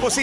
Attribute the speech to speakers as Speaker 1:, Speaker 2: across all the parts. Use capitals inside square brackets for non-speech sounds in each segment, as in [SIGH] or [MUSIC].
Speaker 1: Você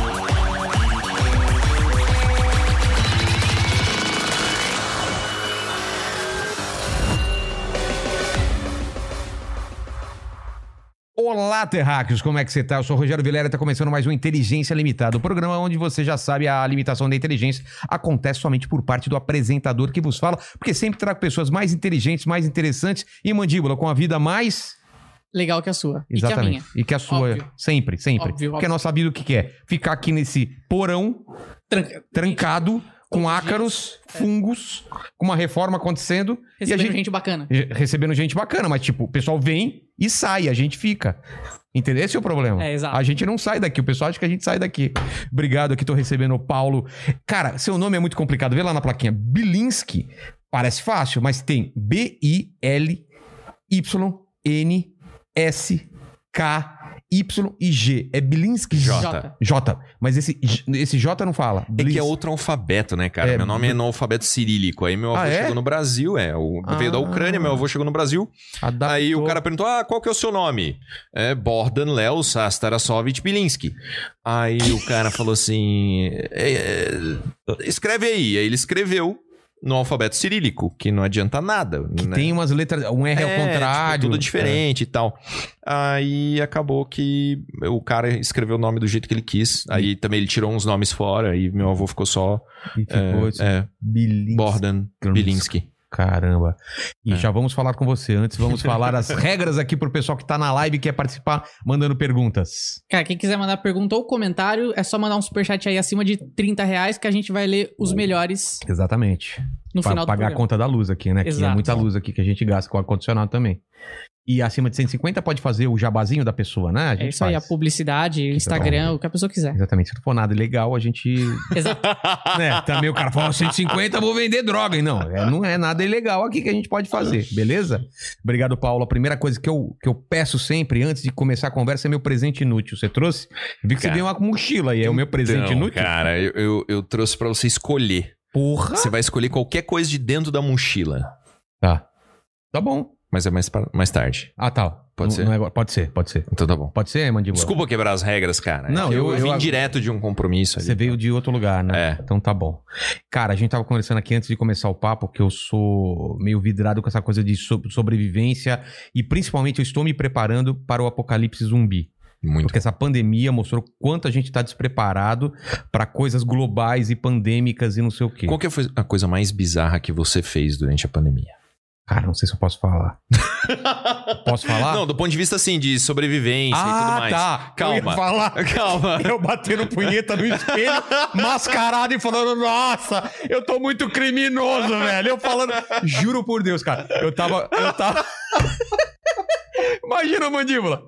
Speaker 1: Olá, Terráqueos, como é que você tá? Eu sou o Rogério Vilela e tá começando mais um Inteligência Limitada, o programa onde você já sabe a limitação da inteligência acontece somente por parte do apresentador que vos fala, porque sempre trago pessoas mais inteligentes, mais interessantes e mandíbula com a vida mais
Speaker 2: legal que é a sua.
Speaker 1: Exatamente.
Speaker 2: E que a minha.
Speaker 1: sua.
Speaker 2: Óbvio.
Speaker 1: Sempre, sempre.
Speaker 2: Óbvio,
Speaker 1: Porque
Speaker 2: óbvio.
Speaker 1: nós sabemos o que, que é. Ficar aqui nesse porão,
Speaker 2: Tranca.
Speaker 1: trancado, com ácaros, fungos, com uma reforma acontecendo.
Speaker 2: Recebendo
Speaker 1: e a
Speaker 2: gente...
Speaker 1: gente
Speaker 2: bacana.
Speaker 1: recebendo gente bacana, mas tipo, o pessoal vem e sai, a gente fica. Entendeu? Esse é o problema.
Speaker 2: É, exato.
Speaker 1: A gente não sai daqui, o pessoal acha que a gente sai daqui. Obrigado, aqui tô recebendo o Paulo. Cara, seu nome é muito complicado, vê lá na plaquinha. Bilinski, parece fácil, mas tem B-I-L-Y-N-S-K-Y e G. É Bilinski J.
Speaker 2: Jota.
Speaker 1: J. Mas esse, J- esse J não fala.
Speaker 3: É que
Speaker 1: Blins-
Speaker 3: é outro alfabeto, né, cara?
Speaker 1: É,
Speaker 3: meu nome é no alfabeto cirílico. Aí meu avô
Speaker 1: Ah, é?
Speaker 3: chegou no Brasil, é. O,
Speaker 1: Ah.
Speaker 3: Veio da Ucrânia, meu avô chegou no Brasil.
Speaker 1: Adaptou.
Speaker 3: Aí o cara perguntou: Ah, qual que é o seu nome? É Bordan Léo Sastarasovich Bilinski. Aí o cara [LAUGHS] falou assim: "É, é, Escreve aí. Aí ele escreveu no alfabeto cirílico, que não adianta nada.
Speaker 1: Que
Speaker 3: né?
Speaker 1: tem umas letras, um R ao
Speaker 3: tipo,
Speaker 1: contrário. é.
Speaker 3: tudo diferente e tal. Aí acabou que o cara escreveu o nome do jeito que ele quis. Aí também ele tirou uns nomes fora e meu avô ficou só.
Speaker 1: E ficou esse
Speaker 3: É,
Speaker 1: Bilinski.
Speaker 3: Bordan Bilinski.
Speaker 1: Caramba. E
Speaker 3: É.
Speaker 1: já vamos falar com você. Antes, vamos falar as regras aqui pro pessoal que tá na live e quer participar, mandando perguntas.
Speaker 2: Cara, quem quiser mandar pergunta ou comentário, é só mandar um superchat aí acima de 30 reais que a gente vai ler os melhores
Speaker 1: Exatamente.
Speaker 2: no
Speaker 1: Pra pagar
Speaker 2: final do
Speaker 1: a
Speaker 2: programa.
Speaker 1: conta da luz aqui, né? Que é
Speaker 2: Exato.
Speaker 1: muita luz aqui que a gente gasta com o ar-condicionado também. E acima de 150 pode fazer o jabazinho da pessoa, né? A gente
Speaker 2: É isso aí, a
Speaker 1: faz.
Speaker 2: publicidade, Instagram, o que a pessoa quiser.
Speaker 1: Exatamente. Se não for nada legal, a gente. [LAUGHS]
Speaker 2: Exato.
Speaker 1: né? Também o cara fala 150, vou vender droga. E não, é, não é nada ilegal aqui que a gente pode fazer, beleza? Obrigado, Paulo. A primeira coisa que eu, que eu peço sempre antes de começar a conversa é meu presente inútil. Você trouxe? Eu vi que
Speaker 3: Cara.
Speaker 1: você veio uma mochila aí. É o meu presente
Speaker 3: Então,
Speaker 1: inútil?
Speaker 3: Cara, eu, eu, eu trouxe pra você escolher.
Speaker 1: Porra!
Speaker 3: Você vai escolher qualquer coisa de dentro da mochila.
Speaker 1: Tá. Tá bom.
Speaker 3: Mas é mais, pra- mais tarde.
Speaker 1: Ah, tá.
Speaker 3: Pode
Speaker 1: Não-
Speaker 3: ser?
Speaker 1: não é agora. pode ser, pode ser.
Speaker 3: Então tá bom.
Speaker 1: Pode ser, Mandíbula?
Speaker 3: Desculpa quebrar as regras, cara. É
Speaker 1: Não,
Speaker 3: que
Speaker 1: eu-
Speaker 3: eu, vim
Speaker 1: eu-
Speaker 3: direto de um compromisso ali.
Speaker 1: Você veio de outro lugar, né?
Speaker 3: É.
Speaker 1: Então tá bom. Cara, a gente tava conversando aqui antes de começar o papo que eu sou meio vidrado com essa coisa de so- sobrevivência e principalmente eu estou me preparando para o apocalipse zumbi.
Speaker 3: Muito.
Speaker 1: Porque essa pandemia mostrou quanto a gente está despreparado para coisas globais e pandêmicas e não sei o quê.
Speaker 3: Qual que foi a coisa mais bizarra que você fez durante a pandemia?
Speaker 1: Cara, não sei se eu posso
Speaker 3: [LAUGHS]
Speaker 1: falar. posso falar?
Speaker 3: Não, do ponto de vista, assim, de sobrevivência e tudo
Speaker 1: ah,
Speaker 3: mais.
Speaker 1: tá.
Speaker 3: Calma.
Speaker 1: Eu ia
Speaker 3: [LAUGHS]
Speaker 1: falar. [LAUGHS]
Speaker 3: Calma.
Speaker 1: Eu batendo punheta no espelho, mascarado e falando, nossa, eu tô muito criminoso, velho. Eu falando, juro por Deus, cara. Eu tava, eu tava... [LAUGHS] Imagina, mandíbula.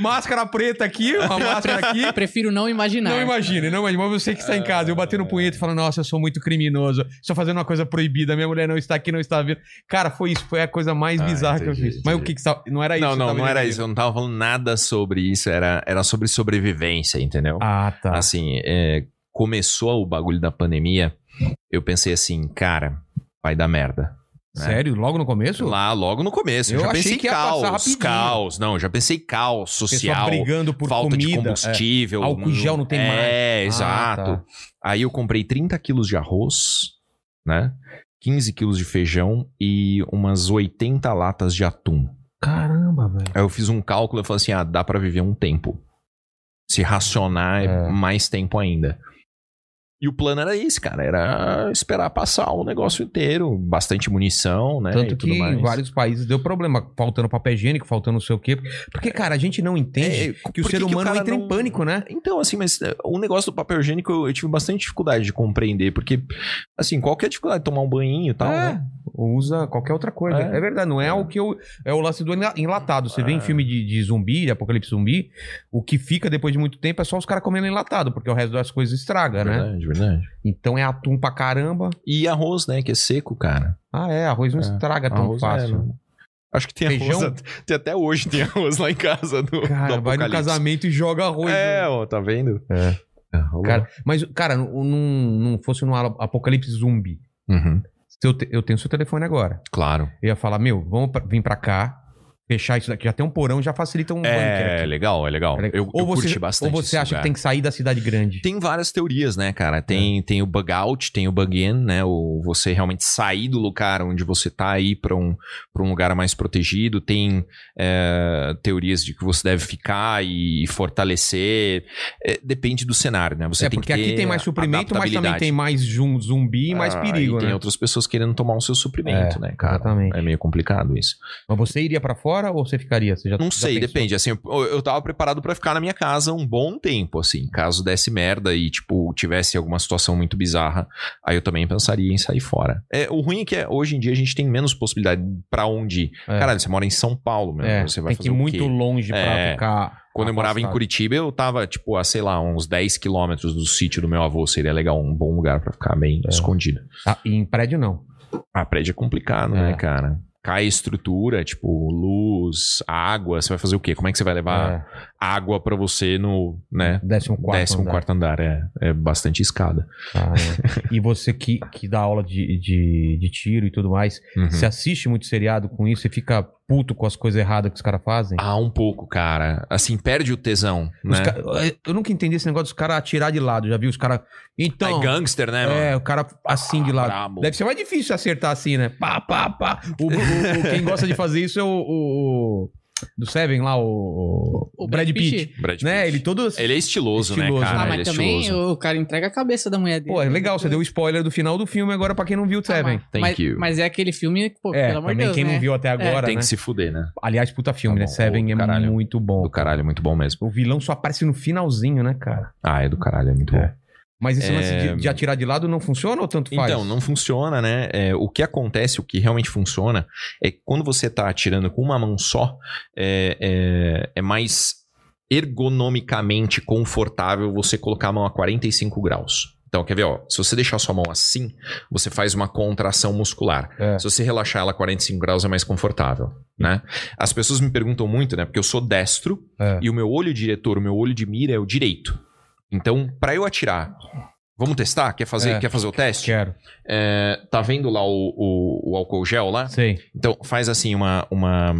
Speaker 1: Máscara preta aqui, uma máscara aqui,
Speaker 2: Prefiro não imaginar.
Speaker 1: Não imagine, não imagine. Mas você que está em casa, eu batendo punheta e falando, nossa, eu sou muito criminoso, estou fazendo uma coisa proibida, minha mulher não está aqui, não está vindo. Cara, foi isso, foi a coisa mais
Speaker 3: Ah,
Speaker 1: bizarra que eu
Speaker 3: entendi,
Speaker 1: fiz. Mas o
Speaker 3: entendi.
Speaker 1: que que estava. Não era isso.
Speaker 3: Não,
Speaker 1: que
Speaker 3: não,
Speaker 1: tava
Speaker 3: não era
Speaker 1: dizendo.
Speaker 3: isso. Eu não tava falando nada sobre isso. Era, era sobre sobrevivência, entendeu?
Speaker 1: Ah, tá.
Speaker 3: Assim, é, começou o bagulho da pandemia, eu pensei assim, cara, vai dar merda. né?
Speaker 1: Sério? Logo no começo?
Speaker 3: Lá, logo no começo, eu,
Speaker 1: Eu
Speaker 3: já
Speaker 1: achei
Speaker 3: pensei
Speaker 1: que ia passar
Speaker 3: caos,
Speaker 1: rapidinho.
Speaker 3: caos. Não, eu já pensei caos
Speaker 1: Pessoal
Speaker 3: social,
Speaker 1: brigando por
Speaker 3: falta de
Speaker 1: comida. é.
Speaker 3: combustível.
Speaker 1: Álcool em
Speaker 3: hum,
Speaker 1: gel não tem
Speaker 3: é,
Speaker 1: mais. Ah,
Speaker 3: exato.
Speaker 1: tá.
Speaker 3: Aí eu comprei 30 quilos de arroz, né? 15 quilos de feijão e umas 80 latas de atum.
Speaker 1: Caramba, velho.
Speaker 3: Aí eu fiz um cálculo e falei assim: ah, dá pra viver um tempo. Se racionar é,
Speaker 1: É.
Speaker 3: mais tempo ainda. E o plano era esse, cara. Era esperar passar o negócio inteiro, bastante munição, né?
Speaker 1: Tanto
Speaker 3: e
Speaker 1: que
Speaker 3: tudo mais.
Speaker 1: em vários países deu problema, faltando papel higiênico, faltando não sei o quê. Porque, cara, a gente não entende
Speaker 3: É,
Speaker 1: que o
Speaker 3: por
Speaker 1: ser
Speaker 3: que que o
Speaker 1: humano
Speaker 3: cara
Speaker 1: entra em
Speaker 3: não-
Speaker 1: pânico, né?
Speaker 3: Então, assim, mas é, o negócio do papel higiênico eu, eu tive bastante dificuldade de compreender, porque, assim, qual que é a dificuldade? Tomar um banhinho e tal,
Speaker 1: é,
Speaker 3: né?
Speaker 1: usa qualquer outra coisa. É,
Speaker 3: É.
Speaker 1: verdade, não é,
Speaker 3: É.
Speaker 1: o que eu. É o lance do enla- enlatado. Você vê em
Speaker 3: É.
Speaker 1: filme de, de zumbi, de apocalipse zumbi, o que fica depois de muito tempo é só os caras comendo enlatado, porque o resto das coisas estraga, né?
Speaker 3: Verdade, verdade.
Speaker 1: Então é atum pra caramba.
Speaker 3: E arroz, né? Que é seco, cara.
Speaker 1: Ah, é, arroz não
Speaker 3: É,
Speaker 1: estraga tão
Speaker 3: Arroz, é,
Speaker 1: fácil.
Speaker 3: não- Acho que tem
Speaker 1: Feijão?
Speaker 3: arroz. at- Tem até hoje tem [LAUGHS] arroz lá em casa [LAUGHS] do,
Speaker 1: Cara,
Speaker 3: do
Speaker 1: vai no
Speaker 3: Apocalipse.
Speaker 1: casamento e joga arroz.
Speaker 3: É,
Speaker 1: né?
Speaker 3: ó, tá vendo?
Speaker 1: É.
Speaker 3: É, rolou.
Speaker 1: Cara, mas, cara, não, não não fosse num apocalipse zumbi.
Speaker 3: Uhum.
Speaker 1: Se eu, te- eu tenho seu telefone agora.
Speaker 3: Claro.
Speaker 1: Eu ia falar, meu, vamos pra- vir pra cá, fechar isso daqui. Já tem um porão, já facilita um bunker
Speaker 3: É,
Speaker 1: aqui.
Speaker 3: legal, é legal. Eu, eu
Speaker 1: você,
Speaker 3: curti bastante.
Speaker 1: ou você
Speaker 3: esse
Speaker 1: acha
Speaker 3: lugar.
Speaker 1: que tem que sair da cidade grande?
Speaker 3: Tem várias teorias, né, cara?
Speaker 1: É.
Speaker 3: Tem, tem o bug out, tem o bug in, né? O você realmente sair do lugar onde você tá e ir pra um, pra um lugar mais protegido. Tem é, teorias de que você deve ficar e fortalecer. É, depende do cenário, né? Você
Speaker 1: é,
Speaker 3: tem
Speaker 1: porque
Speaker 3: que ter
Speaker 1: aqui tem mais suprimento, mas também
Speaker 3: adaptabilidade.
Speaker 1: tem mais jun- zumbi e mais
Speaker 3: Ah,
Speaker 1: perigo,
Speaker 3: e tem
Speaker 1: né?
Speaker 3: outras pessoas querendo tomar o seu suprimento, né, cara?
Speaker 1: exatamente.
Speaker 3: É meio complicado isso.
Speaker 1: Mas você iria pra fora ou você ficaria? Você já,
Speaker 3: Não
Speaker 1: já
Speaker 3: sei,
Speaker 1: pensou?
Speaker 3: depende. Assim, eu, eu tava preparado pra ficar na minha casa um bom tempo, assim. Caso desse merda e, tipo, tivesse alguma situação muito bizarra, aí eu também pensaria em sair fora. É, o ruim é que é, hoje em dia a gente tem menos possibilidade pra onde ir.
Speaker 1: É.
Speaker 3: Caralho, você mora em São Paulo, meu.
Speaker 1: É,
Speaker 3: né? você vai
Speaker 1: tem que
Speaker 3: fazer
Speaker 1: ir
Speaker 3: o
Speaker 1: muito
Speaker 3: quê?
Speaker 1: longe pra
Speaker 3: É.
Speaker 1: ficar.
Speaker 3: Quando eu morava em
Speaker 1: afastado.
Speaker 3: Curitiba, eu tava, tipo, a, sei lá, uns 10 quilômetros do sítio do meu avô. Seria legal, um bom lugar pra ficar bem
Speaker 1: É.
Speaker 3: escondido.
Speaker 1: Ah, e em prédio não.
Speaker 3: Ah, prédio é complicado,
Speaker 1: É.
Speaker 3: né, cara? Cai estrutura, tipo, luz, água, você vai fazer o quê? Como é que você vai levar
Speaker 1: É,
Speaker 3: água pra você no, né,
Speaker 1: décimo Um quarto.
Speaker 3: décimo
Speaker 1: andar.
Speaker 3: quarto andar. É, é bastante escada.
Speaker 1: Ah, é. e você que, que dá aula de, de, de tiro e tudo mais,
Speaker 3: Uhum.
Speaker 1: você assiste muito seriado com isso e fica puto com as coisas erradas que os caras fazem?
Speaker 3: Ah, um pouco, cara. Assim, perde o tesão,
Speaker 1: Os
Speaker 3: né?
Speaker 1: ca- eh, Eu nunca entendi esse negócio dos caras atirar de lado. Já vi os caras. Então.
Speaker 3: é gangster, né, mano? Tá
Speaker 1: É, o cara assim de lado.
Speaker 3: Brabo.
Speaker 1: Deve ser mais difícil acertar assim, né? Pá, pá, pá. O, o- o- quem gosta de fazer isso é o. o- o- do Seven lá, o. O Brad Pitt.
Speaker 3: Brad
Speaker 1: Né?
Speaker 3: Pitt.
Speaker 1: Ele todo.
Speaker 3: Ele é
Speaker 1: Estiloso,
Speaker 3: estiloso, né,
Speaker 1: Ah,
Speaker 3: cara?
Speaker 2: Ah,
Speaker 1: né?
Speaker 3: Ele
Speaker 2: mas
Speaker 3: é
Speaker 2: também
Speaker 3: estiloso.
Speaker 2: o, cara entrega a cabeça da mulher dele.
Speaker 1: Pô, é legal, você deu o spoiler do final do filme agora pra quem não viu o
Speaker 2: Ah,
Speaker 1: Seven.
Speaker 2: mas-
Speaker 3: Thank
Speaker 2: mas,
Speaker 3: you.
Speaker 2: mas é aquele filme, que, pô,
Speaker 1: é,
Speaker 2: pelo amor de
Speaker 1: também
Speaker 2: Deus,
Speaker 1: quem
Speaker 2: né?
Speaker 1: não viu até agora,
Speaker 3: Tem
Speaker 1: né?
Speaker 3: que se fuder, né?
Speaker 1: Aliás, puta filme,
Speaker 3: Tá
Speaker 1: né?
Speaker 3: bom,
Speaker 1: Seven
Speaker 3: do
Speaker 1: é
Speaker 3: caralho.
Speaker 1: muito bom.
Speaker 3: Do caralho, é muito bom mesmo.
Speaker 1: O vilão só aparece no finalzinho, né, cara?
Speaker 3: Ah, é do caralho, é muito
Speaker 1: É.
Speaker 3: bom.
Speaker 1: Mas esse
Speaker 3: É.
Speaker 1: lance de, de atirar de lado não funciona ou tanto faz?
Speaker 3: Então, não funciona, né? É, o que acontece, o que realmente funciona, é que quando você tá atirando com uma mão só, é, é- é mais ergonomicamente confortável você colocar a mão a 45 graus. Então, quer ver, ó? Se você deixar sua mão assim, você faz uma contração muscular.
Speaker 1: É.
Speaker 3: Se você relaxar ela a 45 graus, é mais confortável, né? As pessoas me perguntam muito, né? Porque eu sou destro
Speaker 1: É.
Speaker 3: e o meu olho diretor, o meu olho de mira é o direito. Então, pra eu atirar, vamos testar? Quer fazer,
Speaker 1: É.
Speaker 3: quer fazer o teste?
Speaker 1: Quero.
Speaker 3: É, tá vendo lá o, o, o álcool gel lá?
Speaker 1: Sei.
Speaker 3: Então faz assim uma, uma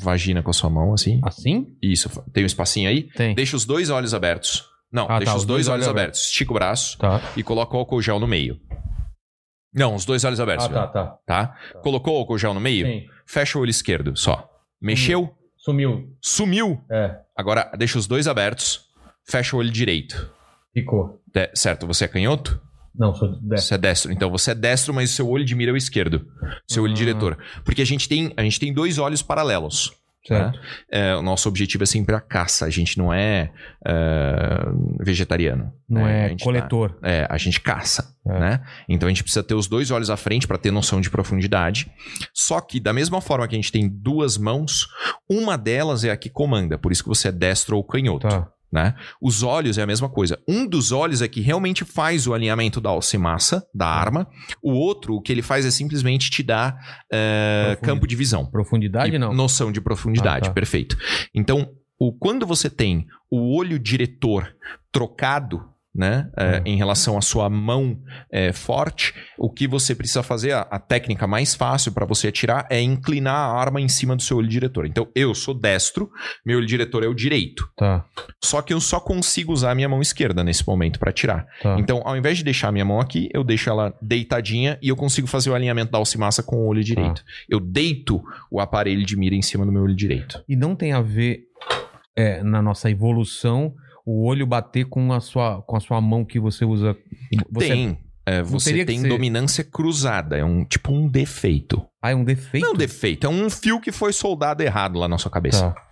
Speaker 3: vagina com a sua mão, assim.
Speaker 1: Assim?
Speaker 3: Isso, fa- tem um espacinho aí.
Speaker 1: Tem.
Speaker 3: Deixa os dois olhos abertos. Não,
Speaker 1: Ah,
Speaker 3: deixa
Speaker 1: tá,
Speaker 3: os dois, olhos abertos. Estica o braço
Speaker 1: Tá.
Speaker 3: e coloca o álcool gel no meio. Não, os dois olhos abertos.
Speaker 1: Ah, tá, tá.
Speaker 3: tá. Colocou o álcool gel no meio?
Speaker 1: Sim.
Speaker 3: Fecha o olho esquerdo só. Mexeu?
Speaker 1: Sumiu.
Speaker 3: Sumiu!
Speaker 1: É.
Speaker 3: Agora deixa os dois abertos. Fecha o olho direito.
Speaker 1: Ficou.
Speaker 3: De- certo, você é canhoto?
Speaker 1: Não, sou dessa.
Speaker 3: Você é destro. Então você é destro, mas o seu olho de mira é o esquerdo. Seu olho
Speaker 1: Ah.
Speaker 3: diretor. Porque a gente tem, a gente tem dois olhos paralelos.
Speaker 1: Certo.
Speaker 3: É, o nosso objetivo é sempre a caça. A gente não é, é, vegetariano.
Speaker 1: Não
Speaker 3: né? A
Speaker 1: é,
Speaker 3: gente tá-
Speaker 1: coletor.
Speaker 3: é, a gente caça,
Speaker 1: É.
Speaker 3: né? Então a gente precisa ter os dois olhos à frente para ter noção de profundidade. Só que da mesma forma que a gente tem duas mãos, uma delas é a que comanda. Por isso que você é destro ou canhoto.
Speaker 1: Tá.
Speaker 3: né? Os olhos é a mesma coisa. Um dos olhos é que realmente faz o alinhamento da alcemassa,
Speaker 1: Uhum.
Speaker 3: da arma. O outro, o que ele faz é simplesmente te dar eh,
Speaker 1: Profundidade.
Speaker 3: campo de visão.
Speaker 1: Profundidade
Speaker 3: E
Speaker 1: não.
Speaker 3: Noção de profundidade,
Speaker 1: Ah, tá.
Speaker 3: perfeito. Então, o, quando você tem o olho diretor trocado, né, eh,
Speaker 1: Hum.
Speaker 3: em relação à sua mão eh, forte, o que você precisa fazer, a, a técnica mais fácil para você atirar é inclinar a arma em cima do seu olho diretor. Então, eu sou destro, meu olho diretor é o direito.
Speaker 1: Tá,
Speaker 3: Só que eu só consigo usar a minha mão esquerda nesse momento pra tirar.
Speaker 1: tá.
Speaker 3: Então, ao invés de deixar a minha mão aqui, eu deixo ela deitadinha e eu consigo fazer o alinhamento da alcimassa com o olho
Speaker 1: Tá.
Speaker 3: direito. Eu deito o aparelho de mira em cima do meu olho direito.
Speaker 1: E não tem a ver é, na nossa evolução o olho bater com a sua, com a sua mão que você usa. Você...
Speaker 3: tem. é, você
Speaker 1: teria que
Speaker 3: tem
Speaker 1: ser-
Speaker 3: dominância cruzada. É um tipo um defeito.
Speaker 1: Ah, é um defeito?
Speaker 3: Não é um defeito, é um fio que foi soldado errado lá na sua cabeça.
Speaker 1: Tá.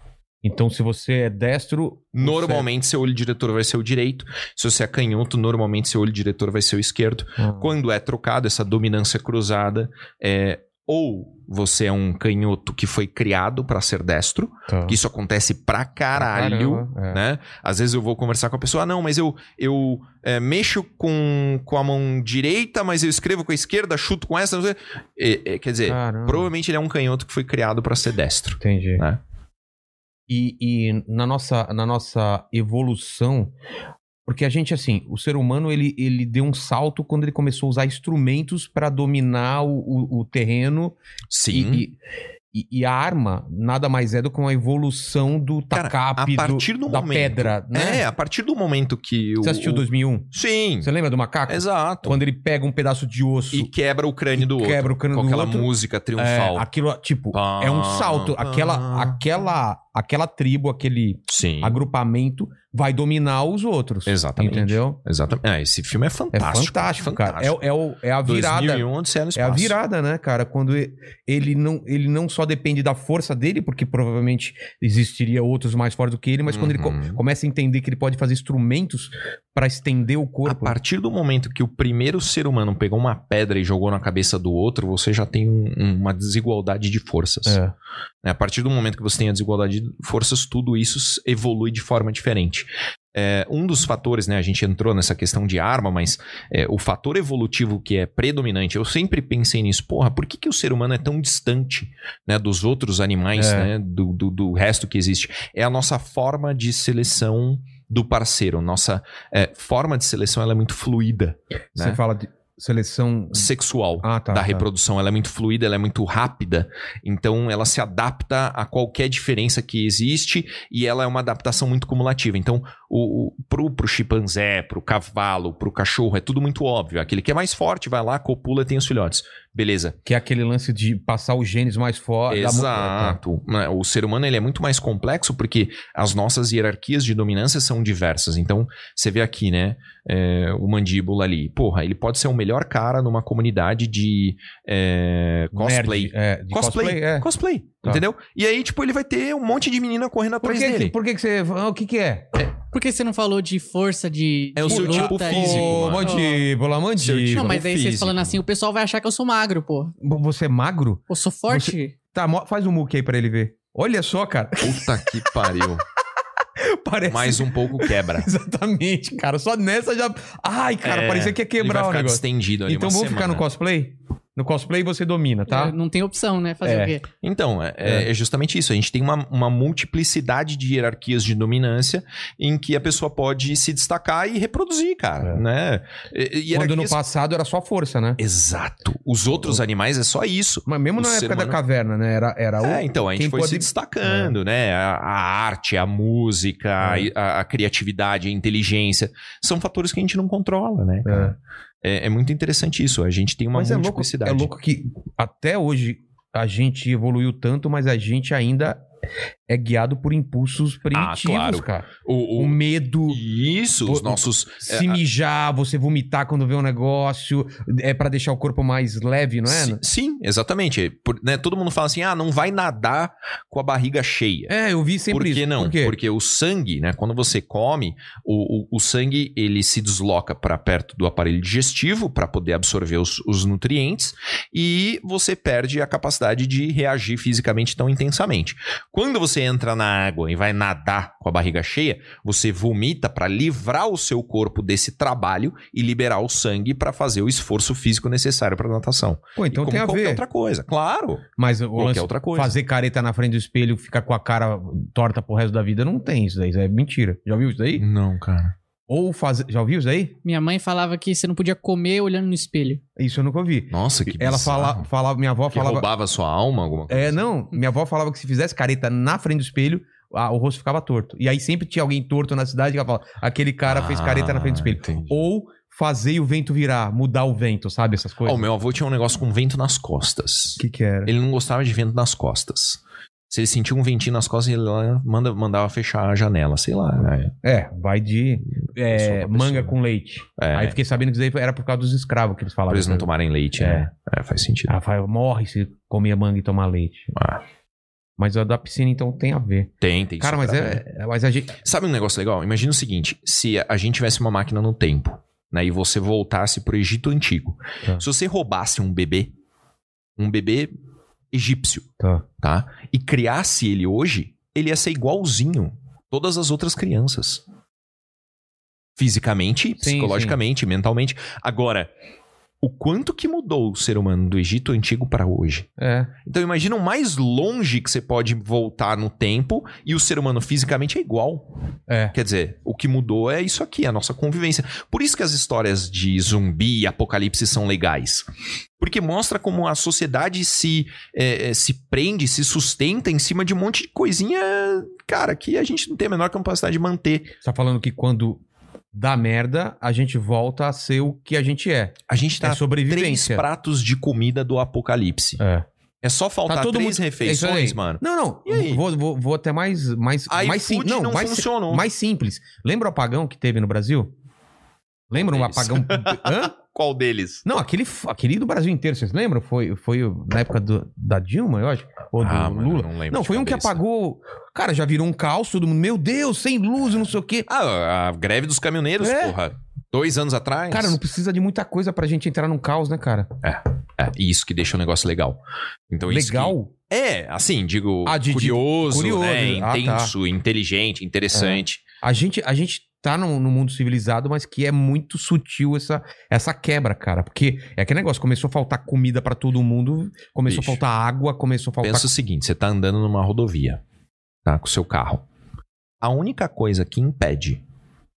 Speaker 1: Então, se você é destro. você-
Speaker 3: Normalmente, seu olho diretor vai ser o direito. Se você é canhoto, normalmente seu olho diretor vai ser o esquerdo.
Speaker 1: Ah,
Speaker 3: Quando é trocado, essa dominância cruzada é ou você é um canhoto que foi criado pra ser destro,
Speaker 1: tá.
Speaker 3: que isso acontece pra caralho,
Speaker 1: Caramba, é.
Speaker 3: né? Às vezes eu vou conversar com a pessoa, ah, não, mas eu, eu é, mexo com, com a mão direita, mas eu escrevo com a esquerda, chuto com essa, não sei. É, é, quer dizer,
Speaker 1: Caramba.
Speaker 3: provavelmente ele é um canhoto que foi criado pra ser destro.
Speaker 1: Entendi.
Speaker 3: Né?
Speaker 1: E, e na, nossa, na nossa evolução, Porque a gente, assim, o ser humano, ele, ele deu um salto quando ele começou a usar instrumentos para dominar o, o- o terreno.
Speaker 3: Sim.
Speaker 1: E, e- e a arma nada mais é do que uma evolução do
Speaker 3: Cara,
Speaker 1: tacape,
Speaker 3: a partir
Speaker 1: do-
Speaker 3: do
Speaker 1: da
Speaker 3: momento-
Speaker 1: pedra, né?
Speaker 3: É, a partir do momento que o.
Speaker 1: Você assistiu 2001?
Speaker 3: Sim,
Speaker 1: Você lembra do macaco?
Speaker 3: exato.
Speaker 1: Quando ele pega um pedaço de osso
Speaker 3: E quebra o crânio do outro.
Speaker 1: quebra o cano
Speaker 3: Com
Speaker 1: do
Speaker 3: aquela um
Speaker 1: outro.
Speaker 3: música
Speaker 1: É,
Speaker 3: triunfal.
Speaker 1: aquilo, tipo,
Speaker 3: Pá,
Speaker 1: é um salto.
Speaker 3: pá.
Speaker 1: Aquela, aquela, aquela tribo, aquele
Speaker 3: Sim.
Speaker 1: agrupamento vai dominar os outros.
Speaker 3: Exatamente.
Speaker 1: Entendeu?
Speaker 3: Exatamente. Ah, esse filme é
Speaker 1: É
Speaker 3: fantástico.
Speaker 1: fantástico, cara. É, é o- é a virada.
Speaker 3: 2001, Odisseia no
Speaker 1: É a
Speaker 3: um Espaço.
Speaker 1: virada, né, cara? Quando e- ele não, ele não só depende da força dele, porque provavelmente existiria outros mais fortes do que ele, mas quando ele co-
Speaker 3: Uhum.
Speaker 1: começa a entender que ele pode fazer instrumentos pra estender o
Speaker 3: A
Speaker 1: corpo.
Speaker 3: partir do momento que o primeiro ser humano pegou uma pedra e jogou na cabeça do outro, você já tem um- uma desigualdade de forças.
Speaker 1: É.
Speaker 3: né? A partir do momento que você tem a desigualdade de forças, tudo isso s- evolui de forma diferente. É, um dos fatores, né? A gente entrou nessa questão de arma, mas é, o fator evolutivo que é predominante, eu sempre pensei nisso, porra, por que, que o ser humano é tão distante né, dos outros animais,
Speaker 1: É.
Speaker 3: né? Do, do, do resto que existe? É a nossa forma de seleção do parceiro. Nossa é, forma de seleção ela é muito fluida,
Speaker 1: Você
Speaker 3: né?
Speaker 1: fala de seleção
Speaker 3: Sexual
Speaker 1: ah, tá,
Speaker 3: da
Speaker 1: tá.
Speaker 3: reprodução. Ela é muito fluida, ela é muito rápida. Então, ela se adapta a qualquer diferença que existe e ela é uma adaptação muito cumulativa. Então, o, o, pro, pro chimpanzé, pro cavalo, pro cachorro, é tudo muito óbvio. Aquele que é mais forte vai lá, copula e tem os filhotes. Beleza.
Speaker 1: Que é aquele lance de passar os genes mais fortes. é, tá.
Speaker 3: Exato. Né, O ser humano ele é muito mais complexo porque as nossas hierarquias de dominância são diversas. Então, você vê aqui, né? é, o mandíbula ali. Porra, ele pode ser o melhor cara numa comunidade de é, cosplay.
Speaker 1: é, de
Speaker 3: Cosplay.
Speaker 1: cosplay,
Speaker 3: Cosplay,
Speaker 1: é. Tá.
Speaker 3: entendeu? E aí, tipo, ele vai ter um monte de menina correndo
Speaker 1: Por
Speaker 3: atrás
Speaker 1: que, que-
Speaker 3: dele.
Speaker 1: por que, que você. ah, O que, que é?
Speaker 2: Por que você não falou de força de.
Speaker 3: É o
Speaker 2: de
Speaker 3: seu
Speaker 2: luta
Speaker 3: tipo
Speaker 2: e-
Speaker 3: físico,
Speaker 1: Ô,
Speaker 3: mano.
Speaker 1: mandíbula, mandíbula.
Speaker 2: Não, mas aí vocês
Speaker 3: físico.
Speaker 2: falando assim, o pessoal vai achar que eu sou magro, pô.
Speaker 1: Você é magro?
Speaker 2: Eu sou forte.
Speaker 1: Tá, mo- faz um muque aí pra ele ver. Olha só, cara. [LAUGHS]
Speaker 3: Puta que pariu.
Speaker 1: Parece.
Speaker 3: Mais um pouco quebra.
Speaker 1: [LAUGHS] Exatamente, cara. Só nessa já. Ai, cara,
Speaker 3: É,
Speaker 1: parecia que ia
Speaker 3: ele vai
Speaker 1: quebrar o
Speaker 3: ficar
Speaker 1: negócio.
Speaker 3: distendido ali
Speaker 1: Então
Speaker 3: uma
Speaker 1: vamos ficar no
Speaker 3: semana.
Speaker 1: cosplay? No cosplay você domina,
Speaker 2: É,
Speaker 1: tá?
Speaker 2: Não tem opção, né? Fazer
Speaker 1: É.
Speaker 2: o quê?
Speaker 3: Então, é, é- é justamente isso. A gente tem uma, uma multiplicidade de hierarquias de dominância em que a pessoa pode se destacar e reproduzir,
Speaker 1: É.
Speaker 3: cara. Né? E- e
Speaker 1: Quando no
Speaker 3: hierarquias-
Speaker 1: passado era só força, né?
Speaker 3: Exato. Os outros animais é só isso.
Speaker 1: Mas mesmo
Speaker 3: O
Speaker 1: na
Speaker 3: ser
Speaker 1: época da
Speaker 3: humano-
Speaker 1: caverna, né? Era, era o-
Speaker 3: É, então, a gente
Speaker 1: quem
Speaker 3: foi se
Speaker 1: pode-
Speaker 3: destacando, né? A, a arte, a música,
Speaker 1: É.
Speaker 3: a, a criatividade, a inteligência. São fatores que a gente não controla, né? cara? É, é muito interessante isso. A gente tem uma
Speaker 1: Mas é louco,
Speaker 3: multiplicidade.
Speaker 1: é louco que até hoje a gente evoluiu tanto, mas a gente ainda é guiado por impulsos primitivos,
Speaker 3: Ah, claro.
Speaker 1: cara.
Speaker 3: O, É,
Speaker 1: O
Speaker 3: o-
Speaker 1: medo,
Speaker 3: Isso, os
Speaker 1: o-
Speaker 3: nossos...
Speaker 1: se mijar, você vomitar quando vê um negócio, é pra deixar o corpo mais leve, não é?
Speaker 3: Si- Sim, exatamente. Por- né, todo mundo fala assim, ah, não vai nadar com a barriga cheia.
Speaker 1: É, eu vi sempre
Speaker 3: Por que
Speaker 1: isso.
Speaker 3: não?
Speaker 1: Por quê?
Speaker 3: Porque o sangue, né? Quando você come, o, o, o sangue ele se desloca para perto do aparelho digestivo para poder absorver os, os nutrientes e você perde a capacidade de reagir fisicamente tão intensamente. Quando você entra na água e vai nadar com a barriga cheia, você vomita para livrar o seu corpo desse trabalho e liberar o sangue para fazer o esforço físico necessário para natação.
Speaker 1: Pô, então
Speaker 3: e como
Speaker 1: tem a
Speaker 3: qualquer
Speaker 1: ver.
Speaker 3: outra coisa, claro.
Speaker 1: Mas o
Speaker 3: Qualquer
Speaker 1: lance
Speaker 3: outra coisa.
Speaker 1: fazer careta na frente do espelho, ficar com a cara torta pro resto da vida, não tem isso daí. isso É mentira. Já viu isso daí?
Speaker 3: Não, cara.
Speaker 1: Ou fazer. Já viu isso daí?
Speaker 2: Minha mãe falava que você não podia comer olhando no espelho.
Speaker 1: Isso eu nunca ouvi.
Speaker 3: Nossa, que
Speaker 1: Ela
Speaker 3: bizarro.
Speaker 1: fala, falava, minha avó
Speaker 3: Que
Speaker 1: falava.
Speaker 3: roubava sua alma, alguma coisa? assim?
Speaker 1: É, não, minha avó falava que se fizesse careta na frente do espelho, a- o rosto ficava torto. E aí sempre tinha alguém torto na cidade que ela falava, aquele cara fez
Speaker 3: Ah,
Speaker 1: careta na frente do espelho. Ou fazer o vento virar, mudar o vento, sabe? Essas
Speaker 3: Ó,
Speaker 1: coisas.
Speaker 3: o meu avô tinha um negócio com vento nas costas.
Speaker 1: O que, que era?
Speaker 3: Ele não gostava de vento nas costas. Se ele sentia um ventinho nas costas, ele lá manda, mandava fechar a janela, sei lá. né?
Speaker 1: É, vai de é,
Speaker 3: Pessoa pra
Speaker 1: manga
Speaker 3: pessoa.
Speaker 1: com leite.
Speaker 3: É,
Speaker 1: Aí fiquei sabendo que isso daí era por causa dos escravos que eles
Speaker 3: pra
Speaker 1: falavam.
Speaker 3: eles não tomarem leite, né? É, faz sentido.
Speaker 1: Ah, fala, morre se comer manga e tomar leite.
Speaker 3: Ah.
Speaker 1: Mas a da piscina, então, tem a ver.
Speaker 3: Tem, tem.
Speaker 1: Cara,
Speaker 3: isso
Speaker 1: mas
Speaker 3: pra
Speaker 1: é, é- Mas a gente.
Speaker 3: Sabe um negócio legal? Imagina o seguinte: se a gente tivesse uma máquina no tempo, né? E você voltasse pro Egito Antigo.
Speaker 1: Tá.
Speaker 3: Se você roubasse um bebê, um bebê egípcio,
Speaker 1: Tá.
Speaker 3: tá? E criasse ele hoje, ele ia ser igualzinho todas as outras crianças. Fisicamente, psicologicamente, mentalmente. Agora, o quanto que mudou o ser humano do Egito antigo para hoje?
Speaker 1: É.
Speaker 3: Então imagina o mais longe que você pode voltar no tempo e o ser humano fisicamente é igual.
Speaker 1: É.
Speaker 3: Quer dizer, o que mudou é isso aqui, a nossa convivência. Por isso que as histórias de zumbi e apocalipse são legais. Porque mostra como a sociedade se, eh, eh, se prende, se sustenta em cima de um monte de coisinha, cara, que a gente não tem a menor capacidade de manter.
Speaker 1: Você tá falando que quando dá merda, a gente volta a ser o que a gente é.
Speaker 3: A gente tá
Speaker 1: é
Speaker 3: três
Speaker 1: sobrevivência.
Speaker 3: pratos de comida do apocalipse.
Speaker 1: É.
Speaker 3: É só faltar
Speaker 1: Tá todo
Speaker 3: três
Speaker 1: É
Speaker 3: refeições,
Speaker 1: isso aí.
Speaker 3: mano.
Speaker 1: Não, não.
Speaker 3: E aí?
Speaker 1: Vou, vou, vou até mais, mais,
Speaker 3: Aí
Speaker 1: mais
Speaker 3: food
Speaker 1: simples. Não,
Speaker 3: não
Speaker 1: mais, si-
Speaker 3: funcionou.
Speaker 1: mais simples. Lembra o apagão que teve no Brasil? Lembra um
Speaker 3: Deles. [LAUGHS]
Speaker 1: apagão? Hã?
Speaker 3: Qual deles?
Speaker 1: Não, aquele, f- aquele do Brasil inteiro, vocês lembram? Foi, foi o- na época do- da Dilma, eu acho. Ou do
Speaker 3: Ah, mano,
Speaker 1: Lula.
Speaker 3: não lembro
Speaker 1: Não,
Speaker 3: de
Speaker 1: foi um que
Speaker 3: cabeça.
Speaker 1: apagou. Cara, já virou um caos, todo mundo. Meu Deus, sem luz, não sei o quê.
Speaker 3: Ah, a greve dos caminhoneiros,
Speaker 1: É.
Speaker 3: porra. Dois anos atrás.
Speaker 1: Cara, não precisa de muita coisa pra gente entrar num caos, né, cara?
Speaker 3: É, e isso que deixa o negócio legal. Então, isso que-
Speaker 1: Legal.
Speaker 3: É, assim, digo,
Speaker 1: Ah, de- de-
Speaker 3: curioso,
Speaker 1: curioso.
Speaker 3: né?
Speaker 1: Ah, tá. É.
Speaker 3: Intenso, inteligente, interessante.
Speaker 1: A gente, a gente tá num, num mundo civilizado, mas que é muito sutil essa, essa quebra, cara. Porque é aquele negócio, começou a faltar comida pra todo mundo, começou
Speaker 3: Bicho.
Speaker 1: a faltar água, começou a faltar...
Speaker 3: Pensa o seguinte, você tá andando numa rodovia, tá? Com o seu carro. A única coisa que impede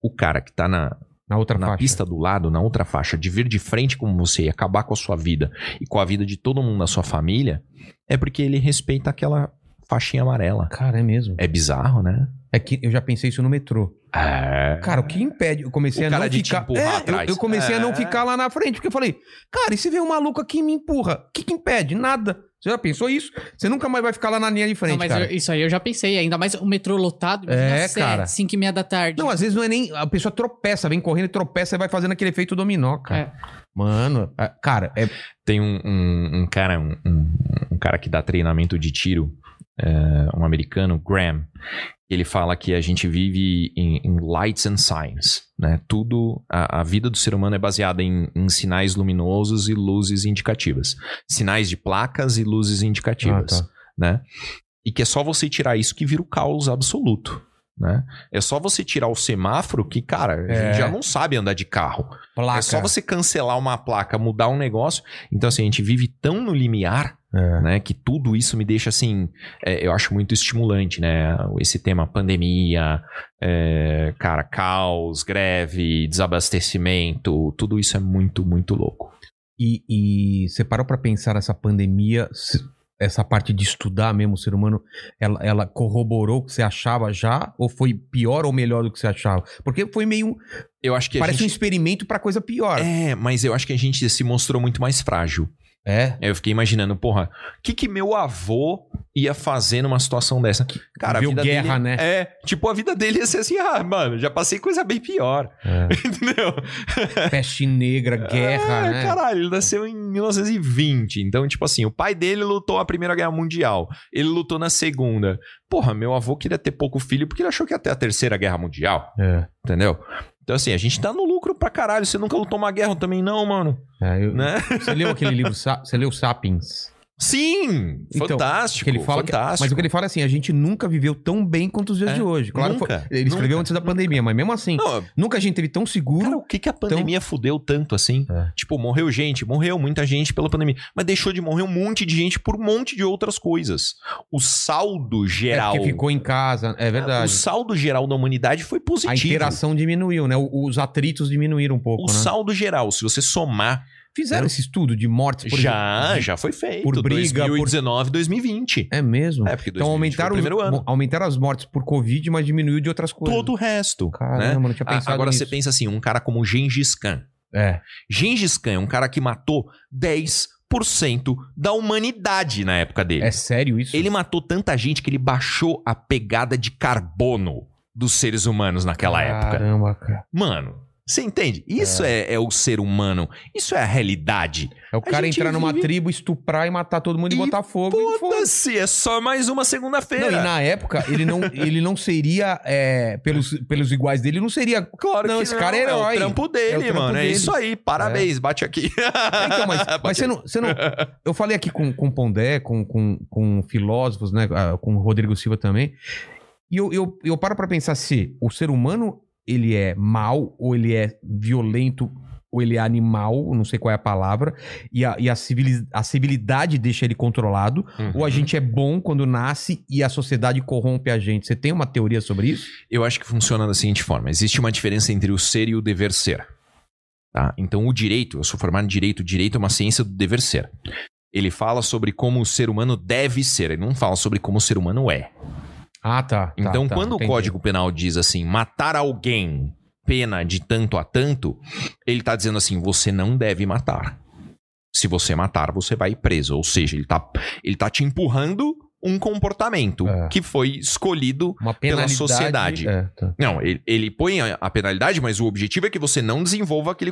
Speaker 3: o cara que tá na,
Speaker 1: na outra
Speaker 3: na
Speaker 1: faixa.
Speaker 3: pista do lado, na outra faixa, de vir de frente com você e acabar com a sua vida e com a vida de todo mundo na sua família, é porque ele respeita aquela faixinha amarela.
Speaker 1: Cara, é mesmo.
Speaker 3: É bizarro, né?
Speaker 1: É que eu já pensei isso no metrô.
Speaker 3: É.
Speaker 1: Cara, o que impede? Eu comecei
Speaker 3: O
Speaker 1: a
Speaker 3: cara
Speaker 1: não
Speaker 3: de te
Speaker 1: ficar.
Speaker 3: empurrar
Speaker 1: É, eu-
Speaker 3: atrás.
Speaker 1: Eu, comecei a
Speaker 3: É.
Speaker 1: não ficar lá na frente, porque eu falei, cara, e se vem um maluco aqui e me empurra? O que, que impede? Nada. Você já pensou isso? Você nunca mais vai ficar lá na linha de frente,
Speaker 2: não, mas
Speaker 1: cara.
Speaker 2: eu- isso aí eu já pensei, ainda mais o metrô lotado,
Speaker 1: É,
Speaker 2: imagina
Speaker 1: cara.
Speaker 2: 5 e meia da tarde.
Speaker 1: Não, às vezes não é nem. A pessoa tropeça, vem correndo e tropeça e vai fazendo aquele efeito dominó, cara. Mano, a- cara, é.
Speaker 3: Tem um, um- um cara, um, um- um cara que dá treinamento de tiro, é, um americano, Graham. Ele fala que a gente vive em, em lights and signs, né? Tudo, a, a vida do ser humano é baseada em, em sinais luminosos e luzes indicativas, sinais de placas e luzes indicativas
Speaker 1: Ah, tá.
Speaker 3: né? E que é só você tirar isso que vira o caos absoluto, né? É só você tirar o semáforo que, cara, a
Speaker 1: É.
Speaker 3: gente já não sabe andar de carro.
Speaker 1: Placa.
Speaker 3: É só você cancelar uma placa, mudar um negócio. Então, assim, a gente vive tão no limiar,
Speaker 1: É.
Speaker 3: né? Que tudo isso me deixa, assim, é, eu acho muito estimulante, né? Esse tema pandemia, é, cara, caos, greve, desabastecimento, tudo isso é muito, muito louco.
Speaker 1: E, e você parou pra pensar essa pandemia, se- essa parte de estudar mesmo o ser humano, ela, ela corroborou o que você achava já? Ou foi pior ou melhor do que você achava? Porque foi meio. um-
Speaker 3: Eu acho que a
Speaker 1: parece um
Speaker 3: gente...
Speaker 1: experimento pra coisa pior.
Speaker 3: É, mas eu acho que a gente se mostrou muito mais frágil. [LAUGHS]
Speaker 1: É.
Speaker 3: Aí eu fiquei imaginando, porra, o que que meu avô ia fazer numa situação dessa? Cara,
Speaker 1: Viu
Speaker 3: a vida
Speaker 1: guerra,
Speaker 3: dele,
Speaker 1: né?
Speaker 3: É, tipo, a vida dele ia ser assim, ah, mano, já passei coisa bem pior, entendeu?
Speaker 1: É. [LAUGHS] Peste negra, guerra,
Speaker 3: Ah,
Speaker 1: né?
Speaker 3: Caralho, ele nasceu em 1920, então, tipo assim, o pai dele lutou a Primeira Guerra Mundial, ele lutou na Segunda. Porra, meu avô queria ter pouco filho porque ele achou que ia ter a Terceira Guerra Mundial,
Speaker 1: É.
Speaker 3: entendeu? Então, assim, a gente tá no lucro pra caralho, você nunca lutou uma guerra eu também não, mano,
Speaker 1: É, eu-
Speaker 3: né?
Speaker 1: Você leu aquele livro, Sa- você leu Sapiens?
Speaker 3: Sim,
Speaker 1: Então,
Speaker 3: fantástico,
Speaker 1: que ele fala que-
Speaker 3: Tipo, fantástico.
Speaker 1: Mas o que ele fala é assim, a gente nunca viveu tão bem quanto os dias
Speaker 3: É,
Speaker 1: de hoje. Claro,
Speaker 3: nunca,
Speaker 1: foi- ele escreveu
Speaker 3: nunca,
Speaker 1: antes da pandemia, mas mesmo assim,
Speaker 3: Não,
Speaker 1: nunca a gente teve tão seguro.
Speaker 3: Cara, o que, que a pandemia fudeu tanto assim?
Speaker 1: É.
Speaker 3: Tipo, morreu gente, morreu muita gente pela pandemia, mas deixou de morrer um monte de gente por um monte de outras coisas. O saldo geral.
Speaker 1: É, porque ficou em casa, é
Speaker 3: O
Speaker 1: verdade.
Speaker 3: saldo geral da humanidade foi
Speaker 1: a
Speaker 3: positivo.
Speaker 1: interação diminuiu, né? O- Os atritos diminuíram um pouco, né?
Speaker 3: O saldo geral, se você somar,
Speaker 1: Fizeram esse estudo de mortes por
Speaker 3: já,
Speaker 1: exemplo?
Speaker 3: já foi feito.
Speaker 1: por briga, por-
Speaker 3: 2019, 2020.
Speaker 1: É mesmo?
Speaker 3: É, porque 2020
Speaker 1: então aumentaram,
Speaker 3: foi o primeiro ano.
Speaker 1: bom, aumentaram as mortes por Covid, mas diminuiu de outras coisas.
Speaker 3: Todo o resto.
Speaker 1: Caramba,
Speaker 3: né?
Speaker 1: não tinha
Speaker 3: Ah,
Speaker 1: pensado
Speaker 3: Agora
Speaker 1: nisso.
Speaker 3: você pensa assim, um cara como Gengis Khan.
Speaker 1: É.
Speaker 3: Gengis Khan é um cara que matou 10% da humanidade na época dele.
Speaker 1: É sério isso?
Speaker 3: Ele matou tanta gente que ele baixou a pegada de carbono dos seres humanos naquela época.
Speaker 1: Caramba, cara.
Speaker 3: Mano, você entende? Isso é. é o ser humano. Isso é a realidade.
Speaker 1: É o
Speaker 3: A
Speaker 1: cara
Speaker 3: gente
Speaker 1: entrar numa
Speaker 3: vive-
Speaker 1: tribo, estuprar e matar todo mundo e,
Speaker 3: E
Speaker 1: botar fogo. e foda
Speaker 3: Foda-se, é só mais uma
Speaker 1: Não, e
Speaker 3: segunda-feira.
Speaker 1: na época, ele não, ele não seria, é, pelos, pelos iguais dele, não seria.
Speaker 3: Claro
Speaker 1: Não,
Speaker 3: que
Speaker 1: esse cara é
Speaker 3: É
Speaker 1: herói.
Speaker 3: o trampo dele,
Speaker 1: É o trampo
Speaker 3: mano. É
Speaker 1: dele. É.
Speaker 3: isso aí. Parabéns, bate aqui.
Speaker 1: Então, mas, mas você, não, você não. Eu falei aqui com, com Pondé, com, com, com filósofos, né? ah, Com o Rodrigo Silva também. E eu, eu, eu paro pra pensar se o ser humano ele é mau ou ele é violento. ou ou ele é animal, não sei qual é a palavra, e a, e a civili- a civilidade deixa ele controlado, ou a gente é bom quando nasce e a sociedade corrompe a gente. Você tem uma teoria sobre isso?
Speaker 3: Eu acho que funciona da seguinte forma: existe uma diferença entre o ser e o dever ser. tá? Então, o direito, eu sou formado em direito, o direito é uma ciência do dever ser. Ele fala sobre como o ser humano deve ser, ele não fala sobre como o ser humano é.
Speaker 1: Ah, tá.
Speaker 3: Então, quando o Código Penal diz assim, matar alguém, pena de tanto a tanto, ele tá dizendo assim, você não deve matar. Se você matar, você vai preso. Ou seja, ele tá, ele tá te empurrando um comportamento
Speaker 1: É.
Speaker 3: que foi escolhido
Speaker 1: Uma
Speaker 3: pela
Speaker 1: penalidade,
Speaker 3: sociedade.
Speaker 1: É, tá.
Speaker 3: não, ele, ele põe a, a penalidade, mas o objetivo é que você não desenvolva aquele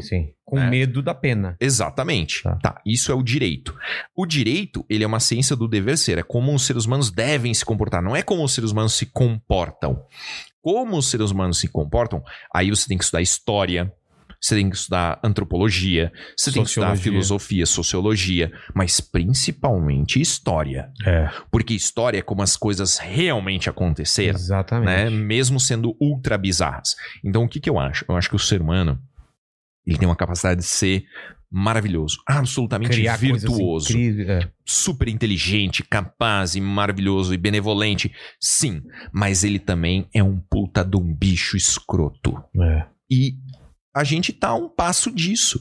Speaker 1: Sim, sim, sim. Com
Speaker 3: né?
Speaker 1: medo da pena.
Speaker 3: Exatamente.
Speaker 1: Tá.
Speaker 3: Tá. isso é o direito. O direito, ele é uma ciência do dever ser, é como os seres humanos devem se comportar, não é como os seres humanos se comportam. Como os seres humanos se comportam, aí você tem que estudar história, você tem que estudar antropologia, você tem que estudar
Speaker 1: Sociologia.
Speaker 3: filosofia, sociologia, mas principalmente história.
Speaker 1: É.
Speaker 3: Porque história é como as coisas realmente aconteceram né?
Speaker 1: Exatamente.
Speaker 3: Mesmo sendo ultra bizarras. Então, o que, que eu acho? Eu acho que o ser humano ele tem uma capacidade de ser maravilhoso, absolutamente
Speaker 1: coisas assim,
Speaker 3: virtuoso,
Speaker 1: incríveis, é.
Speaker 3: super inteligente, capaz e maravilhoso e benevolente. Sim, mas ele também é um puta de um bicho escroto.
Speaker 1: É.
Speaker 3: E a gente tá a um passo disso.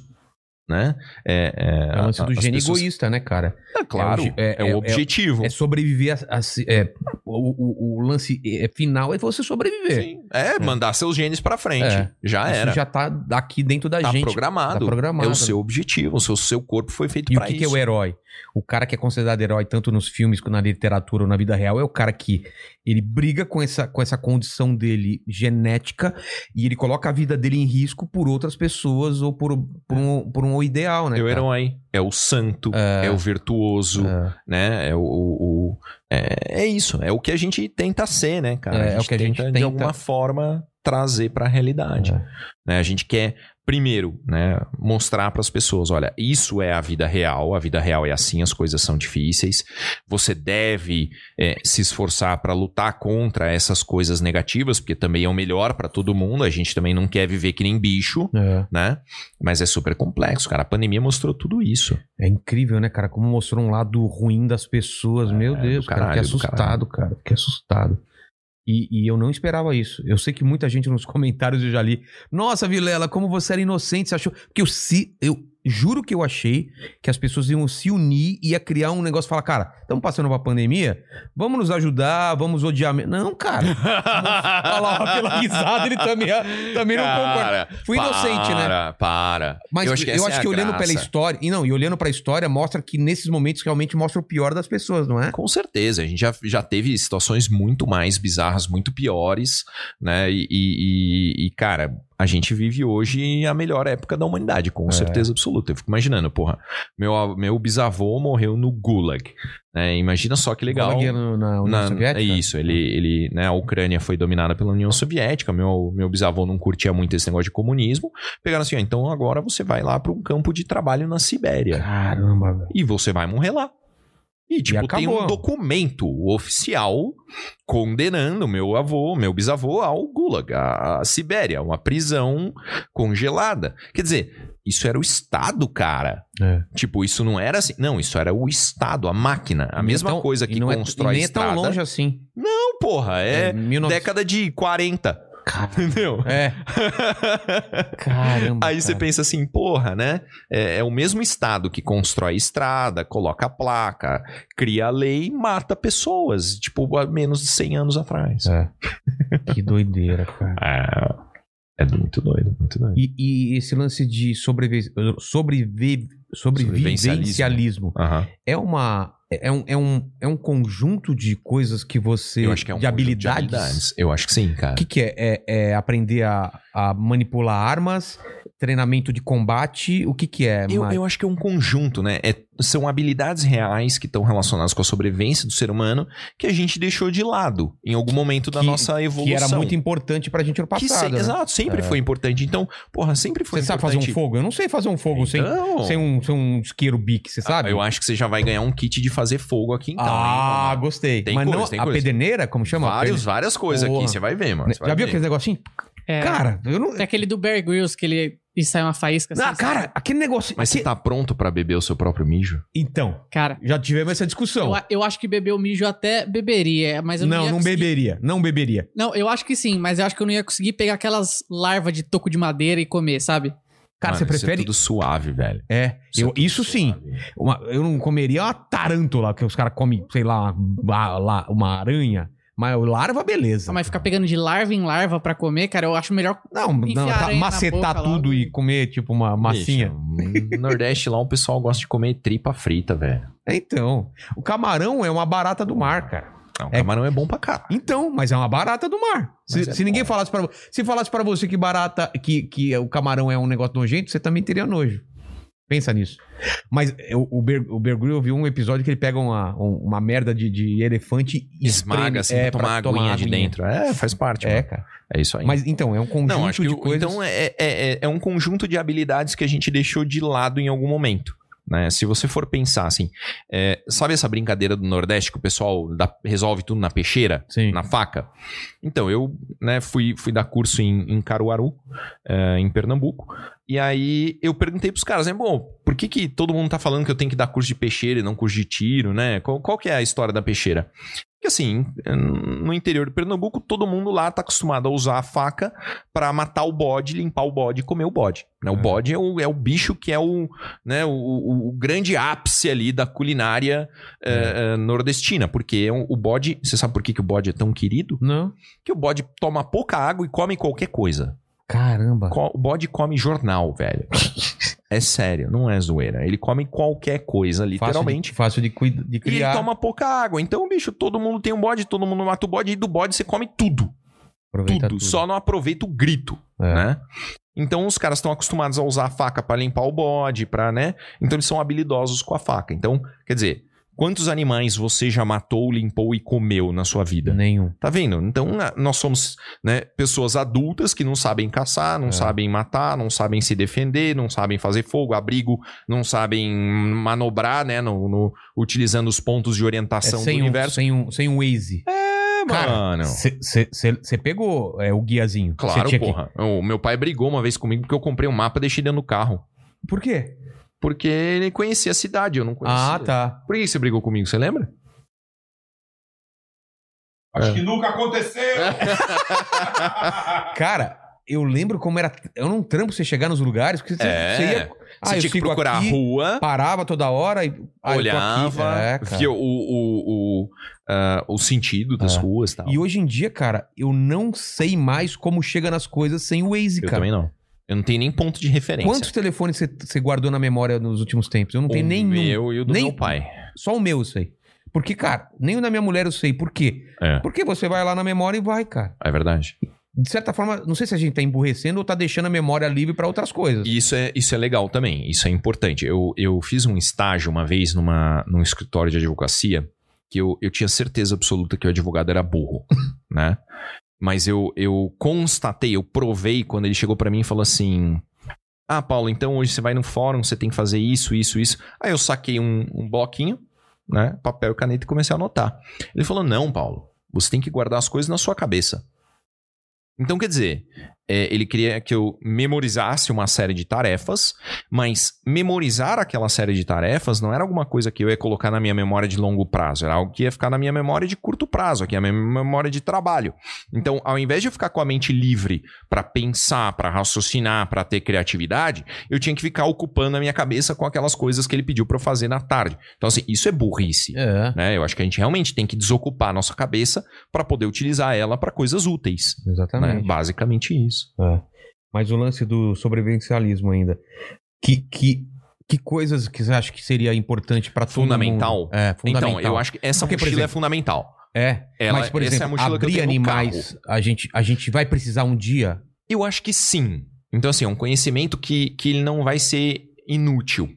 Speaker 3: Né? É,
Speaker 1: É o lance do
Speaker 3: as
Speaker 1: gênio
Speaker 3: pessoas-
Speaker 1: egoísta, né, cara?
Speaker 3: É, claro,
Speaker 1: É o- é-
Speaker 3: é,
Speaker 1: é-
Speaker 3: o objetivo.
Speaker 1: É sobreviver a. a si- é, o, o- o lance é, final é você sobreviver.
Speaker 3: Sim. É, mandar seus genes pra frente.
Speaker 1: É.
Speaker 3: Já
Speaker 1: Isso
Speaker 3: era.
Speaker 1: já tá aqui dentro da
Speaker 3: tá
Speaker 1: gente.
Speaker 3: programado.
Speaker 1: tá programado.
Speaker 3: É o seu objetivo, o seu, seu corpo foi feito
Speaker 1: E o
Speaker 3: pra
Speaker 1: que,
Speaker 3: isso.
Speaker 1: que é o herói? O cara que é considerado herói tanto nos filmes quanto na literatura ou na vida real é o cara que ele briga com essa, com essa condição dele genética e ele coloca a vida dele em risco por outras pessoas ou por, por, um, por um ideal, né?
Speaker 3: É o
Speaker 1: cara?
Speaker 3: herói, é o santo, é, o virtuoso,
Speaker 1: É.
Speaker 3: né? É o. o- o- é, é isso, é o que a gente tenta ser, né, cara?
Speaker 1: É, é o que a gente
Speaker 3: de
Speaker 1: tenta.
Speaker 3: alguma forma trazer pra realidade.
Speaker 1: É.
Speaker 3: né? A gente quer primeiro, né, mostrar para as pessoas, olha, isso é a vida real, a vida real é assim, as coisas são difíceis. Você deve é, se esforçar para lutar contra essas coisas negativas, porque também é o melhor para todo mundo. A gente também não quer viver que nem bicho,
Speaker 1: É.
Speaker 3: né? Mas é super complexo, cara. A pandemia mostrou tudo isso.
Speaker 1: É incrível, né, cara? Como mostrou um lado ruim das pessoas. Meu
Speaker 3: É,
Speaker 1: Deus,
Speaker 3: do
Speaker 1: cara, que
Speaker 3: caralho, do
Speaker 1: assustado, cara. Que assustado. E, e eu não esperava isso. Eu sei que muita gente nos [LAUGHS] comentários eu já li. Nossa, Vilela, como você era inocente, você achou. Porque eu, se, eu juro que eu achei que as pessoas iam se unir e ia criar um negócio falar, cara, estamos passando uma pandemia, vamos nos ajudar, vamos odiar. me-" Não,
Speaker 3: [LAUGHS]
Speaker 1: cara. [LAUGHS] Olha lá, pela risada, ele também, também não concorda. Fui inocente, né?
Speaker 3: Para, para.
Speaker 1: Mas eu acho que,
Speaker 3: essa é a
Speaker 1: olhando pela
Speaker 3: graça.
Speaker 1: história. E não, e olhando pra história, mostra que nesses momentos realmente mostra o pior das pessoas, não é?
Speaker 3: Com certeza, a gente já, já teve situações muito mais bizarras, muito piores, né? E, e- e- e, cara, a gente vive hoje a melhor época da humanidade, com
Speaker 1: É.
Speaker 3: certeza absoluta. Eu fico imaginando, porra, meu, av- meu bisavô morreu no Gulag, né? Imagina só que legal.
Speaker 1: Fala aqui no- é na União
Speaker 3: Na-
Speaker 1: Soviética.
Speaker 3: É isso, ele, ele, né, a Ucrânia foi dominada pela União Soviética, meu, meu bisavô não curtia muito esse negócio de comunismo. Pegaram assim, ó, então agora você vai lá para um campo de trabalho na Sibéria
Speaker 1: Caramba, velho.
Speaker 3: e você vai morrer lá. E, tipo, tem
Speaker 1: acabou.
Speaker 3: um documento oficial condenando meu avô, meu bisavô, ao Gulag, à à Sibéria, uma prisão congelada. Quer dizer, isso era o Estado, cara.
Speaker 1: É.
Speaker 3: Tipo, isso não era assim. Não, isso era o Estado, a máquina. A
Speaker 1: E
Speaker 3: mesma
Speaker 1: então-
Speaker 3: coisa
Speaker 1: e
Speaker 3: que
Speaker 1: não é- e
Speaker 3: constrói
Speaker 1: nem é
Speaker 3: estrada.
Speaker 1: tão longe assim.
Speaker 3: Não, porra, é,
Speaker 1: 1900
Speaker 3: década de 40,
Speaker 1: Cara-
Speaker 3: [LAUGHS] entendeu?
Speaker 1: É.
Speaker 3: [LAUGHS]
Speaker 1: Caramba.
Speaker 3: Aí você
Speaker 1: cara.
Speaker 3: pensa assim, porra, né? É, é o mesmo Estado que constrói estrada, coloca placa, cria lei e mata pessoas, tipo, há menos de 100 anos atrás.
Speaker 1: É. Que doideira, cara.
Speaker 3: Ah, É, muito doido, muito doido.
Speaker 1: E, e esse lance de sobrevi sobrevi sobrevivencialismo
Speaker 3: Aham.
Speaker 1: é uma. É um, é, um, é um conjunto de coisas que você.
Speaker 3: Eu acho que é um
Speaker 1: de
Speaker 3: conjunto
Speaker 1: habilidades.
Speaker 3: Eu acho que sim,
Speaker 1: O
Speaker 3: cara.
Speaker 1: que, que é? é? é aprender a, a manipular armas, treinamento de combate? O que, que é?
Speaker 3: Eu,
Speaker 1: Mário?
Speaker 3: eu acho que é um conjunto, né? É- são habilidades reais que estão relacionadas com a sobrevivência do ser humano que a gente deixou de lado em algum momento da
Speaker 1: Que-
Speaker 3: nossa evolução.
Speaker 1: que era muito importante pra gente no
Speaker 3: Que se-
Speaker 1: passado. né?
Speaker 3: Exato, sempre foi importante. Então, porra, sempre foi
Speaker 1: Você sabe
Speaker 3: importante.
Speaker 1: fazer um fogo? Eu não sei fazer um fogo sem,
Speaker 3: Então,
Speaker 1: sem, um, sem um isqueiro bique, você sabe?
Speaker 3: Ah, Eu acho que você já vai ganhar um kit de fazer fogo aqui então. hein,
Speaker 1: ah,
Speaker 3: mano?
Speaker 1: gostei.
Speaker 3: Tem
Speaker 1: Mas
Speaker 3: coisa,
Speaker 1: não
Speaker 3: tem
Speaker 1: a
Speaker 3: coisa.
Speaker 1: pedeneira, como chama?
Speaker 3: Vários, várias coisas
Speaker 1: Porra.
Speaker 3: aqui, você vai ver, mano.
Speaker 1: Pede-
Speaker 3: você vai
Speaker 1: Já viu
Speaker 3: ver.
Speaker 1: aquele negocinho?
Speaker 2: É,
Speaker 1: Cara, eu não.
Speaker 2: é aquele do Bear Grylls que ele e sai uma faísca.
Speaker 1: Ah,
Speaker 2: assim,
Speaker 1: cara, aquele negócio.
Speaker 3: Mas você
Speaker 1: que-
Speaker 3: tá pronto pra beber o seu próprio mijo?
Speaker 1: Então,
Speaker 2: Cara,
Speaker 1: já tivemos essa discussão.
Speaker 3: é,
Speaker 2: eu, a- eu acho que beber o mijo eu até beberia, mas eu não,
Speaker 1: não,
Speaker 2: ia
Speaker 1: não
Speaker 2: conseguir-
Speaker 1: beberia. Não beberia.
Speaker 2: Não, eu acho que sim, mas eu acho que eu não ia conseguir pegar aquelas larvas de toco de madeira e comer, sabe?
Speaker 1: Cara,
Speaker 3: Mano,
Speaker 1: você
Speaker 3: Isso é
Speaker 1: prefere.
Speaker 3: tudo suave, velho.
Speaker 1: É,
Speaker 3: é
Speaker 1: eu-
Speaker 3: tudo
Speaker 1: isso sim.
Speaker 3: suave.
Speaker 1: Uma- eu não comeria uma tarântula, que os caras comem, sei lá, uma, la- uma aranha. Mas larva, beleza.
Speaker 2: Ah, mas ficar pegando de larva em larva pra comer, cara, eu acho melhor.
Speaker 1: Não, não
Speaker 2: Enfiar
Speaker 1: tá-
Speaker 2: aranha na
Speaker 1: macetar
Speaker 2: boca
Speaker 1: tudo
Speaker 2: logo.
Speaker 1: e comer, tipo, uma massinha.
Speaker 3: Bicho, no Nordeste lá, o pessoal gosta de comer tripa frita, velho.
Speaker 1: Então, o camarão é uma barata do mar, cara.
Speaker 3: Não,
Speaker 1: É-
Speaker 3: camarão é bom pra cá.
Speaker 1: Então, mas é uma barata do mar. Se,
Speaker 3: Mas é
Speaker 1: se ninguém
Speaker 3: bom.
Speaker 1: falasse para se falasse para você que barata, que, que o camarão é um negócio nojento, você também teria nojo. Pensa nisso. Mas é, o, o, Ber, o Bear Grylls, eu vi um episódio que ele pega uma, um- uma merda de, de elefante e espreme-
Speaker 3: Esmaga, assim,
Speaker 1: é,
Speaker 3: pra tomar a aguinha de
Speaker 1: aguinha.
Speaker 3: dentro. É, faz parte,
Speaker 1: É,
Speaker 3: mano.
Speaker 1: cara.
Speaker 3: É isso aí.
Speaker 1: Mas então, é um conjunto
Speaker 3: Não, acho que
Speaker 1: de
Speaker 3: o-
Speaker 1: coisas.
Speaker 3: então é, é- é- é um conjunto de habilidades que a gente deixou de lado em algum momento. Né? Se você for pensar assim, é, sabe essa brincadeira do Nordeste que o pessoal dá- resolve tudo na peixeira,
Speaker 1: Sim.
Speaker 3: na faca? Então, eu né, fui, fui dar curso em, em Caruaru, é, em Pernambuco, e aí eu perguntei pros caras, né, bom, por que, que todo mundo tá falando que eu tenho que dar curso de peixeira e não curso de tiro, né? Qual, qual que é a história da peixeira? Porque assim, no interior de Pernambuco, todo mundo lá tá acostumado a usar a faca pra matar o bode, limpar o bode e comer o bode. né? O
Speaker 1: É.
Speaker 3: bode é o, é o bicho que é o, né, o, o- o grande ápice ali da culinária
Speaker 1: É.
Speaker 3: eh, eh, nordestina, porque é um- o bode, você sabe por que, que o bode é tão querido?
Speaker 1: Não.
Speaker 3: Que o bode toma pouca água e come qualquer coisa.
Speaker 1: Caramba.
Speaker 3: Co- O bode come jornal, velho. é sério, não é zoeira. Ele come qualquer coisa, literalmente.
Speaker 1: Fácil de, fácil de, cuida- de
Speaker 3: E ele
Speaker 1: criar.
Speaker 3: toma pouca água. Então, bicho, todo mundo tem um bode, todo mundo mata o bode, e do bode você come tudo. Tudo,
Speaker 1: Aproveita
Speaker 3: Só não aproveita o grito,
Speaker 1: É.
Speaker 3: né? Então os caras estão acostumados a usar a faca pra limpar o bode, para, né? Então eles são habilidosos com a faca. Então, quer dizer, quantos animais você já matou, limpou e comeu na sua vida?
Speaker 1: Nenhum.
Speaker 3: Tá vendo? Então na- nós somos, né, pessoas adultas que não sabem caçar, não
Speaker 1: É.
Speaker 3: sabem matar, não sabem se defender, não sabem fazer fogo, abrigo, não sabem manobrar, né, no, no- utilizando os pontos de
Speaker 1: É
Speaker 3: orientação
Speaker 1: sem,
Speaker 3: do
Speaker 1: um,
Speaker 3: universo.
Speaker 1: sem, um, sem um Waze.
Speaker 3: É, mano.
Speaker 1: Você pegou é, o guiazinho. Cê
Speaker 3: Claro,
Speaker 1: tinha que-
Speaker 3: porra. O meu pai brigou uma vez comigo porque eu comprei um mapa e deixei dentro do carro.
Speaker 1: Por quê?
Speaker 3: Porque ele conhecia a cidade, eu não conhecia.
Speaker 1: Ah, tá.
Speaker 3: Por que você brigou comigo, você lembra?
Speaker 4: Acho que nunca aconteceu.
Speaker 1: Cara, eu lembro como era. Eu não trampo você chegar nos lugares, porque você
Speaker 3: É.
Speaker 1: você ia. Ah,
Speaker 3: você
Speaker 1: eu
Speaker 3: tinha que
Speaker 1: fico
Speaker 3: procurar
Speaker 1: aqui,
Speaker 3: a rua,
Speaker 1: Parava toda hora e. ah, eu tô
Speaker 3: olhava,
Speaker 1: aqui. É, cara.
Speaker 3: via o, o, o, ah, o sentido das
Speaker 1: É.
Speaker 3: ruas e tal.
Speaker 1: E hoje em dia, cara, eu não sei mais como chega nas coisas sem o Waze,
Speaker 3: eu
Speaker 1: cara.
Speaker 3: também não. Eu não tenho nem ponto de referência.
Speaker 1: Quantos telefones você guardou na memória nos últimos tempos? Eu não tenho
Speaker 3: o
Speaker 1: nenhum.
Speaker 3: Um meu e o do
Speaker 1: Nem-
Speaker 3: meu pai.
Speaker 1: Só o meu eu sei. Porque, cara, nem o da minha mulher eu sei. Por quê?
Speaker 3: É.
Speaker 1: Porque você vai lá na memória e vai, cara.
Speaker 3: É verdade.
Speaker 1: De certa forma, não sei se a gente tá emburrecendo ou tá deixando a memória livre pra outras coisas.
Speaker 3: E isso é, isso é legal também, isso é importante. Eu, eu fiz um estágio uma vez numa, num escritório de advocacia que eu, eu tinha certeza absoluta que o advogado era burro, [LAUGHS] né? Mas eu, eu constatei, eu provei quando ele chegou pra mim e falou assim: Ah, Paulo, então hoje você vai no fórum, você tem que fazer isso, isso, isso. Aí eu saquei um, um bloquinho, né? Papel e caneta e comecei a anotar. Ele falou: Não, Paulo, você tem que guardar as coisas na sua cabeça. Então, quer dizer, é, ele queria que eu memorizasse uma série de tarefas, mas memorizar aquela série de tarefas não era alguma coisa que eu ia colocar na minha memória de longo prazo, era algo que ia ficar na minha memória de curto prazo, aqui é a minha memória de trabalho. Então, ao invés de eu ficar com a mente livre para pensar, para raciocinar, para ter criatividade, eu tinha que ficar ocupando a minha cabeça com aquelas coisas que ele pediu para eu fazer na tarde. Então, assim, isso é burrice.
Speaker 1: É,
Speaker 3: Né? Eu acho que a gente realmente tem que desocupar a nossa cabeça para poder utilizar ela para coisas úteis. Né?
Speaker 1: exatamente. É.
Speaker 3: Basicamente isso.
Speaker 1: Mas o lance do sobrevivencialismo ainda. Que, que, que coisas que você acha que seria importante pra todo
Speaker 3: Fundamental?
Speaker 1: mundo? É, fundamental.
Speaker 3: Então, eu acho que essa
Speaker 1: Porque, por
Speaker 3: mochila é
Speaker 1: exemplo,
Speaker 3: fundamental.
Speaker 1: É,
Speaker 3: Ela,
Speaker 1: mas, por
Speaker 3: essa é a
Speaker 1: exemplo,
Speaker 3: mochila que eu
Speaker 1: abrir
Speaker 3: tenho no
Speaker 1: animais, a gente, a gente vai precisar um dia.
Speaker 3: Eu acho que sim. Então, assim, é um conhecimento que, que ele não vai ser inútil.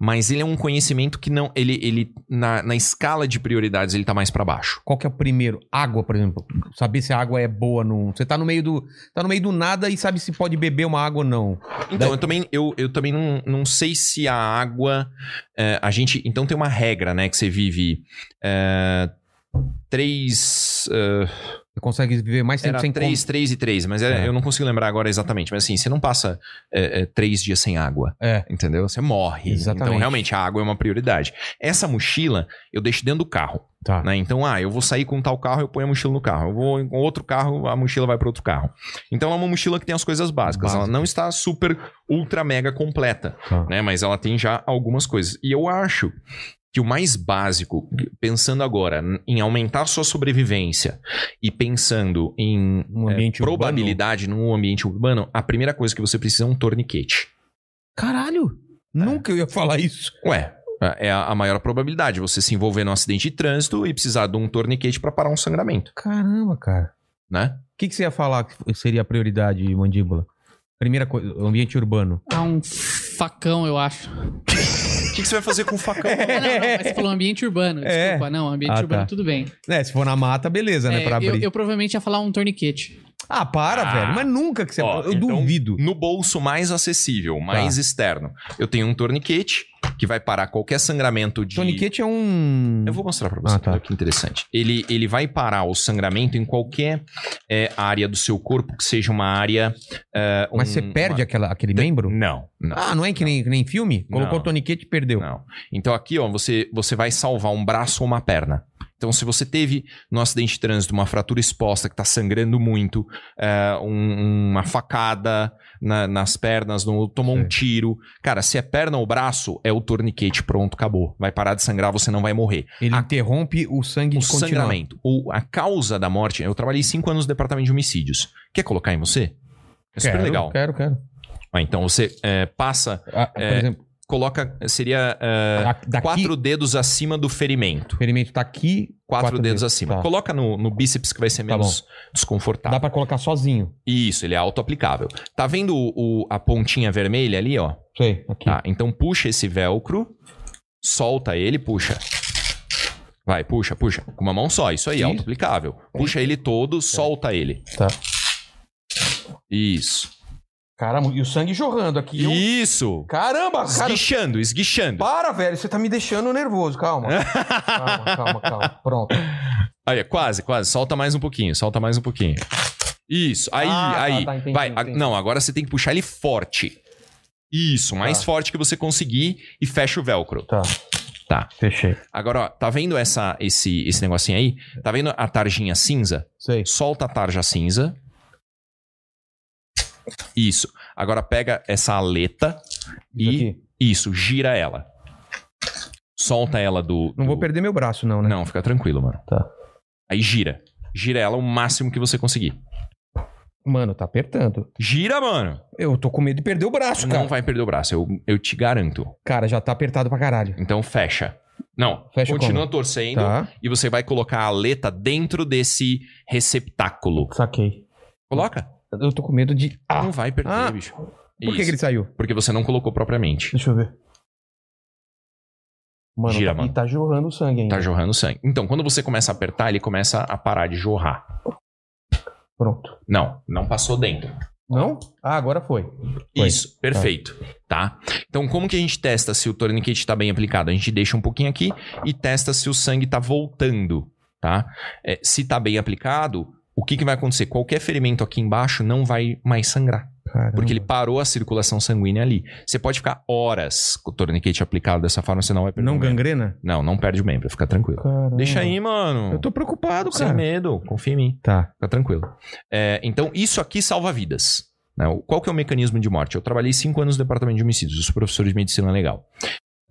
Speaker 3: Mas ele é um conhecimento que não. Ele, ele na, na escala de prioridades, ele tá mais pra baixo.
Speaker 1: Qual que é o primeiro? Água, por exemplo. Saber se a água é boa ou não. Você tá no meio do. Tá no meio do nada e sabe se pode beber uma água ou não.
Speaker 3: Então,
Speaker 1: Da-
Speaker 3: eu também, eu, eu também não, não sei se a água. é, a gente. Então, tem uma regra, né? Que você vive. é, três. é,
Speaker 1: Você consegue viver mais tempo
Speaker 3: Era
Speaker 1: sem
Speaker 3: 3, 3 e 3, mas é-
Speaker 1: É.
Speaker 3: eu não consigo lembrar agora exatamente. Mas assim, você não passa é, é, três dias sem água,
Speaker 1: comer. É.
Speaker 3: entendeu? Você morre.
Speaker 1: Exatamente.
Speaker 3: Então, realmente, a água é uma prioridade. Essa mochila eu deixo dentro do carro.
Speaker 1: Tá.
Speaker 3: né? Então, ah, eu vou sair com tal carro, eu ponho a mochila no carro. Eu vou com outro carro, a mochila vai para outro carro. Então, é uma mochila que tem as coisas básicas.
Speaker 1: Básica.
Speaker 3: Ela não está super, ultra, mega completa,
Speaker 1: Tá.
Speaker 3: né? Mas ela tem já algumas coisas. E eu acho que o mais básico, pensando agora em aumentar sua sobrevivência e pensando em
Speaker 1: Um
Speaker 3: é,
Speaker 1: ambiente urbano.
Speaker 3: probabilidade num ambiente urbano, a primeira coisa que você precisa é um torniquete.
Speaker 1: Caralho! Nunca eu ia falar isso.
Speaker 3: Ué, é a a maior probabilidade você se envolver num acidente de trânsito e precisar de um torniquete para parar um sangramento,
Speaker 1: Caramba, cara.
Speaker 3: né?
Speaker 1: O que, que você ia falar que seria a prioridade, mandíbula? Primeira coisa, ambiente urbano.
Speaker 2: Ah, um facão, eu acho.
Speaker 1: [LAUGHS]
Speaker 3: O que, que você vai fazer com o facão?
Speaker 2: Ah, não, não, mas você falou ambiente urbano.
Speaker 1: É.
Speaker 2: Desculpa, não, ambiente
Speaker 1: Ah, tá.
Speaker 2: urbano, tudo bem.
Speaker 1: É, se for na mata, beleza, né?
Speaker 2: É,
Speaker 1: Pra
Speaker 2: eu,
Speaker 1: abrir.
Speaker 2: eu provavelmente ia falar um torniquete.
Speaker 1: Ah, para,
Speaker 3: Ah.
Speaker 1: velho. Mas nunca que você.
Speaker 3: Ó,
Speaker 1: eu
Speaker 3: então-
Speaker 1: duvido.
Speaker 3: No bolso mais acessível, mais
Speaker 1: Tá.
Speaker 3: externo. Eu tenho um torniquete que vai parar qualquer sangramento de.
Speaker 1: Toniquete é um.
Speaker 3: Eu vou mostrar pra você,
Speaker 1: Ah, tá.
Speaker 3: olha que interessante. Ele, ele vai parar o sangramento em qualquer é, área do seu corpo que seja uma área. é,
Speaker 1: Mas
Speaker 3: um-
Speaker 1: você perde
Speaker 3: uma-
Speaker 1: aquela- aquele membro?
Speaker 3: Não, não.
Speaker 1: Ah, não é que nem, que nem filme? Colocou
Speaker 3: Não.
Speaker 1: o toniquete e perdeu.
Speaker 3: Não. Então aqui, ó, você, você vai salvar um braço ou uma perna. Então, se você teve no acidente de trânsito uma fratura exposta que está sangrando muito, é, um- uma facada na- nas pernas, no- tomou um
Speaker 1: Sei.
Speaker 3: tiro. Cara, se é perna ou braço, é o torniquete, pronto, acabou. Vai parar de sangrar, você não vai morrer.
Speaker 1: Ele
Speaker 3: Ah.
Speaker 1: interrompe o sangue
Speaker 3: O
Speaker 1: de continuar.
Speaker 3: sangramento, ou a causa da morte. Eu trabalhei cinco anos no departamento de homicídios. Quer colocar em você? É super
Speaker 1: Quero,
Speaker 3: legal.
Speaker 1: Quero, quero.
Speaker 3: Ah, então você é, passa,
Speaker 1: Ah, Por
Speaker 3: É,
Speaker 1: exemplo,
Speaker 3: coloca, seria é,
Speaker 1: a- daqui,
Speaker 3: quatro dedos acima do ferimento.
Speaker 1: o ferimento tá aqui.
Speaker 3: Quatro, dedos, acima.
Speaker 1: Tá.
Speaker 3: Coloca no, no bíceps que vai ser
Speaker 1: Tá
Speaker 3: menos
Speaker 1: Dá
Speaker 3: desconfortável.
Speaker 1: pra colocar sozinho.
Speaker 3: Isso, ele é auto-aplicável. Tá vendo o, o- a pontinha vermelha ali, ó?
Speaker 1: Sei, aqui.
Speaker 3: Tá, então puxa esse velcro, solta ele, puxa. Vai, puxa, puxa. Com uma mão só, isso aí,
Speaker 1: Isso.
Speaker 3: auto-aplicável. Puxa ele todo, solta ele.
Speaker 1: Tá.
Speaker 3: Isso.
Speaker 1: Caramba, e um o sangue jorrando aqui. eu-
Speaker 3: Isso!
Speaker 1: Caramba, cara.
Speaker 3: Esguichando, esguichando.
Speaker 1: Para, velho. Você tá me deixando nervoso.
Speaker 3: [LAUGHS]
Speaker 1: Calma. calma, calma, calma. Pronto.
Speaker 3: Aí, quase, quase. Solta mais um pouquinho, solta mais um pouquinho. Isso, aí,
Speaker 1: Ah, tá,
Speaker 3: aí.
Speaker 1: tá, entendi,
Speaker 3: Vai, a-
Speaker 1: entendi.
Speaker 3: não, agora você tem que puxar ele forte. Isso, mais
Speaker 1: Tá.
Speaker 3: forte que você conseguir e fecha o velcro.
Speaker 1: Tá.
Speaker 3: Tá.
Speaker 1: Fechei.
Speaker 3: Agora, ó, tá vendo essa, esse, esse negocinho aí? Tá vendo a tarjinha cinza?
Speaker 1: Sei.
Speaker 3: Solta a tarja cinza. Isso. Agora pega essa aleta e
Speaker 1: Isso aqui.
Speaker 3: isso, gira ela. Solta ela do.
Speaker 1: Não vou
Speaker 3: do-
Speaker 1: perder meu braço, não, né?
Speaker 3: Não, fica tranquilo, mano.
Speaker 1: Tá.
Speaker 3: Aí gira. Gira ela o máximo que você conseguir.
Speaker 1: Mano, tá apertando.
Speaker 3: Gira, mano.
Speaker 1: Eu tô com medo de perder o braço, cara.
Speaker 3: Não vai perder o braço, eu, eu te garanto.
Speaker 1: Cara, já tá apertado pra caralho.
Speaker 3: Então fecha. Não,
Speaker 1: Fecha
Speaker 3: continua
Speaker 1: como?
Speaker 3: torcendo
Speaker 1: Tá.
Speaker 3: e você vai colocar a aleta dentro desse receptáculo.
Speaker 1: Saquei.
Speaker 3: Coloca.
Speaker 1: Eu tô com medo de. Ah,
Speaker 3: Não vai perder,
Speaker 1: Ah.
Speaker 3: bicho.
Speaker 1: por que, que
Speaker 3: Isso.
Speaker 1: ele saiu?
Speaker 3: Porque você não colocou propriamente.
Speaker 1: Deixa eu ver. Mano,
Speaker 3: Gira,
Speaker 1: tá-
Speaker 3: mano.
Speaker 1: e tá jorrando o sangue ainda.
Speaker 3: Tá jorrando sangue. Então, quando você começa a apertar, ele começa a parar de jorrar.
Speaker 1: Pronto.
Speaker 3: Não, não passou dentro.
Speaker 1: Não? Ah, agora foi. Foi. Ah.
Speaker 3: Isso, perfeito. Tá. Então, como que a gente testa se o torniquete está bem aplicado? A gente deixa um pouquinho aqui e testa se o sangue está voltando, tá? É, se está bem aplicado, o que, que vai acontecer? Qualquer ferimento aqui embaixo não vai mais sangrar,
Speaker 1: Caramba.
Speaker 3: porque ele parou a circulação sanguínea ali. Você pode ficar horas com o torniquete aplicado dessa forma, você não vai perder
Speaker 1: Não
Speaker 3: o membro.
Speaker 1: gangrena?
Speaker 3: Não, não perde o membro, fica tranquilo.
Speaker 1: Caramba.
Speaker 3: Deixa aí, mano.
Speaker 1: Eu tô preocupado,
Speaker 3: Sem
Speaker 1: cara.
Speaker 3: medo, confia em mim.
Speaker 1: é Tá.
Speaker 3: Fica tranquilo. É, então, isso aqui salva vidas. né? O- Qual que é o mecanismo de morte? Eu trabalhei cinco anos no departamento de homicídios, eu sou professor de medicina legal.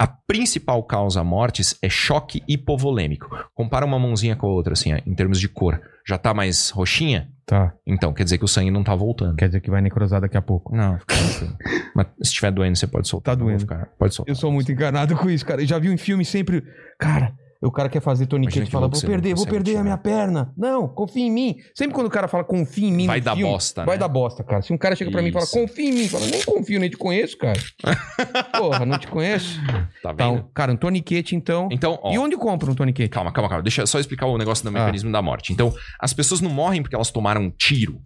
Speaker 3: A principal causa a mortes é choque hipovolêmico. Compara uma mãozinha com a outra, assim, ó, em termos de cor. Já tá mais roxinha?
Speaker 1: Tá.
Speaker 3: Então, quer dizer que o sangue não tá voltando.
Speaker 1: Quer dizer que vai necrosar daqui a pouco.
Speaker 3: Não, fica tranquilo. Mas se estiver doendo, você pode soltar.
Speaker 1: Tá
Speaker 3: Não vou
Speaker 1: doendo.
Speaker 3: ficar- pode soltar.
Speaker 1: Eu sou muito enganado com isso, cara. Eu já vi um filme sempre. Cara, o cara quer fazer
Speaker 3: Imagina
Speaker 1: toniquete e
Speaker 3: que
Speaker 1: fala:
Speaker 3: louco
Speaker 1: vou
Speaker 3: você é não
Speaker 1: perder, vou
Speaker 3: consegue
Speaker 1: perder
Speaker 3: tirar.
Speaker 1: a minha perna. Não, confia em mim. Sempre quando o cara fala confia em mim,
Speaker 3: Vai
Speaker 1: no
Speaker 3: dar
Speaker 1: filme,
Speaker 3: bosta,
Speaker 1: Vai
Speaker 3: né?
Speaker 1: dar bosta, cara. Se um cara chega pra mim e fala:
Speaker 3: Isso.
Speaker 1: confia em mim, fala: nem confio, nem te conheço,
Speaker 3: [LAUGHS]
Speaker 1: cara. Porra, não te conheço. Tá,
Speaker 3: Tá vendo?
Speaker 1: um- cara, um toniquete então.
Speaker 3: Então, ó.
Speaker 1: E Ah. onde compra um toniquete?
Speaker 3: Calma, calma, calma. Deixa eu só explicar o negócio do mecanismo da morte. Então, as pessoas não morrem porque elas tomaram um tiro.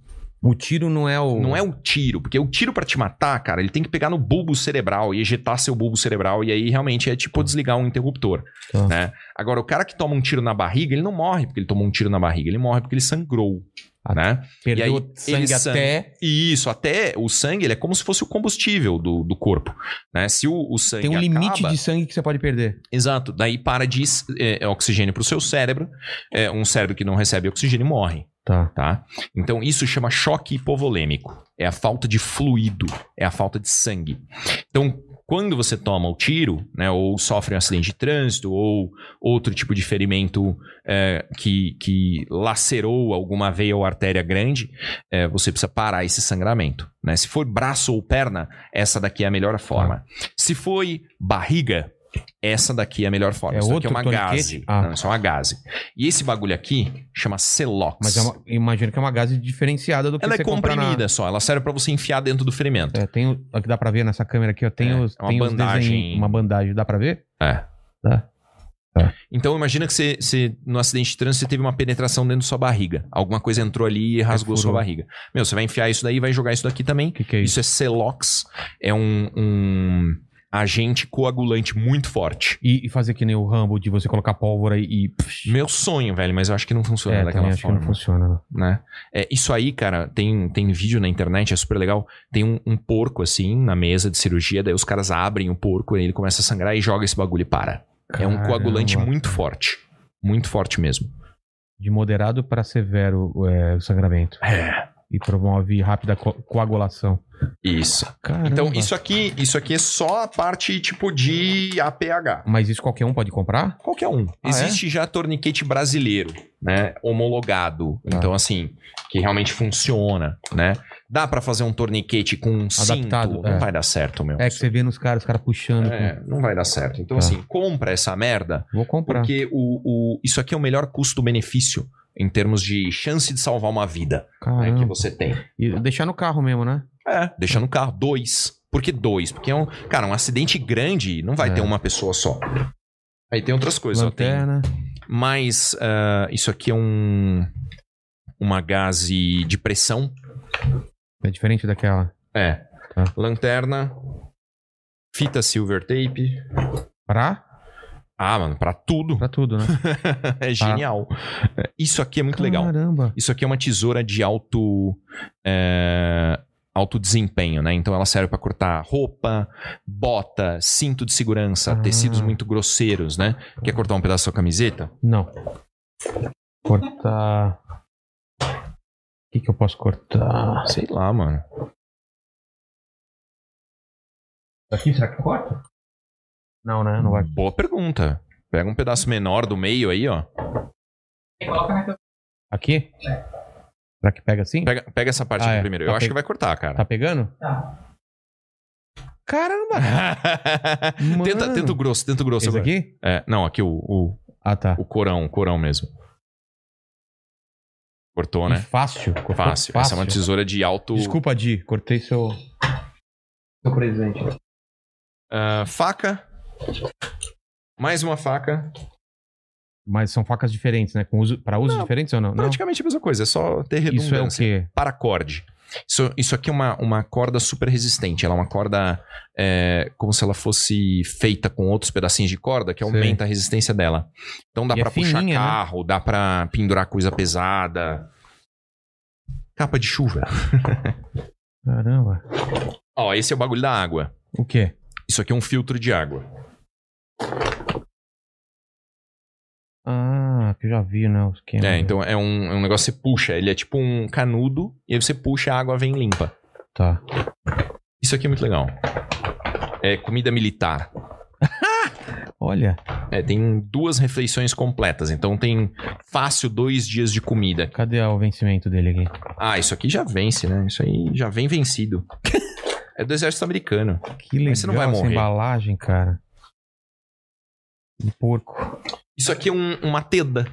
Speaker 1: O tiro não é o.
Speaker 3: Não é o tiro, porque o tiro pra te matar, cara, ele tem que pegar no bulbo cerebral e ejetar seu bulbo cerebral, e aí realmente é tipo desligar um interruptor,
Speaker 1: Tá.
Speaker 3: né? Agora, o cara que toma um tiro na barriga, ele não morre porque ele tomou um tiro na barriga, ele morre porque ele sangrou,
Speaker 1: Ah,
Speaker 3: né?
Speaker 1: Perdeu
Speaker 3: E aí, ele
Speaker 1: sangue até.
Speaker 3: E isso, até o sangue, ele é como se fosse o combustível do, do corpo, né? Se o, o sangue
Speaker 1: Tem um limite
Speaker 3: acaba-
Speaker 1: de sangue que você pode perder.
Speaker 3: Exato, daí para de é, oxigênio para o seu cérebro, é, um cérebro que não recebe oxigênio morre,
Speaker 1: Tá.
Speaker 3: tá? Então isso chama choque hipovolêmico, é a falta de fluido, é a falta de sangue. Então quando você toma o tiro, né, ou sofre um acidente de trânsito, ou outro tipo de ferimento é, que, que lacerou alguma veia ou artéria grande, é, você precisa parar esse sangramento. Né? Se for braço ou perna, essa daqui é a melhor forma. Se foi barriga, essa daqui é a melhor forma.
Speaker 1: É
Speaker 3: isso daqui
Speaker 1: outro
Speaker 3: é uma
Speaker 1: toniquete?
Speaker 3: gase.
Speaker 1: Ah.
Speaker 3: Não, isso é uma gase. E esse bagulho aqui chama Celox.
Speaker 1: Mas é uma- imagino que é uma gase diferenciada do que
Speaker 3: Ela é
Speaker 1: você compra na-
Speaker 3: comprimida só, ela serve pra você enfiar dentro do ferimento.
Speaker 1: É, tem o, aqui dá pra ver nessa câmera aqui, ó. Tem
Speaker 3: É,
Speaker 1: os,
Speaker 3: é uma
Speaker 1: tem os
Speaker 3: bandagem.
Speaker 1: desenhos- uma bandagem, dá pra ver?
Speaker 3: É.
Speaker 1: Tá. Tá.
Speaker 3: Então imagina que você, você, no acidente de trânsito, você teve uma penetração dentro da sua barriga. Alguma coisa entrou ali e rasgou
Speaker 1: Perfurou.
Speaker 3: sua barriga. Meu, você vai enfiar isso daí e vai jogar isso daqui também.
Speaker 1: O que, que é isso?
Speaker 3: Isso é Celox, é um, um agente coagulante muito forte.
Speaker 1: E, e fazer que nem o Rambo de você colocar pólvora e. e psh,
Speaker 3: Meu sonho, velho, mas eu acho que não funciona
Speaker 1: é, também
Speaker 3: daquela
Speaker 1: acho que não
Speaker 3: forma.
Speaker 1: funciona. não.
Speaker 3: né? É, isso aí, cara, tem, tem vídeo na internet, é super legal. Tem um, um porco, assim, na mesa de cirurgia, daí os caras abrem o porco, ele começa a sangrar e joga esse bagulho e para. É um
Speaker 1: Caramba,
Speaker 3: coagulante
Speaker 1: cara.
Speaker 3: muito forte. Muito forte mesmo.
Speaker 1: De moderado pra severo é, o sangramento.
Speaker 3: É.
Speaker 1: E promove rápida co- coagulação.
Speaker 3: Isso.
Speaker 1: Caramba.
Speaker 3: Então, isso aqui, isso aqui é só a parte tipo de APH.
Speaker 1: Mas isso qualquer um pode comprar?
Speaker 3: Qualquer um.
Speaker 1: Ah,
Speaker 3: Existe já torniquete brasileiro, né? Homologado.
Speaker 1: Tá.
Speaker 3: Então, assim, que realmente funciona, né? Dá pra fazer um torniquete com um
Speaker 1: Adaptado,
Speaker 3: cinto?
Speaker 1: é.
Speaker 3: Não vai dar certo, meu.
Speaker 1: É que você vê nos caras, os caras puxando.
Speaker 3: É, não vai dar certo. Então,
Speaker 1: Tá.
Speaker 3: assim, compra essa merda,
Speaker 1: Vou comprar.
Speaker 3: porque o, o, isso aqui é o melhor custo-benefício em termos de chance de salvar uma vida né,
Speaker 1: Caramba.
Speaker 3: que você tem.
Speaker 1: E deixar no carro mesmo, né?
Speaker 3: É, deixa no carro. Dois. Por que dois? Porque é um. Cara, um acidente grande não vai
Speaker 1: É.
Speaker 3: ter uma pessoa só. Aí tem outras coisas. ó, tem-
Speaker 1: Lanterna.
Speaker 3: Mas ah, isso aqui é um. Uma gase de pressão.
Speaker 1: É diferente daquela.
Speaker 3: É.
Speaker 1: Tá.
Speaker 3: Lanterna. Fita silver tape.
Speaker 1: Pra?
Speaker 3: Ah, mano, pra tudo.
Speaker 1: Pra tudo, né?
Speaker 3: [LAUGHS] é genial. É, Isso aqui é muito legal.
Speaker 1: Caramba.
Speaker 3: Isso aqui é uma tesoura de alto. é, alto desempenho, né? Então ela serve pra cortar roupa, bota, cinto de segurança,
Speaker 1: Ah.
Speaker 3: tecidos muito grosseiros, né? Quer cortar um pedaço da sua camiseta?
Speaker 1: Não. Cortar. O que, que eu posso cortar?
Speaker 3: Sei lá, mano.
Speaker 1: Aqui será que corta? Não, né? Não vai.
Speaker 3: Boa pergunta. Pega um pedaço menor do meio aí, ó.
Speaker 1: Aqui? Será que pega assim?
Speaker 3: Pega, pega essa parte
Speaker 1: Ah,
Speaker 3: aqui
Speaker 1: é.
Speaker 3: primeiro.
Speaker 1: Tá
Speaker 3: Eu acho
Speaker 1: pe-
Speaker 3: que vai cortar, cara.
Speaker 1: Tá pegando? Tá. Caramba!
Speaker 3: [LAUGHS] tenta, tenta o grosso, tenta o grosso
Speaker 1: tá Esse
Speaker 3: agora.
Speaker 1: aqui?
Speaker 3: É, não, aqui o, o,
Speaker 1: Ah, tá.
Speaker 3: o corão, o corão mesmo. Cortou, né?
Speaker 1: E Fácil. Cortou
Speaker 3: Fácil. Essa é uma tesoura de alto.
Speaker 1: Desculpa, Di. Cortei seu. Seu presente.
Speaker 3: Ah, faca. Mais uma faca.
Speaker 1: Mas são facas diferentes, né? Com uso, pra usos
Speaker 3: Não,
Speaker 1: diferentes ou não? Não.
Speaker 3: Praticamente a mesma coisa, é só ter
Speaker 1: Isso é o
Speaker 3: redundância.
Speaker 1: quê?
Speaker 3: Paracorde. Isso, isso aqui é uma, uma corda super resistente. Ela é uma corda é, como se ela fosse feita com outros pedacinhos de corda que
Speaker 1: Sei.
Speaker 3: aumenta a resistência dela. Então dá
Speaker 1: E é
Speaker 3: pra puxar
Speaker 1: fininha, né?
Speaker 3: carro, dá pra pendurar coisa pesada. Capa de chuva.
Speaker 1: Caramba.
Speaker 3: Ó, esse é o bagulho da água.
Speaker 1: O quê?
Speaker 3: Isso aqui é um filtro de água.
Speaker 1: Ah, que eu já vi, né? O esquema.
Speaker 3: É, então é um, é um negócio que você puxa. Ele é tipo um canudo e aí você puxa a água vem limpa.
Speaker 1: Tá.
Speaker 3: Isso aqui é muito legal. É comida militar.
Speaker 1: Olha.
Speaker 3: É, tem duas refeições completas, então tem fácil dois dias de comida.
Speaker 1: Cadê o vencimento dele aqui?
Speaker 3: Ah, isso aqui já vence, né? Isso aí já
Speaker 1: [LAUGHS]
Speaker 3: vem vencido. é do exército americano.
Speaker 1: Que legal
Speaker 3: Mas você não vai
Speaker 1: essa
Speaker 3: morrer.
Speaker 1: embalagem, cara. Um porco.
Speaker 3: Isso aqui é um- uma teda,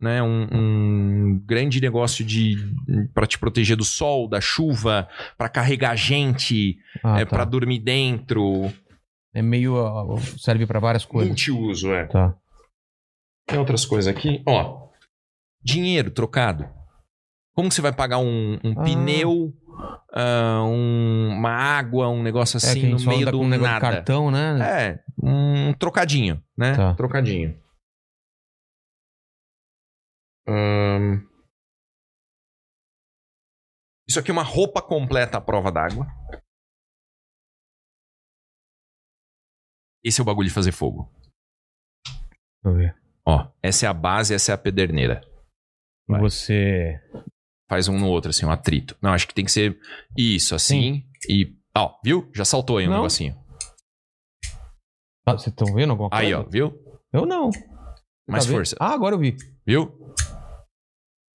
Speaker 3: né? Um, um grande negócio de para te proteger do sol, da chuva, pra carregar gente,
Speaker 1: Ah,
Speaker 3: é
Speaker 1: tá.
Speaker 3: para dormir dentro.
Speaker 1: É meio. ó, Serve pra várias coisas.
Speaker 3: Multiuso, é.
Speaker 1: Tá.
Speaker 3: Tem outras coisas aqui. Ó, dinheiro trocado. Como que você vai pagar um, um
Speaker 1: Ah.
Speaker 3: pneu, ah, um- uma água, um negócio
Speaker 1: É, que
Speaker 3: assim
Speaker 1: a
Speaker 3: no
Speaker 1: gente só
Speaker 3: meio
Speaker 1: anda
Speaker 3: do
Speaker 1: com um negócio de
Speaker 3: nada?
Speaker 1: cartão, né?
Speaker 3: É, um trocadinho, né?
Speaker 1: Tá.
Speaker 3: Trocadinho. Ahn. Isso aqui é uma roupa completa à prova d'água. Esse é o bagulho de fazer fogo.
Speaker 1: Deixa eu ver.
Speaker 3: Ó, essa é a base, essa é a pederneira. Vai.
Speaker 1: Você.
Speaker 3: Faz um no outro, assim, um atrito. Não, acho que tem que ser isso, assim. E. Ó, viu? Já saltou aí um
Speaker 1: Não.
Speaker 3: negocinho.
Speaker 1: Ah, Vocês estão vendo alguma coisa?
Speaker 3: Aí, ó, viu?
Speaker 1: Eu não. Tá
Speaker 3: Mais
Speaker 1: vendo?
Speaker 3: força.
Speaker 1: Ah, agora eu vi.
Speaker 3: Viu?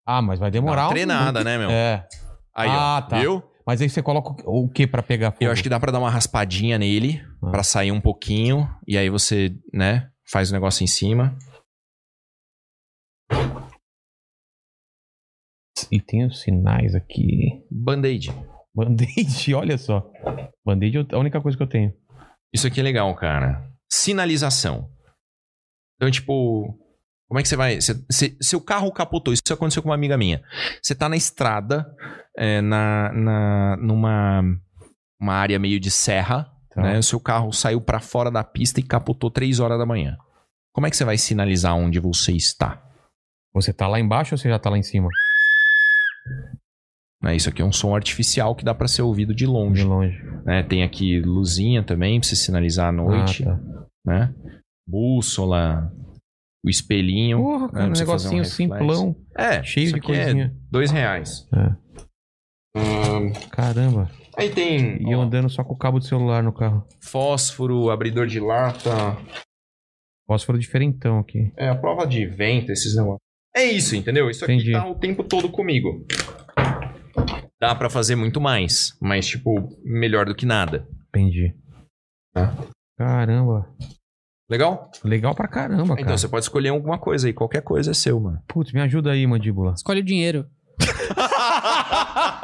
Speaker 1: Ah, mas vai
Speaker 3: Dá uma
Speaker 1: demorar. um
Speaker 3: treinada, né, meu?
Speaker 1: minuto. É.
Speaker 3: Aí, ó,
Speaker 1: Ah, tá.
Speaker 3: viu?
Speaker 1: Mas aí você coloca o o que pra pegar fogo?
Speaker 3: Eu acho que dá pra dar uma raspadinha nele,
Speaker 1: Ah.
Speaker 3: pra sair um pouquinho, e aí você, né, faz o negócio em cima.
Speaker 1: E tem os sinais aqui.
Speaker 3: Band-aid.
Speaker 1: Band-aid, [LAUGHS] olha só. Band-aid é a única coisa que eu tenho.
Speaker 3: Isso aqui é legal, cara. Sinalização. Então, tipo, como é que você vai. você- se- seu carro capotou, isso aconteceu com uma amiga minha. Você tá na estrada, é, na, na, numa uma área meio de serra,
Speaker 1: Tá.
Speaker 3: né? O seu carro saiu pra fora da pista e capotou 3 horas da manhã. Como é que você vai sinalizar onde você está?
Speaker 1: Você tá lá embaixo ou você já tá lá em cima?
Speaker 3: Né, Isso aqui é um som artificial que dá pra ser ouvido de
Speaker 1: De
Speaker 3: longe.
Speaker 1: longe.
Speaker 3: né? Tem aqui luzinha também pra você sinalizar à noite,
Speaker 1: Ah, tá.
Speaker 3: né? Bússola, o espelhinho.
Speaker 1: Porra, cara,
Speaker 3: É,
Speaker 1: um
Speaker 3: pra você fazer um
Speaker 1: negocinho
Speaker 3: reflexo.
Speaker 1: simplão,
Speaker 3: É,
Speaker 1: cheio
Speaker 3: isso
Speaker 1: de
Speaker 3: aqui é
Speaker 1: coisinha.
Speaker 3: dois reais.
Speaker 1: Caramba.
Speaker 3: Aí tem
Speaker 1: E um eu
Speaker 3: ó,
Speaker 1: andando só com o cabo do celular no carro.
Speaker 3: fósforo, abridor de lata,
Speaker 1: Fósforo diferentão aqui.
Speaker 3: é a prova de vento, esses negócios. É isso, entendeu? Isso aqui
Speaker 1: Entendi.
Speaker 3: tá o tempo todo comigo. Dá pra fazer muito mais, mas tipo, melhor do que nada.
Speaker 1: Entendi.
Speaker 3: Tá.
Speaker 1: Caramba.
Speaker 3: Legal?
Speaker 1: Legal pra caramba, cara.
Speaker 3: Então você pode escolher alguma coisa aí, qualquer coisa é seu, mano.
Speaker 1: Putz, me ajuda aí, mandíbula.
Speaker 2: Escolhe o dinheiro.
Speaker 1: [LAUGHS]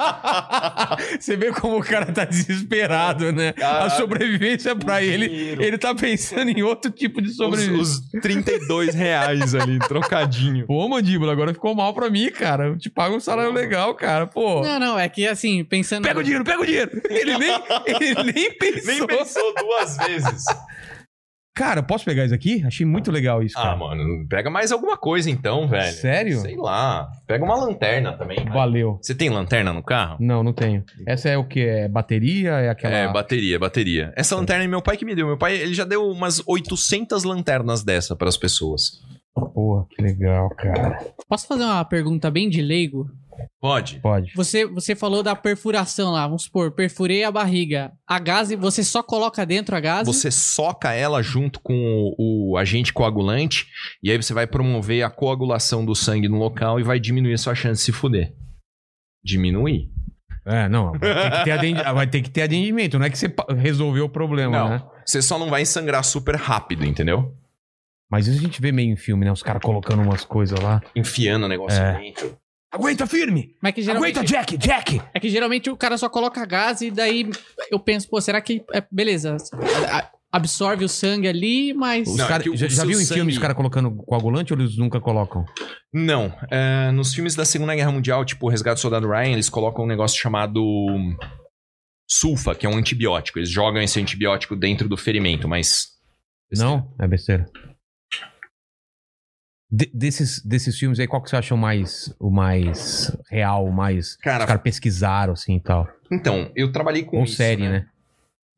Speaker 1: Você vê como o cara tá desesperado, né?
Speaker 3: Caralho.
Speaker 1: sobrevivência [LAUGHS] pra
Speaker 3: Dinheiro.
Speaker 1: tá pensando em outro tipo de
Speaker 3: Os, os 32 reais ali, trocadinho.
Speaker 1: Pô, mandíbula, agora ficou mal pra mim, cara. Eu te pago um salário legal, cara. Pô.
Speaker 2: Não, não, é que assim, pensando.
Speaker 1: Pega o dinheiro, pega o dinheiro. Ele
Speaker 3: [LAUGHS]
Speaker 1: nem, ele nem pensou.
Speaker 3: pensou duas [LAUGHS] vezes.
Speaker 1: Cara, posso pegar isso aqui? Achei muito legal isso, cara.
Speaker 3: Ah, mano, pega mais alguma coisa então, velho.
Speaker 1: Sério?
Speaker 3: Sei lá. Pega uma lanterna também. vai.
Speaker 1: Valeu.
Speaker 3: Você tem lanterna no carro?
Speaker 1: Não, não tenho. Essa é o que? É bateria? É aquela.
Speaker 3: É, bateria, bateria. Essa lanterna é meu pai que me deu. Meu pai, ele já deu umas 800 lanternas dessa pras pessoas.
Speaker 1: Porra, que legal, cara.
Speaker 2: Posso fazer uma pergunta bem de leigo?
Speaker 3: Pode.
Speaker 1: Pode.
Speaker 2: Você, você falou da perfuração lá, vamos supor, perfurei a barriga. A gase, você só coloca dentro a gase?
Speaker 3: Você soca ela junto com o, o agente coagulante e aí você vai promover a coagulação do sangue no local e vai diminuir a sua chance de se fuder. Diminuir?
Speaker 1: É, não. Vai ter que ter, atendi- vai ter que ter atendimento. Não é que você pa- resolveu o problema,
Speaker 3: Não.
Speaker 1: né?
Speaker 3: Você só não vai sangrar super rápido, entendeu?
Speaker 1: Mas isso a gente vê meio em filme, né? Os caras colocando umas coisas lá.
Speaker 3: Enfiando o negócio
Speaker 1: É.
Speaker 3: dentro.
Speaker 1: Aguenta firme!
Speaker 2: Mas é que geralmente,
Speaker 1: Jack! Jack!
Speaker 2: é que geralmente o cara só coloca a gase e daí eu penso, pô, será que. é, beleza, a- absorve o sangue ali, mas.
Speaker 1: Os
Speaker 3: Não, é
Speaker 1: cara,
Speaker 3: que o
Speaker 1: já já
Speaker 3: seu
Speaker 1: viu em filme
Speaker 3: sangue-
Speaker 1: os caras colocando coagulante ou eles nunca colocam?
Speaker 3: Não. é, nos filmes da Segunda Guerra Mundial, tipo o Resgate do Soldado Ryan, eles colocam um negócio chamado sulfa, que é um antibiótico. Eles jogam esse antibiótico dentro do ferimento, mas...
Speaker 1: Não? É besteira. De- desses, desses filmes aí, qual que você achou mais, o mais real, o mais.
Speaker 3: Cara,
Speaker 1: Os caras pesquisaram, assim e tal.
Speaker 3: então, eu trabalhei com
Speaker 1: Ou
Speaker 3: isso,
Speaker 1: série, né?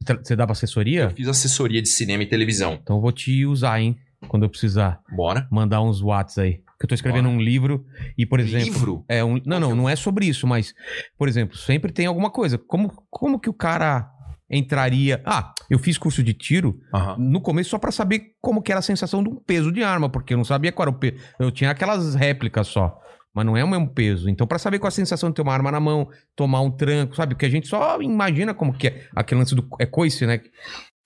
Speaker 1: Tra- Você dá pra
Speaker 3: Eu
Speaker 1: assessoria?
Speaker 3: fiz assessoria de cinema e televisão.
Speaker 1: Então eu vou te usar, hein? Quando eu precisar.
Speaker 3: Bora.
Speaker 1: Mandar uns Whats aí. Que eu tô escrevendo um livro e, por exemplo.
Speaker 3: Livro?
Speaker 1: É um, não, não, não é sobre isso, mas, por exemplo, sempre tem alguma coisa. Como, como que o cara entraria. Ah, eu fiz curso de tiro,
Speaker 3: Aham.
Speaker 1: no começo só pra saber como que era a sensação de um peso de arma, porque eu não sabia qual era o peso. Eu tinha aquelas réplicas só, mas não é o mesmo peso. Então, pra saber qual a sensação de ter uma arma na mão, tomar um tranco, sabe? Porque a gente só imagina como que é aquele lance do é coice, né?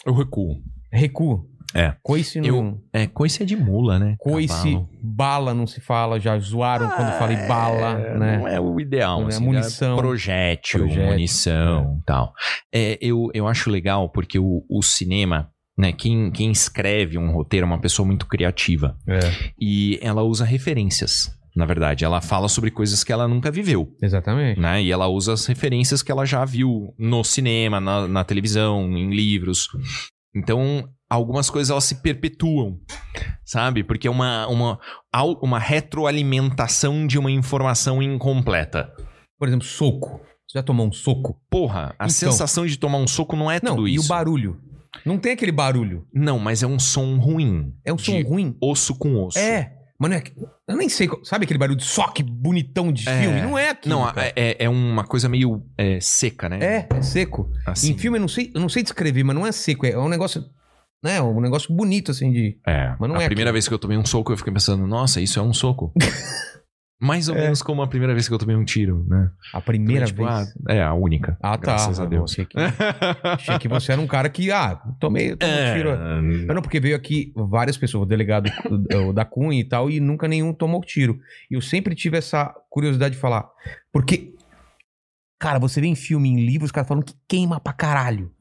Speaker 3: Eu recuo.
Speaker 1: Recuo.
Speaker 3: É.
Speaker 1: Coice não.
Speaker 3: Eu- É, coice é de mula, né?
Speaker 1: Coice,
Speaker 3: Cavalo.
Speaker 1: bala não se fala, já zoaram um, quando falei bala,
Speaker 3: Ah, É,
Speaker 1: né?
Speaker 3: Não é o ideal.
Speaker 1: Não é
Speaker 3: assim,
Speaker 1: munição.
Speaker 3: né? Projétil,
Speaker 1: Projétil,
Speaker 3: munição tal. É, eu, eu acho legal porque o, o cinema, né? Quem, quem escreve um roteiro é uma pessoa muito criativa.
Speaker 1: É.
Speaker 3: E ela usa referências. na verdade. Ela fala sobre coisas que ela nunca viveu.
Speaker 1: Exatamente.
Speaker 3: né? E ela usa as referências que ela já viu no cinema, na, na televisão, em livros. Então, algumas coisas elas se perpetuam, sabe? Porque é uma, uma, al- uma retroalimentação de uma informação incompleta.
Speaker 1: Por exemplo, soco. Você já tomou um soco?
Speaker 3: Porra, a
Speaker 1: Então.
Speaker 3: sensação de tomar um soco não é
Speaker 1: Não,
Speaker 3: tudo
Speaker 1: e
Speaker 3: isso.
Speaker 1: o barulho? Não tem aquele barulho.
Speaker 3: Não, mas é um som ruim.
Speaker 1: É um som
Speaker 3: De
Speaker 1: ruim.
Speaker 3: Osso com osso.
Speaker 1: É. Mano, é que- eu nem sei. qual- Sabe aquele barulho de soque bonitão de
Speaker 3: É.
Speaker 1: filme? Não é aquilo.
Speaker 3: Não,
Speaker 1: cara.
Speaker 3: é, é- é uma coisa meio é, seca, né?
Speaker 1: é. É seco.
Speaker 3: Assim.
Speaker 1: Em filme eu não, sei, eu não sei descrever, mas não é seco. É um negócio. Né, um negócio bonito, assim, de.
Speaker 3: É.
Speaker 1: Mas não
Speaker 3: a
Speaker 1: é
Speaker 3: primeira vez que eu tomei um soco, eu fiquei pensando, nossa, isso é um soco.
Speaker 1: [LAUGHS]
Speaker 3: Mais ou
Speaker 1: É.
Speaker 3: menos como a primeira vez que eu tomei um tiro, né?
Speaker 1: A primeira
Speaker 3: Tipo,
Speaker 1: vez.
Speaker 3: a- é, a única.
Speaker 1: Ah, tá.
Speaker 3: Graças a
Speaker 1: Eu
Speaker 3: Deus.
Speaker 1: Achei que, achei que você era um cara que, ah,
Speaker 3: [LAUGHS]
Speaker 1: tomei, tomei
Speaker 3: É,
Speaker 1: um tiro. Mas não, porque veio aqui várias pessoas, o delegado o da Cunha e tal, e nunca nenhum tomou tiro. E eu sempre tive essa curiosidade de falar. Porque, cara, você vê em filme, em livros, os caras falando que queima pra caralho.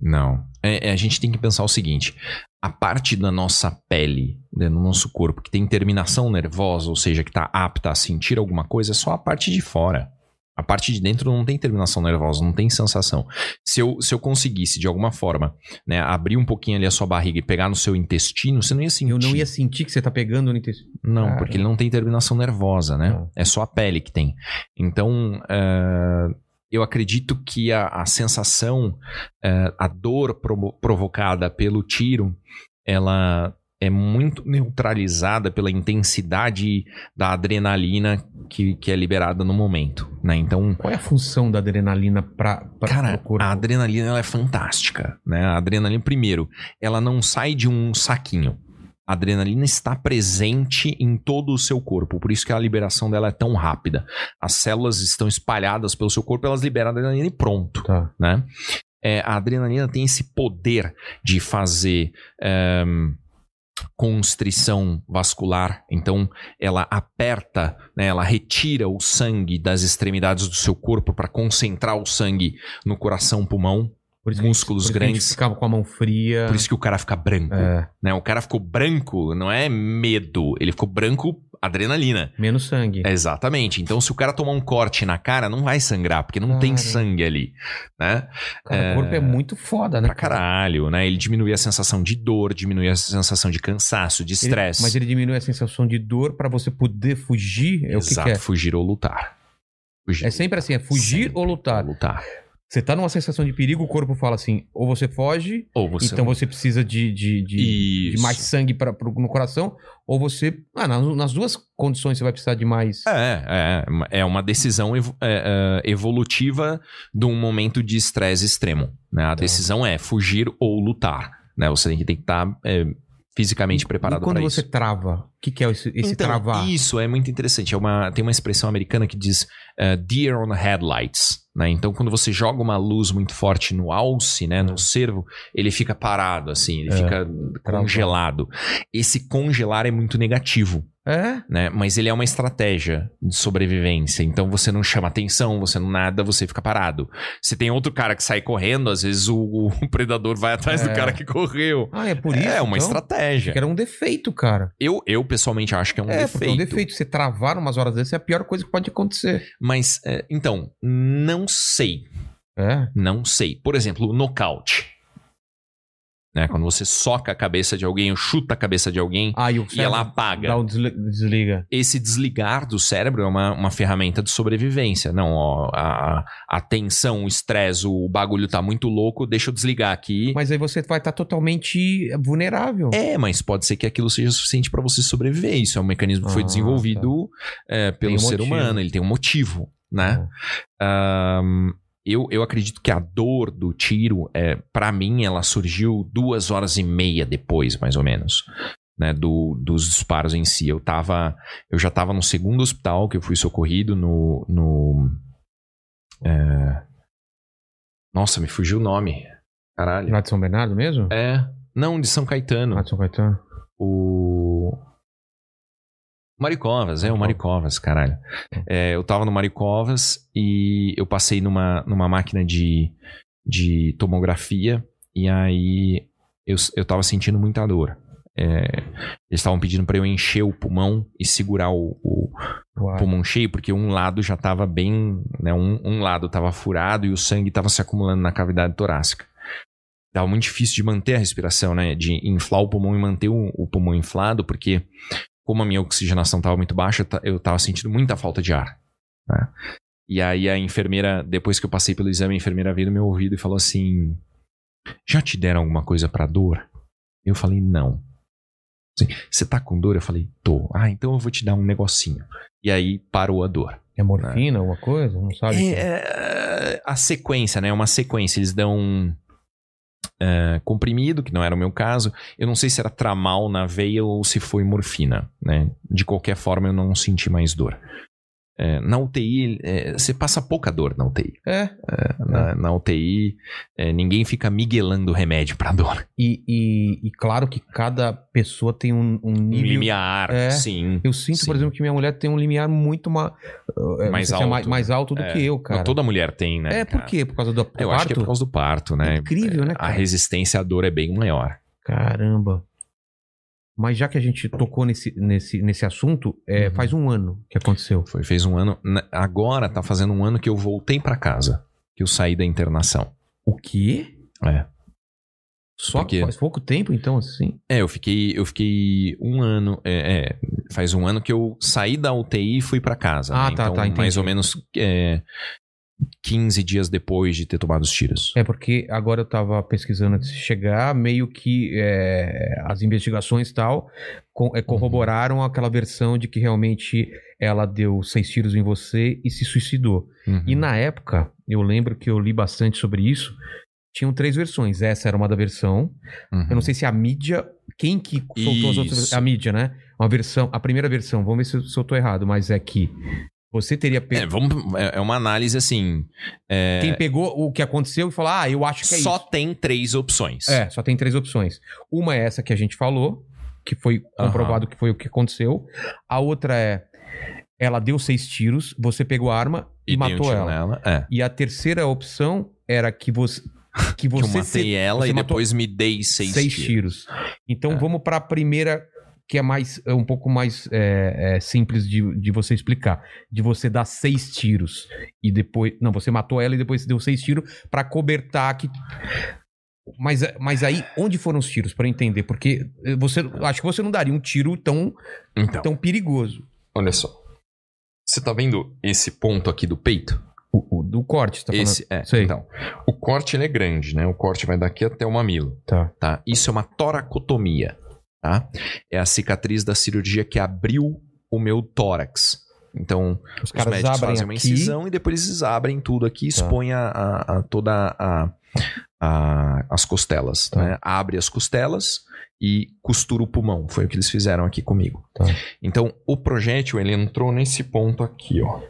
Speaker 3: Não. É, é, a gente tem que pensar o seguinte: a parte da nossa pele, né, no nosso corpo, que tem terminação nervosa, ou seja, que tá apta a sentir alguma coisa, é só a parte de fora. A parte de dentro não tem terminação nervosa, não tem sensação. Se eu, se eu conseguisse, de alguma forma, né, abrir um pouquinho ali a sua barriga e pegar no seu intestino, você não ia sentir.
Speaker 1: Eu não ia sentir que você tá pegando no intestino.
Speaker 3: Não,
Speaker 1: Cara.
Speaker 3: porque ele não tem terminação nervosa, né?
Speaker 1: Não.
Speaker 3: É só a pele que tem. Então, eh, eu acredito que a, a sensação, eh, a dor provo- provocada pelo tiro, ela é muito neutralizada pela intensidade da adrenalina que, que é liberada no momento, né? Então,
Speaker 1: Qual é a função da adrenalina pra, pra
Speaker 3: Cara,
Speaker 1: pro corpo?
Speaker 3: a adrenalina ela é fantástica, né? A adrenalina, primeiro, ela não sai de um saquinho. A adrenalina está presente em todo o seu corpo, por isso que a liberação dela é tão rápida. As células estão espalhadas pelo seu corpo, elas liberam a adrenalina e pronto,
Speaker 1: Tá.
Speaker 3: né? É, a adrenalina tem esse poder de fazer ehm, constrição vascular, então ela aperta, né, ela retira o sangue das extremidades do seu corpo para concentrar o sangue no coração, pulmão.
Speaker 1: Por isso
Speaker 3: músculos
Speaker 1: por isso que a gente
Speaker 3: grandes.
Speaker 1: ficava com a mão fria.
Speaker 3: Por isso que o cara fica branco.
Speaker 1: É,
Speaker 3: Né? O cara ficou branco, não é medo, ele ficou branco adrenalina.
Speaker 1: menos sangue.
Speaker 3: Exatamente. Então, se o cara tomar um corte na cara, não vai sangrar, porque não tem
Speaker 1: Cara.
Speaker 3: sangue ali, né?
Speaker 1: Cara, O corpo é muito foda, né?
Speaker 3: Pra caralho, né? Ele diminui a sensação de dor, diminui a sensação de cansaço,
Speaker 1: Ele-
Speaker 3: de estresse.
Speaker 1: mas ele diminui a sensação de dor pra você poder fugir. É
Speaker 3: Exato,
Speaker 1: o que, que
Speaker 3: fugir ou lutar. Fugir
Speaker 1: é. É sempre assim, é fugir
Speaker 3: Sempre
Speaker 1: ou lutar.
Speaker 3: lutar.
Speaker 1: Você tá numa sensação de perigo, o corpo fala assim, ou você foge,
Speaker 3: Ou você
Speaker 1: então você precisa de, de, de, de
Speaker 3: Isso.
Speaker 1: mais sangue pra, pro- no coração, ou você... Ah, na- nas, duas condições você vai precisar de mais...
Speaker 3: É, é, é uma decisão evo- é, é, evolutiva de um momento de estresse extremo. né?
Speaker 1: Tá.
Speaker 3: A decisão é fugir ou lutar. né? Você tem que tem que estar é, fisicamente preparado
Speaker 1: e quando
Speaker 3: para
Speaker 1: você
Speaker 3: isso.
Speaker 1: trava, o que, que é esse, esse
Speaker 3: Então,
Speaker 1: travar?
Speaker 3: Isso é muito interessante. É uma, tem uma expressão americana que diz eh, deer on headlights. Né? Então, quando você joga uma luz muito forte no alce, né, no cervo, ele fica parado, assim, ele
Speaker 1: É.
Speaker 3: fica congelado. Esse congelar é muito negativo
Speaker 1: É?
Speaker 3: né? Mas ele é uma estratégia de sobrevivência. Então você não chama atenção, você não nada, você fica parado. Se tem outro cara que sai correndo, às vezes o, o [LAUGHS] predador vai atrás
Speaker 1: É.
Speaker 3: do cara que correu.
Speaker 1: Ah, é por isso?
Speaker 3: é uma
Speaker 1: então?
Speaker 3: estratégia.
Speaker 1: Que era um defeito, cara.
Speaker 3: Eu, eu pessoalmente acho que é um,
Speaker 1: é, porque
Speaker 3: defeito,
Speaker 1: é um defeito. Você travar umas horas dessas é a pior coisa que pode acontecer.
Speaker 3: Mas é, então, não sei,
Speaker 1: É.
Speaker 3: não sei. Por exemplo, o nocaute. Né? Quando você soca a cabeça de alguém, ou chuta a cabeça de alguém
Speaker 1: Ah, e o
Speaker 3: e
Speaker 1: cérebro
Speaker 3: ela apaga.
Speaker 1: dá um desli- desliga.
Speaker 3: esse desligar do cérebro é uma, uma ferramenta de sobrevivência. Não, ó, a, a tensão, o estresse, o bagulho tá muito louco, deixa eu desligar aqui.
Speaker 1: Mas aí você vai estar totalmente vulnerável.
Speaker 3: É, mas pode ser que aquilo seja suficiente para você sobreviver. Isso é um mecanismo que foi
Speaker 1: Ah,
Speaker 3: desenvolvido é, pelo
Speaker 1: Tem um
Speaker 3: ser
Speaker 1: motivo. Uhum.
Speaker 3: humano, ele tem um motivo, né? Ahn, eu, eu acredito que a dor do tiro, é, para mim, ela surgiu duas horas e meia depois, mais ou menos. Né, do, dos disparos em si. Eu tava. Eu já tava no segundo hospital que eu fui socorrido no. no é, Nossa, me fugiu o nome. Caralho.
Speaker 1: Lá de São Bernardo mesmo?
Speaker 3: É. Não, de São Caetano.
Speaker 1: Lá de São Caetano.
Speaker 3: O. Maricovas, é o Maricovas, caralho. É, eu tava no Maricovas e eu passei numa, numa máquina de, de tomografia e aí eu, s- eu tava sentindo muita dor. É, é, eles estavam pedindo pra eu encher o pulmão e segurar o, o pulmão cheio, porque um lado já tava bem, né, um, um lado tava furado e o sangue tava se acumulando na cavidade torácica. Tava muito difícil de manter a respiração, né, de inflar o pulmão e manter o, o pulmão inflado, porque como a minha oxigenação tava muito baixa, eu ta- eu tava sentindo muita falta de ar. né? E aí a enfermeira, depois que eu passei pelo exame, a enfermeira veio no meu ouvido e falou assim: Já te deram alguma coisa pra dor? Eu falei: Não. Assim, Você tá com dor? Eu falei: Tô. Ah, então eu vou te dar um negocinho. E aí parou a dor.
Speaker 1: É morfina, alguma coisa? Não sabe?
Speaker 3: É, é, a sequência, né? É uma sequência. Eles dão um é, comprimido, que não era o meu caso. Eu não sei se era tramal na veia ou se foi morfina, né? De qualquer forma, eu não senti mais dor. É, na UTI, é, você passa pouca dor na UTI.
Speaker 1: É.
Speaker 3: Na, na UTI, é, ninguém fica miguelando remédio
Speaker 1: [LAUGHS]
Speaker 3: pra dor.
Speaker 1: E, e- e claro que cada pessoa tem um, um nível.
Speaker 3: Limiar,
Speaker 1: É.
Speaker 3: sim.
Speaker 1: Eu sinto, por
Speaker 3: Sim.
Speaker 1: exemplo, que minha mulher tem um limiar muito ma... eh,
Speaker 3: Mais
Speaker 1: não sei se é
Speaker 3: alto.
Speaker 1: mais alto do
Speaker 3: É.
Speaker 1: que eu, cara.
Speaker 3: Não, Toda mulher tem, né?
Speaker 1: É, por
Speaker 3: cara?
Speaker 1: quê? Por causa do, do
Speaker 3: Eu acho que é por causa do parto, né?
Speaker 1: Incrível, né,
Speaker 3: A
Speaker 1: cara?
Speaker 3: resistência à dor é bem maior.
Speaker 1: Caramba. Mas já que a gente tocou nesse, nesse, nesse assunto, eh,
Speaker 3: Uhum.
Speaker 1: faz um ano que aconteceu.
Speaker 3: Foi, fez um ano. na- Agora tá fazendo um ano que eu voltei pra casa. Que eu saí da internação.
Speaker 1: O quê?
Speaker 3: É.
Speaker 1: Só
Speaker 3: Por quê?
Speaker 1: que faz pouco tempo, então, assim?
Speaker 3: É, eu fiquei, eu fiquei um ano. É, é, faz um ano que eu saí da UTI e fui pra casa.
Speaker 1: Ah,
Speaker 3: né?
Speaker 1: tá,
Speaker 3: então,
Speaker 1: tá, entendi.
Speaker 3: Mais ou menos é, 15 dias depois de ter tomado os tiros.
Speaker 1: É porque agora eu tava pesquisando antes de chegar, meio que é, as investigações e tal co-
Speaker 3: Uhum.
Speaker 1: é, corroboraram aquela versão de que realmente ela deu seis tiros em você e se suicidou.
Speaker 3: Uhum.
Speaker 1: E na época, eu lembro que eu li bastante sobre isso, tinham três versões. Essa era uma da versão.
Speaker 3: Uhum.
Speaker 1: Eu não sei se a mídia. Quem que soltou as outras
Speaker 3: Isso.
Speaker 1: A mídia, né? Uma versão. A primeira versão, vamos ver se eu, se eu tô errado, mas é que você teria pego.
Speaker 3: É, vamos, é, é uma análise assim. é,
Speaker 1: Quem pegou o que aconteceu e falou: Ah, eu acho que é
Speaker 3: só
Speaker 1: isso.
Speaker 3: tem três opções.
Speaker 1: É, só tem três opções. Uma é essa que a gente falou, que foi comprovado que foi o que aconteceu. A outra é ela deu seis tiros, você pegou a arma e,
Speaker 3: E dei um
Speaker 1: matou
Speaker 3: tiro
Speaker 1: ela.
Speaker 3: nela. É.
Speaker 1: E a terceira opção era que você que
Speaker 3: [LAUGHS] Que eu
Speaker 1: você
Speaker 3: matei
Speaker 1: se-
Speaker 3: ela
Speaker 1: você
Speaker 3: e
Speaker 1: matou
Speaker 3: depois me dei seis,
Speaker 1: seis,
Speaker 3: tiros.
Speaker 1: tiros. Então
Speaker 3: É.
Speaker 1: vamos para a primeira que é mais é um pouco mais é, é, simples de, de você explicar, de você dar seis tiros e depois não você matou ela e depois deu seis tiros para cobertar que mas, mas aí, onde foram os tiros? Pra eu entender. Porque eh, você acho que você não daria um tiro tão,
Speaker 3: Então.
Speaker 1: tão perigoso.
Speaker 3: Olha só. Você tá vendo esse ponto aqui do peito?
Speaker 1: O, o do corte, tá falando?
Speaker 3: esse é.
Speaker 1: Sei.
Speaker 3: Então, o corte ele é grande, né? O corte vai daqui até o mamilo,
Speaker 1: Tá.
Speaker 3: tá? Isso é uma toracotomia, tá? É a cicatriz da cirurgia que abriu o meu tórax. Então,
Speaker 1: Os
Speaker 3: os, médicos
Speaker 1: caras abrem
Speaker 3: fazem
Speaker 1: aqui. Tá.
Speaker 3: uma incisão um e depois eles abrem tudo aqui, expõem a, a- a toda a, a- as costelas,
Speaker 1: Tá.
Speaker 3: né? Abre as costelas e costura o pulmão. Foi o que eles fizeram aqui comigo.
Speaker 1: Tá.
Speaker 3: Então, o projétil ele entrou nesse ponto aqui, ó.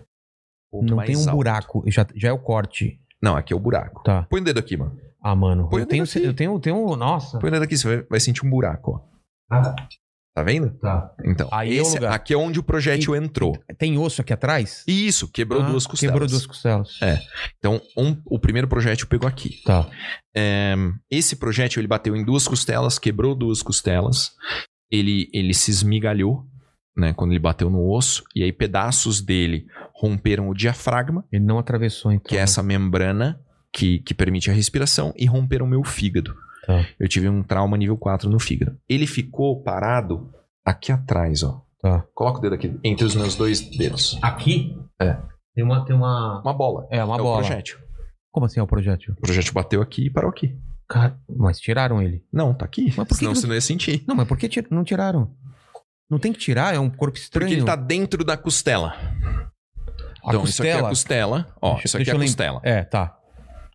Speaker 3: Ponto
Speaker 1: Não
Speaker 3: mais
Speaker 1: tem um
Speaker 3: alto.
Speaker 1: buraco. Já, já é o corte.
Speaker 3: Não, aqui é o buraco.
Speaker 1: Tá.
Speaker 3: Põe o dedo aqui, mano.
Speaker 1: Ah, mano.
Speaker 3: Põe
Speaker 1: eu
Speaker 3: o
Speaker 1: tenho,
Speaker 3: dedo aqui.
Speaker 1: eu tenho, eu tenho. Nossa.
Speaker 3: Põe o dedo aqui, você vai, vai sentir um buraco, ó. Tá vendo?
Speaker 1: Tá.
Speaker 3: Então,
Speaker 1: Aí é o
Speaker 3: esse-
Speaker 1: lugar.
Speaker 3: aqui é onde o projétil entrou.
Speaker 1: Tem osso aqui atrás?
Speaker 3: E isso, quebrou
Speaker 1: Ah,
Speaker 3: duas costelas.
Speaker 1: Quebrou duas costelas.
Speaker 3: É. Então, um- o primeiro projétil pegou aqui.
Speaker 1: Tá.
Speaker 3: É, esse projétil ele bateu em duas costelas, quebrou duas costelas, ele, ele se esmigalhou, né, quando ele bateu no osso, e aí pedaços dele romperam o diafragma,
Speaker 1: Ele não atravessou, então.
Speaker 3: que é
Speaker 1: né?
Speaker 3: essa membrana que, que permite a respiração, e romperam meu fígado.
Speaker 1: Tá.
Speaker 3: Eu tive um trauma nível 4 no fígado. Ele ficou parado aqui atrás, ó.
Speaker 1: Tá.
Speaker 3: Coloca o dedo aqui, entre os meus dois dedos.
Speaker 1: Aqui?
Speaker 3: É.
Speaker 1: Tem uma. Tem uma...
Speaker 3: Uma bola.
Speaker 1: É, uma
Speaker 3: é
Speaker 1: bola.
Speaker 3: o projétil.
Speaker 1: Como assim é o projétil?
Speaker 3: O projétil bateu aqui e parou aqui.
Speaker 1: Cara, mas tiraram ele.
Speaker 3: Não, tá aqui.
Speaker 1: Mas por que
Speaker 3: Senão
Speaker 1: que não-
Speaker 3: você não ia sentir.
Speaker 1: Não, mas por que tir- não tiraram? Não tem que tirar, é um corpo estranho.
Speaker 3: Porque ele tá dentro da costela.
Speaker 1: A
Speaker 3: então, isso aqui é a
Speaker 1: costela.
Speaker 3: costela. Ó,
Speaker 1: Deixa-
Speaker 3: isso aqui
Speaker 1: deixa
Speaker 3: é a
Speaker 1: eu lem-
Speaker 3: costela.
Speaker 1: É, tá.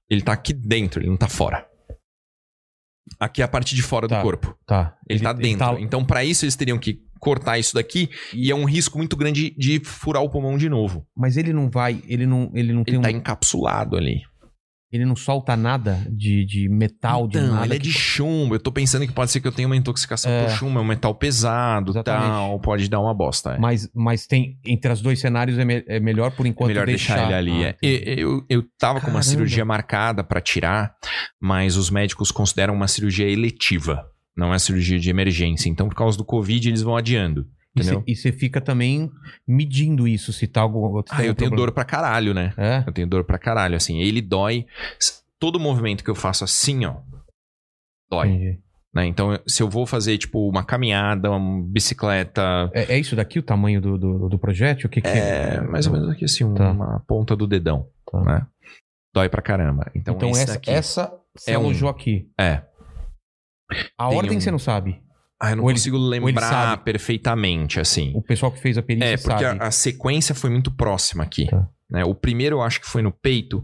Speaker 3: Ele tá aqui dentro, ele não tá fora. Aqui é a parte de fora
Speaker 1: Tá.
Speaker 3: do corpo.
Speaker 1: Tá.
Speaker 3: Ele, tá dentro. Então, pra isso, eles teriam que cortar isso daqui e é um risco muito grande de furar o pulmão de novo.
Speaker 1: Mas ele não vai, ele não, ele não
Speaker 3: Ele
Speaker 1: tem um,
Speaker 3: tá encapsulado ali.
Speaker 1: ele não solta nada de, de metal, de
Speaker 3: Então,
Speaker 1: Tá, nada.
Speaker 3: ele é
Speaker 1: que-
Speaker 3: de chumbo. Eu tô pensando que pode ser que eu tenha uma intoxicação
Speaker 1: É.
Speaker 3: por chumbo, é um metal pesado e
Speaker 1: Exatamente.
Speaker 3: tal. Pode dar uma bosta. É.
Speaker 1: Mas, mas tem entre os dois cenários é, me- é melhor por
Speaker 3: É
Speaker 1: enquanto
Speaker 3: melhor deixar, ele ali.
Speaker 1: Ah,
Speaker 3: é.
Speaker 1: entendi.
Speaker 3: E- Eu, eu tava com
Speaker 1: Caramba.
Speaker 3: uma cirurgia marcada pra tirar, mas os médicos consideram uma cirurgia eletiva. Não é cirurgia de emergência. Então, por causa do Covid, eles vão adiando.
Speaker 1: E
Speaker 3: Entendeu?
Speaker 1: cê- E você fica também medindo isso, se tá algum outro.
Speaker 3: Ah, eu tenho dor pra caralho, né?
Speaker 1: É?
Speaker 3: Eu tenho dor pra caralho, assim. Ele dói. S- Todo movimento que eu faço assim, ó, dói.
Speaker 1: Entendi.
Speaker 3: né? Então, eu- se eu vou fazer, tipo, uma caminhada, uma bicicleta...
Speaker 1: É, é isso daqui o tamanho do, do, do projétil? O que, que
Speaker 3: É, mais ou menos aqui, assim,
Speaker 1: Tá.
Speaker 3: uma ponta do dedão,
Speaker 1: Tá.
Speaker 3: né? Dói pra caramba. Então,
Speaker 1: Então,
Speaker 3: esse
Speaker 1: essa,
Speaker 3: daqui...
Speaker 1: essa se
Speaker 3: é um-
Speaker 1: alojou aqui.
Speaker 3: É.
Speaker 1: A
Speaker 3: Tem
Speaker 1: ordem
Speaker 3: um-
Speaker 1: você não sabe.
Speaker 3: Ah, eu não
Speaker 1: Ou ele-
Speaker 3: consigo
Speaker 1: ele
Speaker 3: lembrar
Speaker 1: sabe.
Speaker 3: perfeitamente, assim.
Speaker 1: O pessoal que fez a perícia
Speaker 3: É, porque
Speaker 1: sabe.
Speaker 3: a, a sequência foi muito próxima aqui.
Speaker 1: Tá.
Speaker 3: né? O primeiro eu acho que foi no peito,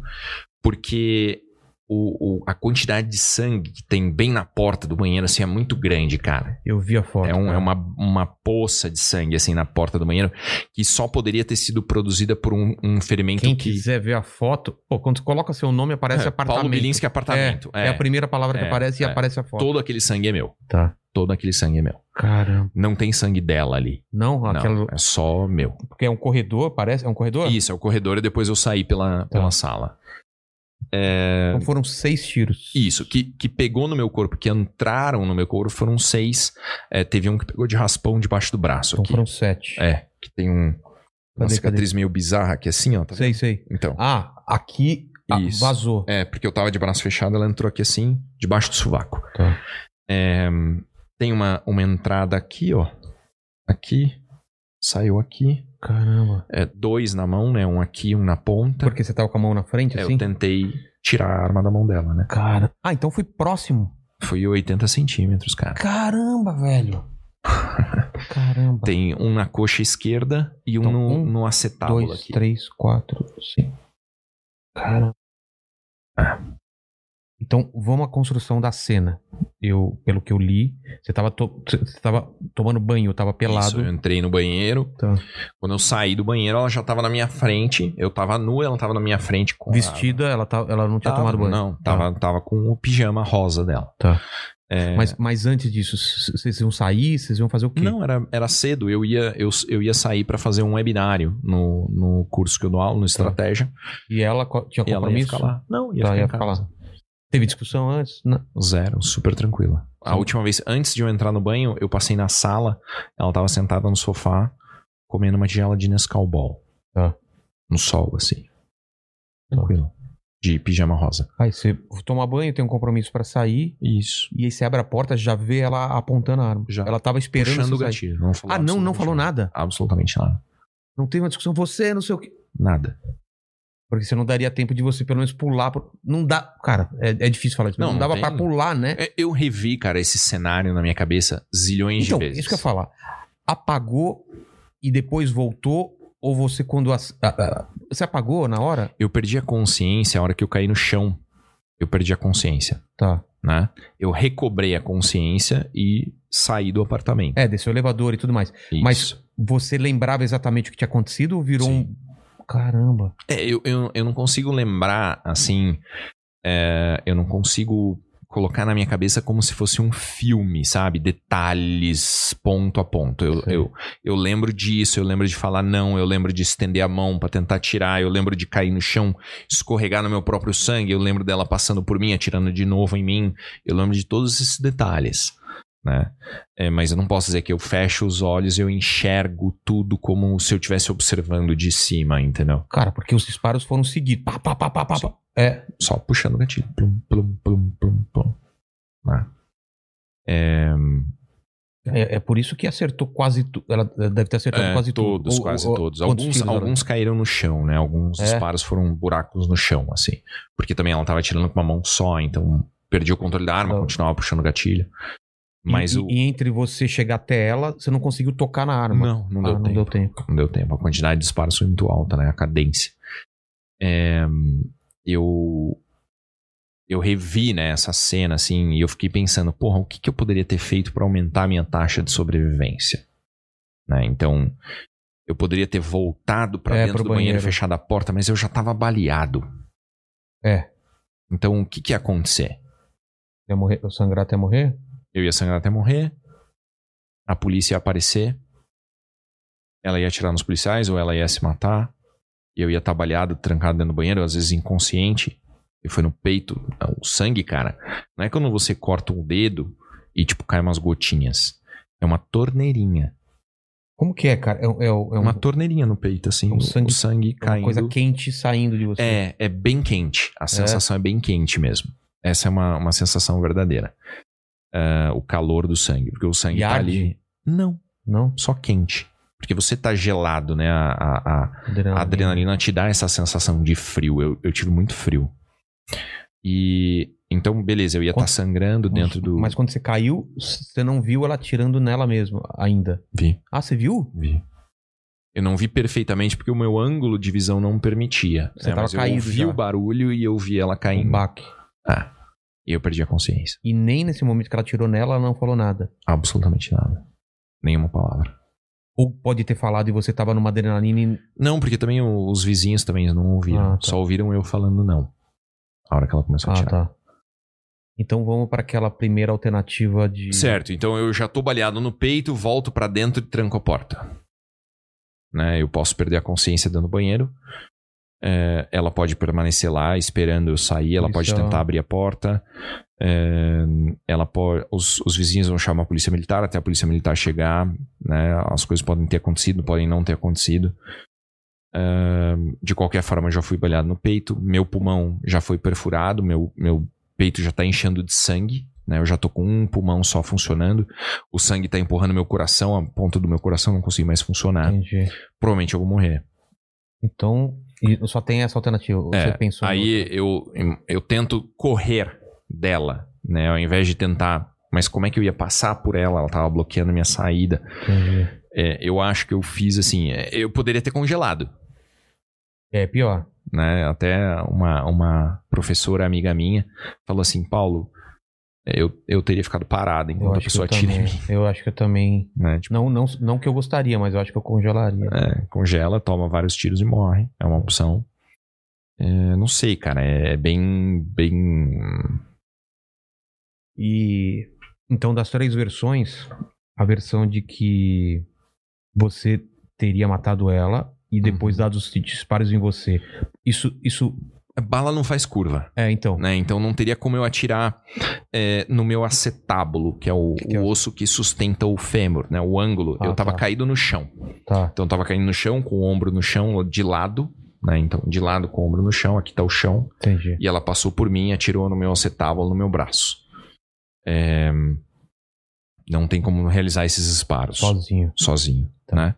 Speaker 3: porque o, o- a quantidade de sangue que tem bem na porta do banheiro, assim, é muito grande, cara.
Speaker 1: Eu vi a foto.
Speaker 3: É, um-
Speaker 1: cara.
Speaker 3: é uma, uma poça de sangue, assim, na porta do banheiro, que só poderia ter sido produzida por um, um ferimento
Speaker 1: Quem
Speaker 3: que...
Speaker 1: quiser ver a foto, pô, quando você coloca seu nome, aparece
Speaker 3: É,
Speaker 1: apartamento.
Speaker 3: [LAUGHS] Paulo Bilinski Apartamento.
Speaker 1: É, é a primeira palavra que
Speaker 3: É,
Speaker 1: aparece e
Speaker 3: é.
Speaker 1: aparece a foto.
Speaker 3: Todo aquele sangue é meu.
Speaker 1: Tá.
Speaker 3: Todo aquele sangue é meu.
Speaker 1: Caramba.
Speaker 3: Não tem sangue dela ali.
Speaker 1: Não,
Speaker 3: Não,
Speaker 1: aquela.
Speaker 3: é só meu.
Speaker 1: Porque é um corredor, parece. É um corredor?
Speaker 3: Isso, é o corredor e depois eu saí pela, pela
Speaker 1: Tá.
Speaker 3: sala. É,
Speaker 1: Então foram seis tiros.
Speaker 3: Isso, que, que pegou no meu corpo, que entraram no meu corpo, foram seis. É, teve um que pegou de raspão debaixo do braço
Speaker 1: Então
Speaker 3: aqui.
Speaker 1: foram sete.
Speaker 3: É, que tem um, uma
Speaker 1: Cadê,
Speaker 3: cicatriz meio bizarra aqui assim, ó. tá
Speaker 1: Sei, sei.
Speaker 3: vendo? Então,
Speaker 1: Ah, aqui ah,
Speaker 3: Isso.
Speaker 1: vazou.
Speaker 3: é, porque eu tava de braço fechado, ela entrou aqui assim, debaixo do sovaco.
Speaker 1: Tá.
Speaker 3: É, tem uma, uma entrada aqui, ó. Aqui. Saiu aqui.
Speaker 1: Caramba.
Speaker 3: É, dois na mão, né? Um aqui, um na ponta.
Speaker 1: Porque você tava com a mão na frente,
Speaker 3: É,
Speaker 1: assim?
Speaker 3: eu tentei tirar a arma da mão dela, né?
Speaker 1: Cara. Ah, então fui próximo.
Speaker 3: Foi 80 centímetros, cara.
Speaker 1: Caramba, [LAUGHS] velho. Caramba.
Speaker 3: Tem um na coxa esquerda e um
Speaker 1: Então,
Speaker 3: no,
Speaker 1: um,
Speaker 3: no acetábulo
Speaker 1: Dois,
Speaker 3: aqui.
Speaker 1: três, quatro, cinco. Caramba. Então, vamos à construção da cena. Eu, pelo que eu li, você tava, to- você tava tomando banho, tava
Speaker 3: Isso,
Speaker 1: pelado.
Speaker 3: eu entrei no banheiro.
Speaker 1: Tá.
Speaker 3: Quando eu saí do banheiro, ela já tava na minha frente. Eu tava nua, ela tava na minha frente com a-
Speaker 1: Vestida, ela, tá, ela não tinha
Speaker 3: Tava,
Speaker 1: tomado banho.
Speaker 3: Não, tava, tava com o pijama rosa dela.
Speaker 1: Tá.
Speaker 3: É,
Speaker 1: Mas, mas antes disso, c- vocês iam sair? Vocês iam fazer o quê?
Speaker 3: Não, era, era cedo. Eu ia, eu, eu ia sair pra fazer um webinário no, no curso que eu dou aula, no Estratégia.
Speaker 1: E ela co- tinha
Speaker 3: E ela ia
Speaker 1: Tá. compromisso?
Speaker 3: ficar lá. Não, ia
Speaker 1: Ela
Speaker 3: ficar,
Speaker 1: ia
Speaker 3: em
Speaker 1: ficar
Speaker 3: casa.
Speaker 1: lá. Teve discussão antes? Não.
Speaker 3: Zero, super tranquila. A
Speaker 1: Sim.
Speaker 3: última vez, antes de eu entrar no banho, eu passei na sala, ela tava sentada no sofá, comendo uma tigela de Nescau Ball.
Speaker 1: Tá.
Speaker 3: No sol, assim. Tranquilo. De pijama rosa.
Speaker 1: Aí você toma banho, tem um compromisso pra sair.
Speaker 3: Isso.
Speaker 1: E aí você abre a porta, já vê ela apontando a arma.
Speaker 3: Já.
Speaker 1: Ela tava esperando
Speaker 3: Puxando o
Speaker 1: você sair.
Speaker 3: gatilho. Não falou
Speaker 1: Ah, não, não
Speaker 3: absolutamente
Speaker 1: falou nada.
Speaker 3: Absolutamente nada.
Speaker 1: Não teve uma discussão. Você, não sei o quê.
Speaker 3: Nada.
Speaker 1: Porque você não daria tempo de você, pelo menos, pular. pro- Não dá. Cara, é, é difícil falar isso. mas
Speaker 3: Não,
Speaker 1: Não,
Speaker 3: não
Speaker 1: dava
Speaker 3: tem-
Speaker 1: pra pular, né?
Speaker 3: É, Eu revi, cara, esse cenário na minha cabeça zilhões
Speaker 1: Então,
Speaker 3: de vezes.
Speaker 1: isso que eu ia falar. Apagou e depois voltou? Ou você, quando. as- a- a- você apagou na hora?
Speaker 3: Eu perdi a consciência a hora que eu caí no chão. Eu perdi a consciência,
Speaker 1: Tá.
Speaker 3: né? Eu recobrei a consciência e saí do apartamento.
Speaker 1: É, desceu o elevador e tudo mais. Mas
Speaker 3: Isso.
Speaker 1: Você lembrava exatamente o que tinha acontecido ou virou
Speaker 3: Sim.
Speaker 1: um. Caramba.
Speaker 3: É, eu, eu, eu não consigo lembrar, assim. é, eu não consigo colocar na minha cabeça como se fosse um filme, sabe? Detalhes, ponto a ponto. Eu,
Speaker 1: Sei.
Speaker 3: eu, eu lembro disso, eu lembro de falar não, eu lembro de estender a mão pra tentar tirar, eu lembro de cair no chão, escorregar no meu próprio sangue, eu lembro dela passando por mim, atirando de novo em mim, eu lembro de todos esses detalhes. Né? É, mas eu não posso dizer que eu fecho os olhos e eu enxergo tudo como se eu estivesse observando de cima, entendeu?
Speaker 1: Cara, porque os disparos foram seguidos. Pá, pá, pá, pá, pá,
Speaker 3: Sim.
Speaker 1: pá. É.
Speaker 3: só puxando o gatilho. Plum, plum, plum, plum, plum.
Speaker 1: Ah.
Speaker 3: Né? É,
Speaker 1: É, é por isso que acertou quase tudo. Ela deve ter acertado
Speaker 3: é,
Speaker 1: então, quase tudo.
Speaker 3: todos,
Speaker 1: Ou-
Speaker 3: quase
Speaker 1: ou-
Speaker 3: todos.
Speaker 1: quantos
Speaker 3: Alguns,
Speaker 1: tiros ela-
Speaker 3: alguns caíram no chão, né? Alguns
Speaker 1: É.
Speaker 3: disparos foram buracos no chão, assim. Porque também ela tava tirando com uma mão só, então perdi o controle da arma,
Speaker 1: Não.
Speaker 3: continuava puxando o gatilho.
Speaker 1: E-
Speaker 3: Mas
Speaker 1: e,
Speaker 3: o.
Speaker 1: e entre você chegar até ela, você não conseguiu tocar na arma.
Speaker 3: Não, não
Speaker 1: Ah,
Speaker 3: deu
Speaker 1: não
Speaker 3: tempo.
Speaker 1: deu tempo.
Speaker 3: Não deu tempo. A quantidade de disparos foi muito alta, né? A cadência. É, eu. Eu revi, né, essa cena, assim, e eu fiquei pensando, porra, o que, que eu poderia ter feito pra aumentar a minha taxa de sobrevivência? Né? Então, eu poderia ter voltado pra
Speaker 1: É,
Speaker 3: dentro
Speaker 1: pro
Speaker 3: do banheiro, e
Speaker 1: banheiro.
Speaker 3: fechado a porta, mas eu já tava baleado.
Speaker 1: É.
Speaker 3: Então, o que, que ia acontecer?
Speaker 1: Ia morrer, eu sangrar até morrer?
Speaker 3: Eu ia sangrar até morrer. A polícia ia aparecer. Ela ia atirar nos policiais ou ela ia se matar. E eu ia estar baleado, trancado dentro do banheiro, às vezes inconsciente. E foi no peito. O sangue, cara. Não é quando você corta um dedo e, tipo, cai umas gotinhas. É uma torneirinha.
Speaker 1: Como que é, cara? É, é, é
Speaker 3: É
Speaker 1: uma,
Speaker 3: uma torneirinha no peito, assim.
Speaker 1: um
Speaker 3: o
Speaker 1: sangue-
Speaker 3: sangue,
Speaker 1: uma
Speaker 3: caindo.
Speaker 1: coisa quente saindo de você.
Speaker 3: É, é bem quente. A sensação é, bem quente mesmo. Essa é uma, uma sensação verdadeira. Ah, o calor do sangue. Porque o
Speaker 1: E
Speaker 3: sangue tá
Speaker 1: arde?
Speaker 3: ali. Não,
Speaker 1: Não?
Speaker 3: só quente. Porque você tá gelado, né? A, a- a- a
Speaker 1: Adrenalina.
Speaker 3: adrenalina te dá essa sensação de frio. Eu, eu tive muito frio. E. Então, beleza, eu ia estar
Speaker 1: Quanto-
Speaker 3: sangrando dentro do.
Speaker 1: Mas quando você caiu, você não viu ela atirando nela mesmo ainda.
Speaker 3: Vi,
Speaker 1: Ah, você viu?
Speaker 3: vi. Eu não vi perfeitamente porque o meu ângulo de visão não permitia.
Speaker 1: Você
Speaker 3: né?
Speaker 1: tava
Speaker 3: Mas eu
Speaker 1: caído
Speaker 3: ouvi
Speaker 1: já.
Speaker 3: o barulho e eu vi ela
Speaker 1: Um
Speaker 3: caindo.
Speaker 1: baque.
Speaker 3: E eu perdi a consciência.
Speaker 1: E nem nesse momento que ela atirou nela, ela não falou nada.
Speaker 3: Absolutamente nada. Nenhuma palavra.
Speaker 1: Ou pode ter falado e você tava numa adrenalina e...
Speaker 3: Não, porque também o- os vizinhos também não ouviram.
Speaker 1: Ah, tá.
Speaker 3: Só ouviram eu falando não. A hora que ela começou a
Speaker 1: Ah,
Speaker 3: tirar.
Speaker 1: tá. Então vamos pra aquela primeira alternativa de...
Speaker 3: Certo, então eu já tô baleado no peito, volto pra dentro e tranco a porta. Né, eu posso perder a consciência dentro do banheiro. É, ela pode permanecer lá esperando eu sair, ela pode
Speaker 1: Policial.
Speaker 3: tentar abrir a porta. É, ela pode, os, os vizinhos vão chamar a polícia militar até a polícia militar chegar. Né, as coisas podem ter acontecido, podem não ter acontecido. É, de qualquer forma, eu já fui baleado no peito, meu pulmão já foi perfurado, meu, meu peito já tá enchendo de sangue, né? Eu já tô com um pulmão só funcionando. O sangue tá empurrando meu coração, a ponta do meu coração não consigo mais funcionar.
Speaker 1: Entendi.
Speaker 3: Provavelmente eu vou morrer.
Speaker 1: Então, e só tem essa alternativa. Ou
Speaker 3: É,
Speaker 1: você pensou...
Speaker 3: Aí eu, eu tento correr dela, né? Ao invés de tentar. Mas como é que eu ia passar por ela? Ela tava bloqueando minha saída.
Speaker 1: Entendi.
Speaker 3: É, eu acho que eu fiz assim. é, eu poderia ter congelado.
Speaker 1: É, pior.
Speaker 3: né? Até uma, uma professora amiga minha falou assim, Paulo, eu, eu teria ficado parado
Speaker 1: Eu
Speaker 3: enquanto a
Speaker 1: acho, que
Speaker 3: pessoa
Speaker 1: eu,
Speaker 3: atira em
Speaker 1: também,
Speaker 3: mim,
Speaker 1: eu acho que eu também...
Speaker 3: né? Tipo,
Speaker 1: Não, não, não que eu gostaria, mas eu acho que eu congelaria.
Speaker 3: é, congela, toma vários tiros e morre. É uma opção. É, não sei, cara. É bem, bem...
Speaker 1: E então das três versões, a versão de que você teria matado ela e depois
Speaker 3: Uhum.
Speaker 1: dado os disparos em você. Isso isso
Speaker 3: Bala não faz curva,
Speaker 1: é então.
Speaker 3: né? Então não teria como eu atirar é, no meu acetábulo, que é o,
Speaker 1: Que que é
Speaker 3: o osso que sustenta o fêmur, né? O ângulo.
Speaker 1: Ah,
Speaker 3: eu tava
Speaker 1: tá.
Speaker 3: caído no chão.
Speaker 1: Tá.
Speaker 3: Então eu tava caindo no chão, com o ombro no chão, de lado, né? Então, de lado com o ombro no chão, aqui tá o chão.
Speaker 1: Entendi.
Speaker 3: E ela passou por mim e atirou no meu acetábulo, no meu braço. É, Não tem como realizar esses disparos
Speaker 1: Sozinho.
Speaker 3: sozinho, né?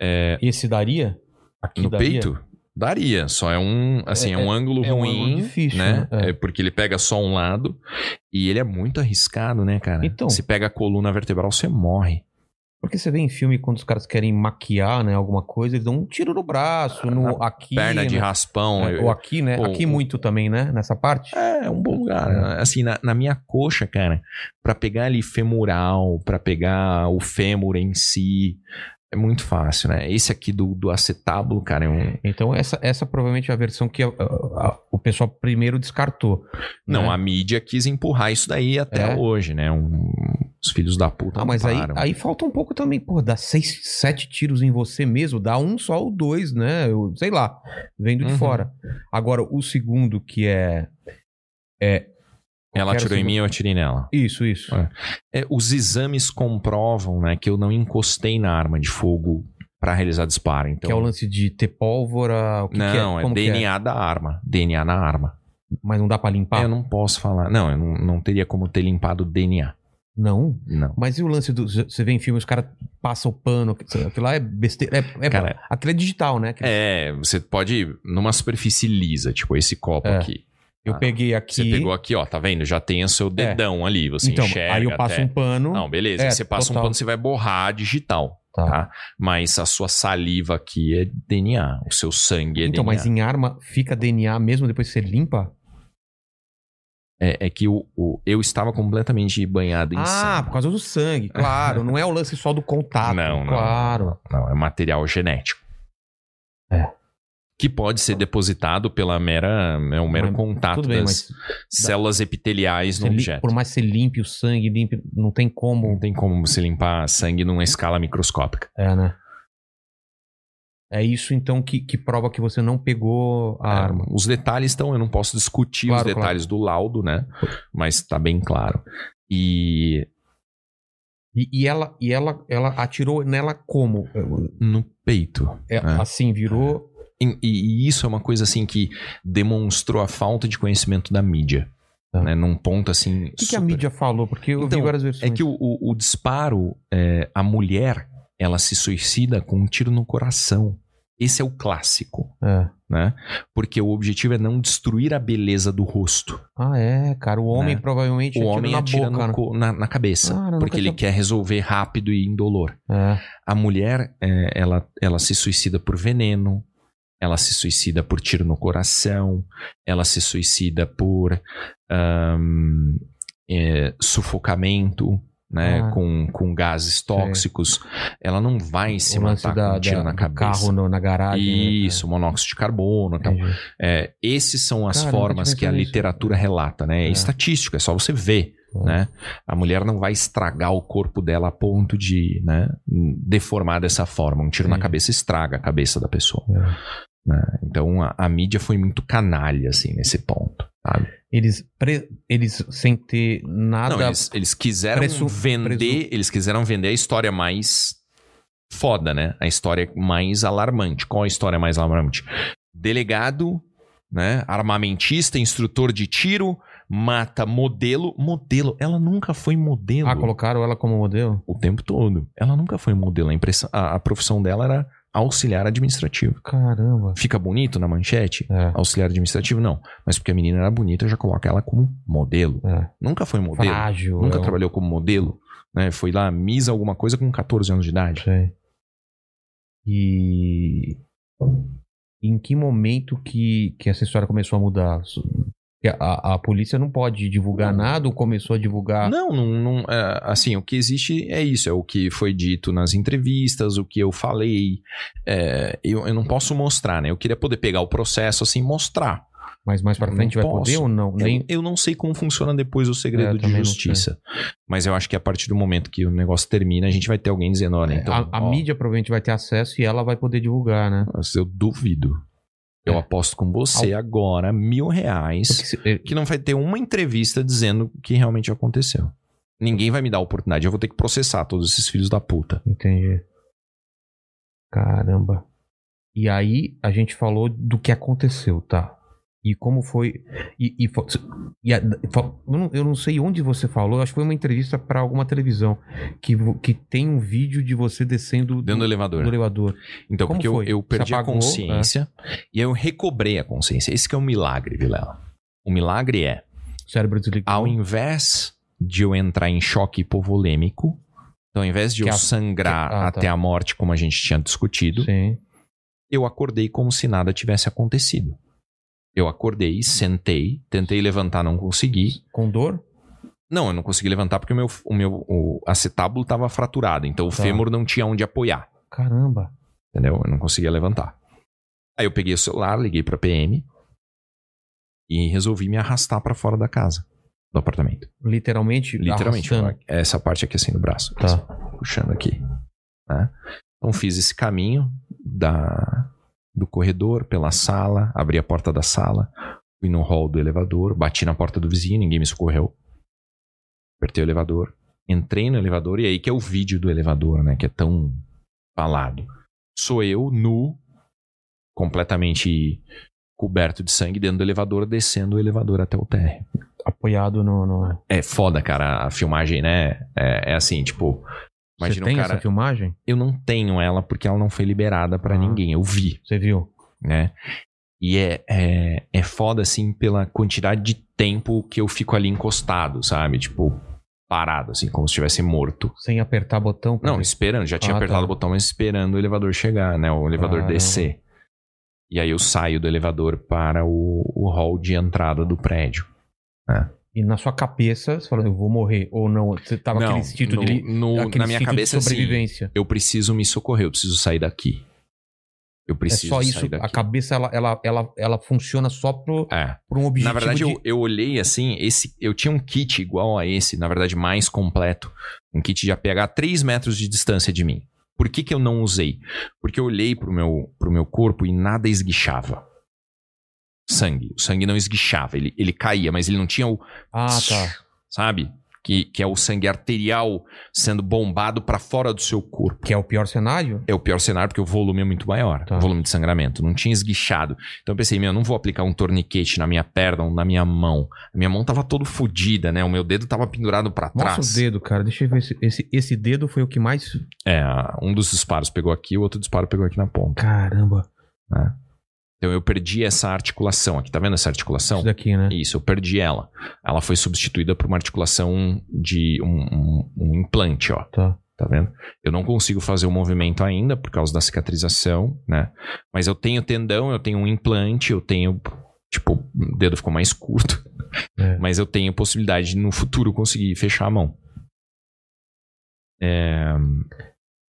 Speaker 3: É,
Speaker 1: Esse daria? Aqui
Speaker 3: no
Speaker 1: daria?
Speaker 3: peito? Daria, só é um, assim, é, um ângulo
Speaker 1: é um
Speaker 3: ruim,
Speaker 1: ângulo difícil,
Speaker 3: né?
Speaker 1: né? É.
Speaker 3: É porque ele pega só um lado e ele é muito arriscado, né, cara?
Speaker 1: Então.
Speaker 3: Se pega a coluna vertebral, você morre.
Speaker 1: Porque você vê em filme quando os caras querem maquiar, né, alguma coisa, eles dão um tiro no braço, no aqui,
Speaker 3: Perna de
Speaker 1: né?
Speaker 3: raspão.
Speaker 1: É,
Speaker 3: eu-
Speaker 1: ou aqui, né?
Speaker 3: Pô,
Speaker 1: aqui
Speaker 3: o-
Speaker 1: muito também, né? Nessa parte.
Speaker 3: É, é um bom lugar. né? Assim, na, na minha coxa, cara, pra pegar ali femoral, pra pegar o fêmur em si, é muito fácil, né? Esse aqui do, do acetábulo, cara, é um.
Speaker 1: Então essa, essa provavelmente é a versão que a- a- a- o pessoal primeiro descartou.
Speaker 3: Não,
Speaker 1: né?
Speaker 3: a mídia quis empurrar isso daí até
Speaker 1: É.
Speaker 3: hoje, né? Um- os filhos da puta.
Speaker 1: Ah,
Speaker 3: não
Speaker 1: mas aí,
Speaker 3: param.
Speaker 1: aí falta um pouco também, pô, dá seis, sete tiros em você mesmo, dá um só ou dois, né? Eu, sei lá, vendo de
Speaker 3: Uhum.
Speaker 1: fora. Agora, o segundo que é. é
Speaker 3: Ela
Speaker 1: qualquer
Speaker 3: atirou em
Speaker 1: segundo-
Speaker 3: mim e eu atirei nela.
Speaker 1: Isso, isso.
Speaker 3: É. É, os exames comprovam, né, que eu não encostei na arma de fogo pra realizar disparo. Então,
Speaker 1: Que é o lance de ter pólvora. O que que
Speaker 3: não,
Speaker 1: é?
Speaker 3: é,
Speaker 1: Como que é?
Speaker 3: DNA da arma. DNA na arma.
Speaker 1: Mas não dá pra limpar?
Speaker 3: É, Eu não posso falar. Não, eu não, não teria como ter limpado o DNA.
Speaker 1: Não.
Speaker 3: Não.
Speaker 1: Mas e o lance do. Você vê em filme, os caras passam o pano. Aquilo lá é besteira. É, é,
Speaker 3: Cara,
Speaker 1: aquilo é digital, né? Aquilo-
Speaker 3: É, você pode ir numa superfície lisa, tipo esse copo
Speaker 1: É.
Speaker 3: aqui.
Speaker 1: eu
Speaker 3: ah,
Speaker 1: peguei aqui.
Speaker 3: Você pegou aqui, ó, tá vendo? Já tem o seu dedão ali, você
Speaker 1: É. então,
Speaker 3: enxerga
Speaker 1: aí eu passo
Speaker 3: até.
Speaker 1: um pano.
Speaker 3: Não, beleza.
Speaker 1: É,
Speaker 3: aí você passa
Speaker 1: total.
Speaker 3: um pano, você vai borrar a digital.
Speaker 1: tá.
Speaker 3: Mas a sua saliva aqui é DNA. O seu sangue é
Speaker 1: Então,
Speaker 3: DNA.
Speaker 1: mas em arma fica DNA mesmo depois que você limpa?
Speaker 3: É, é que o, o- eu estava completamente banhado em
Speaker 1: Ah,
Speaker 3: sangue.
Speaker 1: por causa do
Speaker 3: [LAUGHS]
Speaker 1: sangue, claro. não é o lance só do contato.
Speaker 3: Não, não.
Speaker 1: Claro.
Speaker 3: Não, é material genético.
Speaker 1: É.
Speaker 3: Que pode ser depositado pela mera, é um mero
Speaker 1: Mas
Speaker 3: contato
Speaker 1: Tudo bem, mas
Speaker 3: das células epiteliais
Speaker 1: você
Speaker 3: no
Speaker 1: li-
Speaker 3: objeto.
Speaker 1: por mais que você limpe o sangue, limpe, não tem
Speaker 3: Não
Speaker 1: como.
Speaker 3: tem como você limpar sangue numa escala microscópica.
Speaker 1: É, né? É isso então que, que prova que você não pegou a
Speaker 3: É,
Speaker 1: arma.
Speaker 3: Os detalhes estão, eu não posso discutir
Speaker 1: Claro,
Speaker 3: os detalhes do laudo, né? Mas tá bem claro. E
Speaker 1: E, e ela, e ela, ela atirou nela como?
Speaker 3: No peito.
Speaker 1: É,
Speaker 3: Ah.
Speaker 1: Assim, virou.
Speaker 3: E, e isso é uma coisa assim que demonstrou a falta de conhecimento da mídia.
Speaker 1: Tá.
Speaker 3: Né? Num ponto assim.
Speaker 1: O que, que a
Speaker 3: super-
Speaker 1: mídia falou? Porque eu
Speaker 3: Então,
Speaker 1: vi várias versões.
Speaker 3: É que o, o- o disparo, é, a mulher, ela se suicida com um tiro no coração. Esse é o clássico,
Speaker 1: É.
Speaker 3: né? Porque o objetivo é não destruir a beleza do rosto.
Speaker 1: Ah, é, cara. O homem
Speaker 3: Né?
Speaker 1: provavelmente
Speaker 3: O
Speaker 1: atira
Speaker 3: homem
Speaker 1: na
Speaker 3: atira
Speaker 1: boca. né? Ah,
Speaker 3: no co- na, na cabeça,
Speaker 1: Cara, eu nunca
Speaker 3: porque ele
Speaker 1: tinha-
Speaker 3: quer resolver rápido e indolor.
Speaker 1: né?
Speaker 3: A mulher, é, ela, ela se suicida por veneno, ela se suicida por tiro no coração, ela se suicida por ahn, é, sufocamento, né?
Speaker 1: Ah.
Speaker 3: Com, com gases tóxicos. Ela não vai
Speaker 1: É.
Speaker 3: se
Speaker 1: o lance
Speaker 3: matar com
Speaker 1: da,
Speaker 3: um tiro
Speaker 1: da-
Speaker 3: na
Speaker 1: do
Speaker 3: cabeça.
Speaker 1: carro no- na garagem. né, cara?
Speaker 3: Isso, monóxido de carbono. Tal.
Speaker 1: Entendi.
Speaker 3: É, esses são as
Speaker 1: Cara, nunca
Speaker 3: formas
Speaker 1: tinha
Speaker 3: que a
Speaker 1: pensado nisso.
Speaker 3: literatura relata, né? É,
Speaker 1: É.
Speaker 3: estatística, é só você ver,
Speaker 1: É.
Speaker 3: né? A mulher não vai estragar o corpo dela a ponto de, né, deformar dessa forma. Um tiro na
Speaker 1: Sim.
Speaker 3: cabeça estraga a cabeça da pessoa.
Speaker 1: É.
Speaker 3: né? Então a, a mídia foi muito canalha, assim, nesse ponto. sabe?
Speaker 1: Eles, pre- eles sem ter nada.
Speaker 3: Não, eles, eles quiseram
Speaker 1: Presu-
Speaker 3: vender,
Speaker 1: presu-
Speaker 3: eles quiseram vender a história mais foda, né? A história mais alarmante. Qual a história mais alarmante? Delegado, né? Armamentista, instrutor de tiro, mata modelo, modelo. Ela nunca foi modelo
Speaker 1: Ah, colocaram ela como modelo?
Speaker 3: o tempo todo. Ela nunca foi modelo. A, impressão- a- a profissão dela era auxiliar administrativo.
Speaker 1: Caramba.
Speaker 3: Fica bonito na manchete?
Speaker 1: É.
Speaker 3: Auxiliar administrativo não, mas porque a menina era bonita, já coloca ela como modelo.
Speaker 1: É.
Speaker 3: Nunca foi modelo.
Speaker 1: Frágil.
Speaker 3: Nunca
Speaker 1: é um-
Speaker 3: trabalhou como modelo, né? Foi lá, misa alguma coisa com 14 anos de idade.
Speaker 1: Sei. E em que momento que, que essa história começou a mudar? Su- que a- A, a polícia não pode divulgar nada ou começou a divulgar?
Speaker 3: Não, não, não, é, assim, o que existe é isso, é o que foi dito nas entrevistas, o que eu falei. É, eu, eu não posso mostrar, né? Eu queria poder pegar o processo assim, mostrar.
Speaker 1: Mas mais pra
Speaker 3: Não
Speaker 1: frente vai
Speaker 3: posso.
Speaker 1: poder ou não? Nem...
Speaker 3: Eu, eu não sei como funciona depois o
Speaker 1: É,
Speaker 3: segredo
Speaker 1: eu
Speaker 3: de
Speaker 1: também não
Speaker 3: justiça, mas eu acho que a partir do momento que o negócio termina, a gente vai ter alguém dizendo, olha, então,
Speaker 1: É, a a
Speaker 3: ó,
Speaker 1: mídia provavelmente vai ter acesso e ela vai poder divulgar, né?
Speaker 3: eu duvido. Eu
Speaker 1: É.
Speaker 3: aposto com você agora mil reais.
Speaker 1: Porque se- é,
Speaker 3: que não vai ter uma entrevista dizendo o que realmente aconteceu. Ninguém vai me dar a oportunidade. Eu vou ter que processar todos esses filhos da puta.
Speaker 1: Entendi. Caramba. E aí a gente falou do que aconteceu, tá? E como foi. E, e fo- e a- fa- eu, não, eu não sei onde você falou, acho que foi uma entrevista pra alguma televisão. Que, vo- que tem um vídeo de você descendo
Speaker 3: Dentro do
Speaker 1: do,
Speaker 3: elevador.
Speaker 1: do elevador.
Speaker 3: Então,
Speaker 1: Hum, Como
Speaker 3: porque eu,
Speaker 1: foi?
Speaker 3: eu
Speaker 1: Você
Speaker 3: perdi
Speaker 1: apagou, É.
Speaker 3: a consciência e aí eu recobrei a consciência. Esse que é o milagre, Vilela. O milagre é,
Speaker 1: O cérebro desligou.
Speaker 3: ao invés de eu entrar em choque hipovolêmico, então, ao invés de
Speaker 1: Que
Speaker 3: eu
Speaker 1: a-
Speaker 3: sangrar
Speaker 1: que- ah,
Speaker 3: até
Speaker 1: tá.
Speaker 3: a morte, como a gente tinha discutido,
Speaker 1: Sim.
Speaker 3: eu acordei como se nada tivesse acontecido. Eu acordei, sentei, tentei levantar, não consegui.
Speaker 1: Com dor?
Speaker 3: Não, eu não consegui levantar porque o meu, o meu o acetábulo estava fraturado, então o
Speaker 1: Tá.
Speaker 3: fêmur não tinha onde apoiar,
Speaker 1: Caramba.
Speaker 3: entendeu? Eu não conseguia levantar. Aí eu peguei o celular, liguei pra PM e resolvi me arrastar pra fora da casa, do apartamento.
Speaker 1: Literalmente?
Speaker 3: Literalmente,
Speaker 1: arrastando.
Speaker 3: essa parte aqui assim do braço,
Speaker 1: Tá.
Speaker 3: puxando aqui. né? Então fiz esse caminho da, do corredor pela sala, abri a porta da sala, fui no hall do elevador, bati na porta do vizinho, ninguém me socorreu. Apertei o elevador, entrei no elevador, e aí que é o vídeo do elevador, né? Que é tão falado. Sou eu, nu, completamente coberto de sangue dentro do elevador, descendo o elevador até o térreo.
Speaker 1: Apoiado no. no...
Speaker 3: É foda, cara, a filmagem, né? É, é assim, tipo...
Speaker 1: Você
Speaker 3: Imagina
Speaker 1: tem
Speaker 3: o cara
Speaker 1: essa filmagem?
Speaker 3: eu não tenho ela porque ela não foi liberada pra
Speaker 1: Ah.
Speaker 3: ninguém. Eu vi,
Speaker 1: Você viu?
Speaker 3: né? E é, é, é foda, assim, pela quantidade de tempo que eu fico ali encostado, sabe? Tipo, parado, assim, como se estivesse morto.
Speaker 1: Sem apertar botão? pra
Speaker 3: Não,
Speaker 1: ver-
Speaker 3: esperando. Já tinha
Speaker 1: Ah,
Speaker 3: apertado
Speaker 1: tá.
Speaker 3: o botão, mas esperando o elevador chegar, né? O elevador
Speaker 1: Caramba.
Speaker 3: descer. E aí eu saio do elevador para o, o hall de entrada do prédio.
Speaker 1: E na sua cabeça, você falou, eu vou morrer ou não. Você tava
Speaker 3: Não,
Speaker 1: aquele instinto
Speaker 3: no-
Speaker 1: de.
Speaker 3: no-
Speaker 1: aquele
Speaker 3: na minha
Speaker 1: instinto de
Speaker 3: cabeça, assim,
Speaker 1: sobrevivência. É
Speaker 3: eu preciso me socorrer, eu preciso sair daqui. Eu
Speaker 1: É
Speaker 3: preciso
Speaker 1: só
Speaker 3: sair
Speaker 1: isso.
Speaker 3: daqui.
Speaker 1: A cabeça, ela, ela, ela, ela funciona só pro,
Speaker 3: É.
Speaker 1: pro um objetivo.
Speaker 3: Na verdade,
Speaker 1: de...
Speaker 3: eu, eu olhei assim, esse, eu tinha um kit igual a esse, na verdade, mais completo. Um kit de APH a 3 metros de distância de mim. Por que, que eu não usei? Porque eu olhei pro meu, pro meu corpo e nada esguichava. Sangue. O sangue não esguichava. Ele, ele caía, mas ele não tinha o.
Speaker 1: Ah, tá.
Speaker 3: Sabe? que, que é o sangue arterial sendo bombado para fora do seu corpo.
Speaker 1: Que é o pior cenário?
Speaker 3: É o pior cenário porque o volume é muito maior,
Speaker 1: Tá.
Speaker 3: o volume de sangramento. Não tinha esguichado. Então eu pensei, meu, eu não vou aplicar um torniquete na minha perna ou na minha mão. A minha mão tava todo fodida, né? O meu dedo tava pendurado para trás.
Speaker 1: Mostra o dedo, cara. Deixa eu ver. se- Esse, esse dedo foi o que mais.
Speaker 3: É, um dos disparos pegou aqui, o outro disparo pegou aqui na ponta.
Speaker 1: Caramba.
Speaker 3: Então eu perdi essa articulação aqui, tá vendo essa articulação?
Speaker 1: Isso daqui, né?
Speaker 3: Isso, eu perdi ela. Ela foi substituída por uma articulação de um, um- um implante, ó.
Speaker 1: Tá.
Speaker 3: Tá vendo? Eu não consigo fazer o movimento ainda por causa da cicatrização, né? Mas eu tenho tendão, eu tenho um implante, eu tenho. Tipo, o dedo ficou mais curto.
Speaker 1: É.
Speaker 3: [LAUGHS] Mas eu tenho possibilidade de, no futuro conseguir fechar a mão. É,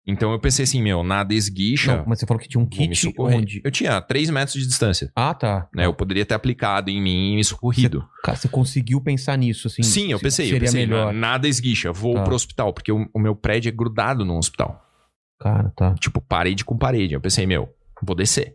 Speaker 3: Então eu pensei assim, meu, nada esguicha.
Speaker 1: Não, mas você falou que tinha um
Speaker 3: vou me
Speaker 1: kit
Speaker 3: socorrer.
Speaker 1: onde.
Speaker 3: Eu tinha 3 metros de distância.
Speaker 1: Ah, tá.
Speaker 3: Né? Eu poderia ter aplicado em mim e me socorrido.
Speaker 1: Cara, você conseguiu pensar nisso, assim.
Speaker 3: Sim, eu
Speaker 1: se-
Speaker 3: pensei.
Speaker 1: Seria
Speaker 3: eu pensei,
Speaker 1: melhor.
Speaker 3: "Na- Nada esguicha, vou
Speaker 1: Tá.
Speaker 3: pro hospital, porque o, o meu prédio é grudado num hospital.
Speaker 1: Cara, tá.
Speaker 3: Tipo, parede com parede. Eu pensei, meu, vou descer.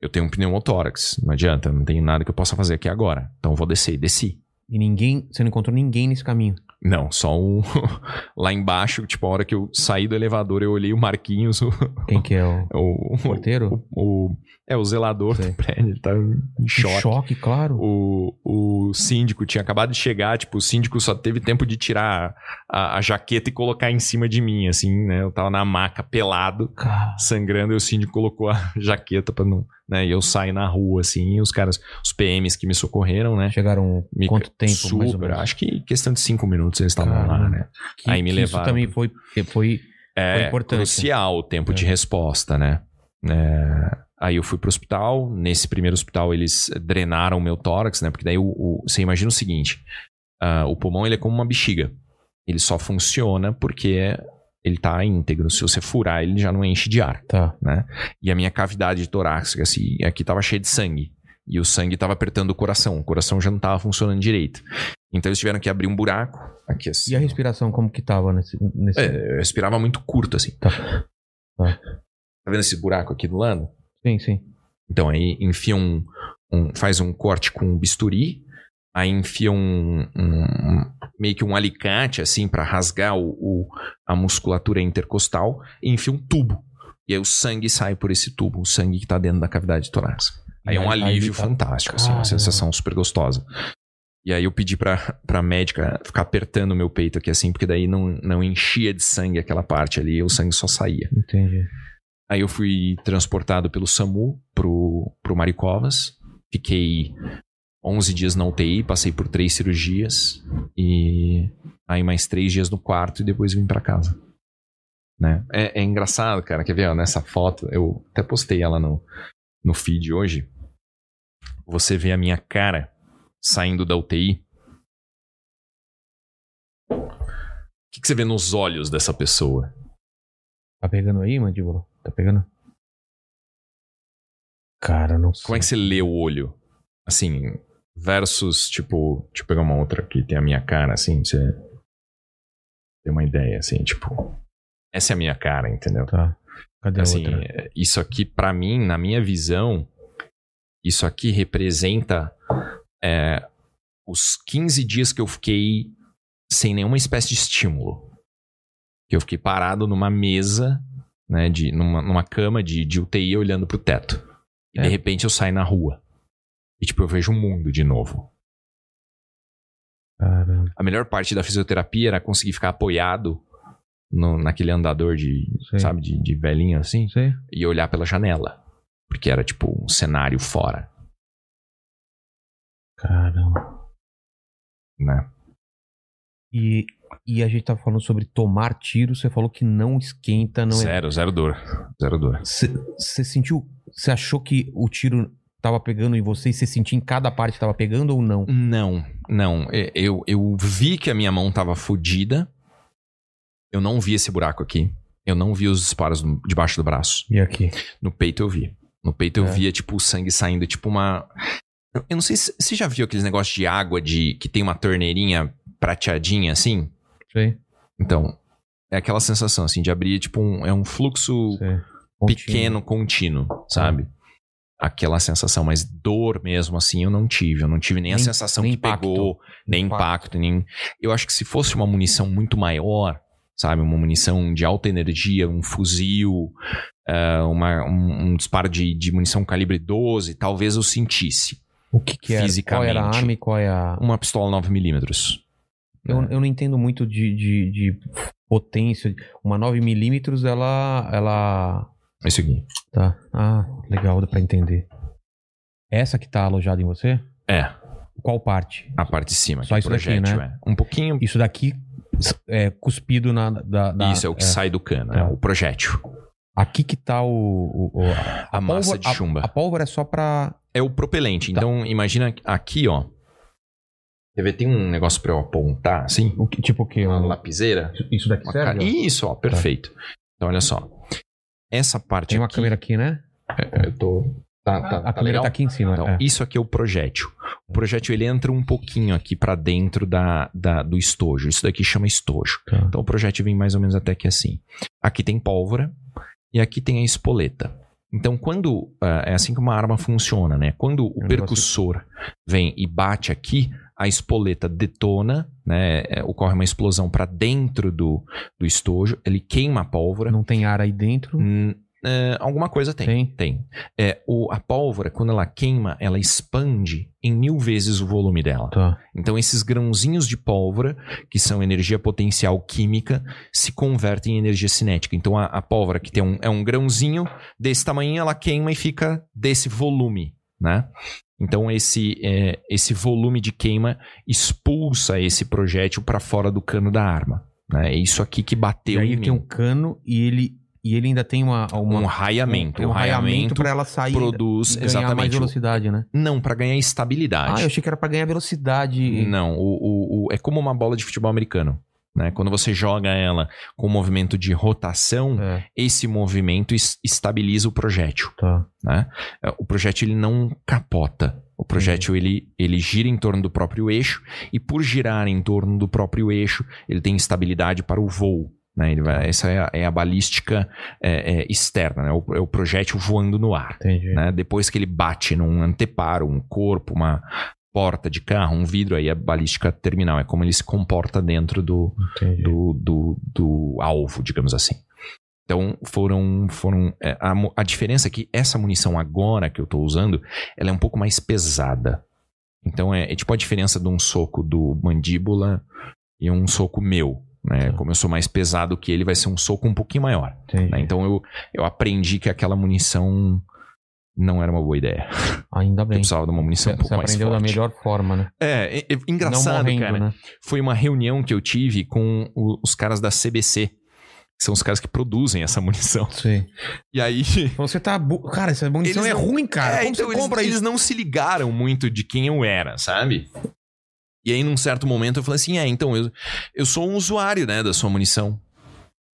Speaker 3: Eu tenho um pneumotórax, não adianta, não tenho nada que eu possa fazer aqui agora. Então eu vou descer e desci.
Speaker 1: E ninguém. Você não encontrou ninguém nesse caminho.
Speaker 3: Não, só um. [LAUGHS] lá embaixo, tipo, a hora que eu saí do elevador, eu olhei o Marquinhos, o.
Speaker 1: Quem que é o
Speaker 3: o,
Speaker 1: porteiro?
Speaker 3: o- o- é, o zelador
Speaker 1: Sei.
Speaker 3: do prédio, ele tá em choque.
Speaker 1: choque claro.
Speaker 3: O, o síndico tinha acabado de chegar, tipo, o síndico só teve tempo de tirar a, a jaqueta e colocar em cima de mim, assim, né? Eu tava na maca, pelado,
Speaker 1: Cara,
Speaker 3: sangrando, e o síndico colocou a [LAUGHS] jaqueta pra não. Né? E eu saí na rua, assim, e os caras, os PMs que me socorreram, né?
Speaker 1: chegaram
Speaker 3: Me-
Speaker 1: quanto tempo,
Speaker 3: Super,
Speaker 1: mais ou menos?
Speaker 3: acho que questão de cinco minutos eles estavam lá,
Speaker 1: Caramba.
Speaker 3: né? Aí me
Speaker 1: Isso
Speaker 3: levaram.
Speaker 1: também foi, foi Foi
Speaker 3: É
Speaker 1: importante.
Speaker 3: crucial o tempo
Speaker 1: É.
Speaker 3: de resposta, né? É, Aí eu fui pro hospital. Nesse primeiro hospital, eles drenaram o meu tórax, né? Porque daí o, o- você imagina o seguinte: ah, o pulmão ele é como uma bexiga. Ele só funciona porque ele tá íntegro. Se você furar, ele já não enche de ar.
Speaker 1: Tá.
Speaker 3: né? E a minha cavidade torácica, assim, aqui tava cheia de sangue. E o sangue tava apertando o coração. O coração já não tava funcionando direito. Então eles tiveram que abrir um buraco. Aqui assim.
Speaker 1: E a respiração, como que tava nesse. nesse...
Speaker 3: É, eu respirava muito curto, assim.
Speaker 1: Tá. Tá.
Speaker 3: Tá vendo esse buraco aqui do lado?
Speaker 1: Sim, sim.
Speaker 3: Então, aí enfia um, um- faz um corte com um bisturi, aí enfia um, um- meio que um alicate, assim, pra rasgar o, o- a musculatura intercostal, e enfia um tubo. E aí o sangue sai por esse tubo, o sangue que tá dentro da cavidade torácica. Aí é um
Speaker 1: Aí- aí
Speaker 3: alívio
Speaker 1: tá-
Speaker 3: fantástico, assim, uma
Speaker 1: Caramba.
Speaker 3: sensação super gostosa. E aí eu pedi pra, pra médica ficar apertando o meu peito aqui, assim, porque daí não, não enchia de sangue aquela parte ali, e o sangue só saía.
Speaker 1: Entendi.
Speaker 3: Aí eu fui transportado pelo SAMU pro, pro Maricovas. Fiquei 11 dias na UTI, passei por três cirurgias e aí mais três dias no quarto e depois vim pra casa. Né? É, é engraçado, cara. Quer ver ó, nessa foto? Eu até postei ela no, no feed hoje. Você vê a minha cara saindo da UTI. O que que você vê nos olhos dessa pessoa?
Speaker 1: Tá pegando aí, mandíbula? Tá pegando? Cara, não sei.
Speaker 3: Como é que você lê o olho? Assim, versus, tipo, deixa eu pegar uma outra aqui, tem a minha cara, assim, você tem uma ideia, assim, tipo, essa é a minha cara, entendeu?
Speaker 1: Tá. Cadê
Speaker 3: Assim,
Speaker 1: a outra?
Speaker 3: é, isso aqui, pra mim, na minha visão, isso aqui representa é, os 15 dias que eu fiquei sem nenhuma espécie de estímulo. Que eu fiquei parado numa mesa, né, de, numa, numa cama de, de UTI olhando pro teto. E
Speaker 1: É.
Speaker 3: de repente eu saio na rua. E tipo, eu vejo o mundo de novo.
Speaker 1: Caramba,
Speaker 3: A melhor parte da fisioterapia era conseguir ficar apoiado no- naquele andador de,
Speaker 1: Sei.
Speaker 3: sabe, de, de velhinho assim
Speaker 1: não sei.
Speaker 3: e olhar pela janela. Porque era tipo um cenário fora,
Speaker 1: Caramba.
Speaker 3: né?
Speaker 1: E, e a gente tava falando sobre tomar tiro, você falou que não esquenta, não é.
Speaker 3: zero, zero dor. Zero dor.
Speaker 1: Você sentiu. Você achou que o tiro tava pegando em você e você sentia em cada parte que tava pegando ou não?
Speaker 3: Não, não. E- Eu, eu vi que a minha mão tava fodida. Eu não vi esse buraco aqui. Eu não vi os disparos no- debaixo do braço.
Speaker 1: E aqui?
Speaker 3: No peito eu vi. No peito eu
Speaker 1: É.
Speaker 3: via, tipo, o sangue saindo, tipo uma. Eu- Eu não sei se você já viu aqueles negócios de água de que tem uma torneirinha prateadinha assim.
Speaker 1: Sei,
Speaker 3: Então, é aquela sensação assim de abrir, tipo, um, é um fluxo
Speaker 1: sei. Contínuo.
Speaker 3: pequeno, contínuo, sabe? aquela sensação, mas dor mesmo assim eu não tive. Eu não tive nem, a
Speaker 1: Nem-
Speaker 3: sensação
Speaker 1: nem
Speaker 3: que
Speaker 1: impacto.
Speaker 3: pegou, nem
Speaker 1: Impacto.
Speaker 3: impacto, nem. Eu acho que se fosse uma munição muito maior, sabe, uma munição de alta energia, um fuzil, ah, uma- um, um disparo de, de munição calibre 12, talvez eu sentisse
Speaker 1: O que que era? Qual era a
Speaker 3: Fisicamente. Um,
Speaker 1: arma e qual é a...
Speaker 3: uma pistola 9mm. é.
Speaker 1: Eu, eu não entendo muito de, de, de potência. Uma 9mm, ela... ela...
Speaker 3: É isso aqui.
Speaker 1: Tá. Ah, legal, dá pra entender. Essa que tá alojada em você?
Speaker 3: É,
Speaker 1: Qual parte?
Speaker 3: a parte de cima,
Speaker 1: Só
Speaker 3: que é
Speaker 1: isso daqui, né?
Speaker 3: projétil, é. Um pouquinho.
Speaker 1: Isso daqui é cuspido na... Da, da-
Speaker 3: Isso é o que sai do cano, é
Speaker 1: Tá.
Speaker 3: o projétil.
Speaker 1: Aqui que tá o... o- o- a,
Speaker 3: A massa de
Speaker 1: pólvora- a-
Speaker 3: chumba.
Speaker 1: A, pólvora é só pra...
Speaker 3: É o propelente.
Speaker 1: Tá.
Speaker 3: Então, imagina aqui, ó. Quer ver? Tem um negócio pra eu apontar, assim?
Speaker 1: O que, tipo o quê?
Speaker 3: Uma
Speaker 1: Um-
Speaker 3: lapiseira.
Speaker 1: isso- Isso daqui
Speaker 3: Uma
Speaker 1: serve?
Speaker 3: ca-
Speaker 1: ó?
Speaker 3: Isso, ó. Perfeito. Então, olha só. Essa parte
Speaker 1: Tá. Tem uma
Speaker 3: aqui...
Speaker 1: câmera aqui, né?
Speaker 3: Eu tô... Tá, tá,
Speaker 1: A
Speaker 3: tá
Speaker 1: câmera
Speaker 3: legal?
Speaker 1: tá aqui em cima.
Speaker 3: Então,
Speaker 1: é.
Speaker 3: isso aqui é o projétil. O projétil, ele entra um pouquinho aqui pra dentro da, da- do estojo. Isso daqui chama estojo.
Speaker 1: Tá.
Speaker 3: Então, o projétil vem mais ou menos até aqui assim. Aqui tem pólvora e aqui tem a espoleta. Então, quando. ah, é assim que uma arma funciona, né?
Speaker 1: É
Speaker 3: Quando o
Speaker 1: um negócio-
Speaker 3: percussor vem e bate aqui, a espoleta detona, né? É, Ocorre uma explosão para dentro do, do estojo, ele queima a pólvora.
Speaker 1: Não tem ar aí dentro.
Speaker 3: Hum, é, alguma coisa tem.
Speaker 1: Tem?
Speaker 3: Tem. É, o, a pólvora, quando ela queima, ela expande em mil vezes o volume dela.
Speaker 1: Tá.
Speaker 3: Então, esses grãozinhos de pólvora, que são energia potencial química, se convertem em energia cinética. Então, a, a pólvora, que tem um, é um grãozinho desse tamanho, ela queima e fica desse volume, né? Então, esse, é, esse volume de queima expulsa esse projétil para fora do cano da arma. né? É isso aqui que
Speaker 1: E
Speaker 3: bateu
Speaker 1: aí
Speaker 3: em
Speaker 1: ele tem
Speaker 3: mim.
Speaker 1: um cano e ele, e ele ainda tem uma, uma-
Speaker 3: Um raiamento.
Speaker 1: um, um raiamento pra ela sair
Speaker 3: produz
Speaker 1: e ganhar mais
Speaker 3: exatamente o-
Speaker 1: velocidade, né?
Speaker 3: Não, para ganhar estabilidade.
Speaker 1: Ah, eu achei que era pra ganhar velocidade.
Speaker 3: Não, o, o- o- é como uma bola de futebol americano. Né? Quando você joga ela com um movimento de rotação,
Speaker 1: É,
Speaker 3: esse movimento es- estabiliza o projétil.
Speaker 1: tá.
Speaker 3: É, O projétil ele não capota. O
Speaker 1: Uhum.
Speaker 3: projétil ele, ele gira em torno do próprio eixo e por girar em torno do próprio eixo, ele tem estabilidade para o voo. Né? Ele vai- essa é a, é a balística é, é, externa, né? O- é o projétil voando no ar
Speaker 1: Entendi.
Speaker 3: né? Depois que ele bate num anteparo, um corpo, uma porta de carro, um vidro, aí é balística terminal. É como ele se comporta dentro do,
Speaker 1: Entendi.
Speaker 3: do, do, do alvo, digamos assim. Então foram. foram é, a, mu- a diferença é que essa munição agora que eu estou usando, ela é um pouco mais pesada. Então é, é tipo a diferença de um soco do mandíbula e um soco meu. Né?
Speaker 1: Tá.
Speaker 3: Como eu sou mais pesado que ele, vai ser um soco um pouquinho maior.
Speaker 1: entendi.
Speaker 3: né? Então eu, eu aprendi que aquela munição não era uma boa ideia.
Speaker 1: Ainda
Speaker 3: Eu
Speaker 1: bem. Você
Speaker 3: precisava de uma munição um pouco
Speaker 1: você
Speaker 3: mais
Speaker 1: aprendeu da
Speaker 3: forte.
Speaker 1: melhor forma, né?
Speaker 3: É, é, é
Speaker 1: Não
Speaker 3: engraçado,
Speaker 1: morrendo,
Speaker 3: cara.
Speaker 1: né?
Speaker 3: Foi uma reunião que eu tive com o- os caras da CBC. Que são os caras que produzem essa [LAUGHS] munição.
Speaker 1: Sim.
Speaker 3: E aí.
Speaker 1: Você tá. bu- Cara, essa munição
Speaker 3: Eles
Speaker 1: é
Speaker 3: não-
Speaker 1: ruim, cara.
Speaker 3: É,
Speaker 1: Como
Speaker 3: então
Speaker 1: você
Speaker 3: eles,
Speaker 1: compra
Speaker 3: eles
Speaker 1: isso?
Speaker 3: não se ligaram muito de quem eu era, sabe? E aí, num certo momento, eu falei assim: é, então, eu, eu sou um usuário, né, da sua munição.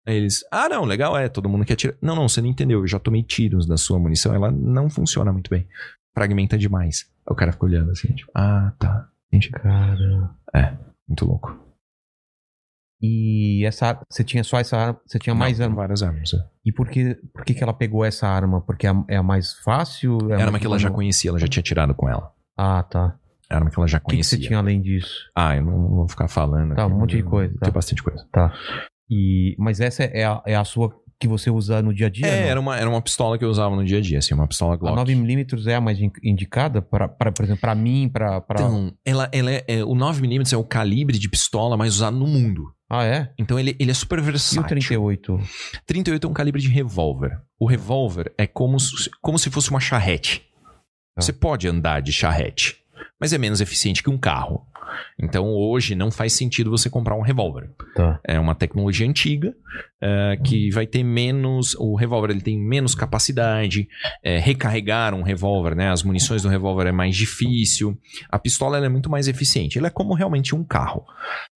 Speaker 3: Aí eles, ah, não, legal, é, todo mundo que atira. Não, não, você não entendeu, eu já tomei tiros da sua munição, ela não funciona muito bem. Fragmenta demais. Aí o cara ficou olhando assim, tipo, ah, tá,
Speaker 1: Cara.
Speaker 3: muito louco.
Speaker 1: E essa. Você tinha só essa arma. Você tinha mais
Speaker 3: Não,
Speaker 1: arma.
Speaker 3: Várias armas. é.
Speaker 1: E por que, por que, que ela pegou essa arma? Porque é a, é a mais fácil? É a
Speaker 3: Era
Speaker 1: mais-
Speaker 3: uma que ela já conhecia, ela já tinha tirado com ela.
Speaker 1: Ah, tá.
Speaker 3: Era uma que ela já
Speaker 1: O que, que
Speaker 3: conhecia.
Speaker 1: você tinha além disso?
Speaker 3: Ah, eu não vou ficar falando.
Speaker 1: Tá,
Speaker 3: aqui,
Speaker 1: um monte de
Speaker 3: mas
Speaker 1: coisa,
Speaker 3: Tem
Speaker 1: tá.
Speaker 3: bastante coisa.
Speaker 1: E, mas essa é a, é a sua que você usa no dia a dia?
Speaker 3: É,
Speaker 1: não?
Speaker 3: era uma, era uma pistola que eu usava no dia a dia, assim, uma pistola
Speaker 1: A
Speaker 3: Glock.
Speaker 1: 9mm é a mais in- indicada, pra, pra, por exemplo, pra mim, pra... pra-
Speaker 3: Então, ela, ela é, é- o 9mm é o calibre de pistola mais usado no mundo.
Speaker 1: Ah, é?
Speaker 3: Então ele, ele é super
Speaker 1: E o
Speaker 3: versátil.
Speaker 1: 38?
Speaker 3: 38 é um calibre de revólver. O revólver é como se, como se fosse uma charrete.
Speaker 1: Tá.
Speaker 3: Você pode andar de charrete, mas é menos eficiente que um carro. Então hoje não faz sentido você comprar um revólver.
Speaker 1: Tá.
Speaker 3: É uma tecnologia antiga eh, que vai ter menos. O revólver ele tem menos capacidade. eh, recarregar um revólver, né? As munições do revólver é mais difícil. A pistola ela é muito mais eficiente. Ela é como realmente um carro.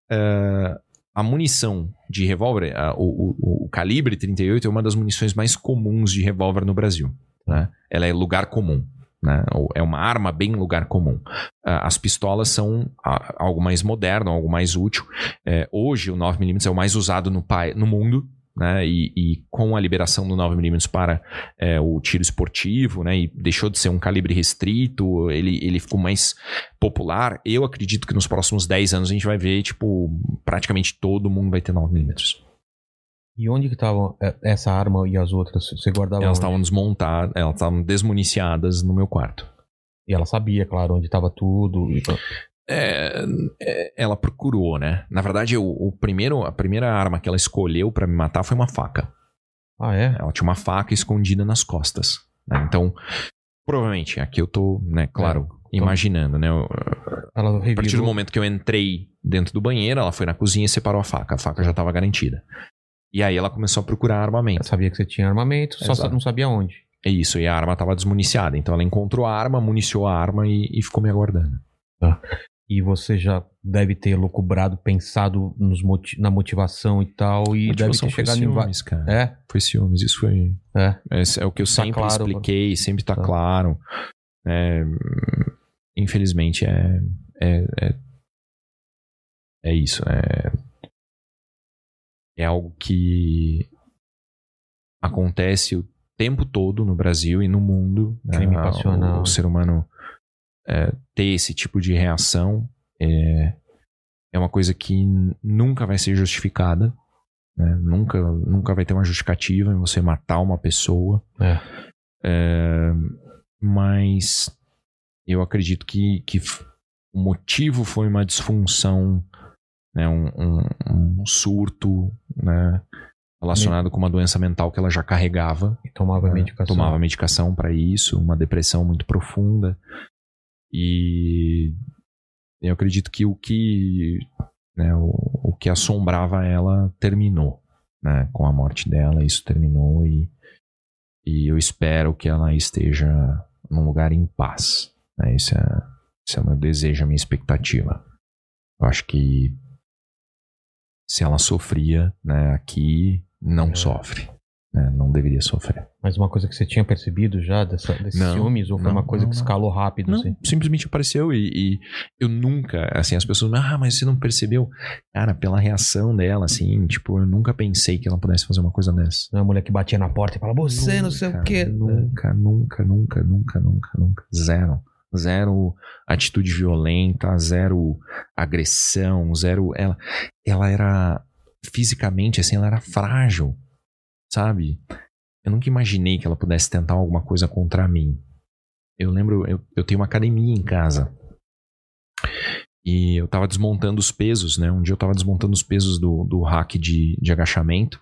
Speaker 3: Eh, a munição de revólver, a- o, o- o calibre 38 é uma das munições mais comuns de revólver no Brasil. Né? Ela é lugar comum. Né? Ou É uma arma bem lugar comum. Ah, As pistolas são ah, algo mais moderno, algo mais útil. É, hoje o 9mm é o mais usado no, pai, no mundo. né? E, e com a liberação do 9mm para é, o tiro esportivo, né? E deixou de ser um calibre restrito, ele, ele ficou mais popular. Eu acredito que nos próximos 10 anos a gente vai ver, tipo, praticamente todo mundo vai ter 9mm.
Speaker 1: E onde que estavam é, essa arma e as outras? Você guardava onde?
Speaker 3: Elas estavam desmontadas, elas estavam desmuniciadas no meu quarto.
Speaker 1: E ela sabia, claro, onde estava tudo. e-
Speaker 3: É, é, ela procurou, né? Na verdade, o, o primeiro, a primeira arma que ela escolheu pra me matar foi uma faca.
Speaker 1: Ah, é?
Speaker 3: Ela tinha uma faca escondida nas costas. né? Então, provavelmente, aqui eu tô, né, claro, imaginando, né? Eu-
Speaker 1: Ela
Speaker 3: A partir do
Speaker 1: revirou.
Speaker 3: momento que eu entrei dentro do banheiro, ela foi na cozinha e separou a faca. A faca já tava garantida. E aí ela começou a procurar armamento.
Speaker 1: Ela sabia que você tinha armamento, só
Speaker 3: Exato.
Speaker 1: sa- não sabia onde.
Speaker 3: É isso, e a arma tava desmuniciada. Então ela encontrou a arma, municiou a arma e, e ficou me aguardando.
Speaker 1: E você já deve ter lucubrado, pensado nos moti- na motivação e tal, e deve
Speaker 3: Motivação
Speaker 1: ter
Speaker 3: foi
Speaker 1: chegado em vários.
Speaker 3: Tipo, ciúmes, cara.
Speaker 1: É?
Speaker 3: Foi ciúmes, isso foi.
Speaker 1: É.
Speaker 3: Esse é o que eu
Speaker 1: Tá
Speaker 3: sempre
Speaker 1: claro,
Speaker 3: expliquei, sempre tá,
Speaker 1: Tá.
Speaker 3: claro. É, infelizmente é, é, é. é isso. É, é algo que acontece o tempo todo no Brasil e no mundo. né?
Speaker 1: Crime
Speaker 3: O-
Speaker 1: passional.
Speaker 3: O ser humano é, ter esse tipo de reação é, é uma coisa que n- nunca vai ser justificada. né? Nunca, nunca vai ter uma justificativa em você matar uma pessoa.
Speaker 1: É.
Speaker 3: É, mas eu acredito que, que f- o motivo foi uma disfunção, né? um, um- um surto né? relacionado com uma doença mental que ela já carregava.
Speaker 1: E tomava
Speaker 3: É,
Speaker 1: medicação.
Speaker 3: Tomava medicação para isso, uma depressão muito profunda. E eu acredito que o que né, o, o que assombrava ela terminou, né, com a morte dela, isso terminou e e eu espero que ela esteja num lugar em paz. Né, esse, é, esse é o meu desejo, a minha expectativa. Eu acho que se ela sofria, né, aqui não
Speaker 1: É.
Speaker 3: sofre, né, não deveria sofrer.
Speaker 1: Mas uma coisa que você tinha percebido já dessa, desses
Speaker 3: Não,
Speaker 1: ciúmes, ou foi
Speaker 3: não,
Speaker 1: uma coisa
Speaker 3: não,
Speaker 1: que
Speaker 3: não.
Speaker 1: escalou rápido,
Speaker 3: Não,
Speaker 1: assim?
Speaker 3: simplesmente apareceu e, e eu nunca, assim, as pessoas, ah, mas você não percebeu? Cara, pela reação dela, assim, tipo, eu nunca pensei que ela pudesse fazer uma coisa dessa.
Speaker 1: Não é a mulher que batia na porta e falava, você não sei o
Speaker 3: Nunca,
Speaker 1: quê.
Speaker 3: Nunca, nunca, nunca, nunca, nunca, nunca. Zero. Zero atitude violenta, zero agressão, zero. Ela, ela era fisicamente, assim, ela era frágil, sabe? Eu nunca imaginei que ela pudesse tentar alguma coisa contra mim. Eu lembro, eu, eu tenho uma academia em casa. E eu tava desmontando os pesos, né? Um dia eu tava desmontando os pesos do, do rack de, de agachamento.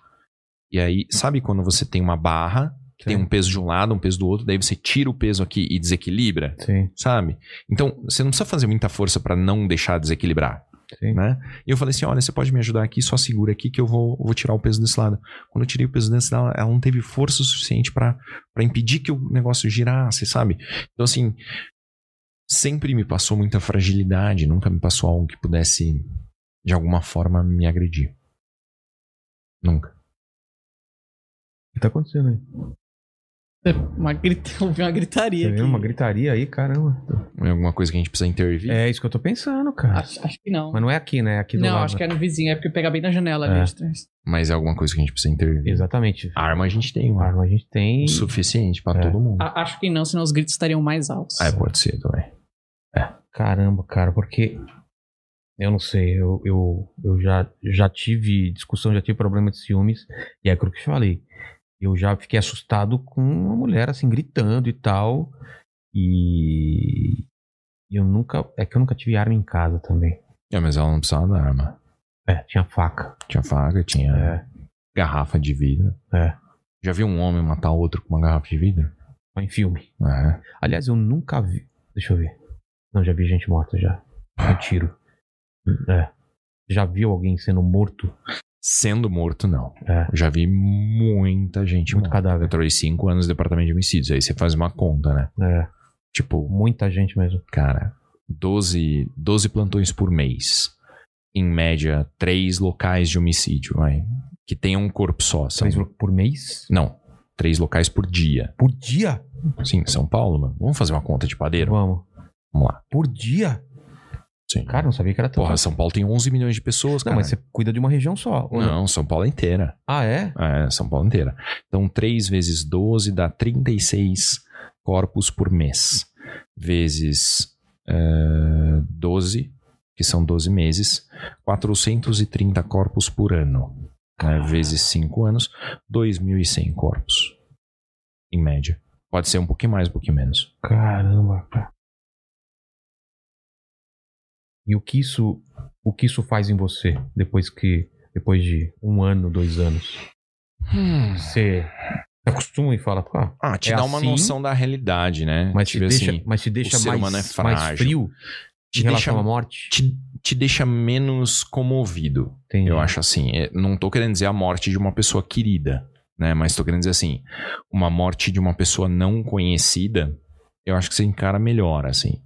Speaker 3: E aí, sabe quando você tem uma barra, que tem um peso de um lado, um peso do outro, daí você tira o peso aqui e desequilibra,
Speaker 1: Sim,
Speaker 3: sabe? Então, você não precisa fazer muita força pra não deixar desequilibrar
Speaker 1: sim.
Speaker 3: né? E eu falei assim: olha, você pode me ajudar aqui, só segura aqui que eu vou, vou tirar o peso desse lado. Quando eu tirei o peso desse lado, ela não teve força suficiente pra pra impedir que o negócio girasse, sabe? Então, assim, sempre me passou muita fragilidade, nunca me passou algo que pudesse, de alguma forma, me agredir. Nunca.
Speaker 1: O que tá acontecendo aí?
Speaker 2: É Uma, grita, [LAUGHS] uma gritaria
Speaker 1: Você
Speaker 2: aqui.
Speaker 1: viu uma gritaria aí, caramba.
Speaker 3: É alguma coisa que a gente precisa intervir?
Speaker 1: É isso que eu tô pensando, cara.
Speaker 2: Acho, acho que não.
Speaker 1: Mas não é aqui, né? É aqui do
Speaker 2: não,
Speaker 1: lado.
Speaker 2: acho que era no vizinho, é porque pegar bem na janela
Speaker 1: É.
Speaker 2: ali de trás.
Speaker 3: Mas é alguma coisa que a gente precisa intervir.
Speaker 1: Exatamente.
Speaker 3: Arma a gente tem,
Speaker 1: A
Speaker 3: uma.
Speaker 1: arma a gente tem.
Speaker 3: O suficiente
Speaker 1: É.
Speaker 3: pra todo mundo.
Speaker 2: A- acho que não, senão os gritos estariam mais altos.
Speaker 3: Ah, é, pode ser também.
Speaker 1: Caramba, cara, porque. Eu não sei, eu, eu, eu já, já tive discussão, já tive problema de ciúmes. E é aquilo que eu te falei. Eu já fiquei assustado com uma mulher assim, gritando e tal. E. e Eu nunca. É que eu nunca tive arma em casa também.
Speaker 3: É, mas ela não precisava da arma.
Speaker 1: É, tinha faca.
Speaker 3: Tinha faga, tinha.
Speaker 1: É.
Speaker 3: garrafa de vidro.
Speaker 1: É.
Speaker 3: Já viu um homem matar outro com uma garrafa de vidro?
Speaker 1: Só em filme.
Speaker 3: É.
Speaker 1: Aliás, eu nunca vi. Deixa eu ver. Não, já vi gente morta já. Um tiro. É. Já viu alguém sendo morto?
Speaker 3: Sendo morto, não.
Speaker 1: É.
Speaker 3: Eu já vi muita gente
Speaker 1: Muito
Speaker 3: morta.
Speaker 1: cadáver.
Speaker 3: Eu trabalhei cinco anos no departamento de homicídios. Aí você faz uma conta, né?
Speaker 1: É.
Speaker 3: Tipo,
Speaker 1: Muita gente mesmo.
Speaker 3: cara, 12, 12 plantões por mês. Em média, três locais de homicídio, vai. Que tenham um corpo só. São...
Speaker 1: Três por mês?
Speaker 3: Não, três locais por dia.
Speaker 1: Por dia?
Speaker 3: Sim, São Paulo, mano. Vamos fazer uma conta de padeiro?
Speaker 1: Vamos.
Speaker 3: Vamos lá.
Speaker 1: Por dia?
Speaker 3: Sim.
Speaker 1: Cara, não sabia que era tão.
Speaker 3: Porra, São Paulo tem 11 milhões de pessoas,
Speaker 1: não,
Speaker 3: cara.
Speaker 1: mas você cuida de uma região só. ou
Speaker 3: Não, São Paulo é inteira.
Speaker 1: Ah, é?
Speaker 3: É, São Paulo inteira. Então, 3 vezes 12 dá 36 corpos por mês. Vezes eh, 12, que são 12 meses, 430 corpos por ano. Né? Vezes 5 anos, 2.100 corpos. Em média. Pode ser um pouquinho mais, um pouquinho menos.
Speaker 1: Caramba, cara. E o que isso, o que isso faz em você depois que, depois de um ano, dois anos, você se acostuma e fala, pá,
Speaker 3: Ah, te
Speaker 1: É
Speaker 3: dá uma
Speaker 1: assim,
Speaker 3: noção da realidade, né?
Speaker 1: mas te,
Speaker 3: Tipo
Speaker 1: deixa,
Speaker 3: assim,
Speaker 1: mas te deixa
Speaker 3: ser
Speaker 1: mais,
Speaker 3: humano é
Speaker 1: mais
Speaker 3: frágil.
Speaker 1: frio
Speaker 3: te
Speaker 1: em
Speaker 3: deixa,
Speaker 1: relação à morte.
Speaker 3: te, te deixa menos comovido.
Speaker 1: Entendi.
Speaker 3: Eu acho assim, é, não tô querendo dizer a morte de uma pessoa querida, né? Mas tô querendo dizer assim, uma morte de uma pessoa não conhecida, eu acho que você encara melhor, assim.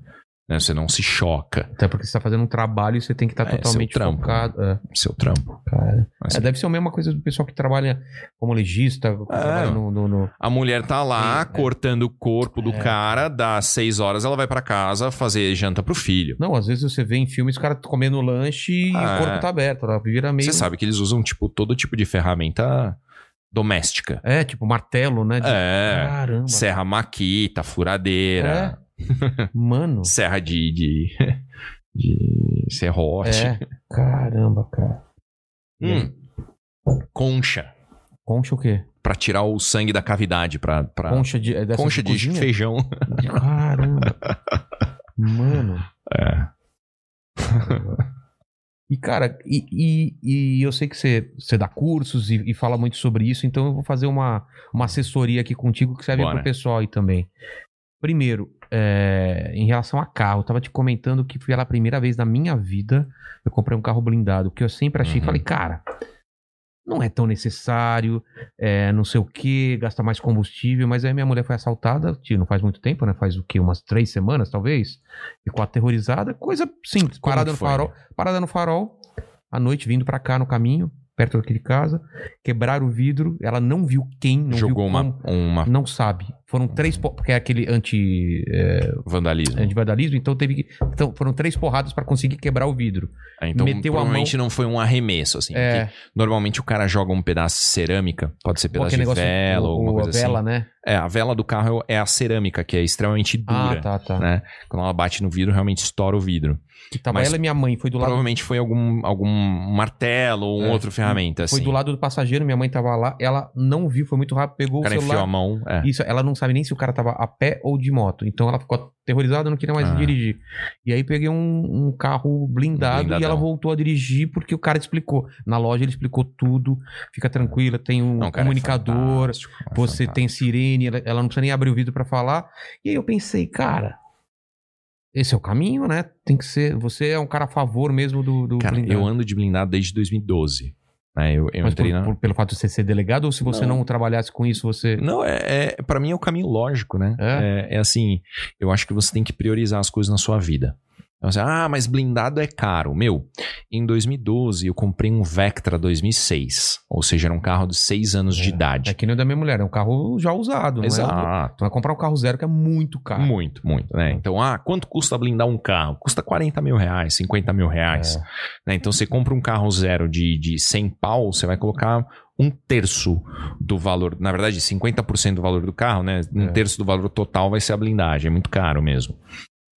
Speaker 3: né? Você não se choca.
Speaker 1: Até porque você tá fazendo um trabalho e você tem que estar
Speaker 3: É, seu
Speaker 1: totalmente
Speaker 3: trampo.
Speaker 1: focado. É,
Speaker 3: Seu trampo.
Speaker 1: cara.
Speaker 3: Mas,
Speaker 1: É, deve ser a mesma coisa do pessoal que trabalha como legista, que
Speaker 3: É.
Speaker 1: trabalha no- no- no,
Speaker 3: A mulher tá lá
Speaker 1: Sim, é.
Speaker 3: cortando o corpo do
Speaker 1: É.
Speaker 3: cara, dá seis horas, ela vai pra casa fazer janta pro filho.
Speaker 1: Não, às vezes você vê em filmes os caras comendo lanche e
Speaker 3: Ah,
Speaker 1: o corpo tá aberto, tá? vira meio.
Speaker 3: Você sabe que eles usam, tipo, todo tipo de ferramenta doméstica.
Speaker 1: É, tipo martelo, né? De-
Speaker 3: É.
Speaker 1: Caramba.
Speaker 3: Serra maquita, furadeira,
Speaker 1: É?
Speaker 3: [LAUGHS]
Speaker 1: Mano.
Speaker 3: serra de. de, [LAUGHS] de serrote.
Speaker 1: É. Caramba, cara.
Speaker 3: Hum. Concha.
Speaker 1: Concha o quê?
Speaker 3: Pra tirar o sangue da cavidade. Pra, pra... Ah. Concha,
Speaker 1: Concha de. É dessa
Speaker 3: de feijão. [LAUGHS]
Speaker 1: Caramba. Mano.
Speaker 3: É.
Speaker 1: E, cara, e, e, e eu sei que você, você dá cursos e, e fala muito sobre isso, então eu vou fazer uma, uma assessoria aqui contigo que serve
Speaker 3: Bora.
Speaker 1: pro pessoal aí também. Primeiro, é, em relação a carro, eu tava te comentando que pela primeira vez na minha vida eu comprei um carro blindado, que eu sempre achei
Speaker 3: Uhum.
Speaker 1: e falei, cara, não é tão necessário, é, não sei o que, gasta mais combustível, mas aí minha mulher foi assaltada, tio, não faz muito tempo, né? Faz o quê? Umas três semanas, talvez? Ficou aterrorizada, coisa simples,
Speaker 3: Como
Speaker 1: parada
Speaker 3: que
Speaker 1: no
Speaker 3: foi?
Speaker 1: farol, parada no farol, à noite vindo pra cá no caminho, perto daqui de casa, quebraram o vidro, ela não viu quem, não
Speaker 3: Jogou
Speaker 1: viu
Speaker 3: uma,
Speaker 1: como,
Speaker 3: uma
Speaker 1: não sabe. Foram três, po- porque é aquele anti, é,
Speaker 3: vandalismo.
Speaker 1: anti-vandalismo, então teve que, então foram três porradas pra conseguir quebrar o vidro.
Speaker 3: Ah, Então,
Speaker 1: meteu a
Speaker 3: provavelmente não foi um arremesso, assim.
Speaker 1: É,
Speaker 3: porque normalmente o cara joga um pedaço de cerâmica. Pode ser
Speaker 1: pô,
Speaker 3: pedaço de vela ou
Speaker 1: o-
Speaker 3: alguma
Speaker 1: o-
Speaker 3: coisa
Speaker 1: a vela,
Speaker 3: assim.
Speaker 1: né?
Speaker 3: É, a vela do carro é a cerâmica, que é extremamente dura.
Speaker 1: Ah, tá, tá.
Speaker 3: né? Quando ela bate no vidro, realmente estoura o vidro.
Speaker 1: Que tava
Speaker 3: Mas- assim
Speaker 1: ela e minha mãe, foi do lado
Speaker 3: Provavelmente foi algum, algum martelo ou um
Speaker 1: É.
Speaker 3: outro ferramenta, assim.
Speaker 1: Foi do lado do passageiro, minha mãe tava lá, ela não viu, foi muito rápido, pegou
Speaker 3: o
Speaker 1: o,
Speaker 3: cara enfiou
Speaker 1: celular.
Speaker 3: a mão. É.
Speaker 1: Isso, ela não sabe nem se o cara tava a pé ou de moto. Então ela ficou aterrorizada, não queria mais
Speaker 3: Ah.
Speaker 1: dirigir. E aí peguei um, um carro blindado
Speaker 3: Blindadão.
Speaker 1: e ela voltou a dirigir porque o cara explicou. Na loja ele explicou tudo. Fica tranquila, tem um
Speaker 3: Não, cara, é
Speaker 1: comunicador,
Speaker 3: fantástico, é
Speaker 1: você
Speaker 3: fantástico.
Speaker 1: tem sirene, ela, ela não precisa nem abrir o vidro pra falar. E aí eu pensei, cara, esse é o caminho, né? Tem que ser. Você é um cara a favor mesmo do, do
Speaker 3: Cara,
Speaker 1: blindado.
Speaker 3: eu ando de blindado desde 2012. né? Eu, eu
Speaker 1: Mas
Speaker 3: entrei
Speaker 1: por-
Speaker 3: na.
Speaker 1: por- pelo fato de você ser delegado, ou se você não, trabalhasse com isso, você.
Speaker 3: Não, é, é para mim é o caminho lógico, né? É? é assim, eu acho que você tem que priorizar as coisas na sua vida. Então, assim, ah, mas blindado é caro. Meu, em 2012 eu comprei um Vectra 2006, ou seja, era um carro de 6 anos de
Speaker 1: É, É
Speaker 3: idade.
Speaker 1: que nem o da minha mulher, é um carro já usado, não é?
Speaker 3: Exato.
Speaker 1: Tu vai comprar um carro zero que é muito caro.
Speaker 3: Muito, muito, né? Então, ah, quanto custa blindar um carro? Custa 40 mil reais, 50 mil reais.
Speaker 1: É.
Speaker 3: né? Então você compra um carro zero de, de 100 pau, você vai colocar um terço do valor, na verdade 50% do valor do carro, né? Um
Speaker 1: É.
Speaker 3: terço do valor total vai ser a blindagem, é muito caro mesmo.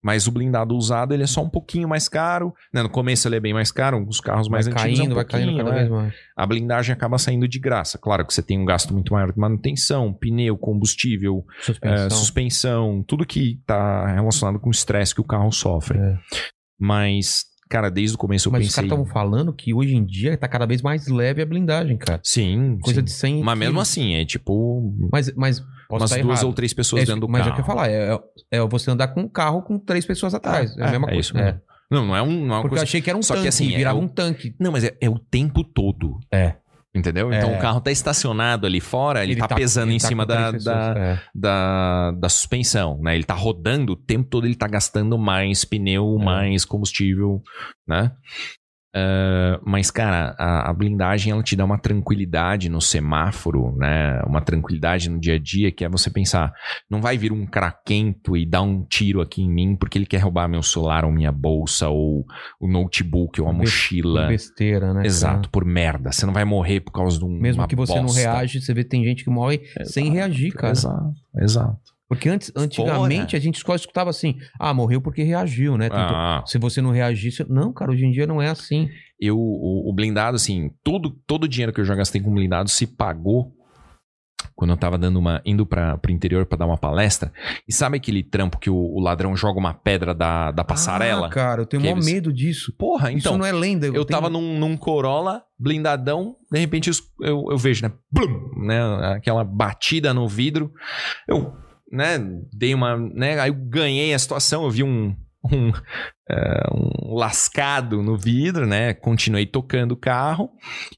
Speaker 3: Mas o blindado usado ele é só um pouquinho mais caro, né? No começo ele é bem mais caro, os carros mais
Speaker 1: vai
Speaker 3: antigos é um
Speaker 1: caindo, vai caindo
Speaker 3: pouquinho,
Speaker 1: cada
Speaker 3: né?
Speaker 1: vez mais.
Speaker 3: a blindagem acaba saindo de graça. Claro que você tem um gasto muito maior de manutenção, pneu, combustível,
Speaker 1: Suspensão.
Speaker 3: eh, suspensão, tudo que está relacionado com o estresse que o carro sofre.
Speaker 1: É.
Speaker 3: Mas, cara, desde o começo eu
Speaker 1: Mas os
Speaker 3: pensei.
Speaker 1: caras estavam falando que hoje em dia tá cada vez mais leve a blindagem, cara.
Speaker 3: Sim,
Speaker 1: Coisa
Speaker 3: sim.
Speaker 1: de 100.
Speaker 3: Mas mesmo
Speaker 1: quilos.
Speaker 3: assim, é tipo
Speaker 1: Mas, mas posso
Speaker 3: umas
Speaker 1: estar
Speaker 3: duas
Speaker 1: errado.
Speaker 3: ou três pessoas
Speaker 1: é,
Speaker 3: dentro do
Speaker 1: Mas é o
Speaker 3: carro.
Speaker 1: que eu ia falar, é, é- é você andar com um carro com três pessoas atrás. É, a
Speaker 3: É,
Speaker 1: mesma
Speaker 3: é
Speaker 1: coisa.
Speaker 3: isso mesmo.
Speaker 1: É.
Speaker 3: Não, não é, um, não é uma
Speaker 1: Porque eu
Speaker 3: coisa...
Speaker 1: achei que era um
Speaker 3: Só que
Speaker 1: tanque,
Speaker 3: assim, é
Speaker 1: virava
Speaker 3: o-
Speaker 1: um tanque.
Speaker 3: Não, mas é, é o tempo todo.
Speaker 1: É.
Speaker 3: Entendeu? Então
Speaker 1: É.
Speaker 3: o carro tá estacionado ali fora, ele, tá, pesando
Speaker 1: ele
Speaker 3: em
Speaker 1: tá
Speaker 3: cima
Speaker 1: com
Speaker 3: da,
Speaker 1: três
Speaker 3: da,
Speaker 1: pessoas. É.
Speaker 3: da, da suspensão, né? Ele tá
Speaker 1: É.
Speaker 3: rodando o tempo todo, ele tá gastando mais pneu, mais combustível, né? Ah, mas, cara, a, a blindagem ela te dá uma tranquilidade no semáforo, né? Uma tranquilidade no dia a dia, que é você pensar, não vai vir um craquento e dar um tiro aqui em mim porque ele quer roubar meu celular ou minha bolsa ou o notebook ou a
Speaker 1: Be-
Speaker 3: mochila.
Speaker 1: Besteira, Um né?
Speaker 3: Exato, por merda. Você não vai morrer por causa de um.
Speaker 1: Cara? Mesmo
Speaker 3: uma
Speaker 1: que você não
Speaker 3: bosta.
Speaker 1: reage, você vê que tem gente que morre sem reagir, cara.
Speaker 3: Exato, exato.
Speaker 1: Porque antes, antigamente a gente só escutava assim: ah, morreu porque reagiu, né? Tentou-
Speaker 3: Ah,
Speaker 1: Se você não reagir, você... não, cara, hoje em dia não é assim.
Speaker 3: eu, o, o blindado, assim, todo, todo o dinheiro que eu já gastei com blindado se pagou quando eu tava dando uma, indo para pro interior pra dar uma palestra. E sabe aquele trampo que o, o ladrão joga uma pedra da, da passarela?
Speaker 1: Ah, cara, eu tenho
Speaker 3: Que
Speaker 1: maior
Speaker 3: eles-
Speaker 1: medo disso.
Speaker 3: Porra,
Speaker 1: Isso
Speaker 3: então.
Speaker 1: não é lenda.
Speaker 3: Eu tava
Speaker 1: tenho-
Speaker 3: num, num Corolla blindadão, de repente eu, eu- eu vejo, né? Blum, né? Aquela batida no vidro. Eu, né? Dei uma. Né, aí eu ganhei a situação, eu vi um. um, é, um lascado no vidro, né? Continuei tocando o carro.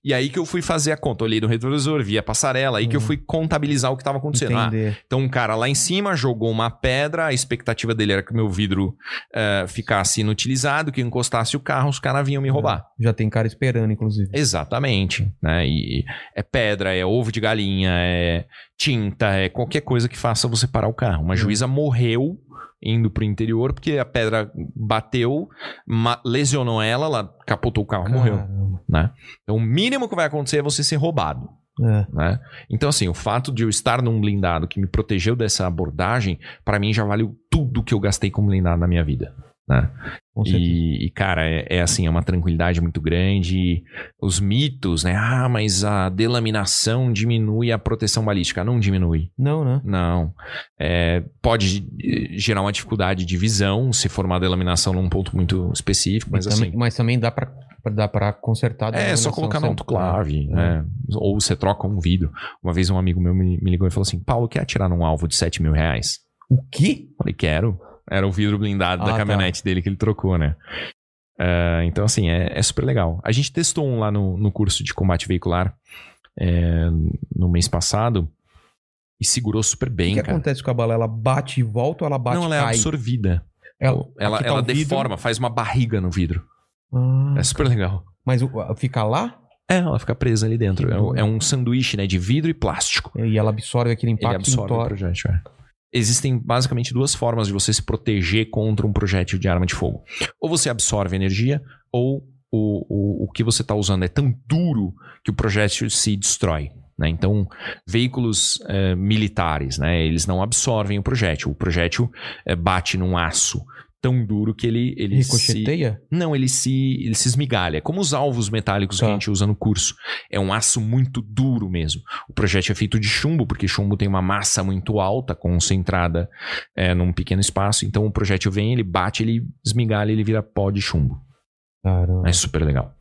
Speaker 3: E aí que eu fui fazer a conta. Olhei no retrovisor, vi a passarela. Aí que eu
Speaker 1: Hum.
Speaker 3: fui contabilizar o que tava acontecendo. Ah,
Speaker 1: Entender.
Speaker 3: então um cara lá em cima jogou uma pedra, a expectativa dele era que o meu vidro eh, ficasse inutilizado, que eu encostasse o carro, os caras vinham me roubar.
Speaker 1: Já tem cara esperando, inclusive.
Speaker 3: Exatamente, né? E é pedra, é ovo de galinha, é tinta, é qualquer coisa que faça você parar o carro. Uma juíza morreu indo pro interior porque a pedra bateu, ma- lesionou ela, ela capotou o carro, Ah, morreu.
Speaker 1: Caramba.
Speaker 3: Então o mínimo que vai acontecer é você ser roubado
Speaker 1: É.
Speaker 3: né? Então, assim, o fato de eu estar num blindado que me protegeu dessa abordagem, pra mim já valeu tudo que eu gastei com blindado na minha vida. Né?
Speaker 1: Com certeza.
Speaker 3: E, e, cara, é, é assim, é uma tranquilidade muito grande. Os mitos, né? Ah, mas a delaminação diminui a proteção balística. Não diminui.
Speaker 1: Não, né?
Speaker 3: Não. É, pode eh, gerar uma dificuldade de visão se formar delaminação num ponto muito específico, mas
Speaker 1: E também-
Speaker 3: assim.
Speaker 1: mas também dá pra, pra- dá pra consertar. dá
Speaker 3: É,
Speaker 1: uma
Speaker 3: só
Speaker 1: relação
Speaker 3: colocar no
Speaker 1: sem-
Speaker 3: autoclave, né? Ou você troca um vidro. Uma vez um amigo meu me, me ligou e falou assim: Paulo, quer atirar num alvo de 7 mil reais?
Speaker 1: O quê?
Speaker 3: Falei, quero. Era o vidro blindado
Speaker 1: Ah,
Speaker 3: da
Speaker 1: tá.
Speaker 3: caminhonete dele que ele trocou, né? Ah, então, assim, é, é super legal. A gente testou um lá no, no curso de combate veicular é, no mês passado e segurou super
Speaker 1: O
Speaker 3: bem,
Speaker 1: que
Speaker 3: cara.
Speaker 1: acontece com a bala? Ela bate e volta ou ela bate
Speaker 3: Não,
Speaker 1: e
Speaker 3: ela é
Speaker 1: cai?
Speaker 3: absorvida.
Speaker 1: Ela,
Speaker 3: Ela,
Speaker 1: aqui tá
Speaker 3: ela
Speaker 1: o vidro.
Speaker 3: deforma, faz uma barriga no vidro.
Speaker 1: Ah,
Speaker 3: É super legal.
Speaker 1: Mas o- fica lá
Speaker 3: É, ela fica presa ali dentro.
Speaker 1: Que
Speaker 3: É, um-
Speaker 1: doido.
Speaker 3: é um sanduíche, né? De vidro e plástico.
Speaker 1: e ela absorve aquele
Speaker 3: Ele
Speaker 1: impacto
Speaker 3: absorve o
Speaker 1: tora.
Speaker 3: projétil, é. Existem basicamente duas formas de você se proteger contra um projétil de arma de fogo. Ou você absorve energia, ou o, o, o que você está usando é tão duro que o projétil se destrói. né? Então, veículos eh, militares, né? eles não absorvem o projétil. O projétil eh, bate num aço tão duro que ele, ele se
Speaker 1: Ricocheteia?
Speaker 3: não, ele se, ele se esmigalha. É Como os alvos metálicos que
Speaker 1: Tá.
Speaker 3: a gente usa no curso. É um aço muito duro mesmo. O projétil é feito de chumbo, porque chumbo tem uma massa muito alta, concentrada é, num pequeno espaço. Então o projétil vem, ele bate, ele esmigalha, ele vira pó de chumbo.
Speaker 1: Caramba.
Speaker 3: É super legal.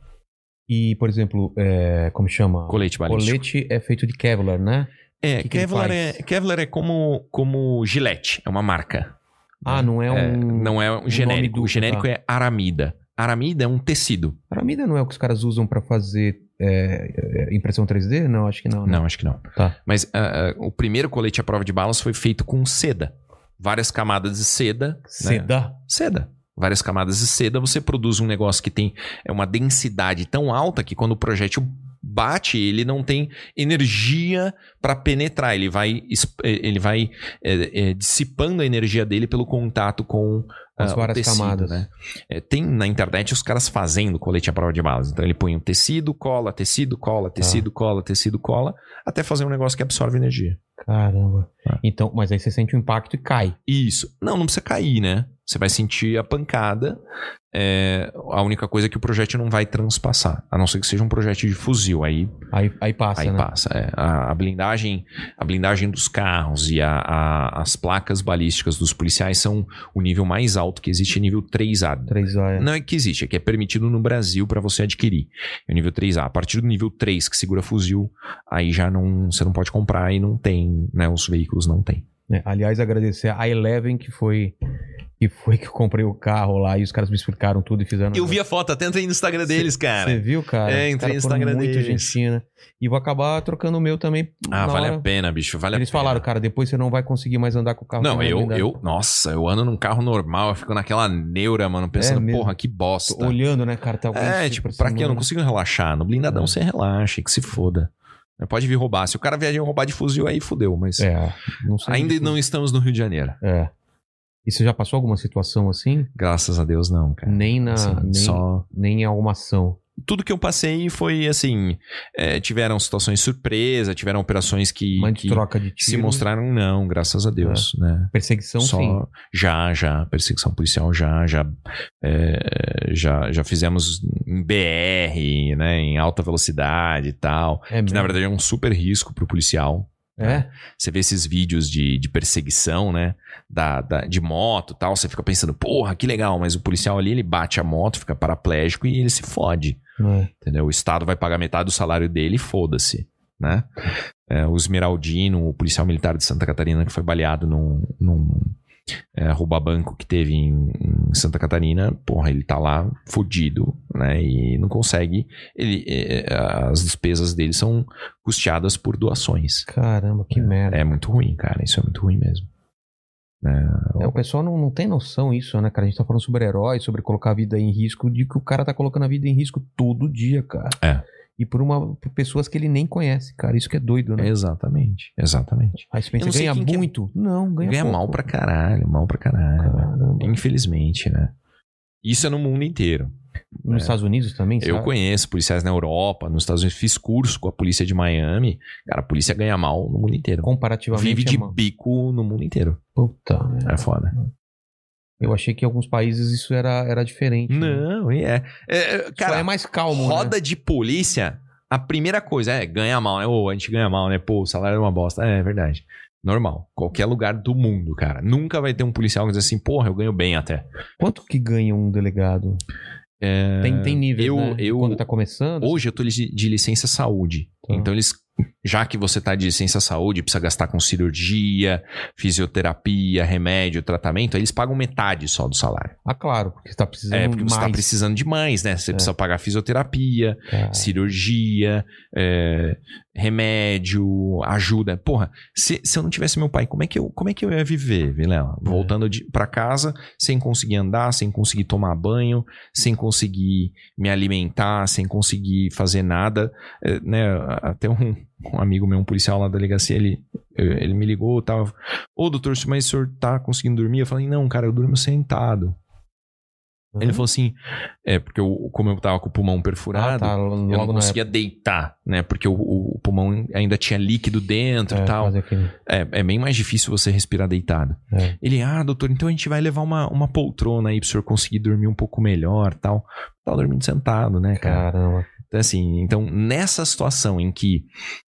Speaker 1: E, por exemplo, é, como chama?
Speaker 3: Colete balístico.
Speaker 1: Colete é feito de Kevlar, né?
Speaker 3: É,
Speaker 1: que que ele
Speaker 3: Kevlar, é,
Speaker 1: faz?
Speaker 3: Kevlar é como, como gilete, é uma marca.
Speaker 1: Ah, não é
Speaker 3: É,
Speaker 1: um.
Speaker 3: não é um genérico.
Speaker 1: duplo,
Speaker 3: o genérico
Speaker 1: tá.
Speaker 3: é aramida. Aramida é um tecido.
Speaker 1: Aramida não é o que os caras usam pra fazer é, é, impressão 3D? Não, acho que não. né?
Speaker 3: Não, acho que não.
Speaker 1: Tá.
Speaker 3: Mas ah, ah, o primeiro colete à prova de balas foi feito com seda. Várias camadas de seda. né?
Speaker 1: Seda.
Speaker 3: Seda. Várias camadas de seda, você produz um negócio que tem é, uma densidade tão alta que quando o projétil bate, ele não tem energia para penetrar. Ele vai, es- eh, ele vai eh, eh, dissipando a energia dele pelo contato com
Speaker 1: As
Speaker 3: ah, o
Speaker 1: várias
Speaker 3: tecido,
Speaker 1: camadas.
Speaker 3: né? É, tem na internet os caras fazendo colete à prova de balas. Então ele põe um tecido, cola, tecido, cola, tecido,
Speaker 1: Tá.
Speaker 3: cola, tecido, cola, até fazer um negócio que absorve energia.
Speaker 1: Caramba.
Speaker 3: É.
Speaker 1: Então, mas aí você sente o impacto e cai.
Speaker 3: Isso. Não, não precisa cair, né? Você vai sentir a pancada. É, a única coisa é que o projétil não vai transpassar, a não ser que seja um projétil de fuzil. Aí
Speaker 1: Aí, aí passa,
Speaker 3: aí
Speaker 1: né?
Speaker 3: passa. é. A, a blindagem, a blindagem dos carros e a- a- as placas balísticas dos policiais são o nível mais alto que existe, é nível 3A.
Speaker 1: 3A. é.
Speaker 3: Não é que existe, é que é permitido no Brasil para você adquirir. É o nível 3A. A partir do nível 3 que segura fuzil, aí já não, você não pode comprar e não tem, né? Os veículos não têm.
Speaker 1: É, Aliás, agradecer a Eleven, que foi. que que foi que eu comprei o carro lá e os caras me explicaram tudo e fizeram.
Speaker 3: Eu vi a foto, até entrei no Instagram deles,
Speaker 1: Você
Speaker 3: cara.
Speaker 1: viu, cara?
Speaker 3: É,
Speaker 1: Os
Speaker 3: entrei
Speaker 1: caras
Speaker 3: no
Speaker 1: foram
Speaker 3: Instagram
Speaker 1: muito
Speaker 3: deles.
Speaker 1: gentina. E vou acabar trocando o meu também.
Speaker 3: Ah,
Speaker 1: na
Speaker 3: vale
Speaker 1: hora.
Speaker 3: a pena, bicho, vale
Speaker 1: Eles
Speaker 3: a pena.
Speaker 1: falaram, é um cara, depois você não vai conseguir mais andar com o carro.
Speaker 3: Não,
Speaker 1: que
Speaker 3: eu,
Speaker 1: me dá.
Speaker 3: eu, nossa, eu ando num carro normal, eu fico naquela neura, mano, pensando,
Speaker 1: É mesmo.
Speaker 3: porra, que bosta.
Speaker 1: Tô olhando, né, cara? Tá alguém
Speaker 3: É,
Speaker 1: se
Speaker 3: tipo, pra
Speaker 1: aproximando.
Speaker 3: que eu não consigo relaxar? No
Speaker 1: É.
Speaker 3: blindadão você relaxa, que se foda. É, Pode vir roubar. Se o cara vier roubar de fuzil, aí fudeu, mas.
Speaker 1: É, não sei.
Speaker 3: Ainda não estamos no Rio de Janeiro.
Speaker 1: É. E você já passou alguma situação assim?
Speaker 3: Graças a Deus, não, cara.
Speaker 1: Nem na.
Speaker 3: Assim,
Speaker 1: nem,
Speaker 3: Só.
Speaker 1: nem em alguma ação.
Speaker 3: Tudo que eu passei foi assim. é, tiveram situações surpresa, tiveram operações que,
Speaker 1: Mas de
Speaker 3: que
Speaker 1: troca de tiro. né? É.
Speaker 3: se mostraram, não, graças a Deus, né?
Speaker 1: Perseguição,
Speaker 3: Só
Speaker 1: sim. É
Speaker 3: já, já, perseguição policial, já, já, é, já, já fizemos em BR, né? Em alta velocidade e tal.
Speaker 1: É,
Speaker 3: Que na verdade é um super risco pro policial.
Speaker 1: é.
Speaker 3: Você vê esses vídeos de, de perseguição, né? Da, da- de moto e tal, você fica pensando, porra, que legal, mas o policial ali ele bate a moto, fica paraplégico e ele se fode.
Speaker 1: é.
Speaker 3: Entendeu? O Estado vai pagar metade do salário dele e foda-se. Né? É, o Esmeraldino, o policial militar de Santa Catarina, que foi baleado num, num é, rouba-banco que teve em, em Santa Catarina, porra, ele tá lá fodido, né? E não consegue. Ele, é, é, as despesas dele são custeadas por doações.
Speaker 1: Caramba, que merda.
Speaker 3: É muito ruim, cara. Isso é muito ruim mesmo.
Speaker 1: É, o pessoal não, não tem noção isso, né, cara? A gente tá falando sobre herói, sobre colocar a vida em risco, de que o cara tá colocando a vida em risco todo dia, cara.
Speaker 3: É.
Speaker 1: E por uma por pessoas que ele nem conhece, cara. Isso que é doido, né?
Speaker 3: Exatamente, exatamente.
Speaker 1: Aí você
Speaker 3: Eu
Speaker 1: pensa,
Speaker 3: não sei
Speaker 1: ganha
Speaker 3: quem que é-
Speaker 1: muito? Não, ganha
Speaker 3: Ganha
Speaker 1: pouco.
Speaker 3: mal pra caralho, mal pra caralho.
Speaker 1: Caramba.
Speaker 3: Infelizmente, né? Isso é no mundo inteiro.
Speaker 1: Nos
Speaker 3: É.
Speaker 1: Estados Unidos também,
Speaker 3: Eu
Speaker 1: sabe?
Speaker 3: conheço policiais na Europa, nos Estados Unidos, fiz curso com a polícia de Miami. Cara, a polícia ganha mal no mundo inteiro.
Speaker 1: Comparativamente
Speaker 3: Vive de
Speaker 1: é mal.
Speaker 3: bico no mundo inteiro.
Speaker 1: Puta, né?
Speaker 3: É foda.
Speaker 1: Eu achei que em alguns países isso era, era diferente. Né?
Speaker 3: Não, e é. É, é,
Speaker 1: Cara,
Speaker 3: Cara,
Speaker 1: é mais calmo, né?
Speaker 3: roda de polícia, a primeira coisa é ganha mal, né? Ô, a gente ganha mal, né? Pô, o salário é uma bosta. É, é verdade. Normal. Qualquer lugar do mundo, cara. Nunca vai ter um policial que diz assim, porra, eu ganho bem até.
Speaker 1: Quanto que ganha um delegado? Tem, tem níveis,
Speaker 3: É, eu-
Speaker 1: né? De
Speaker 3: eu-
Speaker 1: Quando tá começando.
Speaker 3: Hoje eu tô de, de licença saúde.
Speaker 1: Tá.
Speaker 3: Então eles. Já que você tá de licença saúde, precisa gastar com cirurgia, fisioterapia, remédio, tratamento, aí eles pagam metade só do salário.
Speaker 1: Ah, claro, porque você tá precisando
Speaker 3: é, porque você tá
Speaker 1: mais. É.
Speaker 3: precisando de mais, né? Você precisa pagar fisioterapia,
Speaker 1: cara.
Speaker 3: cirurgia, é, remédio, ajuda. Porra, se, se eu não tivesse meu pai, como é que eu, como é que eu ia viver, Vilela? Voltando de, pra casa, sem conseguir andar, sem conseguir tomar banho, sem conseguir me alimentar, sem conseguir fazer nada. É, né, até um, um amigo meu, um policial lá da delegacia, ele, ele me ligou, tava, ô doutor, mas o senhor tá conseguindo dormir? Eu falei, não, cara, eu durmo sentado. Ele falou assim, é, porque eu, como eu tava com o pulmão
Speaker 1: Ah,
Speaker 3: perfurado,
Speaker 1: tá,
Speaker 3: eu
Speaker 1: logo
Speaker 3: não
Speaker 1: na
Speaker 3: conseguia deitar, né? Porque o, o- o pulmão ainda tinha líquido dentro e
Speaker 1: época, é,
Speaker 3: tal.
Speaker 1: fazer aquele-
Speaker 3: É, é bem mais difícil você respirar deitado.
Speaker 1: É.
Speaker 3: Ele, ah, doutor, então a gente vai levar uma, uma poltrona aí pro senhor conseguir dormir um pouco melhor tal. Tá dormindo sentado, né, cara?
Speaker 1: Caramba.
Speaker 3: Então, assim, então, nessa situação em que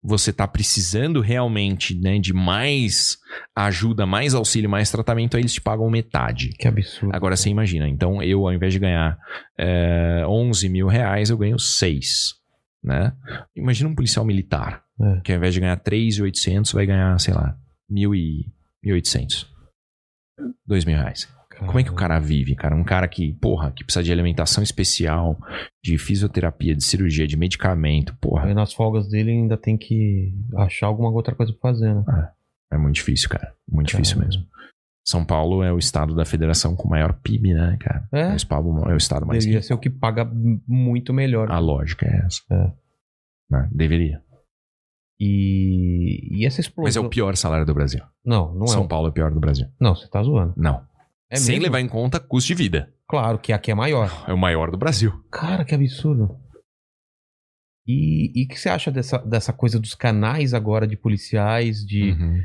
Speaker 3: você tá precisando realmente, né, de mais ajuda, mais auxílio, mais tratamento, aí eles te pagam metade.
Speaker 1: Que absurdo.
Speaker 3: Agora você imagina, então eu, ao invés de ganhar é, 11 mil reais, eu ganho 6. Né? Imagina um policial militar,
Speaker 1: É.
Speaker 3: que ao invés de ganhar 3,800, vai ganhar, sei lá, 1.800. 2 mil reais.
Speaker 1: Cara.
Speaker 3: Como é que o cara vive, cara? Um cara que, porra, que precisa de alimentação especial, de fisioterapia, de cirurgia, de medicamento,
Speaker 1: Aí
Speaker 3: porra.
Speaker 1: nas folgas dele ainda tem que achar alguma outra coisa pra fazer, né?
Speaker 3: É muito difícil, cara.
Speaker 1: É.
Speaker 3: Muito difícil
Speaker 1: Cara.
Speaker 3: mesmo. São Paulo é o estado da federação com maior PIB, né, cara?
Speaker 1: É.
Speaker 3: Mas Paulo é o estado mais
Speaker 1: Deveria ser o que paga muito melhor.
Speaker 3: A lógica é essa.
Speaker 1: É.
Speaker 3: Né? Deveria.
Speaker 1: E, e essa
Speaker 3: Mas é
Speaker 1: explosão.
Speaker 3: o pior salário do Brasil.
Speaker 1: Não, não é.
Speaker 3: São
Speaker 1: um-
Speaker 3: Paulo é o pior do Brasil.
Speaker 1: Não, você tá zoando.
Speaker 3: Não.
Speaker 1: É
Speaker 3: Sem
Speaker 1: mesmo?
Speaker 3: levar em conta custo de vida.
Speaker 1: Claro que aqui é maior.
Speaker 3: É o maior do Brasil.
Speaker 1: Cara, que absurdo. E o que você acha dessa, dessa coisa dos canais agora de policiais? De
Speaker 3: Uhum.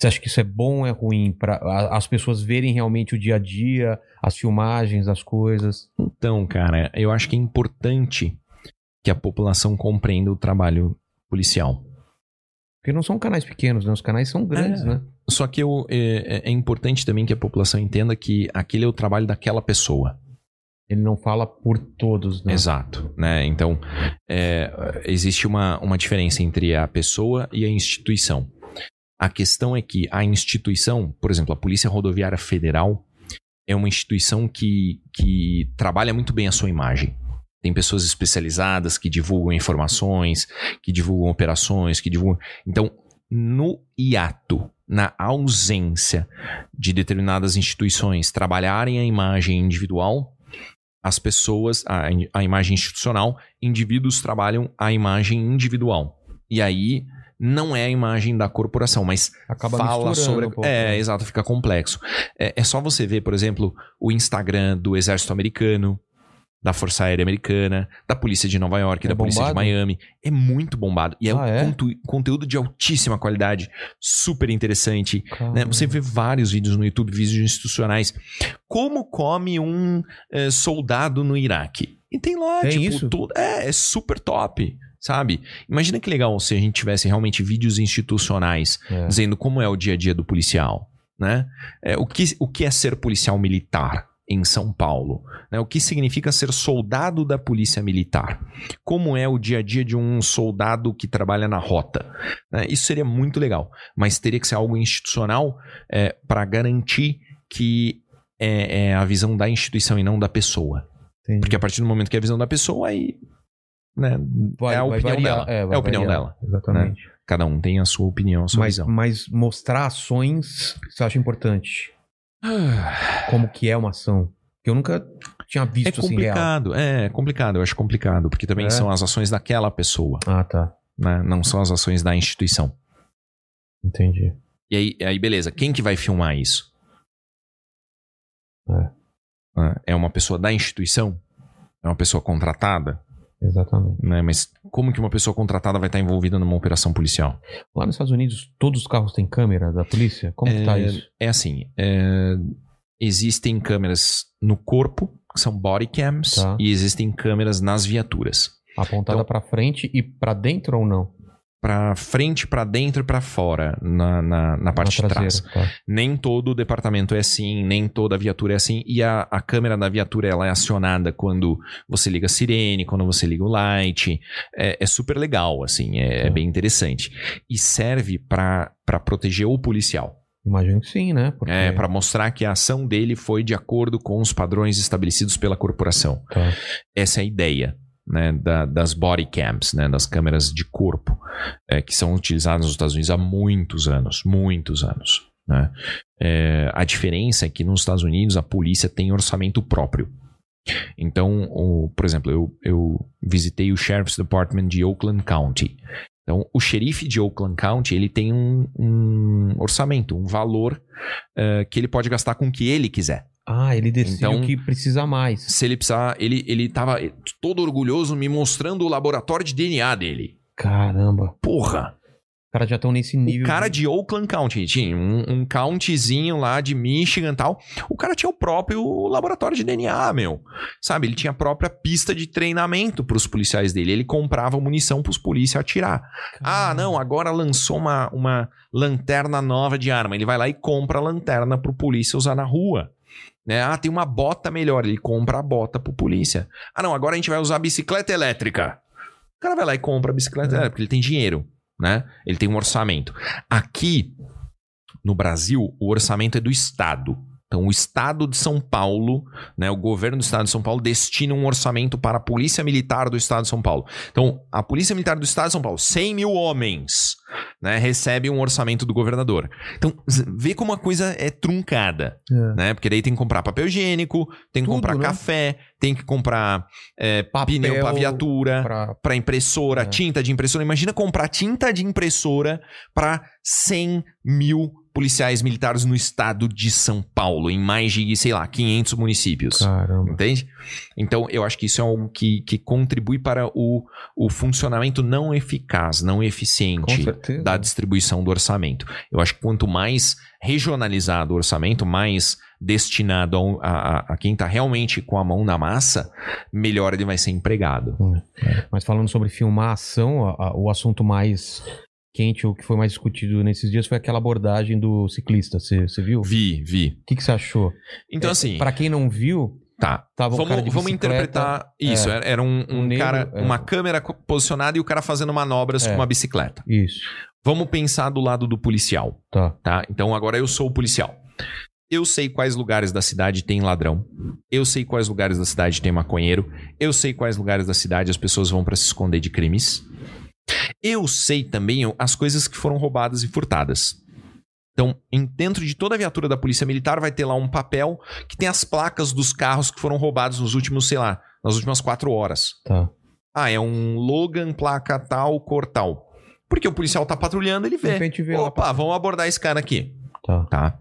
Speaker 1: você acha que isso é bom, é ruim para as pessoas verem realmente o dia a dia, as filmagens, as coisas?
Speaker 3: Então, cara, eu acho que é importante que a população compreenda o trabalho policial.
Speaker 1: Porque não são canais pequenos, né? Os canais são grandes,
Speaker 3: É.
Speaker 1: né?
Speaker 3: Só que eu- é, é- é importante também que a população entenda que aquele é o trabalho daquela pessoa.
Speaker 1: Ele não fala por todos, né?
Speaker 3: Exato, né? Então, é, existe uma, uma diferença entre a pessoa e a instituição. A questão é que a instituição, por exemplo, a Polícia Rodoviária Federal, é uma instituição que, que trabalha muito bem a sua imagem. Tem pessoas especializadas que divulgam informações, que divulgam operações, que divulgam. Então, no hiato, na ausência de determinadas instituições trabalharem a imagem individual, as pessoas, a, a imagem institucional, indivíduos trabalham a imagem individual. E aí não é a imagem da corporação, mas
Speaker 1: Acaba
Speaker 3: fala
Speaker 1: misturando
Speaker 3: sobre.
Speaker 1: um pouco,
Speaker 3: é,
Speaker 1: né?
Speaker 3: exato, fica complexo. É, é só você ver, por exemplo, o Instagram do Exército Americano, da Força Aérea Americana, da Polícia de Nova York,
Speaker 1: É
Speaker 3: da Polícia de
Speaker 1: bombado?
Speaker 3: Miami. É muito bombado. E é,
Speaker 1: Ah,
Speaker 3: um
Speaker 1: é?
Speaker 3: contu- conteúdo de altíssima qualidade, super interessante. né?
Speaker 1: Caramba.
Speaker 3: Você vê vários vídeos no YouTube, vídeos institucionais. Como come um eh, soldado no Iraque? E tem lá,
Speaker 1: Tem
Speaker 3: tipo,
Speaker 1: isso?
Speaker 3: todo- é, é super top, sabe? Imagina que legal se a gente tivesse realmente vídeos institucionais
Speaker 1: É.
Speaker 3: dizendo como é o dia a dia do policial, né? É, o, que, o que é ser policial militar em São Paulo? né? O que significa ser soldado da polícia militar? Como é o dia a dia de um soldado que trabalha na rota? né? Isso seria muito legal, mas teria que ser algo institucional para garantir que é, é a visão da instituição e não da pessoa.
Speaker 1: Entendi.
Speaker 3: Porque a partir do momento que é a visão da pessoa, aí. né,
Speaker 1: Vai-
Speaker 3: é a
Speaker 1: vai
Speaker 3: opinião
Speaker 1: variar,
Speaker 3: dela. É,
Speaker 1: vai
Speaker 3: a opinião
Speaker 1: variar.
Speaker 3: dela.
Speaker 1: Exatamente.
Speaker 3: Cada um tem a sua opinião, a sua
Speaker 1: mas, um
Speaker 3: visão.
Speaker 1: mas mostrar ações que você acha importante. Como que é uma ação. Que eu nunca tinha visto
Speaker 3: Ah, É
Speaker 1: assim real.
Speaker 3: complicado, é, é complicado, eu acho complicado, porque também
Speaker 1: É?
Speaker 3: são as ações daquela pessoa,
Speaker 1: Ah, tá.
Speaker 3: né? Não são as ações da instituição.
Speaker 1: Entendi.
Speaker 3: E aí, aí beleza, quem que vai filmar isso?
Speaker 1: É.
Speaker 3: Né? É uma pessoa da instituição? É uma pessoa contratada?
Speaker 1: Exatamente.
Speaker 3: Né? Mas como que uma pessoa contratada vai estar envolvida numa operação policial?
Speaker 1: Lá nos Estados Unidos, todos os carros têm câmera da polícia? Como que tá isso?
Speaker 3: É assim, é, existem câmeras no corpo, que são body cams,
Speaker 1: Tá.
Speaker 3: e existem câmeras nas viaturas.
Speaker 1: Apontada
Speaker 3: então-
Speaker 1: pra frente e pra dentro ou não?
Speaker 3: Pra frente, pra dentro e pra fora, na, na, na parte
Speaker 1: Na
Speaker 3: de trás.
Speaker 1: traseira, tá.
Speaker 3: Nem todo o departamento é assim, nem toda a viatura é assim. E a, a câmera da viatura ela é acionada quando você liga a sirene, quando você liga o light. É, é super legal, assim, é, é
Speaker 1: Tá.
Speaker 3: bem interessante. E serve pra pra proteger o policial.
Speaker 1: Imagino que sim, né? Porque-
Speaker 3: É, para mostrar que a ação dele foi de acordo com os padrões estabelecidos pela corporação.
Speaker 1: Tá.
Speaker 3: Essa é a ideia. Né, da- das body cams, né, das câmeras de corpo, é, que são utilizadas nos Estados Unidos há muitos anos, muitos anos. né? É, a diferença é que nos Estados Unidos a polícia tem orçamento próprio. Então, o- por exemplo, eu, eu visitei o Sheriff's Department de Oakland County. Então, o xerife de Oakland County ele tem um- um orçamento, um valor eh, que ele pode gastar com o que ele quiser.
Speaker 1: Ah, ele decide
Speaker 3: Então-
Speaker 1: o que precisa mais.
Speaker 3: Se ele precisar, ele, ele tava todo orgulhoso me mostrando o laboratório de DNA dele.
Speaker 1: Caramba.
Speaker 3: Porra!
Speaker 1: Os caras já estão nesse nível.
Speaker 3: O cara
Speaker 1: de...
Speaker 3: de Oakland County, tinha um, um countyzinho lá de Michigan e tal. O cara tinha o próprio laboratório de DNA, meu. Sabe? Ele tinha a própria pista de treinamento pros policiais dele. Ele comprava munição pros policiais atirar. Ah, não, agora lançou uma, uma lanterna nova de arma. Ele vai lá e compra a lanterna pro polícia usar na rua. Né? Ah, tem uma bota melhor. Ele compra a bota pro polícia. Ah, não, agora a gente vai usar a bicicleta elétrica. O cara vai lá e compra a
Speaker 1: É.
Speaker 3: bicicleta elétrica, porque ele tem dinheiro, né? Ele tem um orçamento. Aqui, no Brasil, o orçamento é do Estado. Então, o Estado de São Paulo, né, o governo do Estado de São Paulo destina um orçamento para a Polícia Militar do Estado de São Paulo. Então, a Polícia Militar do Estado de São Paulo, 100 mil homens, né, recebe um orçamento do governador. Então, z- vê como a coisa é truncada,
Speaker 1: É.
Speaker 3: né? Porque daí tem que comprar papel higiênico, tem que
Speaker 1: Tudo,
Speaker 3: comprar
Speaker 1: né?
Speaker 3: café, tem que comprar é, pneu para viatura,
Speaker 1: Pra...
Speaker 3: para impressora,
Speaker 1: É.
Speaker 3: tinta de impressora. Imagina comprar tinta de impressora para 100 mil policiais militares no estado de São Paulo, em mais de, sei lá, 500 municípios.
Speaker 1: Caramba.
Speaker 3: Entende? Então, eu acho que isso é algo que, que contribui para o, o funcionamento não eficaz, não
Speaker 1: Com
Speaker 3: eficiente
Speaker 1: certeza.
Speaker 3: da distribuição do orçamento. Eu acho que quanto mais regionalizado o orçamento, mais destinado a um- a, a- a quem está realmente com a mão na massa, melhor ele vai ser empregado.
Speaker 1: Mas falando sobre filmar a ação, a- a- o assunto mais quente, o que foi mais discutido nesses dias, foi aquela abordagem do ciclista. Você você viu? O
Speaker 3: Vi, vi.
Speaker 1: que que você achou?
Speaker 3: Então,
Speaker 1: É,
Speaker 3: assim,
Speaker 1: Pra quem não viu,
Speaker 3: tá.
Speaker 1: tava um
Speaker 3: Vamos,
Speaker 1: cara de
Speaker 3: vamos
Speaker 1: bicicleta, é.
Speaker 3: interpretar isso. Era- Era um, um
Speaker 1: Um negro,
Speaker 3: cara,
Speaker 1: é.
Speaker 3: uma câmera co- posicionada e o cara fazendo manobras
Speaker 1: É.
Speaker 3: com uma bicicleta.
Speaker 1: Isso,
Speaker 3: Vamos pensar do lado do policial,
Speaker 1: tá.
Speaker 3: tá? Então agora eu sou o policial. Eu sei quais lugares da cidade tem ladrão. Eu sei quais lugares da cidade tem maconheiro. Eu sei quais lugares da cidade as pessoas vão pra se esconder de crimes. Eu sei também as coisas que foram roubadas e furtadas. Então, em- dentro de toda a viatura da Polícia Militar vai ter lá um papel que tem as placas dos carros que foram roubados nos últimos, sei lá, nas últimas quatro horas.
Speaker 1: Tá.
Speaker 3: Ah, é um Logan, placa tal, cor tal. Porque o policial tá patrulhando, ele
Speaker 1: De
Speaker 3: vê.
Speaker 1: repente vê lá.
Speaker 3: Opa, vamos abordar esse cara aqui.
Speaker 1: Tá.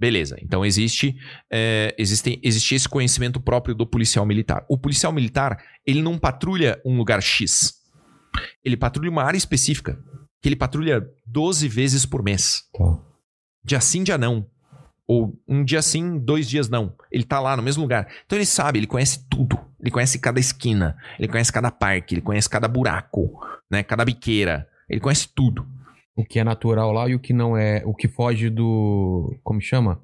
Speaker 3: Beleza. Então existe, é, existem- existe esse conhecimento próprio do policial militar. O policial militar, ele não patrulha um lugar X. Ele patrulha uma área específica, que ele patrulha 12 vezes por mês.
Speaker 1: Tá.
Speaker 3: Dia sim, dia não. Ou um dia sim, dois dias não. Ele tá lá no mesmo lugar. Então ele sabe, ele conhece tudo. Ele conhece cada esquina, ele conhece cada parque, ele conhece cada buraco, né? Cada biqueira. Ele conhece tudo.
Speaker 1: O que é natural lá e o que não é. O que foge do. Como chama?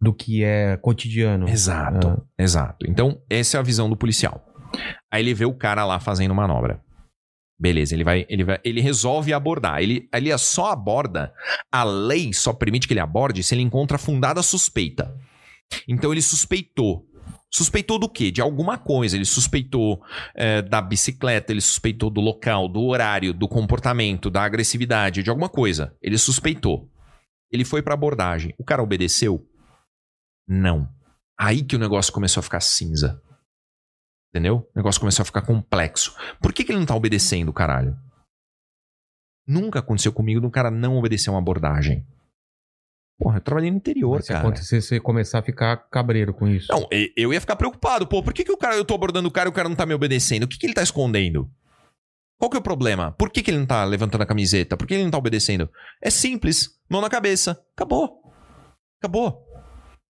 Speaker 1: Do que é cotidiano.
Speaker 3: Exato, exato. Então, essa é a visão do policial. Aí ele vê o cara lá fazendo manobra. Beleza, ele vai, ele vai, ele resolve abordar. Ele, ele é só aborda. A lei só permite que ele aborde se ele encontra fundada suspeita. Então ele suspeitou. Suspeitou do quê? De alguma coisa. Ele suspeitou eh, da bicicleta, ele suspeitou do local, do horário, do comportamento, da agressividade, de alguma coisa. Ele suspeitou. Ele foi pra abordagem. O cara obedeceu? Não. Aí que o negócio começou a ficar cinza. Entendeu? O negócio começou a ficar complexo. Por que, que ele não tá obedecendo, caralho? Nunca aconteceu comigo de um cara não obedecer uma abordagem. Porra, eu trabalhei no interior,
Speaker 1: Mas se
Speaker 3: cara.
Speaker 1: acontecer, você começar a ficar cabreiro com isso.
Speaker 3: Não, e- eu ia ficar preocupado, pô. Por que, que o cara, eu tô abordando o cara e o cara não tá me obedecendo? O que, que ele tá escondendo? Qual que é o problema? Por que, que ele não tá levantando a camiseta? Por que ele não tá obedecendo? É simples, mão na cabeça. Acabou. Acabou.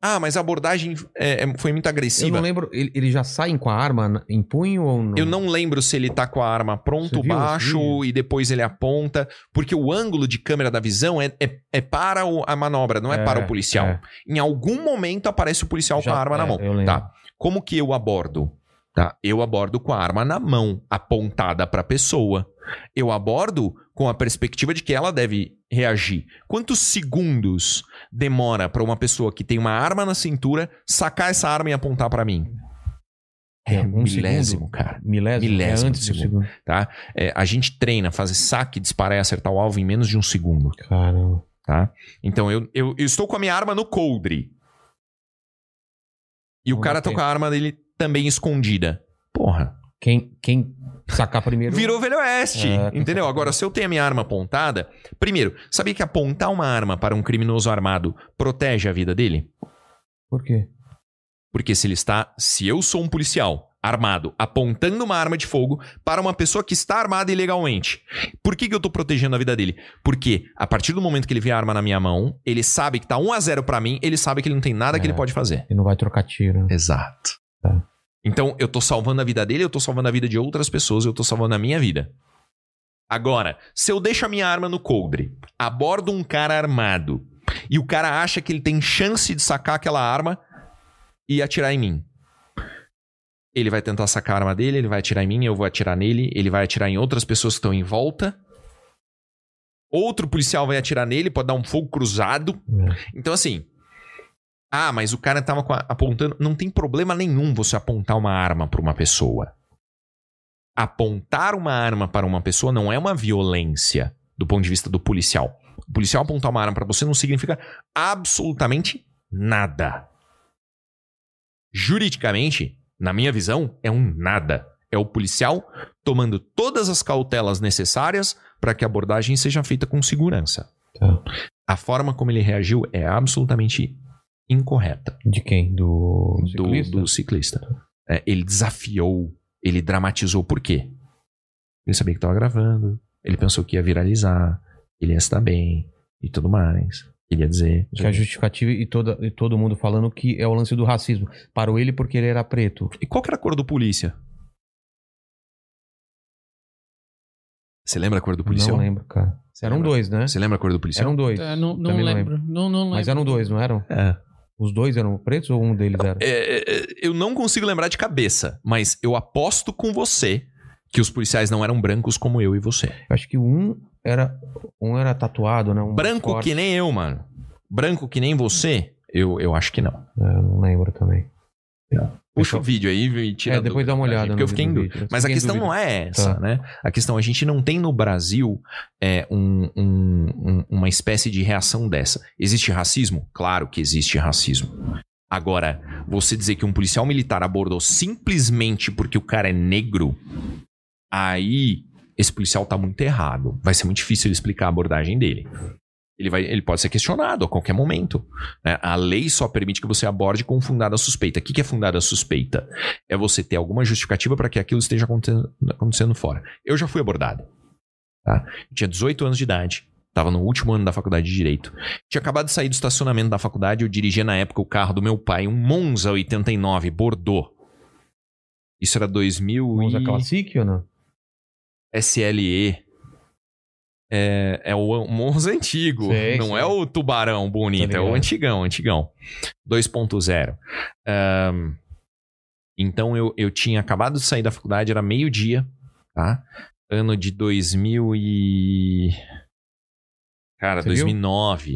Speaker 3: Ah, mas a abordagem é, é- foi muito agressiva.
Speaker 1: eu não lembro. Ele, eles já saem com a arma na- em punho ou não?
Speaker 3: Eu não lembro se ele tá com a arma pronto,
Speaker 1: Você viu esse
Speaker 3: baixo
Speaker 1: vídeo?
Speaker 3: e depois ele aponta, porque o ângulo de câmera da visão é, é, é para o- a manobra, não é,
Speaker 1: É,
Speaker 3: para o policial.
Speaker 1: é.
Speaker 3: Em algum momento aparece o policial
Speaker 1: Já-
Speaker 3: com a arma na
Speaker 1: é,
Speaker 3: mão.
Speaker 1: eu lembro.
Speaker 3: Tá. Como que eu abordo? Tá? Eu abordo com a arma na mão, apontada para a pessoa. Eu abordo com a perspectiva de que ela deve reagir. Quantos segundos demora para uma pessoa que tem uma arma na cintura sacar essa arma e apontar para mim?
Speaker 1: É, um
Speaker 3: milésimo,
Speaker 1: segundo.
Speaker 3: cara.
Speaker 1: Milésimo.
Speaker 3: Milésimo
Speaker 1: é antes
Speaker 3: de
Speaker 1: do segundo.
Speaker 3: É, a gente treina fazer saque, disparar e acertar o alvo em menos de um segundo.
Speaker 1: Caramba.
Speaker 3: Então eu, eu, eu estou com a minha arma no coldre. E o
Speaker 1: Não
Speaker 3: cara
Speaker 1: dá
Speaker 3: tá
Speaker 1: tempo.
Speaker 3: com a arma dele também escondida. Porra.
Speaker 1: Quem, quem sacar primeiro.
Speaker 3: Virou Velho Oeste,
Speaker 1: É, tem
Speaker 3: entendeu?
Speaker 1: que-
Speaker 3: Agora, se eu tenho a minha arma apontada, primeiro, sabia que apontar uma arma para um criminoso armado protege a vida dele?
Speaker 1: Por quê?
Speaker 3: Porque se ele está, se eu sou um policial armado apontando uma arma de fogo para uma pessoa que está armada ilegalmente, por que, que eu estou protegendo a vida dele? Porque a partir do momento que ele vê a arma na minha mão, ele sabe que tá 1 a 0 para mim, ele sabe que ele não tem nada que
Speaker 1: É.
Speaker 3: ele pode fazer.
Speaker 1: Ele não vai trocar tiro. né?
Speaker 3: Exato.
Speaker 1: Tá.
Speaker 3: Então, eu tô salvando a vida dele, eu tô salvando a vida de outras pessoas, eu tô salvando a minha vida. Agora, se eu deixo a minha arma no coldre, abordo um cara armado, e o cara acha que ele tem chance de sacar aquela arma e atirar em mim. Ele vai tentar sacar a arma dele, ele vai atirar em mim, eu vou atirar nele, ele vai atirar em outras pessoas que estão em volta. Outro policial vai atirar nele, pode dar um fogo cruzado. Então, assim. Ah, mas o cara tava com a- apontando. Não tem problema nenhum você apontar uma arma para uma pessoa. Apontar uma arma para uma pessoa não é uma violência do ponto de vista do policial. O policial apontar uma arma para você não significa absolutamente nada. Juridicamente, na minha visão, é um nada. É o policial tomando todas as cautelas necessárias para que a abordagem seja feita com segurança. A forma como ele reagiu é absolutamente incorreta
Speaker 1: De quem? Do,
Speaker 3: do
Speaker 1: ciclista?
Speaker 3: do ciclista. É, ele desafiou, ele dramatizou. Por quê? Ele sabia que estava gravando, ele pensou que ia viralizar, ele ia se dar bem e tudo mais. Ele ia dizer.
Speaker 1: Que a justificativa e, toda, e todo mundo falando que é o lance do racismo. Parou ele porque ele era preto.
Speaker 3: E qual que era a cor do polícia? Você lembra a cor do policial?
Speaker 1: Não lembro, cara.
Speaker 3: Você
Speaker 1: eram
Speaker 3: lembra?
Speaker 1: dois, né?
Speaker 3: Você lembra a cor do policial?
Speaker 1: Eram dois.
Speaker 2: Tá, não não
Speaker 1: Também não
Speaker 2: lembro. Não, não lembro.
Speaker 1: Mas eram dois, não eram?
Speaker 3: É.
Speaker 1: Os dois eram pretos ou um deles era?
Speaker 3: É, é, é, eu não consigo lembrar de cabeça, mas eu aposto com você que os policiais não eram brancos como eu e você.
Speaker 1: Eu acho que um era um era tatuado, né? Um
Speaker 3: Branco
Speaker 1: forte.
Speaker 3: que nem eu, mano. Branco que nem você. Eu, eu acho que não.
Speaker 1: Eu não lembro também.
Speaker 3: Puxa
Speaker 1: Pessoal-
Speaker 3: o vídeo aí e tira.
Speaker 1: É,
Speaker 3: a
Speaker 1: depois
Speaker 3: dúvida,
Speaker 1: dá uma
Speaker 3: tá,
Speaker 1: olhada
Speaker 3: gente?
Speaker 1: no
Speaker 3: Porque eu fiquei em
Speaker 1: vídeo.
Speaker 3: dúvida.
Speaker 1: Eu
Speaker 3: Mas a
Speaker 1: fiquei em
Speaker 3: questão
Speaker 1: dúvida.
Speaker 3: não é essa,
Speaker 1: Tá.
Speaker 3: né? A questão, a gente não tem no Brasil é, um- um- um- uma espécie de reação dessa. Existe racismo? Claro que existe racismo. Agora, você dizer que um policial militar abordou simplesmente porque o cara é negro, aí esse policial tá muito errado. Vai ser muito difícil ele explicar a abordagem dele. Ele, vai, ele pode ser questionado a qualquer momento. né? A lei só permite que você aborde com fundada suspeita. O que que é fundada suspeita? É você ter alguma justificativa para que aquilo esteja acontecendo, acontecendo fora. Eu já fui abordado. tá? Eu tinha 18 anos de idade. Estava no último ano da faculdade de Direito. Tinha acabado de sair do estacionamento da faculdade. Eu dirigia na época o carro do meu pai, um Monza 89, Bordeaux. Isso era 2000
Speaker 1: Vamos
Speaker 3: e...
Speaker 1: a Classic ou não?
Speaker 3: SLE. É, é o Monza [LAUGHS] antigo.
Speaker 1: Sei,
Speaker 3: não
Speaker 1: sei.
Speaker 3: é o tubarão bonito,
Speaker 1: Tá
Speaker 3: é o
Speaker 1: ligado.
Speaker 3: antigão, antigão. 2.0. Ahn, então eu, eu tinha acabado de sair da faculdade, era meio-dia, tá? Ano de 2000 e. Cara,
Speaker 1: Você viu?
Speaker 3: 2009.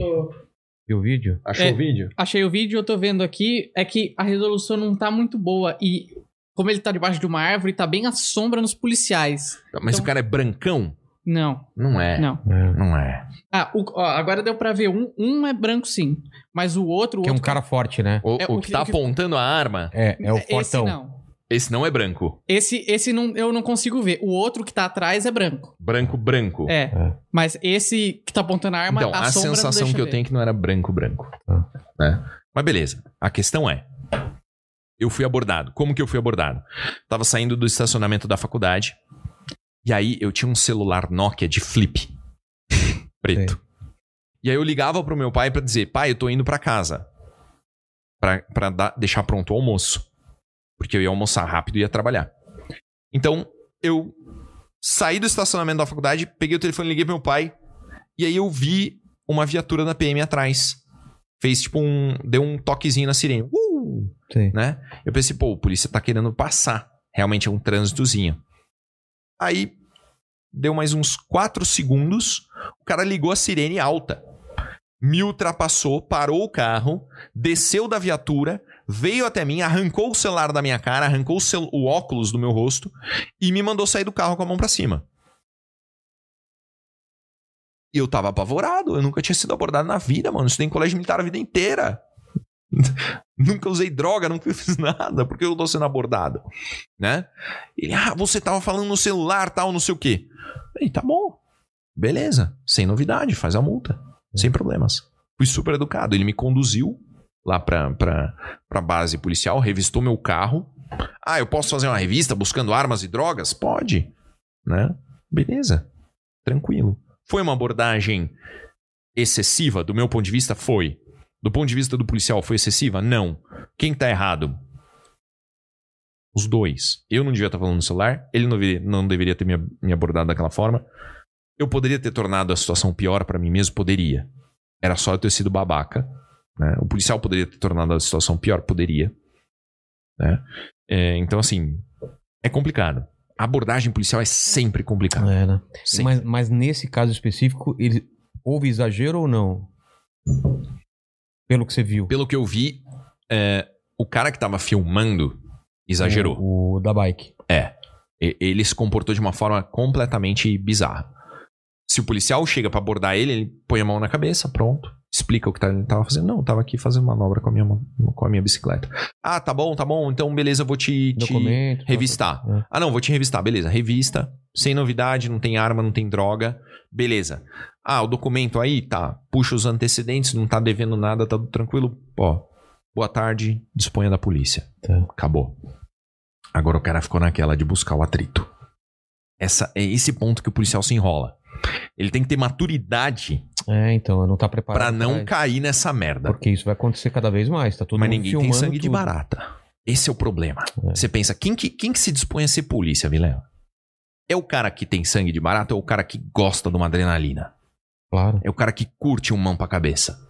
Speaker 1: Viu o vídeo?
Speaker 3: Achou
Speaker 2: É.
Speaker 3: o vídeo?
Speaker 2: Achei o vídeo, eu tô vendo aqui, é que a resolução não tá muito boa. E como ele tá debaixo de uma árvore, tá bem à sombra nos policiais.
Speaker 3: Mas
Speaker 2: Então-
Speaker 3: o cara é brancão?
Speaker 2: Não,
Speaker 3: Não é. Não,
Speaker 2: não.
Speaker 1: É.
Speaker 3: é.
Speaker 2: Ah, o- ó, agora deu pra ver. Um, um é branco, sim. Mas o outro. o
Speaker 1: Que é um
Speaker 2: outro-
Speaker 1: cara forte, né?
Speaker 3: O,
Speaker 2: É,
Speaker 3: o
Speaker 2: o
Speaker 3: que
Speaker 2: que-
Speaker 3: tá
Speaker 2: o que-
Speaker 3: apontando a arma,
Speaker 1: É, é o
Speaker 2: Esse
Speaker 1: fortão.
Speaker 2: não.
Speaker 3: esse não é branco.
Speaker 2: Esse, esse não, eu não consigo ver. O outro que tá atrás é branco.
Speaker 3: Branco, branco.
Speaker 2: É.
Speaker 1: É.
Speaker 2: Mas esse que tá apontando a arma.
Speaker 3: Então, a,
Speaker 2: sombra não
Speaker 3: sensação
Speaker 2: deixa
Speaker 3: que eu
Speaker 2: ver.
Speaker 3: tenho é que não era branco-branco.
Speaker 1: Tá.
Speaker 3: Né? Mas beleza, a questão é. Eu fui abordado. Como que eu fui abordado? Tava saindo do estacionamento da faculdade. E aí eu tinha um celular Nokia de flip. [LAUGHS] preto. E aí eu ligava pro meu pai pra dizer: pai, eu tô indo pra casa. Pra, pra dar- deixar pronto o almoço. Porque eu ia almoçar rápido e ia trabalhar. Então, eu saí do estacionamento da faculdade, peguei o telefone, liguei pro meu pai. E aí eu vi uma viatura da PM atrás. Fez tipo um. Deu um toquezinho na sirene. Uh!
Speaker 1: Sim.
Speaker 3: Né? Eu pensei, pô, o polícia tá querendo passar. Realmente é um trânsitozinho. Aí deu mais uns 4 segundos. O cara ligou a sirene alta. Me ultrapassou, parou o carro, desceu da viatura, veio até mim, arrancou o celular da minha cara, arrancou o, cel- o óculos do meu rosto e me mandou sair do carro com a mão pra cima. E eu tava apavorado. Eu nunca tinha sido abordado na vida, mano. Estudei em colégio militar a vida inteira. nunca usei droga, [LAUGHS] nunca fiz nada. Por que eu tô sendo abordado? Né? Ele, ah, você tava falando no celular, tal, não sei o quê. Falei, tá bom. Beleza. Sem novidade, faz a multa. Sem problemas. Fui super educado. Ele me conduziu lá pra, pra, pra base policial, revistou meu carro. Ah, eu posso fazer uma revista buscando armas e drogas? Pode. Né? Beleza. Tranquilo. Foi uma abordagem excessiva? Do meu ponto de vista, foi. Do ponto de vista do policial, foi excessiva? Não. Quem tá errado? Os dois. Eu não devia estar falando no celular, ele não deveria, não deveria ter me, ab- me abordado daquela forma. Eu poderia ter tornado a situação pior pra mim mesmo? Poderia. Era só eu ter sido babaca. né? O policial poderia ter tornado a situação pior? Poderia. né? É, então, assim, é complicado. A abordagem policial é sempre complicada.
Speaker 1: É, né?
Speaker 3: Sempre.
Speaker 1: Mas, mas nesse caso específico, ele, houve exagero ou não? Pelo que você viu.
Speaker 3: pelo que eu vi, é, o cara que tava filmando exagerou.
Speaker 1: É, O, o da bike.
Speaker 3: E- Ele se comportou de uma forma completamente bizarra. Se o policial chega pra abordar ele, ele põe a mão na cabeça, pronto. Explica o que tá- ele tava fazendo. Não, eu tava aqui fazendo manobra com a minha, mão- com a minha bicicleta. Ah, tá bom, tá bom. Então, beleza, eu vou te, te
Speaker 1: Documento.
Speaker 3: revistar.
Speaker 1: É.
Speaker 3: Ah, não, vou te revistar. Beleza, revista. Sem novidade, não tem arma, não tem droga. Beleza. Ah, o documento aí, tá. Puxa os antecedentes, não tá devendo nada, tá tudo tranquilo. Ó, boa tarde, disponha da polícia.
Speaker 1: Tá.
Speaker 3: Acabou. Agora o cara ficou naquela de buscar o atrito. Essa, é esse ponto que o policial se enrola. Ele tem que ter maturidade
Speaker 1: É, então, não tá
Speaker 3: pra
Speaker 1: preparado.
Speaker 3: não
Speaker 1: isso.
Speaker 3: cair nessa merda.
Speaker 1: Porque isso vai acontecer cada vez mais. Tá todo
Speaker 3: Mas
Speaker 1: mundo
Speaker 3: ninguém tem
Speaker 1: filmando
Speaker 3: sangue de
Speaker 1: tudo.
Speaker 3: barata. Esse é o problema.
Speaker 1: É.
Speaker 3: Você pensa, quem que, quem que se dispõe a ser polícia, Vilela? É o cara que tem sangue de barata ou é o cara que gosta de uma adrenalina?
Speaker 1: Claro.
Speaker 3: É o cara que curte um mão pra cabeça.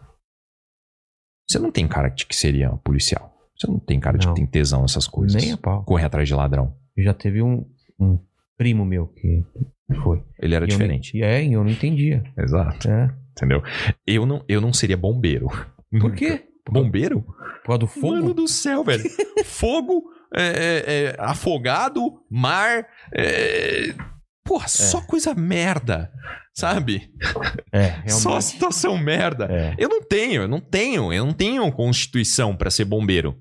Speaker 3: Você não tem cara de que seria um policial. Você não tem cara de
Speaker 1: Não.
Speaker 3: que tem tesão nessas coisas.
Speaker 1: Nem a pau.
Speaker 3: Corre atrás de ladrão.
Speaker 1: Já teve um, um primo meu que que foi.
Speaker 3: Ele era
Speaker 1: E eu
Speaker 3: diferente.
Speaker 1: não- é, e eu não entendia.
Speaker 3: Exato.
Speaker 1: É.
Speaker 3: Entendeu? Eu não, eu não seria bombeiro.
Speaker 1: Por
Speaker 3: Nunca.
Speaker 1: quê?
Speaker 3: Bombeiro?
Speaker 1: Por causa do fogo?
Speaker 3: Mano do céu, velho. Fogo, é, é, é, afogado, mar. É... Porra, só coisa merda. Sabe?
Speaker 1: É,
Speaker 3: Só situação merda.
Speaker 1: É.
Speaker 3: Eu não tenho, eu não tenho, eu não tenho constituição pra ser bombeiro.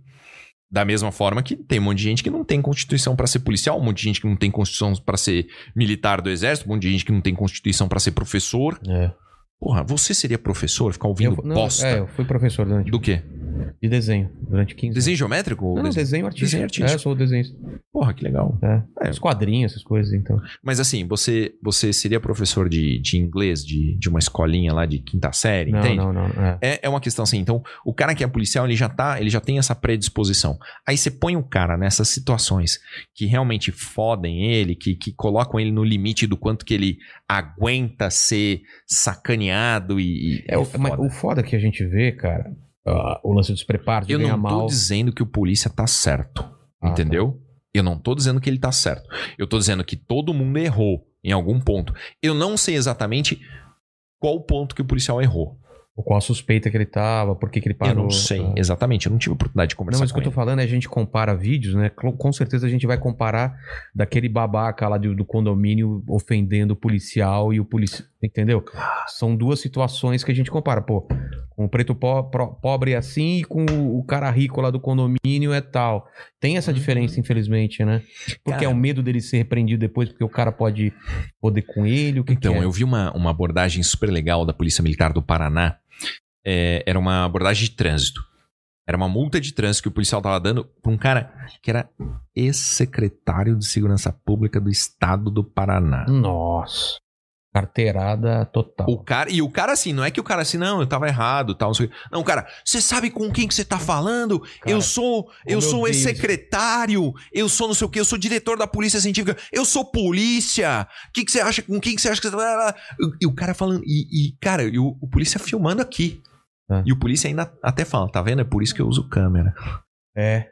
Speaker 3: Da mesma forma que tem um monte de gente que não tem constituição pra ser policial, um monte de gente que não tem constituição pra ser militar do exército, um monte de gente que não tem constituição pra ser professor.
Speaker 1: É.
Speaker 3: Porra, você seria professor? Ficar ouvindo
Speaker 1: Eu, não,
Speaker 3: bosta
Speaker 1: é, eu fui professor durante,
Speaker 3: do quê?
Speaker 1: de desenho durante 15 anos.
Speaker 3: Desenho geométrico? ou
Speaker 1: Não, não,
Speaker 3: desenho-
Speaker 1: desenho artístico.
Speaker 3: desenho artístico.
Speaker 1: É, eu sou desenhista.
Speaker 3: Porra, que legal.
Speaker 1: É.
Speaker 3: É.
Speaker 1: Os quadrinhos, essas coisas, então.
Speaker 3: Mas assim, você, você seria professor de, de inglês de, de uma escolinha lá de quinta série,
Speaker 1: Não,
Speaker 3: entende?
Speaker 1: não, não. É.
Speaker 3: É, é uma questão assim. Então, o cara que é policial, ele já tá, ele já tem essa predisposição. Aí você põe o cara nessas situações que realmente fodem ele, que, que colocam ele no limite do quanto que ele aguenta ser sacaneado e. e-
Speaker 1: É, o,
Speaker 3: e
Speaker 1: mas
Speaker 3: foda.
Speaker 1: o foda que a gente vê, cara, ah, o lance do despreparo, de
Speaker 3: Eu
Speaker 1: ganhar
Speaker 3: não tô
Speaker 1: mal.
Speaker 3: dizendo que o polícia tá certo.
Speaker 1: Ah,
Speaker 3: entendeu? Eu não tô dizendo que ele tá certo. Eu tô dizendo que todo mundo errou em algum ponto. Eu não sei exatamente qual o ponto que o policial errou.
Speaker 1: Ou Qual a suspeita que ele tava, por que, que ele parou.
Speaker 3: eu não sei
Speaker 1: tá?
Speaker 3: exatamente. Eu não tive oportunidade de
Speaker 1: Não,
Speaker 3: conversar
Speaker 1: mas o que
Speaker 3: com
Speaker 1: eu tô
Speaker 3: ele.
Speaker 1: falando é a gente compara vídeos, né? Cl- Com certeza a gente vai comparar daquele babaca lá do, do condomínio ofendendo o policial e o policial. Entendeu? São duas situações que a gente compara. Pô, com o preto po- pro- pobre é assim e com o, o cara rico lá do condomínio é tal. Tem essa diferença, infelizmente, né? Porque
Speaker 3: Uhum. Cara.
Speaker 1: é o medo dele ser repreendido depois, porque o cara pode poder com ele. O que
Speaker 3: Então,
Speaker 1: que é?
Speaker 3: eu vi uma, uma abordagem super legal da Polícia Militar do Paraná. É, era uma abordagem de trânsito. Era uma multa de trânsito que o policial tava dando pra um cara que era ex-secretário de Segurança Pública do Estado do Paraná.
Speaker 1: Nossa. Carteirada total.
Speaker 3: O cara, e o cara assim, não é que o cara assim, não, eu tava errado, tal, não sei o quê. Não, cara, você sabe com quem que você tá falando?
Speaker 1: Cara,
Speaker 3: eu sou,
Speaker 1: meu
Speaker 3: eu sou
Speaker 1: Deus.
Speaker 3: ex-secretário, eu sou não sei o quê, eu sou diretor da polícia científica, eu sou polícia. Que que você acha, com quem que você acha que você tá... E o cara falando, e, e, cara, e o, o polícia filmando aqui.
Speaker 1: É.
Speaker 3: E o polícia ainda até fala, tá vendo? É por isso que eu uso câmera.
Speaker 1: É.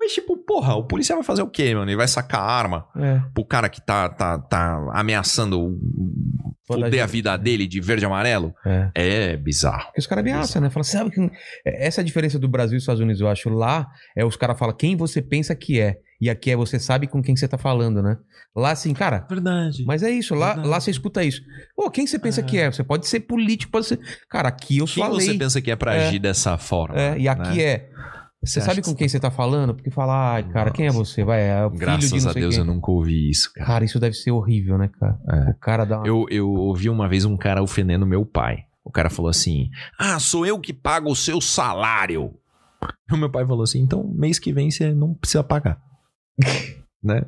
Speaker 3: Mas tipo, porra, o polícia vai fazer o quê, mano? Ele vai sacar a arma
Speaker 1: É.
Speaker 3: pro cara que tá, tá, tá ameaçando
Speaker 1: Toda
Speaker 3: foder a
Speaker 1: gente.
Speaker 3: vida dele de verde e amarelo?
Speaker 1: É.
Speaker 3: É bizarro.
Speaker 1: Porque os caras ameaçam, né? Fala, sabe que. é, Essa é a diferença do Brasil e Estados Unidos, eu acho. Lá é os caras falam quem você pensa que é. E aqui é você sabe com quem você tá falando, né? Lá, assim, cara.
Speaker 3: Verdade.
Speaker 1: Mas é isso, lá,
Speaker 3: Verdade.
Speaker 1: lá você escuta isso. Pô, quem você pensa
Speaker 3: Ah.
Speaker 1: que é? Você pode ser político, pode ser. Cara, aqui eu
Speaker 3: Quem
Speaker 1: sou a
Speaker 3: você
Speaker 1: lei.
Speaker 3: pensa que é pra
Speaker 1: É.
Speaker 3: agir dessa forma?
Speaker 1: É, e aqui
Speaker 3: né?
Speaker 1: é. Você
Speaker 3: acha
Speaker 1: sabe
Speaker 3: que
Speaker 1: com quem você tá falando? Porque fala, ai, cara, quem é
Speaker 3: Nossa.
Speaker 1: você? Vai, é o filho de
Speaker 3: Graças
Speaker 1: não
Speaker 3: a
Speaker 1: sei
Speaker 3: Deus
Speaker 1: quem.
Speaker 3: eu nunca ouvi isso, cara.
Speaker 1: Cara, isso deve ser horrível, né, cara? O cara dá uma.
Speaker 3: Eu, eu ouvi uma vez um cara ofendendo meu pai. O cara falou assim: Ah, sou eu que pago o seu salário. [LAUGHS] E o meu pai falou assim: Então, mês que vem você não precisa pagar.
Speaker 1: [LAUGHS]
Speaker 3: né?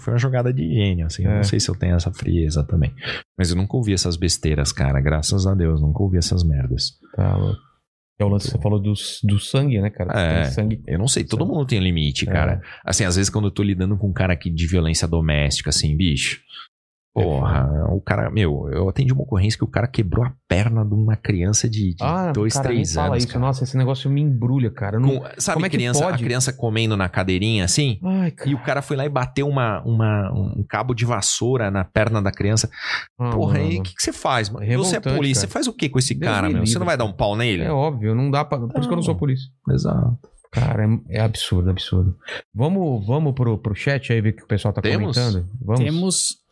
Speaker 3: Foi uma jogada de gênio, assim. Eu
Speaker 1: É.
Speaker 3: não sei se eu tenho essa frieza também. Mas eu nunca ouvi essas besteiras, cara. Graças a Deus, nunca ouvi essas merdas.
Speaker 1: Tá louco. É o lance que você falou do, do sangue, né, cara?
Speaker 3: É.
Speaker 1: Tem sangue.
Speaker 3: Eu não sei, todo
Speaker 1: Sim. É.
Speaker 3: mundo tem limite, cara. Assim, às vezes quando eu tô lidando com um cara aqui de violência doméstica, assim, bicho. Porra, o cara, meu, eu atendi uma ocorrência que o cara quebrou a perna de uma criança de, de dois,
Speaker 1: Ah, cara,
Speaker 3: três
Speaker 1: nem fala
Speaker 3: anos.
Speaker 1: isso.
Speaker 3: cara.
Speaker 1: Nossa, esse negócio me embrulha, cara. Eu não-
Speaker 3: Com- sabe
Speaker 1: como é que
Speaker 3: criança,
Speaker 1: pode?
Speaker 3: a criança comendo na cadeirinha assim?
Speaker 1: Ai,
Speaker 3: E o cara foi lá e bateu uma, uma- um cabo de vassoura na perna da criança.
Speaker 1: Ah,
Speaker 3: Porra, aí o
Speaker 1: mano.
Speaker 3: que, que você faz, mano?
Speaker 1: É
Speaker 3: você é
Speaker 1: revoltante,
Speaker 3: polícia,
Speaker 1: cara.
Speaker 3: você faz o que com esse
Speaker 1: Deus
Speaker 3: cara,
Speaker 1: me
Speaker 3: meu? Você
Speaker 1: livre,
Speaker 3: não vai dar um pau nele?
Speaker 1: É óbvio, não dá pra. Por isso que eu não
Speaker 3: Ah.
Speaker 1: sou polícia.
Speaker 3: Exato.
Speaker 1: Cara, é, é absurdo, absurdo. Vamos, vamos pro, pro chat aí ver o que o pessoal tá
Speaker 3: Temos?
Speaker 1: comentando? Vamos.
Speaker 2: Temos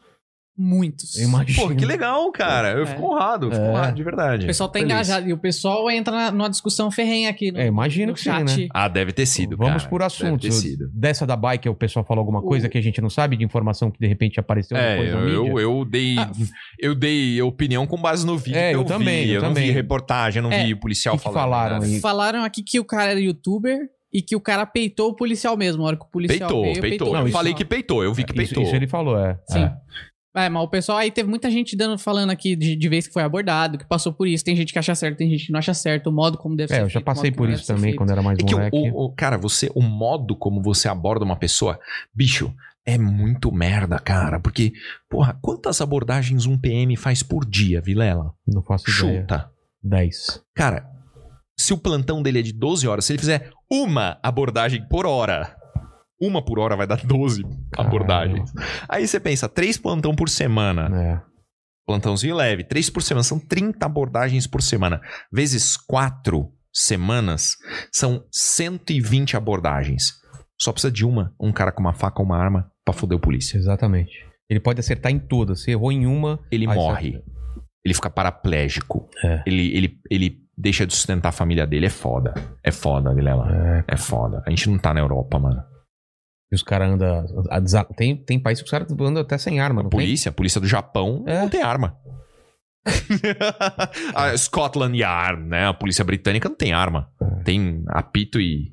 Speaker 2: muitos.
Speaker 1: Eu imagino. [LAUGHS]
Speaker 3: Pô, que legal, cara. Eu
Speaker 2: É.
Speaker 3: fico honrado, eu fico
Speaker 1: É.
Speaker 3: honrado, de verdade.
Speaker 2: O pessoal tá
Speaker 3: Feliz.
Speaker 2: engajado. E o pessoal entra na- numa discussão ferrenha aqui no,
Speaker 1: É, imagino
Speaker 2: no
Speaker 1: que
Speaker 2: chat.
Speaker 1: sim, né?
Speaker 3: Ah, deve ter sido,
Speaker 1: Vamos
Speaker 3: cara.
Speaker 1: por
Speaker 3: Deve ter
Speaker 1: assuntos.
Speaker 3: sido.
Speaker 1: Dessa da bike, o pessoal falou alguma
Speaker 2: O-
Speaker 1: coisa que a gente não sabe, de informação que de repente apareceu
Speaker 3: É,
Speaker 1: depois no
Speaker 3: eu,
Speaker 1: mídia.
Speaker 3: eu dei
Speaker 2: Ah,
Speaker 3: eu dei opinião com base no vídeo
Speaker 1: É,
Speaker 3: que eu,
Speaker 1: eu também,
Speaker 3: vi.
Speaker 1: eu
Speaker 3: Eu, não vi
Speaker 1: também.
Speaker 3: reportagem, eu não
Speaker 2: É,
Speaker 3: vi policial
Speaker 1: que que
Speaker 3: falando. né?
Speaker 1: falaram
Speaker 3: nada.
Speaker 1: aí?
Speaker 2: Falaram aqui que o cara era youtuber e que o cara peitou o policial mesmo. A hora que o policial
Speaker 3: Peitou,
Speaker 2: veio,
Speaker 3: peitou.
Speaker 2: o
Speaker 1: Não,
Speaker 3: eu
Speaker 1: isso-
Speaker 3: falei
Speaker 2: policial.
Speaker 3: que peitou, eu vi que
Speaker 1: isso,
Speaker 3: peitou.
Speaker 1: isso ele falou, é.
Speaker 2: Sim.
Speaker 1: É.
Speaker 2: É, mas o pessoal aí teve muita gente dando, falando aqui de, de vez que foi abordado, que passou por isso. Tem gente que acha certo, tem gente que não acha certo, o modo como deve
Speaker 1: É,
Speaker 2: ser.
Speaker 1: eu já
Speaker 2: feito, o modo
Speaker 1: passei
Speaker 2: como
Speaker 1: por
Speaker 2: não
Speaker 1: isso
Speaker 2: deve ser
Speaker 1: também
Speaker 2: feito.
Speaker 1: quando era mais
Speaker 3: É que o,
Speaker 1: moleque.
Speaker 3: o- o- cara, você, o modo como você aborda uma pessoa, bicho, é muito merda, cara. Porque, porra, quantas abordagens um PM faz por dia, Vilela?
Speaker 1: Não faço ideia.
Speaker 3: Chuta.
Speaker 1: 10.
Speaker 3: Cara, se o plantão dele é de 12 horas, se ele fizer uma abordagem por hora, uma por hora vai dar 12
Speaker 1: Caralho.
Speaker 3: abordagens. Aí você pensa, três plantão por semana,
Speaker 1: É.
Speaker 3: plantãozinho leve, três por semana, são 30 abordagens por semana, vezes quatro semanas, são 120 abordagens. Só precisa de uma, um cara com uma faca ou uma arma pra foder o polícia.
Speaker 1: Exatamente. Ele pode acertar em todas. Se errou em uma.
Speaker 3: Ele
Speaker 1: aí
Speaker 3: morre. Ele fica paraplégico.
Speaker 1: É.
Speaker 3: Ele, ele, ele deixa de sustentar a família dele. É foda. É foda, Vilela.
Speaker 1: É.
Speaker 3: É foda. A gente não tá na Europa, mano.
Speaker 1: E os caras andam. Tem, tem país que os caras andam até sem arma, não tem?
Speaker 3: Polícia, a polícia do Japão
Speaker 1: É.
Speaker 3: não tem arma. [LAUGHS] a Scotland Yard, né? A polícia britânica não tem arma. Tem
Speaker 1: [LAUGHS]
Speaker 3: apito e.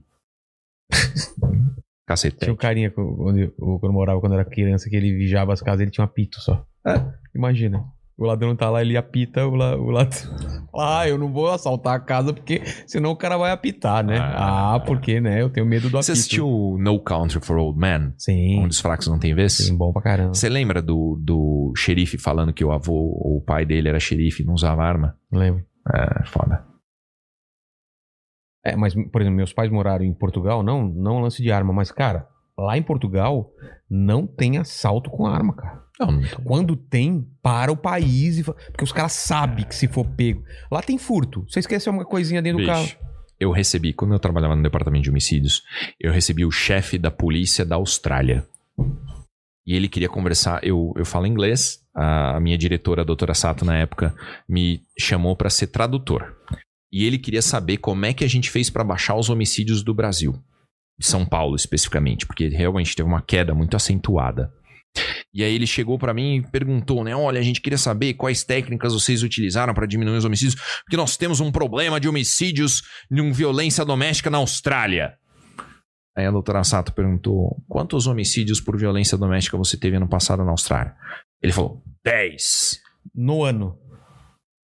Speaker 1: Tinha
Speaker 3: Cacete.
Speaker 1: um carinha que eu- onde eu- quando eu morava quando eu era criança que ele vigiava as casas, ele tinha um apito só.
Speaker 3: É.
Speaker 1: Imagina. O ladrão tá lá, ele apita, o, la, o ladrão. [LAUGHS] Ah, eu não vou assaltar a casa porque senão o cara vai apitar, né?
Speaker 3: Ah.
Speaker 1: Ah, porque, né? Eu tenho medo do apito.
Speaker 3: Você assistiu No Country for Old Men?
Speaker 1: Sim.
Speaker 3: Onde os fracos não têm vez?
Speaker 1: Sim, bom pra caramba.
Speaker 3: Você lembra do, do xerife falando que o avô ou o pai dele era xerife e não usava arma?
Speaker 1: Não lembro.
Speaker 3: É foda.
Speaker 1: É, mas, por exemplo, meus pais moraram em Portugal, não, não lance de arma, mas, cara, lá em Portugal não tem assalto com arma, cara.
Speaker 3: Não, não tô-
Speaker 1: Quando tem, para o país e fa- Porque os caras sabem que se for pego. Lá tem furto. Você esqueceu uma coisinha dentro do carro.
Speaker 3: Bicho, eu recebi, quando eu trabalhava no departamento de homicídios, eu recebi o chefe da polícia da Austrália. E ele queria conversar, eu, eu falo inglês, a minha diretora, a doutora Sato, na época, me chamou para ser tradutor. E ele queria saber como é que a gente fez para baixar os homicídios do Brasil, de São Paulo especificamente, porque realmente teve uma queda muito acentuada. E aí ele chegou para mim e perguntou, né? Olha, a gente queria saber quais técnicas vocês utilizaram para diminuir os homicídios porque nós temos um problema de homicídios e uma violência doméstica na Austrália. Aí a doutora Sato perguntou: quantos homicídios por violência doméstica você teve ano passado na Austrália? Ele falou: 10
Speaker 1: No ano.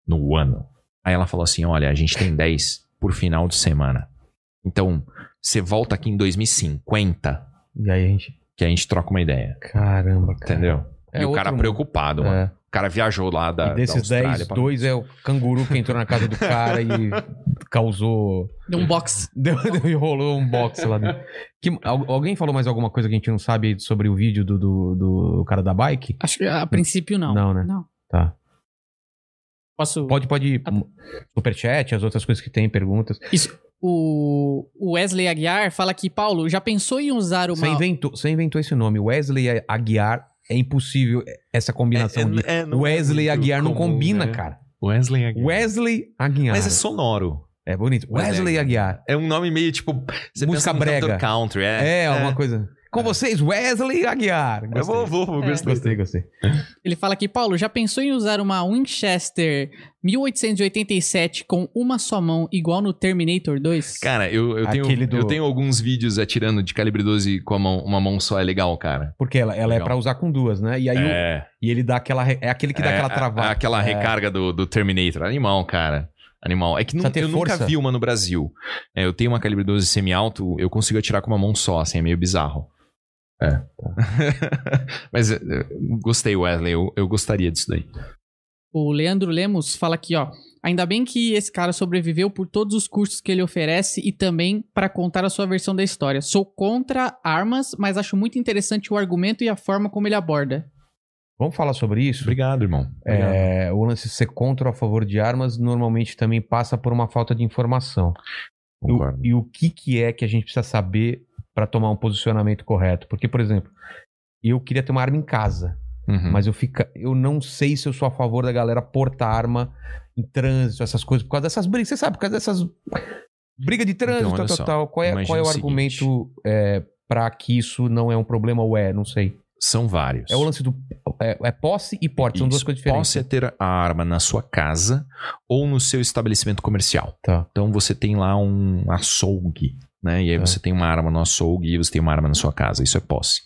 Speaker 3: no ano. Aí ela falou assim: olha, a gente tem 10 por final de semana. Então, você volta aqui em 2050
Speaker 1: E aí a gente.
Speaker 3: que a gente troca uma ideia.
Speaker 1: Caramba, cara.
Speaker 3: Entendeu?
Speaker 1: É
Speaker 3: e o
Speaker 1: outro
Speaker 3: cara
Speaker 1: mundo.
Speaker 3: preocupado, mano.
Speaker 1: É.
Speaker 3: O cara viajou lá da,
Speaker 1: e
Speaker 3: da
Speaker 1: desses
Speaker 3: Austrália.
Speaker 1: 10,
Speaker 3: pra-
Speaker 1: dois é o canguru que entrou na casa do cara e causou.
Speaker 2: Deu um box.
Speaker 1: Deu, [LAUGHS] deu, e rolou um box lá dentro. Que, al- alguém falou mais alguma coisa que a gente não sabe sobre o vídeo do, do, do cara da bike?
Speaker 2: Acho que a princípio não.
Speaker 1: Não, né?
Speaker 2: Não.
Speaker 1: Tá.
Speaker 2: Posso.
Speaker 1: Pode, pode.
Speaker 3: Tá
Speaker 1: ir. Superchat, as outras coisas que tem, perguntas.
Speaker 2: O o Wesley Aguiar fala que, Paulo, já pensou em usar uma.
Speaker 1: Você inventou, você inventou esse nome. Wesley Aguiar. É impossível essa combinação de.
Speaker 3: É- é- é, não é
Speaker 1: Wesley
Speaker 3: muito
Speaker 1: Aguiar não
Speaker 3: comum,
Speaker 1: combina,
Speaker 3: né?
Speaker 1: cara.
Speaker 3: Wesley Aguiar.
Speaker 1: Wesley Aguiar.
Speaker 3: Mas é sonoro.
Speaker 1: é... bonito. Wesley
Speaker 3: Wesley
Speaker 1: Aguiar.
Speaker 3: É um nome meio tipo. Você
Speaker 1: Música
Speaker 3: pensa no
Speaker 1: brega.
Speaker 3: cantor Country, é.
Speaker 1: É, alguma coisa. Com vocês, Wesley Aguiar.
Speaker 3: Eu vou, vou, vou,
Speaker 2: É.
Speaker 3: gostei.
Speaker 1: Gostei, gostei.
Speaker 2: Ele fala aqui, Paulo, já pensou em usar uma Winchester 1887 com uma só mão, igual no Terminator 2?
Speaker 3: Cara, eu, eu,
Speaker 1: Aquele
Speaker 3: tenho,
Speaker 1: do-
Speaker 3: eu tenho alguns vídeos atirando de calibre 12 com a mão, uma mão só, é legal, cara.
Speaker 1: Porque ela, ela é
Speaker 3: Legal.
Speaker 1: pra usar com duas, né? E aí o-
Speaker 3: é.
Speaker 1: e ele dá aquela. re- É aquele que dá
Speaker 3: é,
Speaker 1: aquela
Speaker 3: a-
Speaker 1: travada.
Speaker 3: aquela recarga do, do Terminator. Animal, cara. Animal. É que
Speaker 1: Precisa
Speaker 3: nu-
Speaker 1: ter
Speaker 3: eu
Speaker 1: força.
Speaker 3: nunca vi uma no Brasil. É, eu tenho uma calibre 12 semi-alto, eu consigo atirar com uma mão só, assim, é meio bizarro. É. [LAUGHS] Mas é, é, gostei, Wesley. Eu, eu gostaria disso daí.
Speaker 2: O Leandro Lemos fala aqui, ó. Ainda bem que esse cara sobreviveu por todos os cursos que ele oferece e também para contar a sua versão da história. Sou contra armas, mas acho muito interessante o argumento e a forma como ele aborda.
Speaker 1: Vamos falar sobre isso?
Speaker 3: Obrigado, irmão. Obrigado.
Speaker 1: É, o lance de ser contra ou a favor de armas normalmente também passa por uma falta de informação. E o-
Speaker 3: Concordo.
Speaker 1: e o que, que é que a gente precisa saber pra tomar um posicionamento correto? Porque, por exemplo, eu queria ter uma arma em casa,
Speaker 3: Uhum.
Speaker 1: mas eu, fica, eu não sei se eu sou a favor da galera portar arma em trânsito, essas coisas, por causa dessas brigas. Você sabe, por causa dessas brigas de trânsito,
Speaker 3: Então,
Speaker 1: tal,
Speaker 3: olha
Speaker 1: tal,
Speaker 3: só.
Speaker 1: tal. Qual é,
Speaker 3: Imagina
Speaker 1: qual é o,
Speaker 3: o seguinte.
Speaker 1: argumento é, para que isso não é um problema ou é? Não sei.
Speaker 3: São vários.
Speaker 1: É o lance do. É, é posse e porte, são duas
Speaker 3: Isso.
Speaker 1: coisas diferentes. né?
Speaker 3: Posse é ter a arma na sua casa ou no seu estabelecimento comercial.
Speaker 1: Tá.
Speaker 3: Então você tem lá um açougue, né? E aí
Speaker 1: Tá.
Speaker 3: você tem uma arma no açougue e você tem uma arma na sua casa. Isso é posse.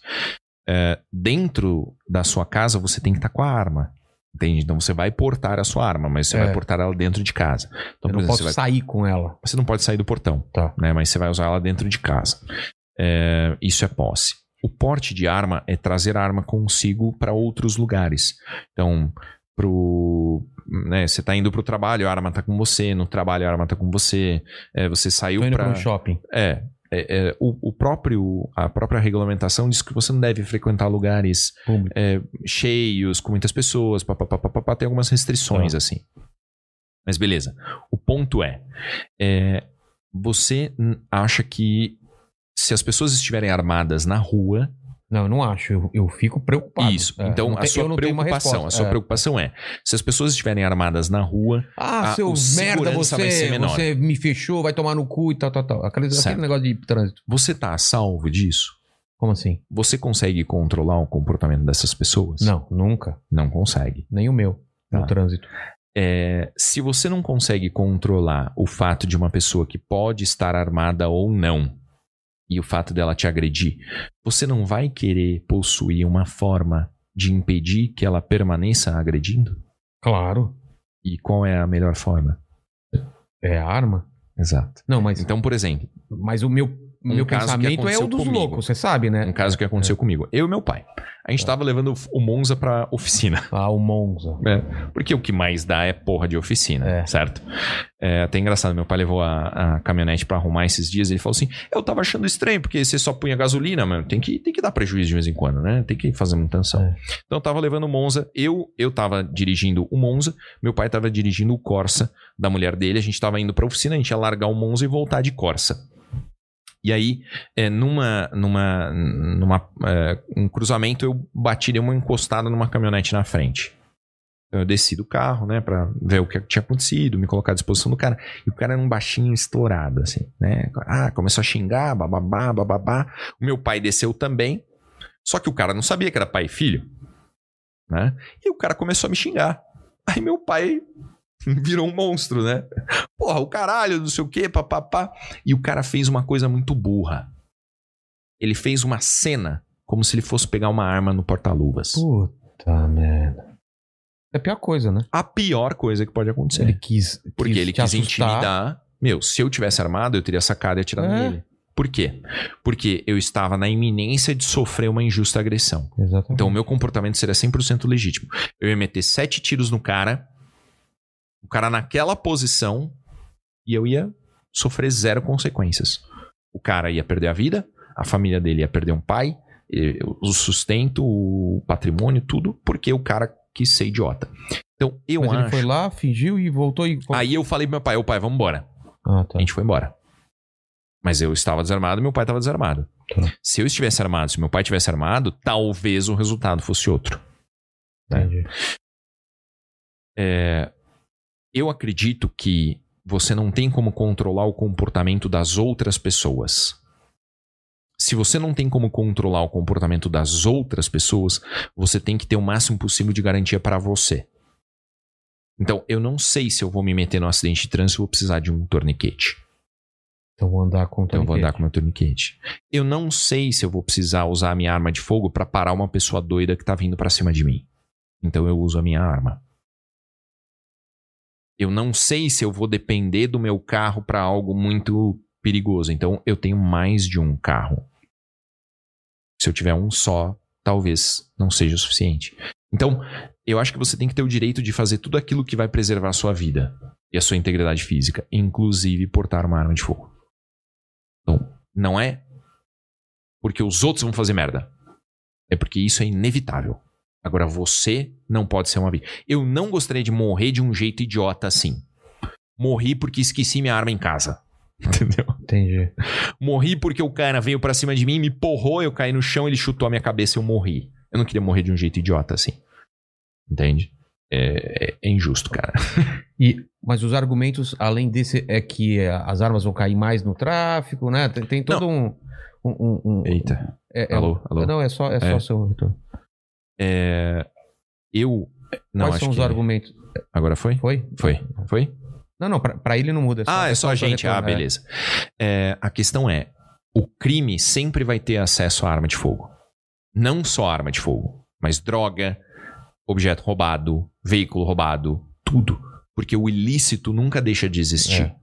Speaker 3: É, dentro da sua casa você tem que estar com a arma. Entende? Então você vai portar a sua arma, mas você
Speaker 1: É.
Speaker 3: vai portar ela dentro de casa. Então,
Speaker 1: eu
Speaker 3: por
Speaker 1: não
Speaker 3: exemplo,
Speaker 1: posso
Speaker 3: você vai
Speaker 1: sair com ela.
Speaker 3: você não pode sair do portão,
Speaker 1: Tá.
Speaker 3: né? Mas você vai usar ela dentro de casa. É, isso é posse. O porte de arma é trazer a arma consigo para outros lugares. Então, pro, né, você tá indo pro trabalho, a arma tá com você, no trabalho a arma tá com você, é, você
Speaker 1: Tô
Speaker 3: saiu
Speaker 1: indo
Speaker 3: para
Speaker 1: pra um shopping.
Speaker 3: é, é, é, o, o próprio a própria regulamentação diz que você não deve frequentar lugares
Speaker 1: Público.
Speaker 3: é, cheios, com muitas pessoas, papapá, papapá,
Speaker 1: Tá.
Speaker 3: tem algumas restrições assim. Mas beleza. O ponto é, é, Você hum, acha que se as pessoas estiverem armadas na rua,
Speaker 1: Não, eu não acho. Eu, eu fico preocupado.
Speaker 3: isso.
Speaker 1: É,
Speaker 3: então,
Speaker 1: não
Speaker 3: a
Speaker 1: tem- eu
Speaker 3: sua
Speaker 1: não tenho uma
Speaker 3: preocupação, a
Speaker 1: resposta.
Speaker 3: sua
Speaker 1: É.
Speaker 3: preocupação é, se as pessoas estiverem armadas na rua,
Speaker 1: Ah,
Speaker 3: a-
Speaker 1: seu
Speaker 3: o
Speaker 1: merda,
Speaker 3: segurança vai ser
Speaker 1: você,
Speaker 3: menor.
Speaker 1: você me fechou, vai tomar no cu e tal, tal, tal. Aquele, aquele
Speaker 3: Certo.
Speaker 1: negócio de trânsito.
Speaker 3: você tá a salvo disso?
Speaker 1: Como assim?
Speaker 3: Você consegue controlar o comportamento dessas pessoas?
Speaker 1: Não, nunca.
Speaker 3: Não consegue.
Speaker 1: Nem o meu.
Speaker 3: Tá.
Speaker 1: No trânsito.
Speaker 3: É, se você não consegue controlar o fato de uma pessoa que pode estar armada ou não, e o fato dela te agredir, você não vai querer possuir uma forma de impedir que ela permaneça agredindo?
Speaker 1: Claro.
Speaker 3: E qual é a melhor forma?
Speaker 1: É arma.
Speaker 3: Exato.
Speaker 1: Não, mas,
Speaker 3: Então, por exemplo,
Speaker 1: mas o meu, meu
Speaker 3: Um caso que
Speaker 1: pensamento é o
Speaker 3: aconteceu
Speaker 1: dos
Speaker 3: comigo.
Speaker 1: loucos, você sabe, né?
Speaker 3: um caso que aconteceu comigo. Eu e meu pai. A gente tava levando o Monza pra oficina.
Speaker 1: Ah, o Monza.
Speaker 3: Porque o que mais dá é porra de oficina,
Speaker 1: É.
Speaker 3: certo? É até engraçado, meu pai levou a, a caminhonete pra arrumar esses dias. Ele falou assim: Eu tava achando estranho, porque você só punha gasolina, mano. Tem que, tem que dar prejuízo de vez em quando, né? Tem que fazer manutenção.
Speaker 1: É.
Speaker 3: Então eu tava levando o Monza. Eu, eu tava dirigindo o Monza, meu pai tava dirigindo o Corsa da mulher dele. A gente tava indo pra oficina, a gente ia largar o Monza e voltar de Corsa. E aí, é, numa, numa, numa é, um cruzamento, eu bati de uma encostada numa caminhonete na frente. Então eu desci do carro, né, pra ver o que tinha acontecido, me colocar à disposição do cara. E o cara era um baixinho estourado, assim, né? Ah, começou a xingar, bababá, bababá. O meu pai desceu também, só que o cara não sabia que era pai e filho, né? E o cara começou a me xingar. Aí meu pai [LAUGHS] virou um monstro, né? Porra, o caralho, não sei o quê, papapá. E o cara fez uma coisa muito burra. Ele fez uma cena como se ele fosse pegar uma arma no porta-luvas.
Speaker 1: Puta merda. É a pior coisa, né?
Speaker 3: A pior coisa que pode acontecer.
Speaker 1: Ele quis.
Speaker 3: Porque
Speaker 1: quis
Speaker 3: ele
Speaker 1: te
Speaker 3: quis
Speaker 1: assustar.
Speaker 3: intimidar. Meu, se eu tivesse armado, eu teria sacado e atirado
Speaker 1: É.
Speaker 3: nele. Por quê? Porque eu estava na iminência de sofrer uma injusta agressão.
Speaker 1: Exatamente.
Speaker 3: Então o meu comportamento seria 100% legítimo. Eu ia meter sete tiros no cara, o cara naquela posição, e eu ia sofrer zero consequências. O cara ia perder a vida, a família dele ia perder um pai, eh, o sustento, o patrimônio, tudo, porque o cara quis ser idiota. Então eu
Speaker 1: Mas ele
Speaker 3: acho.
Speaker 1: foi lá, fingiu e voltou e.
Speaker 3: Aí eu falei pro meu pai, ô pai, vamos embora.
Speaker 1: Ah, tá.
Speaker 3: A gente foi embora. Mas eu estava desarmado, meu pai estava desarmado.
Speaker 1: Tá.
Speaker 3: Se eu estivesse armado, se meu pai tivesse armado, talvez o resultado fosse outro.
Speaker 1: Entendi.
Speaker 3: É, eu acredito que você não tem como controlar o comportamento das outras pessoas. Se você não tem como controlar o comportamento das outras pessoas, você tem que ter o máximo possível de garantia para você. Então, eu não sei se eu vou me meter num acidente de trânsito e vou precisar de um torniquete.
Speaker 1: Então vou andar com o
Speaker 3: Então eu vou andar
Speaker 1: torniquete.
Speaker 3: com meu torniquete. Eu não sei se eu vou precisar usar a minha arma de fogo pra parar uma pessoa doida que tá vindo pra cima de mim. Então eu uso a minha arma. Eu não sei se eu vou depender do meu carro pra algo muito perigoso. Então eu tenho mais de um carro. Se eu tiver um só, talvez não seja o suficiente. Então, eu acho que você tem que ter o direito de fazer tudo aquilo que vai preservar a sua vida e a sua integridade física, inclusive portar uma arma de fogo. Não é porque os outros vão fazer merda. É porque isso é inevitável. Agora você não pode ser uma vítima. Eu não gostaria de morrer de um jeito idiota assim. Morri porque esqueci minha arma em casa. [LAUGHS] Entendeu?
Speaker 1: Entendi.
Speaker 3: Morri porque o cara veio pra cima de mim, me porrou, eu caí no chão, ele chutou a minha cabeça e eu morri. Eu não queria morrer de um jeito idiota assim. Entende? É, é- é injusto, cara.
Speaker 1: E, mas os argumentos, além desse, é que é, as armas vão cair mais no tráfico, né? Tem, tem todo um, um- um- um-
Speaker 3: Eita.
Speaker 1: é- é-
Speaker 3: Alô, alô.
Speaker 1: Não, é só, é só
Speaker 3: É.
Speaker 1: seu retorno.
Speaker 3: É, eu. Não,
Speaker 1: Quais
Speaker 3: acho
Speaker 1: são os
Speaker 3: que- é.
Speaker 1: argumentos?
Speaker 3: Agora foi?
Speaker 1: Foi?
Speaker 3: Foi. Foi?
Speaker 1: Não, não, pra, pra ele não muda.
Speaker 3: Ah, é só a
Speaker 1: seu
Speaker 3: gente. Ah,
Speaker 1: retorno, é.
Speaker 3: beleza. É, a questão é: o crime sempre vai ter acesso à arma de fogo. Não só arma de fogo, mas droga, objeto roubado, veículo roubado, tudo. Porque o ilícito nunca deixa de existir.
Speaker 1: É.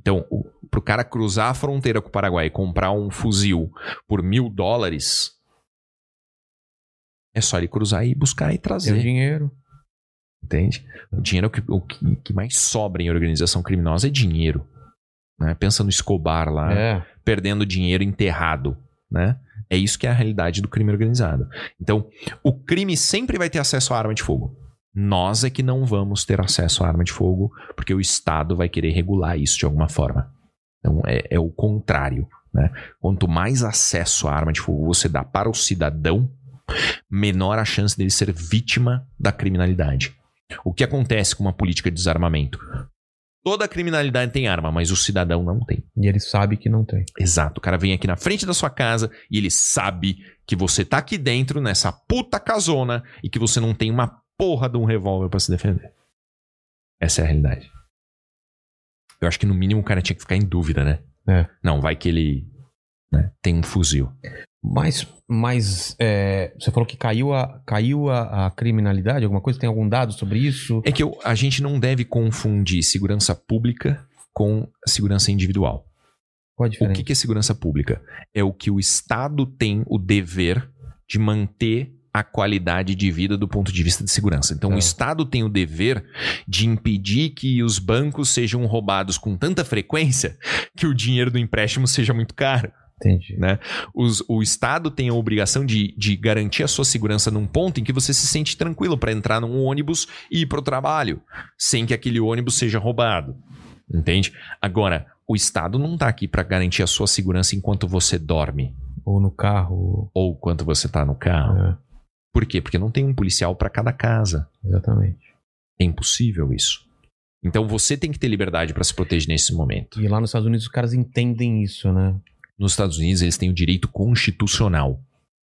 Speaker 3: Então, o, pro cara cruzar a fronteira com o Paraguai e comprar um fuzil por mil dólares, é só ele cruzar e buscar e
Speaker 1: Tem
Speaker 3: trazer.
Speaker 1: o dinheiro.
Speaker 3: Entende? O dinheiro é o que, o que- que mais sobra em organização criminosa é dinheiro. Né? Pensa no Escobar lá,
Speaker 1: É.
Speaker 3: perdendo dinheiro enterrado. Né? É isso que é a realidade do crime organizado. Então, o crime sempre vai ter acesso à arma de fogo. Nós é que não vamos ter acesso à arma de fogo, porque o Estado vai querer regular isso de alguma forma. Então é, é o contrário. Né? Quanto mais acesso à arma de fogo você dá para o cidadão, menor a chance dele ser vítima da criminalidade. O que acontece com uma política de desarmamento? Toda criminalidade tem arma, mas o cidadão não tem.
Speaker 1: E ele sabe que não tem.
Speaker 3: Exato. O cara vem aqui na frente da sua casa e ele sabe que você tá aqui dentro nessa puta casona e que você não tem uma porra de um revólver pra se defender. Essa é a realidade. Eu acho que no mínimo o cara tinha que ficar em dúvida, né?
Speaker 1: É.
Speaker 3: Não, vai que ele né, tem um fuzil.
Speaker 1: Mas, mas é, você falou que caiu, a, caiu a, a criminalidade, alguma coisa? Tem algum dado sobre isso?
Speaker 3: É que eu- a gente não deve confundir segurança pública com segurança individual.
Speaker 1: Qual a
Speaker 3: O
Speaker 1: diferença?
Speaker 3: que, que é segurança pública? É o que o Estado tem o dever de manter a qualidade de vida do ponto de vista de segurança. Então,
Speaker 1: Tá.
Speaker 3: o Estado tem o dever de impedir que os bancos sejam roubados com tanta frequência que o dinheiro do empréstimo seja muito caro.
Speaker 1: Entendi.
Speaker 3: né? Os- o Estado tem a obrigação de, de garantir a sua segurança num ponto em que você se sente tranquilo para entrar num ônibus e ir para o trabalho, sem que aquele ônibus seja roubado. Entende? Agora, o Estado não está aqui para garantir a sua segurança enquanto você dorme
Speaker 1: Ou no carro.
Speaker 3: ou enquanto você está no carro.
Speaker 1: É,
Speaker 3: Por quê? Porque não tem um policial para cada casa.
Speaker 1: exatamente.
Speaker 3: É impossível isso. Então você tem que ter liberdade para se proteger nesse momento.
Speaker 1: E lá nos Estados Unidos os caras entendem isso, né?
Speaker 3: nos Estados Unidos eles têm o direito constitucional.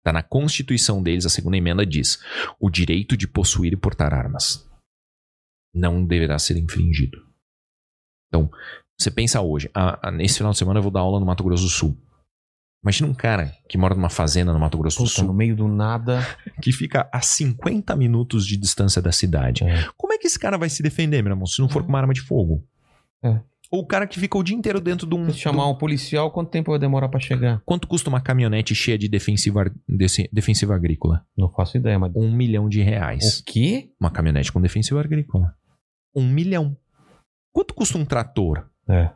Speaker 3: Tá na Constituição deles, a segunda emenda diz: o direito de possuir e portar armas não deverá ser infringido. Então, você pensa hoje, ah, ah, nesse final de semana eu vou dar aula no Mato Grosso do Sul. Imagina um cara que mora numa fazenda no Mato Grosso do
Speaker 1: Puta, tá no
Speaker 3: Sul,
Speaker 1: meio do nada.
Speaker 3: que fica a 50 minutos de distância da cidade.
Speaker 1: É.
Speaker 3: Como é que esse cara vai se defender, meu irmão, se não for com uma arma de fogo?
Speaker 1: É.
Speaker 3: Ou o cara que fica o dia inteiro dentro de um,
Speaker 1: Se chamar um policial, quanto tempo vai demorar pra chegar?
Speaker 3: Quanto custa uma caminhonete cheia de defensiva, desse- defensiva agrícola?
Speaker 1: Não faço ideia, mas.
Speaker 3: Um milhão de reais.
Speaker 1: O quê?
Speaker 3: Uma caminhonete com defensiva agrícola. Um milhão. Quanto custa um trator?
Speaker 1: É.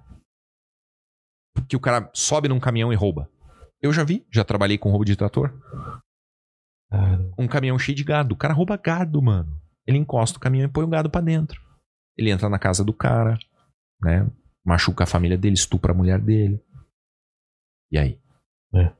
Speaker 3: Que o cara sobe num caminhão e rouba. Eu já vi, já trabalhei com roubo de trator.
Speaker 1: Cara,
Speaker 3: Um caminhão cheio de gado. O cara rouba gado, mano. Ele encosta o caminhão e põe o gado pra dentro. Ele entra na casa do cara, né? Machuca a família dele, estupra a mulher dele. E aí?
Speaker 1: É.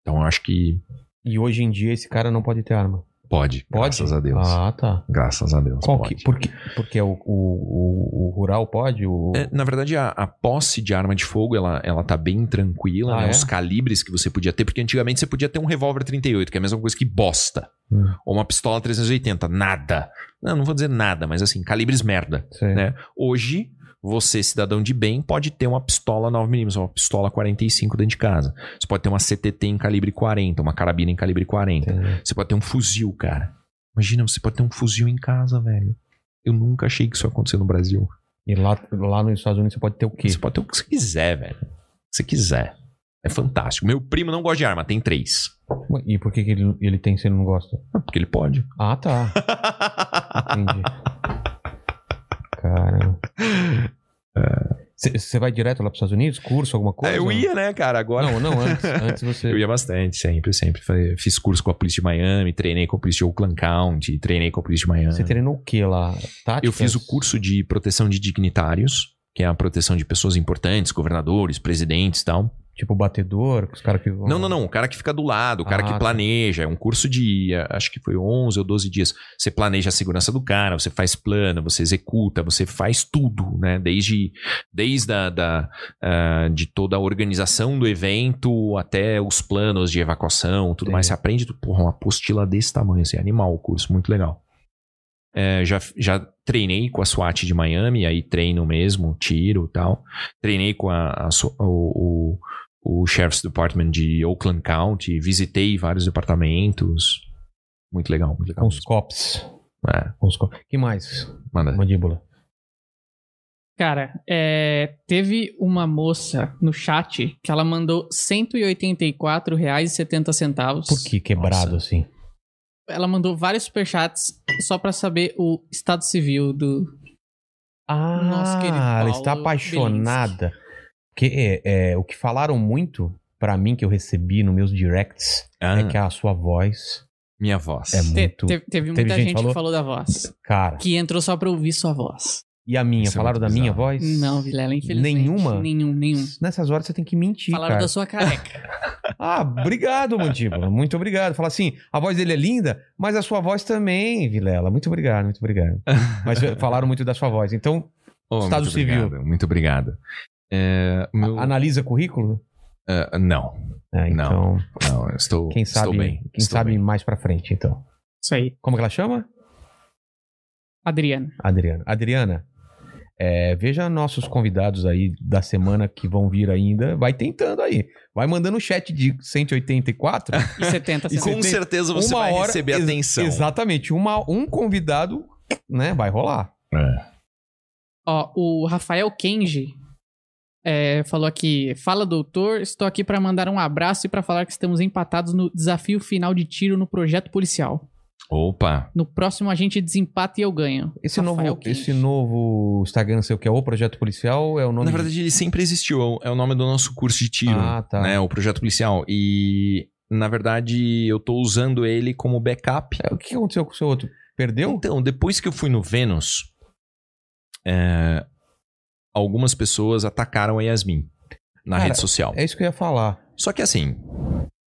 Speaker 3: Então eu acho que
Speaker 1: E hoje em dia esse cara não pode ter arma.
Speaker 3: pode.
Speaker 1: Pode?
Speaker 3: Graças a Deus.
Speaker 1: Ah, tá.
Speaker 3: Graças a Deus.
Speaker 1: Qual
Speaker 3: pode.
Speaker 1: que, por quê? Porque o, o, o, o rural pode? O...
Speaker 3: É, na verdade, a, a posse de arma de fogo, ela, ela tá bem tranquila,
Speaker 1: Ah,
Speaker 3: né?
Speaker 1: é?
Speaker 3: Os calibres que você podia ter, porque antigamente você podia ter um revólver 38, que é a mesma coisa que bosta.
Speaker 1: Hum.
Speaker 3: Ou uma pistola 380, nada. Não, não vou dizer nada, mas assim, calibres merda.
Speaker 1: Sei.
Speaker 3: né? Hoje, você, cidadão de bem, pode ter uma pistola 9mm, uma pistola 45 dentro de casa. Você pode ter uma CTT em calibre 40, uma carabina em calibre 40.
Speaker 1: Entendi.
Speaker 3: Você pode ter um fuzil, cara. Imagina, você pode ter um fuzil em casa, velho. Eu nunca achei que isso ia acontecer no Brasil.
Speaker 1: E lá, lá nos Estados Unidos você pode ter o quê?
Speaker 3: Você pode ter o que você quiser, velho. O que você quiser. É fantástico. Meu primo não gosta de arma, tem três.
Speaker 1: Ué, E por que, que ele, ele tem se ele não gosta?
Speaker 3: Ah, Porque ele pode.
Speaker 1: Ah, tá. Entendi. Caramba. Você vai direto lá para os Estados Unidos? Curso, alguma coisa?
Speaker 3: É, eu ia, né, cara? Agora.
Speaker 1: Não, não, antes. Antes você.
Speaker 3: [LAUGHS] Eu ia bastante, sempre, sempre. Fa- Fiz curso com a polícia de Miami, treinei com a polícia de Oakland County, treinei com a polícia de Miami.
Speaker 1: Você treinou o que lá? Táticas?
Speaker 3: Eu fiz o curso de proteção de dignitários, que é a proteção de pessoas importantes, governadores, presidentes e tal.
Speaker 1: Tipo batedor, que os caras que vão.
Speaker 3: Não, não, não. O cara que fica do lado, o cara
Speaker 1: Ah,
Speaker 3: que
Speaker 1: tá.
Speaker 3: planeja. É um curso de, eh, acho que foi 11 ou 12 dias. Você planeja a segurança do cara, você faz plano, você executa, você faz tudo, né? Desde, desde a, da, ah, de toda a organização do evento até os planos de evacuação, tudo
Speaker 1: Entendi.
Speaker 3: mais. Você aprende, tudo. porra, uma apostila desse tamanho, assim, animal o curso, muito legal. Eh, já, já treinei com a SWAT de Miami, aí treino mesmo, tiro e tal. Treinei com a, a so- o, o- o Sheriff's Department de Oakland County, visitei vários departamentos. Muito legal, muito
Speaker 1: Com
Speaker 3: legal.
Speaker 1: os cops.
Speaker 3: É,
Speaker 1: Com os cops. que mais?
Speaker 3: manda.
Speaker 1: Mandíbula.
Speaker 2: Cara, é, teve uma moça no chat que ela mandou R$ 184,70.
Speaker 1: Por que quebrado assim?
Speaker 2: Ela mandou vários superchats só pra saber o estado civil do.
Speaker 1: Ah,
Speaker 2: Nosso querido
Speaker 1: ela
Speaker 2: Paulo
Speaker 1: está apaixonada. Porque é, é, o que falaram muito pra mim que eu recebi nos meus directs
Speaker 3: Ah,
Speaker 1: é que a sua voz
Speaker 3: minha voz.
Speaker 1: é
Speaker 2: Te-
Speaker 1: muito.
Speaker 2: te- teve muita
Speaker 1: gente
Speaker 2: gente
Speaker 1: falou-
Speaker 2: que falou da voz.
Speaker 1: Cara,
Speaker 2: Que entrou só pra ouvir sua voz.
Speaker 1: E a minha?
Speaker 3: Isso é
Speaker 1: Falaram
Speaker 3: muito
Speaker 1: da minha
Speaker 3: bizarro.
Speaker 1: voz?
Speaker 2: Não, Vilela, infelizmente.
Speaker 1: Nenhuma?
Speaker 2: Nenhum, nenhum.
Speaker 1: Nessas horas você tem que mentir,
Speaker 2: Falaram
Speaker 1: cara.
Speaker 2: da sua careca.
Speaker 1: Ah, obrigado, Mandíbula. Muito obrigado. Fala assim, a voz dele é linda, mas a sua voz também, Vilela. Muito obrigado, muito
Speaker 3: [LAUGHS]
Speaker 1: obrigado. Mas eh, falaram muito da sua voz. Então,
Speaker 3: Oh,
Speaker 1: Estado
Speaker 3: muito
Speaker 1: Civil. Ah,
Speaker 3: Obrigado, muito obrigado. É, meu-
Speaker 1: analisa currículo?
Speaker 3: é, não,
Speaker 1: É,
Speaker 3: Não.
Speaker 1: então,
Speaker 3: não, eu estou,
Speaker 1: quem
Speaker 3: estou
Speaker 1: sabe,
Speaker 3: bem.
Speaker 1: quem
Speaker 3: estou
Speaker 1: sabe
Speaker 3: bem.
Speaker 1: mais pra frente, então.
Speaker 2: Isso aí.
Speaker 1: Como que ela chama?
Speaker 2: Adriana.
Speaker 1: Adriana. Adriana, é, veja nossos convidados aí da semana que vão vir ainda. Vai tentando aí. Vai mandando um chat de 184.
Speaker 2: E 70,
Speaker 1: [LAUGHS] E
Speaker 3: Com
Speaker 2: 70.
Speaker 1: tem
Speaker 3: certeza [LAUGHS] você vai receber
Speaker 1: ex-
Speaker 3: atenção.
Speaker 1: Exatamente. Uma, um convidado, né? Vai rolar.
Speaker 3: É.
Speaker 2: Ó, o Rafael Kenji é, falou aqui: Fala, doutor, estou aqui para mandar um abraço e para falar que estamos empatados no desafio final de tiro no projeto policial.
Speaker 3: Opa,
Speaker 2: No próximo a gente desempata e eu ganho.
Speaker 1: Esse
Speaker 2: Rafael
Speaker 1: novo,
Speaker 2: Kenji.
Speaker 1: esse novo Instagram seu que é o Projeto Policial é o nome.
Speaker 3: na verdade ele sempre existiu, é o- é o nome do nosso curso de tiro,
Speaker 1: Ah, tá.
Speaker 3: né, o projeto policial. E, na verdade, eu tô usando ele como backup.
Speaker 1: É, o que aconteceu com o seu outro? Perdeu?
Speaker 3: Então, depois que eu fui no Vênus, é, algumas pessoas atacaram a Yasmin na
Speaker 1: Cara,
Speaker 3: rede social.
Speaker 1: É isso que eu ia falar.
Speaker 3: Só que assim,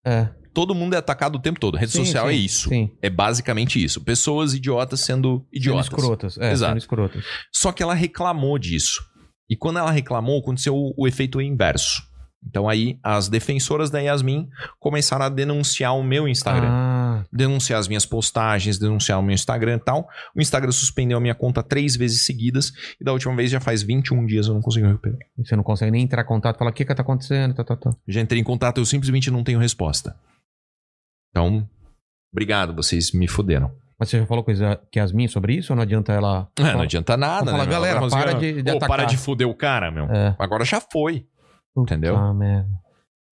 Speaker 1: É.
Speaker 3: todo mundo é atacado o tempo todo. Rede
Speaker 1: Sim,
Speaker 3: social
Speaker 1: sim,
Speaker 3: é isso.
Speaker 1: Sim.
Speaker 3: É basicamente isso. Pessoas idiotas sendo
Speaker 1: Sendo
Speaker 3: idiotas.
Speaker 1: escrotas. É,
Speaker 3: Exato.
Speaker 1: sendo escrotas.
Speaker 3: Só que ela reclamou disso. E quando ela reclamou, aconteceu o, o efeito inverso. Então aí as defensoras da Yasmin começaram a denunciar o meu Instagram.
Speaker 1: Ah,
Speaker 3: Denunciar as minhas postagens, denunciar o meu Instagram e tal. O Instagram suspendeu a minha conta três vezes seguidas. E da última vez já faz 21 dias eu não consigo recuperar.
Speaker 1: você não consegue nem entrar em contato, falar o que que tá acontecendo, tá, tá, tá.
Speaker 3: Já entrei em contato, eu simplesmente não tenho resposta. Então, obrigado, vocês me fuderam.
Speaker 1: Mas você já falou coisa que Yasmin sobre isso ou não adianta ela.
Speaker 3: Ah, não adianta nada,
Speaker 1: Fala,
Speaker 3: né? meu?
Speaker 1: galera,
Speaker 3: Agora você
Speaker 1: para
Speaker 3: vai-
Speaker 1: de- de
Speaker 3: Ô,
Speaker 1: atacar.
Speaker 3: para de fuder o cara, meu.
Speaker 1: É.
Speaker 3: Agora já foi.
Speaker 1: Puta
Speaker 3: Entendeu?
Speaker 1: merda.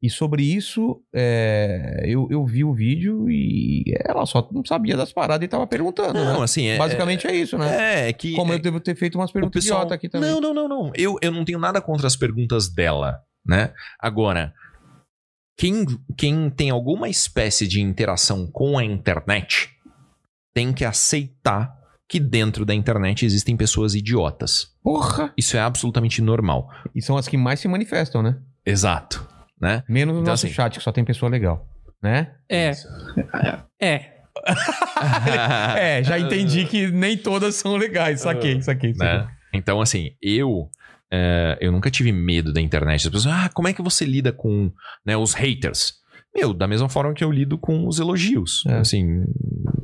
Speaker 1: E sobre isso, é, eu, eu vi o vídeo e ela só não sabia das paradas e tava perguntando,
Speaker 3: Não,
Speaker 1: né?
Speaker 3: assim, é.
Speaker 1: Basicamente é, isso, né?
Speaker 3: É, é que.
Speaker 1: Como
Speaker 3: é,
Speaker 1: eu devo ter feito umas
Speaker 3: o
Speaker 1: perguntas
Speaker 3: pessoal...
Speaker 1: idiota aqui também.
Speaker 3: Não, não, não, não. Eu, eu não tenho nada contra as perguntas dela, né? Agora, quem, quem tem alguma espécie de interação com a internet tem que aceitar que dentro da internet existem pessoas idiotas.
Speaker 1: Porra!
Speaker 3: Isso é absolutamente normal.
Speaker 1: E são as que mais se manifestam, né?
Speaker 3: Exato. Né?
Speaker 1: Menos no
Speaker 3: Então,
Speaker 1: nosso
Speaker 3: assim-
Speaker 1: chat, que só tem pessoa legal. Né?
Speaker 2: É. É.
Speaker 1: [LAUGHS]
Speaker 3: Ah.
Speaker 1: É, já entendi que nem todas são legais. Saquei, saquei. saquei.
Speaker 3: né? Então, assim, eu é, eu nunca tive medo da internet. As pessoas, ah, como é que você lida com né, os haters? Meu, da mesma forma que eu lido com os elogios.
Speaker 1: É.
Speaker 3: Assim,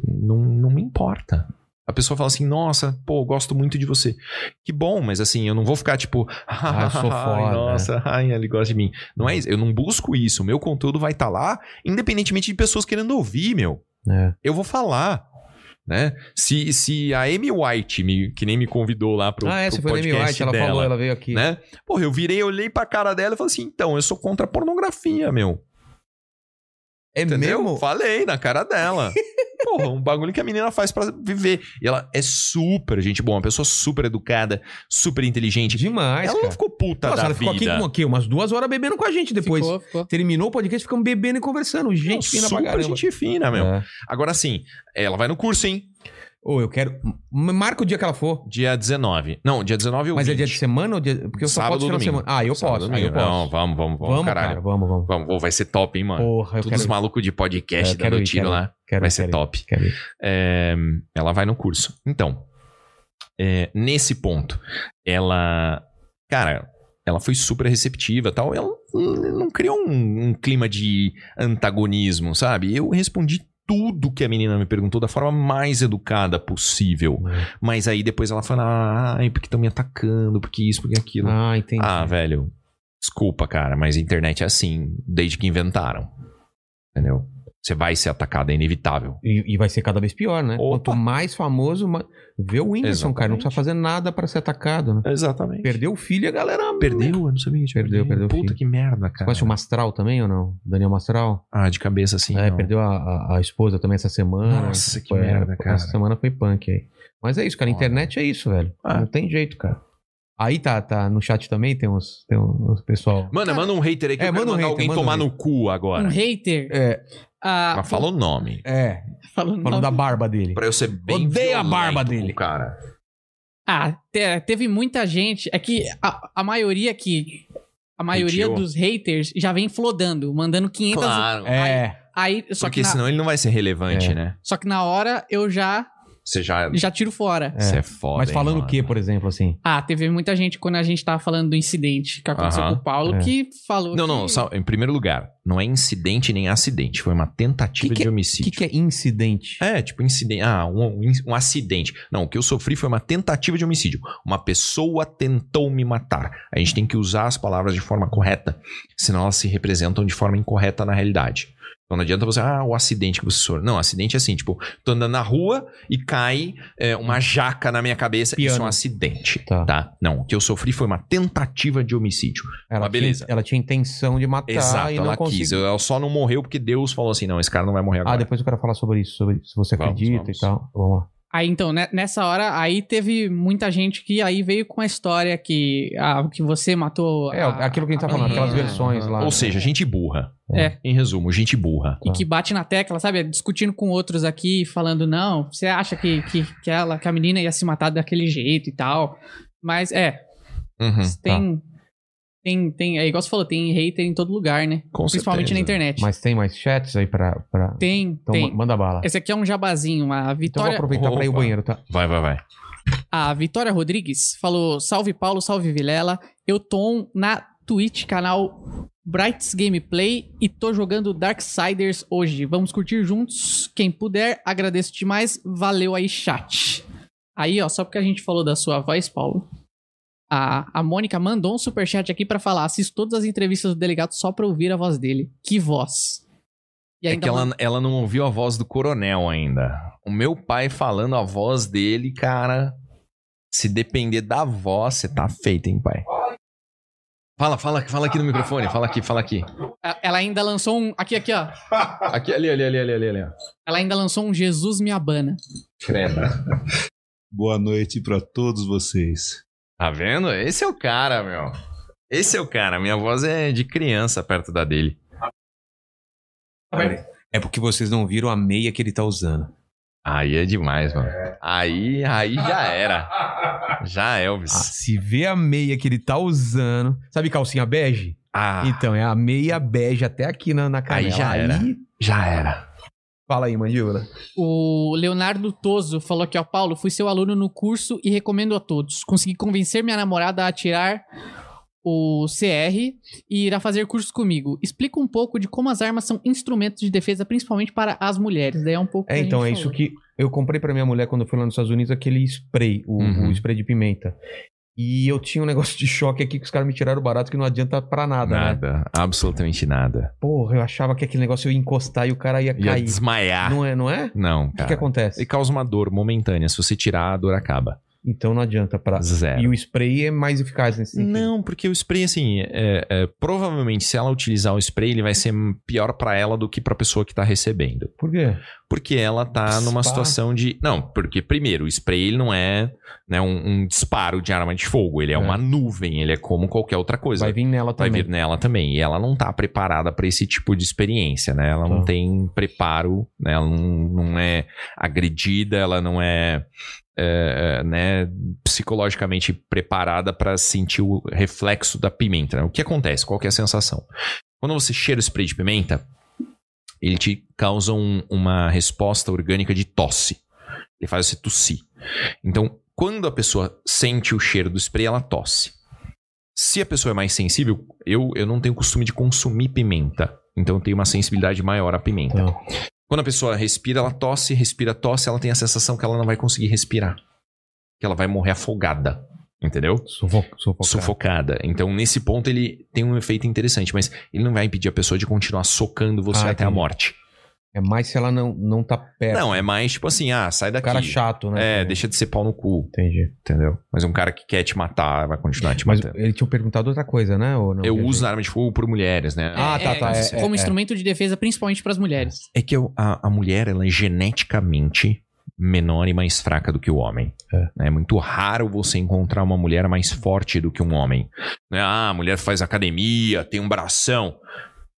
Speaker 3: não, não me importa. A pessoa fala assim, nossa, pô, eu gosto muito de você. Que bom, mas assim, eu não vou ficar tipo, [LAUGHS] ah,
Speaker 1: eu sou foda. né?"
Speaker 3: nossa, [LAUGHS] ai, ele gosta de mim. Não é isso, eu não busco isso. O meu conteúdo vai estar lá, independentemente de pessoas querendo ouvir, meu
Speaker 1: É.
Speaker 3: eu vou falar. Né? Se, se a Amy White, me- que nem me convidou lá pro,
Speaker 1: ah,
Speaker 3: pro
Speaker 1: essa foi a Amy
Speaker 3: podcast
Speaker 1: White, ela
Speaker 3: dela,
Speaker 1: falou, ela veio aqui.
Speaker 3: né? Porra, eu virei, olhei pra cara dela e falei assim, então, eu sou contra a pornografia, meu.
Speaker 1: É
Speaker 3: Entendeu?
Speaker 1: mesmo?
Speaker 3: Falei na cara
Speaker 1: [LAUGHS]
Speaker 3: dela. Porra, um bagulho que a menina faz pra viver. E ela é super gente boa, uma pessoa super educada, super inteligente.
Speaker 1: Demais,
Speaker 3: ela não
Speaker 1: cara.
Speaker 3: ficou puta
Speaker 1: Nossa,
Speaker 3: da
Speaker 1: ela ficou aqui,
Speaker 3: vida.
Speaker 1: com o quê? umas duas horas bebendo com a gente depois.
Speaker 2: Ficou, ficou.
Speaker 1: Terminou o podcast, ficamos bebendo e conversando. Gente fina pra
Speaker 3: super
Speaker 1: caramba.
Speaker 3: gente fina, meu.
Speaker 1: É.
Speaker 3: Agora sim, ela vai no curso, hein?
Speaker 1: Ou eu quero. M- Marca o dia que ela for.
Speaker 3: Dia 19. Não, dia 19 ou
Speaker 1: Mas é
Speaker 3: 20.
Speaker 1: dia de semana ou dia. Porque eu só
Speaker 3: Sábado
Speaker 1: posso final de
Speaker 3: domingo.
Speaker 1: semana. Ah, eu
Speaker 3: Sábado,
Speaker 1: posso. Ah,
Speaker 3: domingo.
Speaker 1: eu posso.
Speaker 3: Não, vamos, vamos, vamos,
Speaker 1: vamos,
Speaker 3: caralho.
Speaker 1: cara, vamos, vamos.
Speaker 3: Vamos, pô, vai ser top, hein, mano.
Speaker 1: Porra, eu
Speaker 3: Todos os
Speaker 1: quero.
Speaker 3: malucos de
Speaker 1: É,
Speaker 3: podcast
Speaker 1: eu quero
Speaker 3: dando
Speaker 1: ir,
Speaker 3: tiro
Speaker 1: quero
Speaker 3: lá.
Speaker 1: quero,
Speaker 3: vai ser
Speaker 1: quero,
Speaker 3: top.
Speaker 1: quero ir.
Speaker 3: É, ela vai no curso. Então, é, nesse ponto, ela. Cara, ela foi super receptiva tal. Ela hum, não criou um, um clima de antagonismo, sabe? Eu respondi tudo que a menina me perguntou da forma mais educada possível. Mas aí depois ela fala: ai, porque estão me atacando, porque isso, porque aquilo.
Speaker 1: Ah, entendi.
Speaker 3: Ah, velho. Desculpa, cara, mas a internet é assim, desde que inventaram. Entendeu? Você vai ser atacado, é inevitável.
Speaker 1: E, e vai ser cada vez pior, né?
Speaker 3: Opa.
Speaker 1: Quanto mais famoso, ma... vê o Whindersson, cara. Não
Speaker 3: Exatamente.
Speaker 1: precisa fazer nada pra ser atacado, né?
Speaker 3: Exatamente.
Speaker 1: Perdeu o filho e a galera.
Speaker 3: Perdeu? Eu não sabia. que tinha
Speaker 1: Perdeu, perdeu,
Speaker 3: perdido. Puta
Speaker 1: filho.
Speaker 3: que merda, cara.
Speaker 1: Conhece o Mastral também ou não? Daniel Mastral?
Speaker 3: Ah, de cabeça assim.
Speaker 1: é,
Speaker 3: não.
Speaker 1: perdeu a, a- a esposa também essa semana.
Speaker 3: Nossa, que
Speaker 1: Foi-
Speaker 3: merda, cara.
Speaker 1: Essa semana foi punk aí. Mas é isso, cara. A
Speaker 3: Foda.
Speaker 1: internet é isso, velho.
Speaker 3: Ah.
Speaker 1: Não tem jeito, cara. Aí tá, tá. No chat também tem uns, tem uns pessoal.
Speaker 3: Mano, manda um hater aí que
Speaker 1: É,
Speaker 3: eu quero
Speaker 1: manda um
Speaker 3: mandar
Speaker 1: hater,
Speaker 3: alguém
Speaker 1: manda um
Speaker 3: tomar
Speaker 1: hater.
Speaker 3: no cu agora.
Speaker 2: Um hater.
Speaker 1: É,
Speaker 2: Ah,
Speaker 3: Mas fala o nome.
Speaker 1: é.
Speaker 2: [LAUGHS] falando
Speaker 1: Falando da barba dele.
Speaker 3: Pra eu ser bem
Speaker 1: Odeio a
Speaker 3: violento
Speaker 1: barba
Speaker 3: com o
Speaker 1: dele.
Speaker 3: cara.
Speaker 2: Ah, te- teve muita gente. É que a, a maioria que. A maioria
Speaker 3: Hateou.
Speaker 2: dos haters já vem flodando, mandando 500.
Speaker 3: Claro.
Speaker 1: Então, É.
Speaker 2: Aí, só que,
Speaker 3: Porque
Speaker 2: na,
Speaker 3: senão ele não vai ser relevante,
Speaker 1: É.
Speaker 3: né?
Speaker 2: só que na hora eu já,
Speaker 3: Você já.
Speaker 2: já tiro fora.
Speaker 3: Você é foda.
Speaker 1: Mas
Speaker 3: hein,
Speaker 1: falando o
Speaker 3: mano?
Speaker 1: que, por exemplo, assim?
Speaker 2: Ah, teve muita gente quando a gente tava falando do incidente que aconteceu
Speaker 3: Aham,
Speaker 2: com o Paulo
Speaker 1: é.
Speaker 2: que falou.
Speaker 3: Não,
Speaker 2: que-
Speaker 3: não, só- em primeiro lugar, não é incidente nem acidente, foi uma tentativa
Speaker 1: Que que
Speaker 3: de
Speaker 1: O que,
Speaker 3: homicídio.
Speaker 1: que é incidente?
Speaker 3: É, tipo, incidente. Ah, um, um- um acidente. Não, o que eu sofri foi uma tentativa de homicídio. Uma pessoa tentou me matar. A gente tem que usar as palavras de forma correta, senão elas se representam de forma incorreta na realidade. Então não adianta você, ah, o acidente que você sofreu. Não, acidente é assim, tipo, tô andando na rua e cai é, uma jaca na minha cabeça. Isso é
Speaker 1: Piano.
Speaker 3: um acidente,
Speaker 1: Tá.
Speaker 3: tá. Não, o que eu sofri foi uma tentativa de homicídio.
Speaker 1: Ela
Speaker 3: Mas beleza.
Speaker 1: Tinha, ela tinha intenção de matar
Speaker 3: Exato,
Speaker 1: Tá, e não
Speaker 3: ela
Speaker 1: conseguiu.
Speaker 3: quis. Ela só não morreu porque Deus falou assim, não, esse cara não vai morrer
Speaker 1: Ah,
Speaker 3: agora.
Speaker 1: depois eu quero falar sobre isso, sobre se você
Speaker 3: Vamos,
Speaker 1: acredita
Speaker 3: vamos.
Speaker 1: e tal. Vamos lá.
Speaker 2: Aí então, né, nessa hora, aí teve muita gente que aí veio com a história que, ah, que você matou.
Speaker 1: É, aquilo que a gente tá falando,
Speaker 2: menina.
Speaker 1: aquelas versões lá. né?
Speaker 3: Ou seja, gente burra.
Speaker 2: É.
Speaker 3: Em resumo, gente burra.
Speaker 1: Tá.
Speaker 2: E que bate na tecla, sabe? Discutindo com outros aqui, falando, não, você acha que, que, que ela, que a menina ia se matar daquele jeito e tal. Mas é,
Speaker 1: Hum,
Speaker 3: Uhum.
Speaker 2: tem,
Speaker 1: tá.
Speaker 2: tem. Tem. É igual você falou, tem hater em todo lugar, né?
Speaker 3: Com
Speaker 2: Principalmente
Speaker 3: certeza.
Speaker 2: na internet.
Speaker 1: Mas tem mais chats aí pra. pra...
Speaker 2: Tem,
Speaker 1: então
Speaker 2: tem.
Speaker 1: ma- manda bala.
Speaker 2: Esse aqui é um jabazinho, a
Speaker 1: Então eu vou
Speaker 2: Vitória.
Speaker 1: aproveitar pra ir ao
Speaker 3: Opa.
Speaker 1: banheiro, tá?
Speaker 3: Vai, vai, vai.
Speaker 2: A Vitória Rodrigues falou: Salve Paulo, salve Vilela. Eu tô on na Twitch, canal Brights Gameplay, e tô jogando Darksiders hoje. Vamos curtir juntos. Quem puder, agradeço demais. Valeu aí, chat. Aí, ó, só porque a gente falou da sua voz, Paulo. A, a Mônica mandou um superchat aqui pra falar: assisto todas as entrevistas do delegado só pra ouvir a voz dele. Que voz. E
Speaker 3: É
Speaker 2: ainda
Speaker 3: que ela, ela não ouviu a voz do coronel ainda. O meu pai falando a voz dele, cara. Se depender da voz, você tá feito, hein, pai? Fala, fala, fala aqui no microfone. Fala aqui, fala aqui.
Speaker 2: lan- ela ainda lançou um. Aqui, aqui, ó.
Speaker 3: Aqui, ali, ali, ali, ali, ali, ali. ó.
Speaker 2: Ela ainda lançou um Jesus me abana.
Speaker 3: Credo.
Speaker 5: Boa noite pra todos vocês.
Speaker 3: Tá vendo? Esse é o cara, meu. Esse é o cara. Minha voz é de criança perto da dele.
Speaker 1: É porque vocês não viram a meia que ele tá usando.
Speaker 3: Aí é demais, mano. Aí, aí já era. Já,
Speaker 1: Ah,
Speaker 3: Elvis.
Speaker 1: se vê a meia que ele tá usando. Sabe calcinha bege?
Speaker 3: Ah,
Speaker 1: Então, é a meia bege até aqui na, na canela.
Speaker 3: já era. já era.
Speaker 1: Fala aí, mandíbula.
Speaker 2: O Leonardo Toso falou aqui, ó, Paulo, fui seu aluno no curso e recomendo a todos. Consegui convencer minha namorada a tirar o CR e irá fazer curso comigo. Explica um pouco de como as armas são instrumentos de defesa, principalmente para as mulheres. Daí é um pouco.
Speaker 1: É,
Speaker 2: que a
Speaker 1: então, é
Speaker 2: gente
Speaker 1: isso
Speaker 2: falou.
Speaker 1: que eu comprei pra minha mulher quando eu fui lá nos Estados Unidos, aquele spray, o,
Speaker 3: Uhum.
Speaker 1: o spray de pimenta. E eu tinha um [LAUGHS] negócio de choque aqui que os caras me tiraram barato que não adianta pra nada, né?
Speaker 3: Nada, absolutamente nada.
Speaker 1: Porra, eu achava que aquele negócio eu ia encostar e o cara ia
Speaker 3: Ia
Speaker 1: cair.
Speaker 3: desmaiar. Não,
Speaker 1: Não é, não é? O que, que
Speaker 3: cara.
Speaker 1: acontece?
Speaker 3: E causa uma dor momentânea. Se você tirar, a dor acaba.
Speaker 1: Então não adianta pra. E
Speaker 3: Zero.
Speaker 1: o spray é mais eficaz nesse sentido.
Speaker 3: Não, porque o spray, assim, é- é, provavelmente se ela utilizar o spray, ele vai ser pior pra ela do que pra pessoa que tá recebendo.
Speaker 1: Por quê?
Speaker 3: Porque ela tá numa
Speaker 1: Disparo.
Speaker 3: situação de. Não, porque primeiro, o spray ele não é né, um, um disparo de arma de fogo, ele é,
Speaker 1: É.
Speaker 3: uma nuvem, ele é como qualquer outra coisa.
Speaker 1: Vai vir nela
Speaker 3: é. Vai
Speaker 1: também.
Speaker 3: vir nela também. E ela não tá preparada pra esse tipo de experiência, né? Ela não
Speaker 1: Tá.
Speaker 3: tem preparo, né? Ela não, não é agredida, ela não é, é, é, né, psicologicamente preparada pra sentir o reflexo da pimenta. né? O que acontece? Qual que é a sensação? Quando você cheira o spray de pimenta, ele te causa um- uma resposta orgânica de tosse. Ele faz você tossir. Então, quando a pessoa sente o cheiro do spray, ela tosse. Se a pessoa é mais sensível, eu, eu não tenho costume de consumir pimenta. Então eu tenho uma sensibilidade maior à pimenta.
Speaker 1: Então,
Speaker 3: Quando a pessoa respira, ela tosse, respira, tosse, ela tem a sensação que ela não vai conseguir respirar. Que ela vai morrer afogada. Entendeu?
Speaker 1: sufoco, sufocar.
Speaker 3: Sufocada. Então, nesse ponto, ele tem um efeito interessante, mas ele não vai impedir a pessoa de continuar socando você
Speaker 1: Ah,
Speaker 3: até a
Speaker 1: entendi.
Speaker 3: morte.
Speaker 1: É mais se ela não, não tá perto.
Speaker 3: Não, é mais tipo assim, ah, sai
Speaker 1: O
Speaker 3: daqui.
Speaker 1: cara chato, né?
Speaker 3: É, deixa de ser pau no cu,
Speaker 1: Entendi.
Speaker 3: entendeu? Mas um cara que quer te matar vai continuar te
Speaker 1: Mas
Speaker 3: matando.
Speaker 1: ele tinha perguntado outra coisa, né? Ou não?
Speaker 3: Eu
Speaker 1: Quer
Speaker 3: uso
Speaker 1: dizer,
Speaker 3: arma de fogo por mulheres, né?
Speaker 1: Ah, tá, tá, é,
Speaker 2: Como
Speaker 1: é,
Speaker 2: instrumento de defesa, principalmente para as mulheres.
Speaker 3: É que eu- a, a mulher, ela é geneticamente menor e mais fraca do que o homem.
Speaker 1: É.
Speaker 3: É muito raro você encontrar uma mulher Né? mais forte do que um homem. Não é, Ah, a mulher faz academia, tem um bração.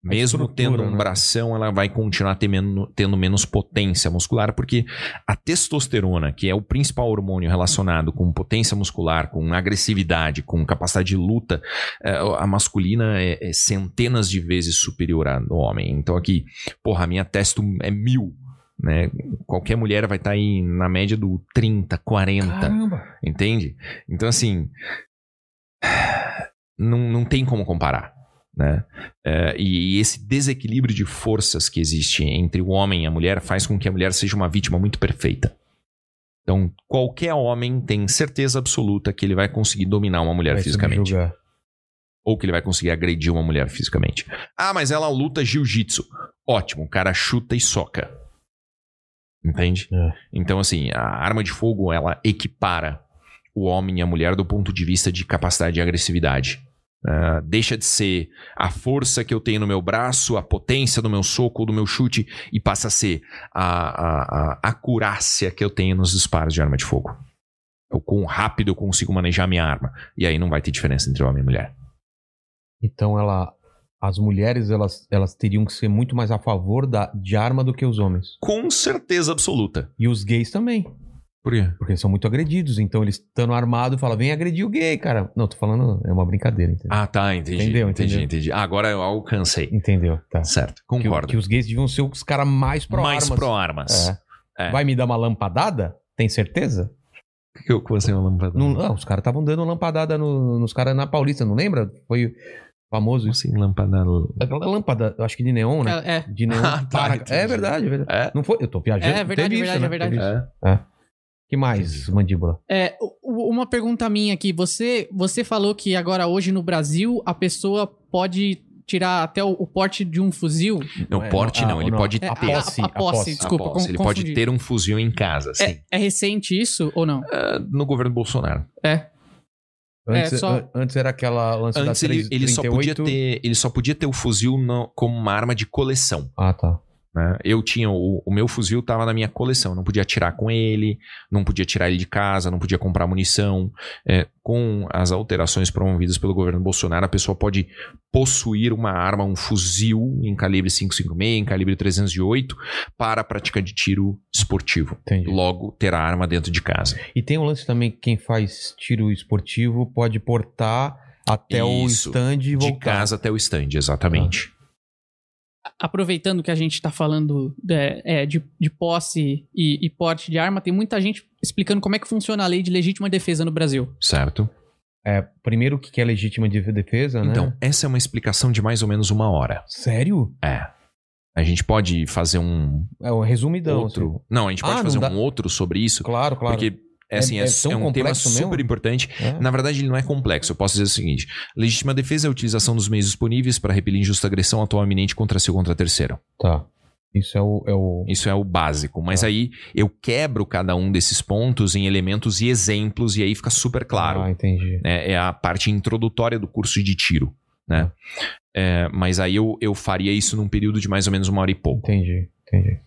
Speaker 1: Na
Speaker 3: Mesmo
Speaker 1: estrutura,
Speaker 3: tendo um
Speaker 1: né?
Speaker 3: bração, ela vai continuar temendo- tendo menos potência muscular, porque a testosterona, que é o principal hormônio relacionado com potência muscular, com agressividade, com capacidade de luta, eh, a masculina é, é centenas de vezes superior à do homem. Então aqui, porra, a minha testo é mil. Né? Qualquer mulher vai estar aí na média do 30, 40.
Speaker 1: Caramba.
Speaker 3: Entende? Então, assim. Não, não tem como comparar. Né? É, e, e esse desequilíbrio de forças que existe entre o homem e a mulher faz com que a mulher seja uma vítima muito perfeita. Então, qualquer homem tem certeza absoluta que ele vai conseguir dominar uma mulher
Speaker 1: Vai um
Speaker 3: fisicamente.
Speaker 1: subjugar.
Speaker 3: Ou que ele vai conseguir agredir uma mulher fisicamente. Ah, mas ela luta jiu-jitsu. Ótimo, o cara chuta e soca. Entende?
Speaker 1: É.
Speaker 3: Então, assim, a arma de fogo, ela equipara o homem e a mulher do ponto de vista de capacidade e agressividade. Ah, deixa de ser a força que eu tenho no meu braço, a potência do meu soco, do meu chute, e passa a ser a, a, a acurácia que eu tenho nos disparos de arma de fogo. O quão rápido eu consigo manejar minha arma. E aí não vai ter diferença entre homem e mulher.
Speaker 1: Então ela. As mulheres, elas, elas teriam que ser muito mais a favor da, de arma do que os homens.
Speaker 3: Com certeza absoluta.
Speaker 1: E os gays também.
Speaker 3: Por quê?
Speaker 1: Porque eles são muito agredidos. Então eles estando armados falam, vem agredir o gay, cara. Não, tô falando, é uma brincadeira, entendeu?
Speaker 3: Ah, tá, entendi.
Speaker 1: Entendeu,
Speaker 3: entendi,
Speaker 1: entendeu.
Speaker 3: entendi. Ah, agora eu alcancei.
Speaker 1: Entendeu? Tá.
Speaker 3: Certo,
Speaker 1: Que,
Speaker 3: concordo.
Speaker 1: que os gays deviam ser os caras mais pro
Speaker 3: Mais
Speaker 1: armas.
Speaker 3: pro-armas.
Speaker 1: É.
Speaker 3: É.
Speaker 1: Vai me dar uma lampadada? Tem certeza?
Speaker 3: O que eu comecei uma lâmpada?
Speaker 1: Não, ah, os caras estavam dando lampadada no- nos caras na Paulista, não lembra? Foi famoso
Speaker 3: Como
Speaker 1: isso.
Speaker 3: assim, lâmpada?
Speaker 1: Aquela lâmpada, eu acho que de neon, né?
Speaker 2: É, é.
Speaker 1: De neon.
Speaker 3: [LAUGHS] Ah, tá,
Speaker 1: para-
Speaker 3: entendi.
Speaker 1: é verdade, é verdade.
Speaker 3: É?
Speaker 1: Não foi? Eu tô viajando.
Speaker 2: É, é verdade,
Speaker 1: teve
Speaker 2: verdade,
Speaker 1: isso,
Speaker 2: é verdade.
Speaker 1: Teve isso.
Speaker 3: É.
Speaker 1: Que mais, mandíbula?
Speaker 2: É, u- u- uma pergunta minha aqui. Você, você falou que agora hoje no Brasil a pessoa pode tirar até o, o porte de um fuzil.
Speaker 3: Não,
Speaker 1: É,
Speaker 3: porte
Speaker 1: não,
Speaker 3: não,
Speaker 1: ah,
Speaker 3: ele
Speaker 1: não.
Speaker 3: pode
Speaker 1: É,
Speaker 3: ter.
Speaker 2: a,
Speaker 1: Aposta. posse,
Speaker 2: a- a
Speaker 1: a
Speaker 2: posse,
Speaker 1: posse.
Speaker 2: desculpa.
Speaker 3: Após,
Speaker 2: con-
Speaker 3: ele
Speaker 2: confundi.
Speaker 3: pode ter um fuzil em casa, sim.
Speaker 2: É, é recente isso ou não?
Speaker 3: Ah, no governo Bolsonaro.
Speaker 2: É,
Speaker 1: Antes,
Speaker 2: só-
Speaker 1: an- antes era aquela lance
Speaker 3: Antes
Speaker 1: da
Speaker 3: ele,
Speaker 1: 3,
Speaker 3: ele só podia
Speaker 1: 38.
Speaker 3: ter, ele só podia ter o fuzil no- como uma arma de coleção.
Speaker 1: Ah, tá.
Speaker 3: né? Eu tinha o, o meu fuzil estava na minha coleção, não podia atirar com ele, não podia tirar ele de casa, não podia comprar munição. É, com as alterações promovidas pelo governo Bolsonaro, a pessoa pode possuir uma arma, um fuzil em calibre 5.56, em calibre 308 para a prática de tiro esportivo.
Speaker 1: Entendi.
Speaker 3: Logo terá arma dentro de casa.
Speaker 1: E tem um lance também que quem faz tiro esportivo pode portar até
Speaker 3: Isso.
Speaker 1: o stand e voltar. Ah.
Speaker 3: De casa até o stand, exatamente.
Speaker 2: aproveitando que a gente tá falando é, é, de, de posse e, e porte de arma, tem muita gente explicando como é que funciona a lei de legítima defesa no Brasil.
Speaker 3: Certo?
Speaker 1: É, primeiro o que que é legítima de defesa, né?
Speaker 3: Então, essa é uma explicação de mais ou menos uma hora.
Speaker 1: Sério?
Speaker 3: É. A gente pode fazer um
Speaker 1: É um resumidão.
Speaker 3: outro.
Speaker 1: assim.
Speaker 3: Não, a gente
Speaker 1: Ah,
Speaker 3: pode
Speaker 1: não
Speaker 3: fazer
Speaker 1: dá-
Speaker 3: um outro sobre isso.
Speaker 1: Claro, claro.
Speaker 3: Porque.
Speaker 1: É-
Speaker 3: É, assim, é,
Speaker 1: é tão
Speaker 3: é um tema
Speaker 1: complexo mesmo?
Speaker 3: super importante.
Speaker 1: É.
Speaker 3: Na verdade, ele não é complexo. Eu posso dizer o seguinte: legítima defesa é a utilização dos meios disponíveis para repelir injusta agressão atual iminente contra si ou contra terceiro.
Speaker 1: Tá. Isso é o. É o...
Speaker 3: Isso é o básico. Mas aí eu quebro cada um desses pontos em elementos e exemplos, e aí fica super claro
Speaker 1: Ah, entendi.
Speaker 3: né? É a parte introdutória do curso de tiro, né? É, mas aí eu, eu faria isso num período de mais ou menos uma hora e pouco.
Speaker 1: Entendi, entendi.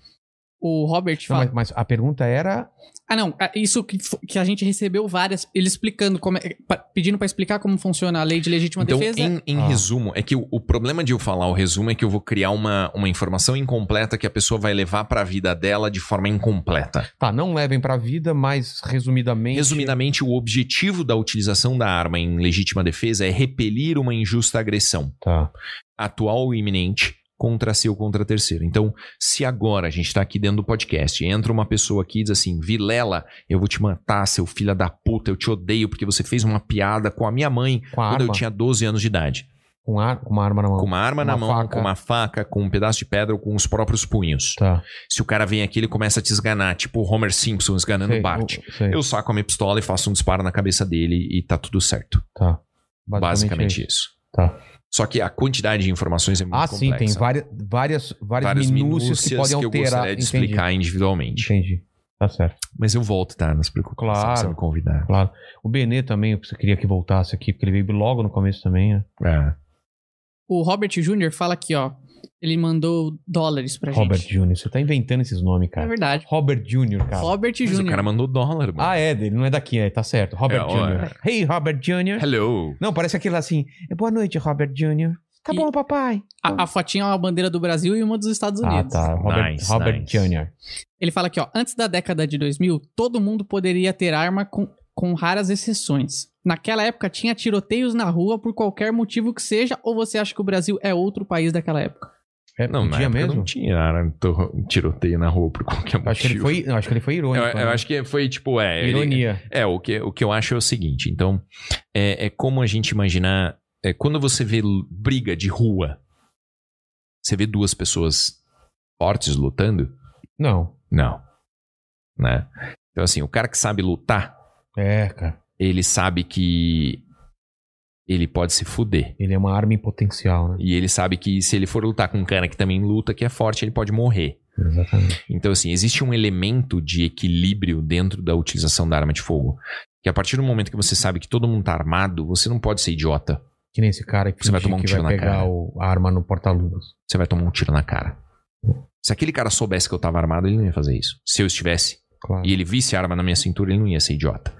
Speaker 2: O Robert
Speaker 1: Não,
Speaker 2: fala.
Speaker 1: mas, mas a pergunta era.
Speaker 2: Ah, não, ah, isso que, fo- que a gente recebeu várias, ele explicando como é, pa- pedindo pra explicar como funciona a lei de legítima
Speaker 3: Então,
Speaker 2: defesa.
Speaker 3: em, em
Speaker 1: Ah.
Speaker 3: resumo, é que o, o problema de eu falar o resumo é que eu vou criar uma, uma informação incompleta que a pessoa vai levar pra vida dela de forma incompleta.
Speaker 1: Tá, não levem pra vida, mas resumidamente.
Speaker 3: Resumidamente, o objetivo da utilização da arma em legítima defesa é repelir uma injusta agressão.
Speaker 1: Tá.
Speaker 3: atual ou iminente contra si ou contra terceiro. Então, se agora a gente está aqui dentro do podcast e entra uma pessoa aqui e diz assim, Vilela, eu vou te matar, seu filho da puta, eu te odeio porque você fez uma piada com a minha mãe
Speaker 1: Com a
Speaker 3: quando eu
Speaker 1: arma.
Speaker 3: tinha 12 anos de idade.
Speaker 1: Com, ar, com uma arma na mão.
Speaker 3: Com uma arma
Speaker 1: Uma
Speaker 3: na mão,
Speaker 1: faca.
Speaker 3: com uma faca, com um pedaço de pedra ou com os próprios punhos.
Speaker 1: Tá.
Speaker 3: Se o cara vem aqui, ele começa a te esganar, tipo o Homer Simpson esganando
Speaker 1: Sei,
Speaker 3: o Bart.
Speaker 1: eu- sei.
Speaker 3: Eu saco a minha pistola e faço um disparo na cabeça dele e tá tudo certo.
Speaker 1: Tá.
Speaker 3: Basicamente, isso.
Speaker 1: Tá.
Speaker 3: Só que a quantidade de informações é muito
Speaker 1: Ah,
Speaker 3: complexa.
Speaker 1: sim, tem várias, várias, várias,
Speaker 3: várias
Speaker 1: minúcias,
Speaker 3: minúcias
Speaker 1: que podem
Speaker 3: eu
Speaker 1: alterar.
Speaker 3: gostaria de
Speaker 1: Entendi.
Speaker 3: explicar individualmente.
Speaker 1: Entendi. Tá certo.
Speaker 3: Mas eu volto, tá? Não se preocupe.
Speaker 1: Claro.
Speaker 3: Você me convidar.
Speaker 1: Claro. O Benê também, eu queria que voltasse aqui, porque ele veio logo no começo também, né?
Speaker 3: É.
Speaker 2: O Robert Jr. fala aqui, ó. Ele mandou dólares pra
Speaker 1: Robert
Speaker 2: gente.
Speaker 1: Jr. Você tá inventando esses nomes,
Speaker 2: É
Speaker 1: cara.
Speaker 2: verdade.
Speaker 1: Robert Jr., cara.
Speaker 2: Robert
Speaker 3: Mas o
Speaker 2: Jr.
Speaker 3: cara mandou dólar, mano.
Speaker 1: Ah, é, dele não é daqui, é, tá certo. Robert
Speaker 3: É, ó,
Speaker 1: Jr. Hey, Robert Jr.
Speaker 3: Hello.
Speaker 1: Não, parece aquele assim. Boa noite, Robert Jr. Tá
Speaker 2: E-
Speaker 1: bom, papai.
Speaker 2: A, a fotinha é uma bandeira do Brasil e uma dos Estados
Speaker 1: Ah,
Speaker 2: Unidos.
Speaker 1: tá. Robert,
Speaker 3: Nice,
Speaker 1: Robert
Speaker 3: nice.
Speaker 1: Jr.
Speaker 2: Ele fala aqui, ó, antes da década de 2000, todo mundo poderia ter arma com, com raras exceções. Naquela época tinha tiroteios na rua por qualquer motivo que seja, ou você acha que o Brasil é outro país daquela época?
Speaker 1: É,
Speaker 3: Não, na
Speaker 1: podia
Speaker 3: época
Speaker 1: mesmo?
Speaker 3: não tinha arma, to- tiroteio na rua por qualquer motivo.
Speaker 1: Acho que, ele foi, não, acho que ele foi
Speaker 3: Eu,
Speaker 1: irônico.
Speaker 3: eu
Speaker 1: né?
Speaker 3: acho que foi tipo, é. ele-
Speaker 1: Ironia.
Speaker 3: é, o que, o que eu acho é o seguinte: então, é, é como a gente imaginar. É, quando você vê l- briga de rua, você vê duas pessoas fortes lutando?
Speaker 1: Não.
Speaker 3: Não. Né? Então, assim, o cara que sabe lutar,
Speaker 1: É, cara.
Speaker 3: ele sabe que ele pode se fuder.
Speaker 1: Ele é uma arma em potencial, né?
Speaker 3: E ele sabe que se ele for lutar com um cara que também luta, que é forte, ele pode morrer.
Speaker 1: Exatamente.
Speaker 3: Então, assim, existe um elemento de equilíbrio dentro da utilização da arma de fogo. Que a partir do momento que você sabe que todo mundo tá armado, você não pode ser idiota.
Speaker 1: Que nem esse cara que,
Speaker 3: Você vai
Speaker 1: fingiu
Speaker 3: tomar um
Speaker 1: que
Speaker 3: tiro
Speaker 1: vai
Speaker 3: na
Speaker 1: pegar
Speaker 3: cara.
Speaker 1: o- a arma no porta-luvas.
Speaker 3: Você vai tomar um tiro na cara. Se aquele cara soubesse que eu tava armado, ele não ia fazer isso. Se eu estivesse
Speaker 1: Claro.
Speaker 3: e ele visse a arma na minha cintura, ele não ia ser idiota.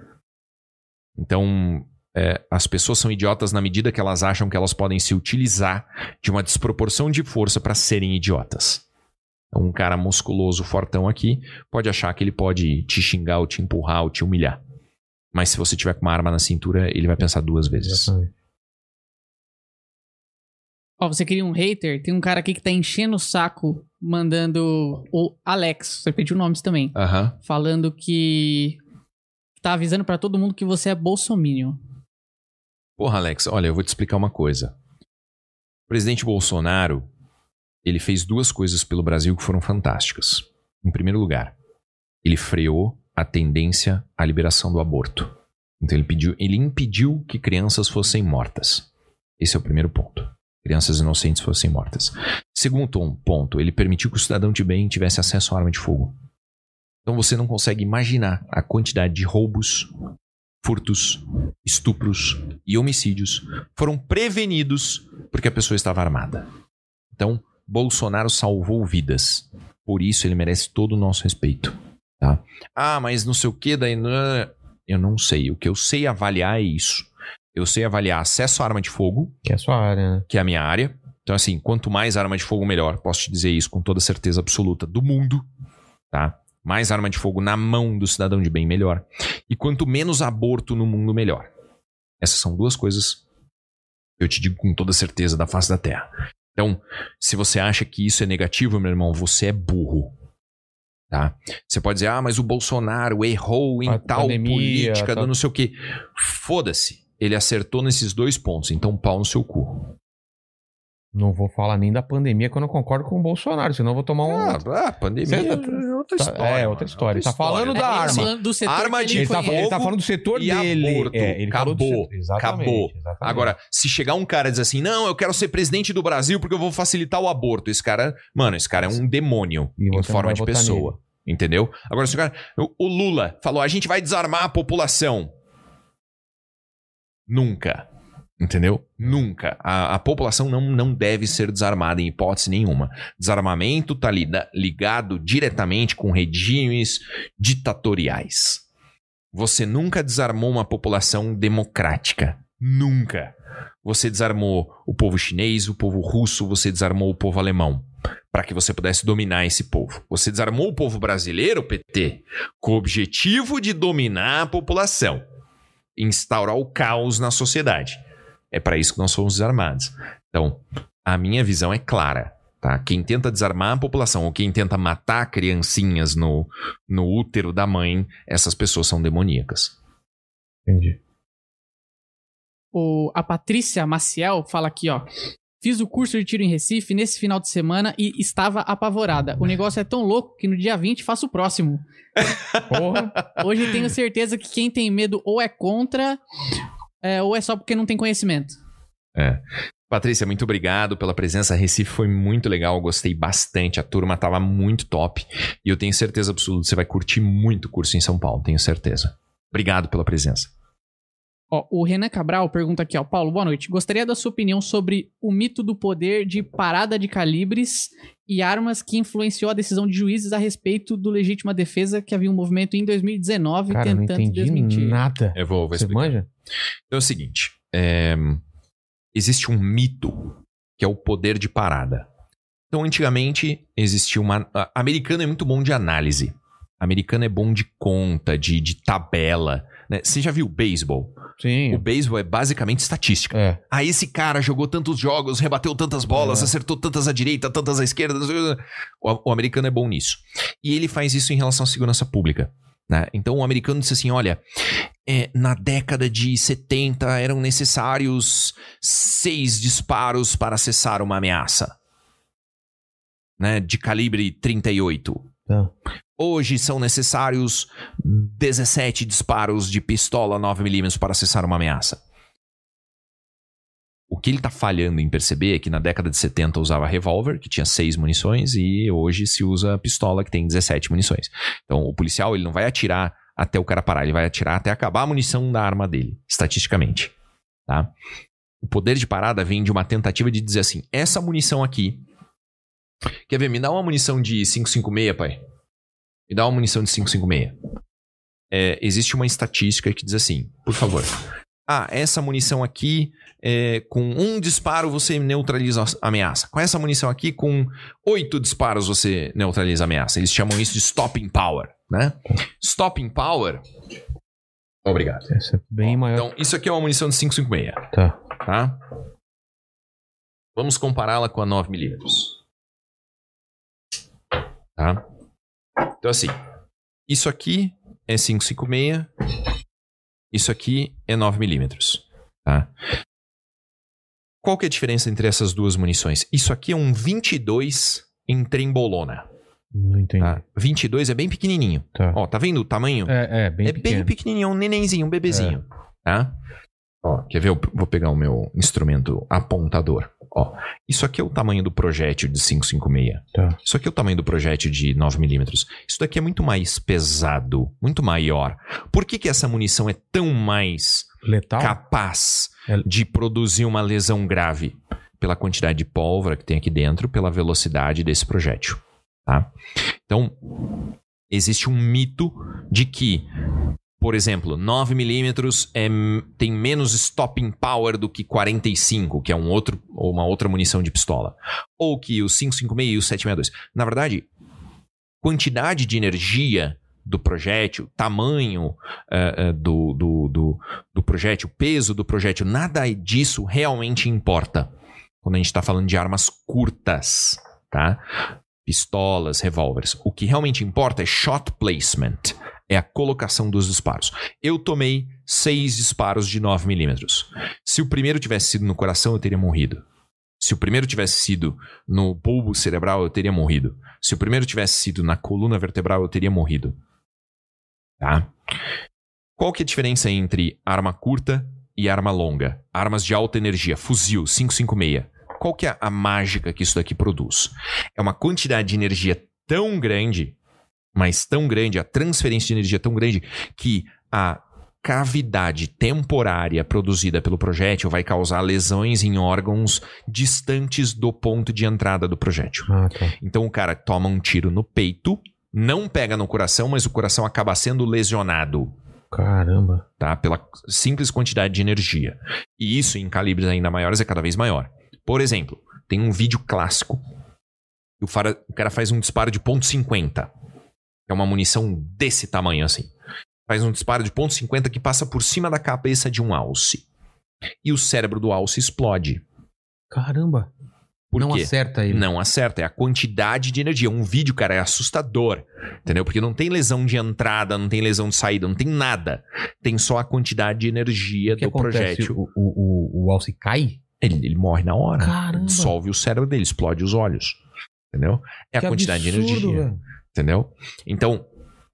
Speaker 3: Então, é, as pessoas são idiotas na medida que elas acham que elas podem se utilizar de uma desproporção de força para serem idiotas. Então, Um cara musculoso, fortão aqui, pode achar que ele pode te xingar, ou te empurrar, ou te humilhar. Mas se você tiver com uma arma na cintura, ele vai pensar duas vezes.
Speaker 1: Exatamente.
Speaker 2: Ó, você queria um hater? Tem um cara aqui que tá enchendo o saco, mandando o Alex, você pediu nomes também,
Speaker 3: Aham.
Speaker 2: falando que tá avisando pra todo mundo que você é bolsominion.
Speaker 3: Porra, Alex, olha, eu vou te explicar uma coisa. O presidente Bolsonaro, ele fez duas coisas pelo Brasil que foram fantásticas. Em primeiro lugar, ele freou a tendência à liberação do aborto. Então ele pediu, ele impediu que crianças fossem mortas. Esse é o primeiro ponto. Crianças inocentes fossem mortas. Segundo tom- ponto, ele permitiu que o cidadão de bem tivesse acesso à arma de fogo. Então você não consegue imaginar a quantidade de roubos, furtos, estupros, e homicídios foram prevenidos porque a pessoa estava armada. Então, Bolsonaro salvou vidas. Por isso ele merece todo o nosso respeito. tá? Ah, mas não sei o que, daí. nã- Eu não sei. O que eu sei avaliar é isso. Eu sei avaliar acesso à arma de fogo,
Speaker 1: Que é a sua área, né?
Speaker 3: que é a minha área. Então, assim, quanto mais arma de fogo, melhor. Posso te dizer isso com toda certeza absoluta do mundo, tá? Mais arma de fogo na mão do cidadão de bem, melhor. E quanto menos aborto no mundo, melhor. Essas são duas coisas que eu te digo com toda certeza da face da Terra. Então, se você acha que isso é negativo, meu irmão, você é burro. Tá? Você pode dizer, ah, mas o Bolsonaro errou em
Speaker 1: A
Speaker 3: tal
Speaker 1: pandemia, tá."
Speaker 3: política
Speaker 1: tal-
Speaker 3: do não sei o quê. Foda-se. Ele acertou nesses dois pontos, então pau no seu cu.
Speaker 1: Não vou falar nem da pandemia que eu não concordo com o Bolsonaro, senão eu vou tomar um.
Speaker 3: Ah, ah, pandemia
Speaker 1: Cê-
Speaker 3: é outra
Speaker 1: tá-
Speaker 3: história.
Speaker 1: é,
Speaker 3: mano,
Speaker 1: outra história. Tá falando
Speaker 2: É,
Speaker 1: da
Speaker 2: ele
Speaker 1: arma.
Speaker 2: falando do setor
Speaker 3: Arma
Speaker 2: que
Speaker 3: de
Speaker 1: ele, tá,
Speaker 2: conhece.
Speaker 1: ele tá falando do setor
Speaker 3: e
Speaker 1: dele.
Speaker 3: aborto.
Speaker 1: É, ele falou do
Speaker 3: Acabou.
Speaker 1: setor- Exatamente,
Speaker 3: Acabou.
Speaker 1: exatamente.
Speaker 3: Agora, se chegar um cara e dizer assim, não, eu quero ser presidente do Brasil porque eu vou facilitar o aborto. Esse cara, mano, esse cara é um demônio
Speaker 1: E você
Speaker 3: em
Speaker 1: não
Speaker 3: forma
Speaker 1: vai
Speaker 3: de
Speaker 1: votar
Speaker 3: pessoa. Entendeu? Agora, se o cara. o- O Lula falou: a gente vai desarmar a população. Nunca. Entendeu? Nunca. A, a população não, não deve ser desarmada em hipótese nenhuma. Desarmamento está ligado diretamente com regimes ditatoriais. Você nunca desarmou uma população democrática. Nunca. Você desarmou o povo chinês, o povo russo, você desarmou o povo alemão. Para que você pudesse dominar esse povo. Você desarmou o povo brasileiro, PT, com o objetivo de dominar a população, instaurar o caos na sociedade. É para isso que nós somos desarmados. Então, a minha visão é clara. Tá? Quem tenta desarmar a população ou quem tenta matar criancinhas no, no útero da mãe, essas pessoas são demoníacas.
Speaker 1: Entendi.
Speaker 2: O, a Patrícia Maciel fala aqui, ó. Fiz o curso de tiro em Recife nesse final de semana e estava apavorada. O negócio é tão louco que no dia 20 faço o próximo. [LAUGHS]
Speaker 1: Porra.
Speaker 2: Hoje tenho certeza que quem tem medo ou é contra é, ou é só porque não tem conhecimento.
Speaker 3: Patrícia, muito obrigado pela presença. Recife foi muito legal, eu gostei bastante. A turma tava muito top. E eu tenho certeza absoluta, você vai curtir muito o curso em São Paulo, tenho certeza. Obrigado pela presença.
Speaker 2: Ó, o Renan Cabral pergunta aqui, ó. Paulo, boa noite. Gostaria da sua opinião sobre o mito do poder de parada de calibres e armas que influenciou a decisão de juízes a respeito do legítima defesa que havia um movimento em 2019
Speaker 1: Cara, eu não
Speaker 2: tentando
Speaker 1: entendi
Speaker 2: desmentir.
Speaker 1: nada.
Speaker 3: Eu vou, vou
Speaker 1: Você manja?
Speaker 3: Então é o seguinte: é, existe um mito que é o poder de parada. Então, antigamente, existia uma. a- Americano é muito bom de análise. Americano é bom de conta, de, de tabela. né? Você já viu beisebol? O
Speaker 1: Sim.
Speaker 3: beisebol é basicamente estatística.
Speaker 1: É.
Speaker 3: Ah, esse cara jogou tantos jogos, rebateu tantas bolas, acertou tantas à direita, tantas à esquerda. não sei o quê. O, o americano é bom nisso. E ele faz isso em relação à segurança pública. né? Então o americano disse assim: olha, é, na década de 70 eram necessários seis disparos para cessar uma ameaça. Né, de calibre 38.
Speaker 1: Tá.
Speaker 3: Hoje são necessários 17 disparos de pistola 9mm para cessar uma ameaça. O que ele tá falhando em perceber é que na década de 70 usava revólver, que tinha seis munições, e hoje se usa pistola, que tem 17 munições. Então, o policial, ele não vai atirar até o cara parar, ele vai atirar até acabar a munição da arma dele, estatisticamente. Tá? O poder de parada vem de uma tentativa de dizer assim: essa munição aqui. Quer ver? Me dá uma munição de 556, pai. Me dá uma munição de 556. É, existe uma estatística que diz assim, por favor. Ah, essa munição aqui é, com um disparo você neutraliza a ameaça. Com essa munição aqui, com oito disparos você neutraliza a ameaça. Eles chamam isso de stopping power, né? Stopping power. Obrigado.
Speaker 1: Essa é bem maior.
Speaker 3: Então, isso aqui é uma munição de 556
Speaker 1: Tá.
Speaker 3: tá? Vamos compará-la com a 9mm. Tá? Então, assim, isso aqui é 5,56, isso aqui é 9mm, tá? Qual que é a diferença entre essas duas munições? Isso aqui é um 22 em trembolona,
Speaker 1: Não entendi.
Speaker 3: tá? 22 é bem pequenininho.
Speaker 1: Tá.
Speaker 3: Ó, tá vendo o tamanho?
Speaker 1: É, é, bem
Speaker 3: é
Speaker 1: pequeno. É.
Speaker 3: bem pequenininho, é um nenenzinho, um bebezinho, tá? Ó, quer ver? Eu vou pegar o meu instrumento apontador. Ó, isso aqui é o tamanho do projétil de 556.
Speaker 1: Tá.
Speaker 3: Isso aqui é o tamanho do projétil de 9mm. Isso daqui é muito mais pesado, muito maior. Por que, que essa munição é tão mais
Speaker 1: Letal?
Speaker 3: capaz
Speaker 1: É-
Speaker 3: de produzir uma lesão grave pela quantidade de pólvora que tem aqui dentro, pela velocidade desse projétil. tá? Então, existe um mito de que, por exemplo, 9mm é, m- tem menos stopping power do que 45, que é um outro, ou uma outra munição de pistola. Ou que o 556 e o 762. Na verdade, quantidade de energia do projétil, tamanho eh, eh, do- do- do, do projétil, o peso do projétil, nada disso realmente importa. Quando a gente está falando de armas curtas, tá? Pistolas, revólveres. O que realmente importa é shot placement. É a colocação dos disparos. Eu tomei seis disparos de 9mm. Se o primeiro tivesse sido no coração, eu teria morrido. Se o primeiro tivesse sido no bulbo cerebral, eu teria morrido. Se o primeiro tivesse sido na coluna vertebral, eu teria morrido. Tá? Qual que é a diferença entre arma curta e arma longa? Armas de alta energia, fuzil 556. Qual que é a mágica que isso daqui produz? É uma quantidade de energia tão grande, mas tão grande, a transferência de energia é tão grande que a cavidade temporária produzida pelo projétil vai causar lesões em órgãos distantes do ponto de entrada do projétil.
Speaker 1: Ah, tá.
Speaker 3: Então o cara toma um tiro no peito, não pega no coração, mas o coração acaba sendo lesionado
Speaker 1: Caramba.
Speaker 3: tá? Pela simples quantidade de energia. E isso em calibres ainda maiores é cada vez maior. Por exemplo, tem um vídeo clássico. que O, fara- o cara faz um disparo de ponto .50. que É uma munição desse tamanho assim. Faz um disparo de ponto .50 que passa por cima da cabeça de um alce. E o cérebro do alce explode.
Speaker 1: Caramba.
Speaker 3: Por
Speaker 1: não
Speaker 3: quê?
Speaker 1: acerta ele.
Speaker 3: Não acerta, é a quantidade de energia. Um vídeo, cara, é assustador. Entendeu? Porque não tem lesão de entrada, não tem lesão de saída, não tem nada. Tem só a quantidade de energia
Speaker 1: O que
Speaker 3: do
Speaker 1: acontece?
Speaker 3: projétil.
Speaker 1: O, o, o, o alce cai?
Speaker 3: Ele, ele morre na hora.
Speaker 1: Caramba.
Speaker 3: Dissolve o cérebro dele, explode os olhos. Entendeu? É a
Speaker 1: Que
Speaker 3: quantidade de
Speaker 1: absurdo,
Speaker 3: energia.
Speaker 1: velho.
Speaker 3: Entendeu? Então,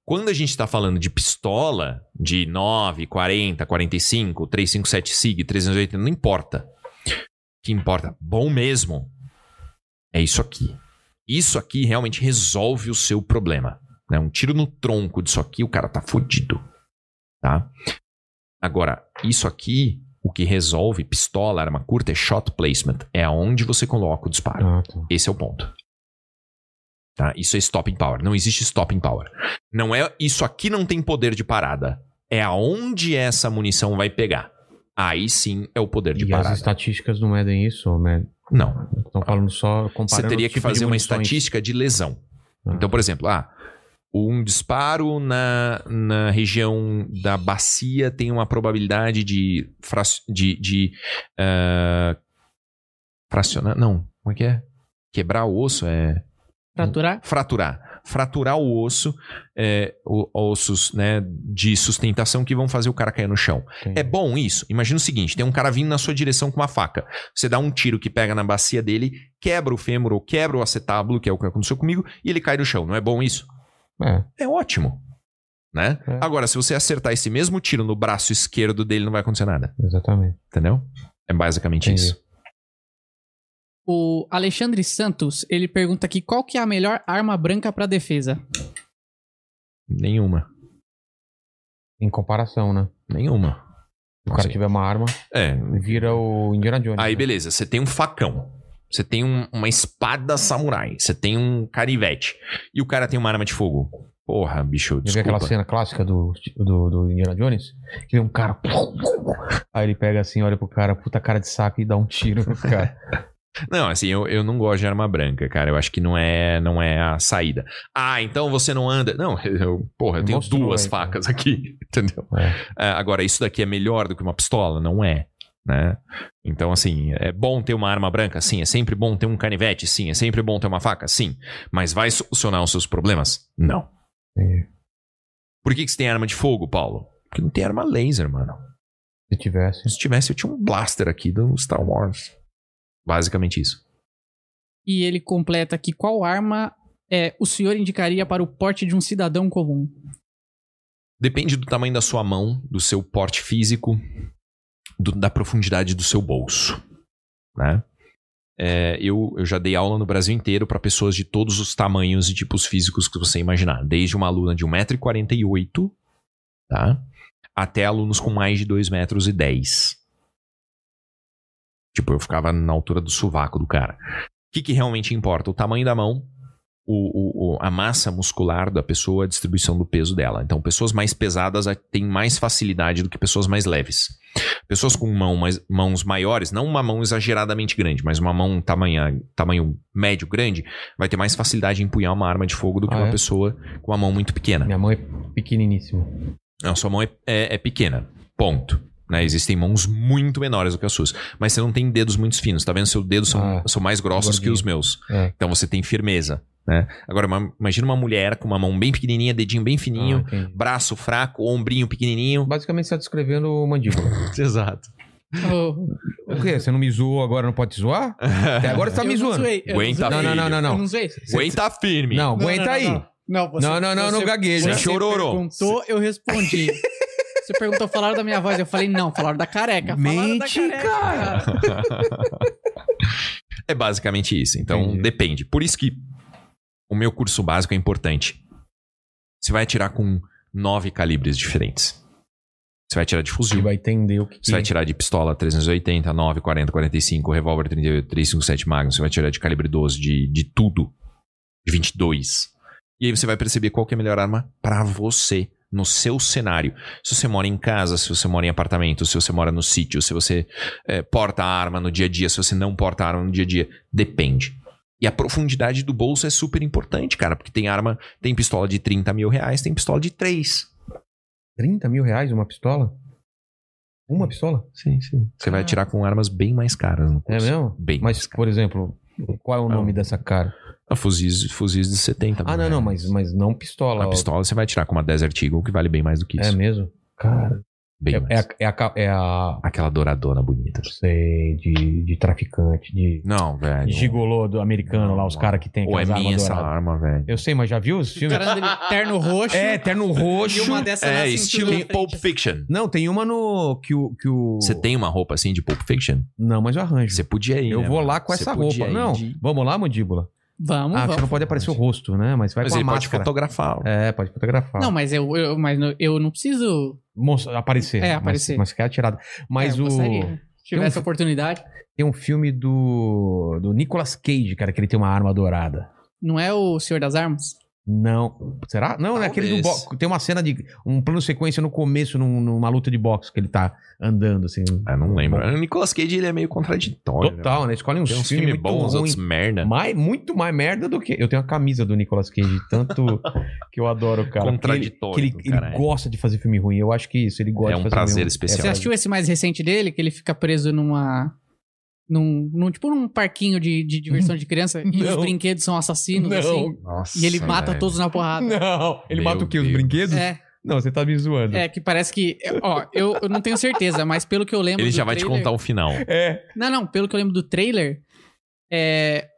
Speaker 3: quando a gente está falando de pistola de 9, 40, 45, 357 SIG, 380, não importa. O que importa, bom mesmo, é isso aqui. Isso aqui realmente resolve o seu problema. Né? Um tiro no tronco disso aqui, o cara tá fudido. Tá? Agora, isso aqui, o que resolve pistola, arma curta, é shot placement. É aonde você coloca o disparo.
Speaker 1: Ah, tá.
Speaker 3: Esse é o ponto. Tá? Isso é stopping power. Não existe stopping power. Não é isso aqui não tem poder de parada. É aonde essa munição vai pegar. Aí sim é o poder
Speaker 1: E
Speaker 3: de
Speaker 1: as
Speaker 3: parada.
Speaker 1: estatísticas não medem isso, né?
Speaker 3: Não.
Speaker 1: Estão falando só comparando.
Speaker 3: Você teria
Speaker 1: o
Speaker 3: que
Speaker 1: tipo de
Speaker 3: fazer uma
Speaker 1: munições.
Speaker 3: estatística de lesão.
Speaker 1: Ah.
Speaker 3: Então, por exemplo, ah, um disparo na, na região da bacia tem uma probabilidade de. fra- de, de ah, fracionar. Não, como é que é? Quebrar o osso é.
Speaker 2: Fraturar?
Speaker 3: Fraturar. Fraturar o osso, é, o- ossos né, de sustentação que vão fazer o cara cair no chão.
Speaker 1: Entendi.
Speaker 3: É bom isso? Imagina o seguinte: tem um cara vindo na sua direção com uma faca. Você dá um tiro que pega na bacia dele, quebra o fêmur ou quebra o acetábulo, que é o que aconteceu comigo, e ele cai no chão. Não é bom isso?
Speaker 1: É.
Speaker 3: É ótimo. Né?
Speaker 1: É.
Speaker 3: Agora, se você acertar esse mesmo tiro no braço esquerdo dele, não vai acontecer nada.
Speaker 1: Exatamente.
Speaker 3: Entendeu? É basicamente
Speaker 1: Entendi.
Speaker 3: isso.
Speaker 2: O Alexandre Santos, ele pergunta aqui qual que é a melhor arma branca pra defesa.
Speaker 3: Nenhuma.
Speaker 1: Em comparação, né?
Speaker 3: Nenhuma.
Speaker 1: Se o
Speaker 3: Não
Speaker 1: cara
Speaker 3: sei.
Speaker 1: tiver uma arma,
Speaker 3: É.
Speaker 1: vira o Indiana Jones.
Speaker 3: Aí,
Speaker 1: né?
Speaker 3: beleza. Você tem um facão. Você tem um- uma espada samurai. Você tem um carivete. E o cara tem uma arma de fogo. Porra,
Speaker 1: Já
Speaker 3: bicho.
Speaker 1: viu
Speaker 3: Desculpa.
Speaker 1: aquela cena clássica do, do, do Indiana Jones? Que vem um cara. Aí ele pega assim, olha pro cara, puta cara de saco e dá um tiro no
Speaker 3: [LAUGHS]
Speaker 1: cara.
Speaker 3: Não, assim, eu, eu não gosto de arma branca, cara. Eu acho que não é não é a saída. Ah, então você não anda. Não, [LAUGHS] eu, porra, eu tenho
Speaker 1: Mostrou,
Speaker 3: duas
Speaker 1: hein, É cara.
Speaker 3: facas aqui, [LAUGHS] entendeu?
Speaker 1: É.
Speaker 3: Ah, agora, isso daqui é melhor do que uma pistola? Não é, né? Então, assim, é bom ter uma arma branca? Sim. É sempre bom ter um canivete? Sim. É sempre bom ter uma faca? Sim. Mas vai solucionar os seus problemas? Não.
Speaker 1: Entendi.
Speaker 3: Por que, que você tem arma de fogo, Paulo? Porque não tem arma laser, mano.
Speaker 1: Se tivesse.
Speaker 3: Se tivesse, eu tinha um blaster aqui do Star Wars. Basicamente isso.
Speaker 2: E ele completa aqui qual arma é, o senhor indicaria para o porte de um
Speaker 1: [LAUGHS]
Speaker 2: cidadão comum.
Speaker 3: Depende do tamanho da sua mão, do seu porte físico, do- da profundidade do seu bolso. Né? É, eu, eu já dei aula no Brasil inteiro para pessoas de todos os tamanhos e tipos físicos que você imaginar. Desde uma aluna de 1,48m tá? até alunos com mais de 2,10 metros. Tipo, eu ficava na altura do sovaco do cara. O que, que realmente importa? O tamanho da mão, o- o- o- a massa muscular da pessoa, a distribuição do peso dela. Então, pessoas mais pesadas ah, têm mais facilidade do que pessoas mais leves. Pessoas com mão mais- mãos maiores, não uma mão exageradamente grande, mas uma mão tamanha, tamanho médio grande, vai ter mais facilidade em empunhar uma arma de fogo do que
Speaker 1: Ah,
Speaker 3: uma
Speaker 1: é?
Speaker 3: pessoa com uma mão muito pequena.
Speaker 1: Minha mão é pequeniníssima.
Speaker 3: Não, sua mão é, é- é pequena. Ponto. Né? Existem mãos muito menores do que as suas. Mas você não tem dedos muito finos. Tá vendo? Seus dedos são,
Speaker 1: Ah,
Speaker 3: são mais grossos que
Speaker 1: gordinho.
Speaker 3: os meus.
Speaker 1: É.
Speaker 3: Então você tem firmeza. Né? Agora, ma- imagina uma mulher com uma mão bem pequenininha, dedinho bem fininho,
Speaker 1: Ah, entendi.
Speaker 3: braço fraco,
Speaker 1: [LAUGHS]
Speaker 3: ombrinho pequenininho.
Speaker 1: Basicamente você tá descrevendo o mandíbula.
Speaker 3: Exato.
Speaker 2: Oh,
Speaker 1: O quê? Você não me zoou agora, não pode te zoar? Até agora você tá
Speaker 2: [LAUGHS] eu
Speaker 1: me
Speaker 2: não
Speaker 1: zoando.
Speaker 2: zoei, eu não
Speaker 3: Aguenta,
Speaker 2: zoei.
Speaker 1: Não, não, não, não,
Speaker 2: Eu
Speaker 1: não.
Speaker 2: não zoei.
Speaker 3: Aguenta firme.
Speaker 1: Não,
Speaker 2: Não,
Speaker 1: aguenta
Speaker 2: não,
Speaker 1: aí.
Speaker 2: não. Não, você,
Speaker 1: Não, não, não, não
Speaker 2: você-
Speaker 1: gagueja.
Speaker 2: Você
Speaker 3: Chororô.
Speaker 2: perguntou,
Speaker 1: [LAUGHS]
Speaker 2: eu respondi. Você perguntou, falaram da minha voz. Eu falei, não, falaram da careca. Falaram
Speaker 1: Mente,
Speaker 2: da careca. cara.
Speaker 3: é basicamente isso. Então
Speaker 1: Entendi.
Speaker 3: depende. Por isso que o meu curso básico é importante. Você vai atirar com nove calibres diferentes. Você vai atirar de
Speaker 1: Você
Speaker 3: fuzil.
Speaker 1: vai entender o que, é.
Speaker 3: Você vai
Speaker 1: que-
Speaker 3: tirar de pistola 380, 9, 40, 45, revólver 38, 357 Magnum, você vai tirar de calibre 12, de, de tudo, de 22. E aí você vai perceber qual que é a melhor arma pra você, no seu cenário. Se você mora em casa, se você mora em apartamento, se você mora no sítio, se você eh, porta a arma no dia a dia, se você não porta a arma no dia a dia, depende. E a profundidade do bolso é super importante, cara, porque tem arma, tem pistola de 30 mil reais, tem pistola de 3.
Speaker 1: 30 mil reais uma pistola? Uma pistola?
Speaker 3: Sim, sim. Você vai
Speaker 2: Ah.
Speaker 3: atirar com armas bem mais caras no
Speaker 1: É
Speaker 3: curso.
Speaker 1: mesmo?
Speaker 3: Bem mais
Speaker 1: Mas,
Speaker 3: caras.
Speaker 1: por exemplo, qual é o
Speaker 3: Ah,
Speaker 1: nome
Speaker 3: um-
Speaker 1: dessa cara?
Speaker 3: Ah, fuzis, fuzis de 70.
Speaker 1: Ah, não,
Speaker 3: né?
Speaker 1: não, mas, mas não pistola.
Speaker 3: A
Speaker 1: ó.
Speaker 3: pistola você vai tirar com uma Desert Eagle que vale bem mais do que
Speaker 1: É
Speaker 3: isso.
Speaker 1: mesmo? Cara.
Speaker 3: bem
Speaker 1: É, é
Speaker 3: mais.
Speaker 1: a, é a ca- é a-
Speaker 3: Aquela douradona bonita.
Speaker 1: não sei, de, de traficante, de
Speaker 3: Não, velho.
Speaker 1: de gigolô do americano lá, os caras que tem
Speaker 3: Ou é
Speaker 1: aquelas
Speaker 3: minha
Speaker 1: armas
Speaker 3: essa
Speaker 1: douradas.
Speaker 3: arma, velho.
Speaker 1: Eu sei, mas já viu os
Speaker 2: O
Speaker 1: filmes?
Speaker 2: cara dele, terno roxo.
Speaker 1: É, terno roxo.
Speaker 2: E uma dessa na
Speaker 3: É,
Speaker 2: cintura na
Speaker 3: estilo
Speaker 2: frente. assim.
Speaker 3: Pulp Fiction.
Speaker 1: Não, tem uma no. Que o. Que o...
Speaker 3: Você tem uma roupa assim de Pulp Fiction?
Speaker 1: Não, mas eu arranjo.
Speaker 3: Você podia ir.
Speaker 1: Eu
Speaker 3: né,
Speaker 1: vou
Speaker 3: mano?
Speaker 1: lá com
Speaker 3: Você
Speaker 1: essa
Speaker 3: podia
Speaker 1: roupa.
Speaker 3: ir
Speaker 1: Não,
Speaker 3: de-
Speaker 1: vamos lá, mandíbula?
Speaker 2: Vamos,
Speaker 1: ah, você
Speaker 2: vamos.
Speaker 1: não pode aparecer o rosto, né? Mas vai
Speaker 3: Mas
Speaker 1: com a
Speaker 3: ele pode
Speaker 1: máscara.
Speaker 3: fotografar.
Speaker 1: É, pode fotografar.
Speaker 2: Não, mas eu, eu, mas no- eu não preciso.
Speaker 1: Mostra- aparecer.
Speaker 2: É,
Speaker 1: mas-
Speaker 2: aparecer.
Speaker 1: Mas, que é atirada. Mas
Speaker 2: É, eu
Speaker 1: o.
Speaker 2: gostaria. Se tivesse
Speaker 1: Tem um-
Speaker 2: oportunidade.
Speaker 1: Tem um filme do. Do Nicolas Cage, cara, que ele tem uma arma dourada.
Speaker 2: Não é o Senhor das Armas?
Speaker 1: Não. Será? Não, é aquele do
Speaker 3: Talvez.
Speaker 1: boxe. Tem uma cena de. Um plano sequência no começo, num- numa luta de boxe, que ele tá andando, assim.
Speaker 3: Ah, não lembro. O Nicolas Cage ele é meio contraditório. né?
Speaker 1: Total, né? Escolhe uns
Speaker 3: Tem uns
Speaker 1: filmes muito
Speaker 3: filmes bons,
Speaker 1: ruim.
Speaker 3: outros merda.
Speaker 1: Mais- muito mais merda do que. Eu tenho a camisa do Nicolas Cage,
Speaker 3: [LAUGHS]
Speaker 1: tanto que eu adoro o cara. Porque ele-
Speaker 3: Contraditório
Speaker 1: Que ele,
Speaker 3: do
Speaker 1: ele
Speaker 3: caralho.
Speaker 1: gosta de fazer filme ruim. Eu acho que isso, ele gosta
Speaker 3: É
Speaker 1: de
Speaker 3: um
Speaker 1: fazer
Speaker 3: prazer
Speaker 1: filme ruim.
Speaker 3: especial.
Speaker 2: Você assistiu esse mais recente dele, que ele fica preso numa. Num, num- tipo num parquinho de, de diversão de
Speaker 3: [LAUGHS]
Speaker 2: criança e os
Speaker 1: Não.
Speaker 2: brinquedos são assassinos,
Speaker 1: Não.
Speaker 2: assim.
Speaker 3: Nossa,
Speaker 2: E ele mata
Speaker 3: velho.
Speaker 2: todos na
Speaker 1: [LAUGHS]
Speaker 2: porrada.
Speaker 1: Não, ele
Speaker 3: Meu
Speaker 1: mata o quê? Os
Speaker 3: Deus.
Speaker 1: brinquedos?
Speaker 2: É,
Speaker 1: Não, você tá me zoando.
Speaker 2: é, que parece que. Ó, eu, eu não tenho certeza, mas pelo que eu lembro.
Speaker 3: Ele
Speaker 2: do
Speaker 3: já vai te
Speaker 2: trailer-
Speaker 3: contar o final.
Speaker 1: É.
Speaker 2: Não, não, pelo que eu lembro do trailer, é...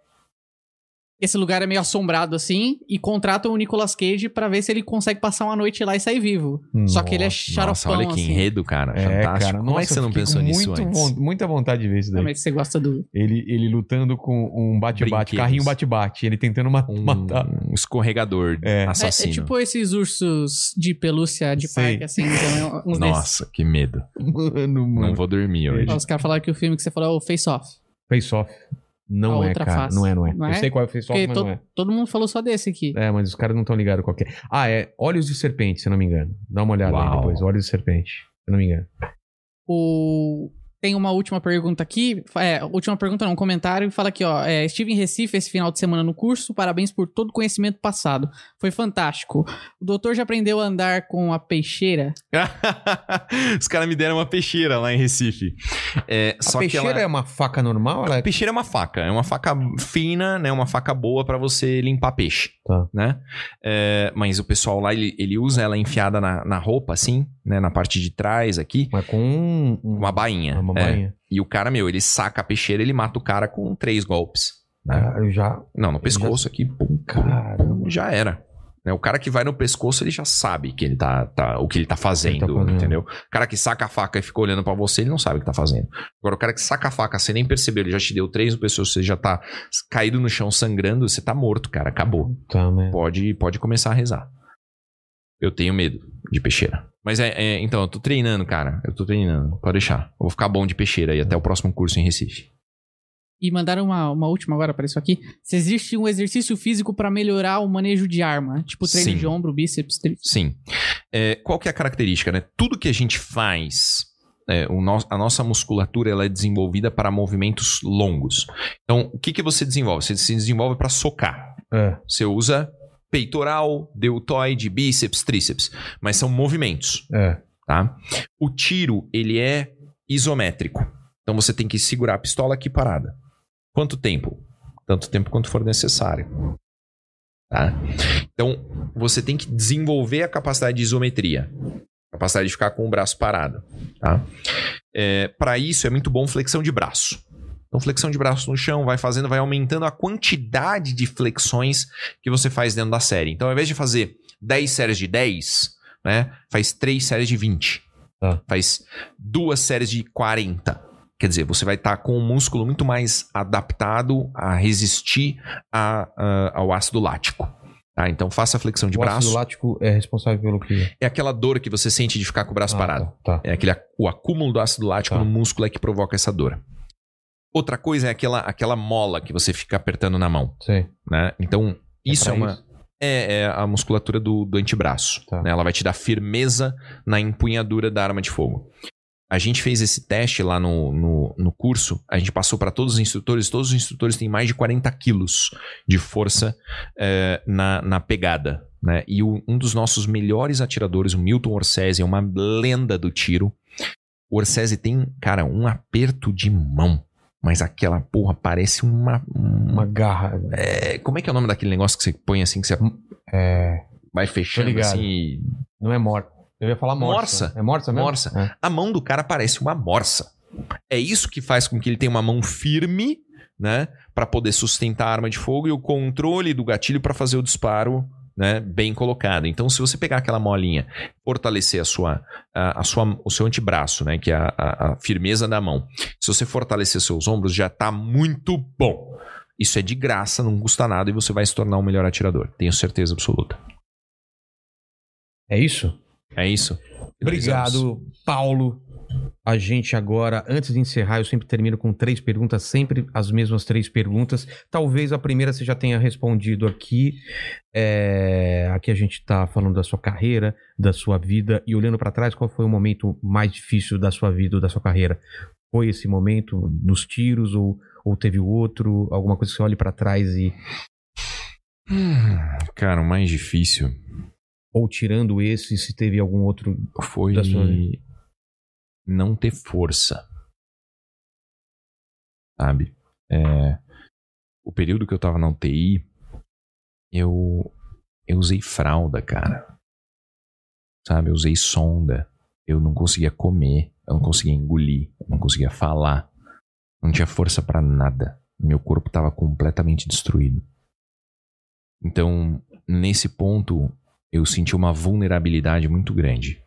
Speaker 2: esse lugar é meio assombrado assim e contratam o Nicolas Cage pra ver se ele consegue passar uma noite lá e sair vivo. Só que ele é
Speaker 3: Nossa,
Speaker 2: xaropão
Speaker 3: olha que
Speaker 2: assim.
Speaker 3: enredo, cara.
Speaker 1: Hum. É,
Speaker 3: Fantástico.
Speaker 1: cara.
Speaker 3: Como
Speaker 1: nossa,
Speaker 3: é que você
Speaker 1: eu
Speaker 3: não
Speaker 1: fiquei com
Speaker 3: pensou nisso
Speaker 1: muito
Speaker 3: antes?
Speaker 1: von- muita vontade de ver isso
Speaker 2: Ah,
Speaker 1: daí.
Speaker 2: mas você gosta do
Speaker 1: Ele, ele lutando com um bate-bate,
Speaker 3: Brinquedos.
Speaker 1: carrinho bate-bate. Ele tentando ma- matar.
Speaker 3: Um, um escorregador
Speaker 1: É.
Speaker 2: É- É,
Speaker 3: assassino.
Speaker 2: tipo esses ursos de pelúcia de
Speaker 1: Sei.
Speaker 2: parque assim, então é uns desses.
Speaker 3: Nossa, que medo.
Speaker 1: Mano,
Speaker 3: Não
Speaker 1: mano.
Speaker 3: vou dormir hoje.
Speaker 2: Ó, Os caras falaram que o filme que você falou é o Face Off.
Speaker 1: Face off. Não
Speaker 2: A
Speaker 1: é,
Speaker 2: outra
Speaker 1: cara.
Speaker 2: face.
Speaker 1: Não é, não é.
Speaker 2: Não
Speaker 1: Eu
Speaker 2: é?
Speaker 1: sei qual é o face off,
Speaker 2: Porque
Speaker 1: mas
Speaker 2: to-
Speaker 1: não é.
Speaker 2: Todo mundo falou só desse aqui.
Speaker 1: É, mas os caras não estão ligados qual que é. Ah, é Olhos de Serpente, se eu não me engano. Dá uma olhada aí
Speaker 3: Uau.
Speaker 1: depois. Olhos de Serpente, se eu não me engano.
Speaker 2: O... Tem uma última pergunta aqui. É, última pergunta não, um comentário. Fala aqui, ó. é, estive em Recife esse final de semana no curso. Parabéns por todo o conhecimento passado. Foi fantástico. O doutor já aprendeu a andar com a peixeira.
Speaker 3: [LAUGHS] Os caras me deram uma peixeira lá em Recife. É,
Speaker 1: a
Speaker 3: só que
Speaker 1: peixeira
Speaker 3: ela...
Speaker 1: é uma faca normal? Ela é...
Speaker 3: A peixeira é uma faca, é uma faca fina, né? Uma faca boa pra você limpar peixe,
Speaker 1: Tá.
Speaker 3: né? É, mas o pessoal lá, ele, ele usa ela enfiada na, na roupa, assim, né? Na parte de trás aqui,
Speaker 1: Mas com um- um-
Speaker 3: uma bainha.
Speaker 1: Uma
Speaker 3: é.
Speaker 1: bainha.
Speaker 3: E o cara, meu, ele saca a peixeira, ele mata o cara com três golpes. né?
Speaker 1: Cara, eu já...
Speaker 3: Não, no pescoço aqui, pum, pum,
Speaker 1: Caramba.
Speaker 3: já era. Né? O cara que vai no pescoço, ele já sabe que ele tá, tá- o que ele tá
Speaker 1: Ele tá
Speaker 3: fazendo,
Speaker 1: fazendo.
Speaker 3: entendeu? O cara que saca a faca e fica olhando pra você, ele não sabe o que tá fazendo. Agora, o cara que saca a faca, você nem percebeu, ele já te deu três no pescoço, você já tá caído no chão sangrando, você tá morto, cara, acabou.
Speaker 1: Tá, né?
Speaker 3: Pode, pode começar a rezar. Eu tenho medo de peixeira. Mas é, é, então, eu tô treinando, cara. Eu tô treinando, pode deixar. Eu vou ficar bom de peixeira aí até o próximo curso em Recife.
Speaker 2: E mandaram uma, uma última agora para isso aqui. Se existe um exercício físico pra melhorar o manejo de arma. Tipo treino
Speaker 3: Sim.
Speaker 2: de ombro, bíceps, tríceps.
Speaker 3: Sim. É, qual que é a característica, né? Tudo que a gente faz, é, o no- a nossa musculatura ela é desenvolvida para movimentos longos. Então, o que, que você desenvolve? Você se desenvolve para socar.
Speaker 1: É.
Speaker 3: Você usa peitoral, deltoide, bíceps, tríceps. Mas são movimentos,
Speaker 1: É.
Speaker 3: tá? O tiro, ele é isométrico. Então, você tem que segurar a pistola aqui parada. Quanto tempo? Tanto tempo quanto for necessário. Tá? Então, você tem que desenvolver a capacidade de isometria. Capacidade de ficar com o braço parado. Tá? Para isso, é muito bom flexão de braço. Então, flexão de braço no chão, vai fazendo, vai aumentando a quantidade de flexões que você faz dentro da série. Então, ao invés de fazer 10 séries de 10, né, faz 3 séries de 20.
Speaker 1: Tá.
Speaker 3: Faz duas séries de 40. Quer dizer, você vai estar com o músculo muito mais adaptado a resistir a, a- ao ácido lático. Tá? Então, faça flexão de
Speaker 1: o ácido
Speaker 3: braço.
Speaker 1: lático é responsável pelo que...
Speaker 3: É aquela dor que você sente de ficar com o braço
Speaker 1: Ah,
Speaker 3: parado.
Speaker 1: Tá. tá.
Speaker 3: É aquele, ac- o acúmulo do ácido lático
Speaker 1: Tá.
Speaker 3: no músculo é que provoca essa dor. Outra coisa é aquela, aquela mola que você fica apertando na mão,
Speaker 1: Sei.
Speaker 3: né? Então, isso é,
Speaker 1: pra
Speaker 3: uma... É, é a musculatura do, do antebraço.
Speaker 1: Tá.
Speaker 3: né? Ela vai te dar firmeza na empunhadura da arma de fogo. A gente fez esse teste lá no, no, no curso, a gente passou para todos os instrutores, todos os instrutores têm mais de 40 quilos de força é, na, na pegada. Né? E o- um dos nossos melhores atiradores, o Milton Orsese, é uma lenda do tiro. O Orsese tem, cara, um aperto de mão. Mas aquela porra parece uma.
Speaker 1: Uma garra.
Speaker 3: É, como é que é o nome daquele negócio que você põe assim, que você
Speaker 1: É...
Speaker 3: vai fechando
Speaker 1: ligado.
Speaker 3: assim e
Speaker 1: Não é morta. Eu ia falar morsa.
Speaker 3: Morsa.
Speaker 1: É morsa mesmo?
Speaker 3: Morsa.
Speaker 1: É.
Speaker 3: a mão do cara parece uma morsa. É isso que faz com que ele tenha uma mão firme, né, Pra poder sustentar a arma de fogo e o controle do gatilho pra fazer o disparo, né, bem colocado. Então, se você pegar aquela molinha, fortalecer a sua, a, a sua, o seu antebraço, né, que é a, a- a firmeza da mão. Se você fortalecer seus ombros, já tá muito bom. Isso é de graça, não custa nada e você vai se tornar o melhor atirador. Tenho certeza absoluta.
Speaker 1: É isso?
Speaker 3: É isso.
Speaker 1: Obrigado, Paulo. A gente agora, antes de encerrar, eu sempre termino com três perguntas, sempre as mesmas três perguntas. Talvez a primeira você já tenha respondido aqui. É, aqui a gente está falando da sua carreira, da sua vida e olhando para trás, qual foi o momento mais difícil da sua vida ou da sua carreira? Foi esse momento dos tiros ou, ou teve outro? Alguma coisa que você olhe para trás e
Speaker 3: Hum, Cara, o mais difícil
Speaker 1: ou tirando esse, se teve algum outro
Speaker 3: foi
Speaker 1: Da sua vida.
Speaker 3: não ter força. Sabe? É, o período que eu tava na UTI, eu, eu usei fralda, cara. Sabe? Eu usei sonda. Eu não conseguia comer. Eu não conseguia engolir. Eu não conseguia falar. Não tinha força pra nada. Meu corpo tava completamente destruído. Então, nesse ponto, eu senti uma vulnerabilidade muito grande.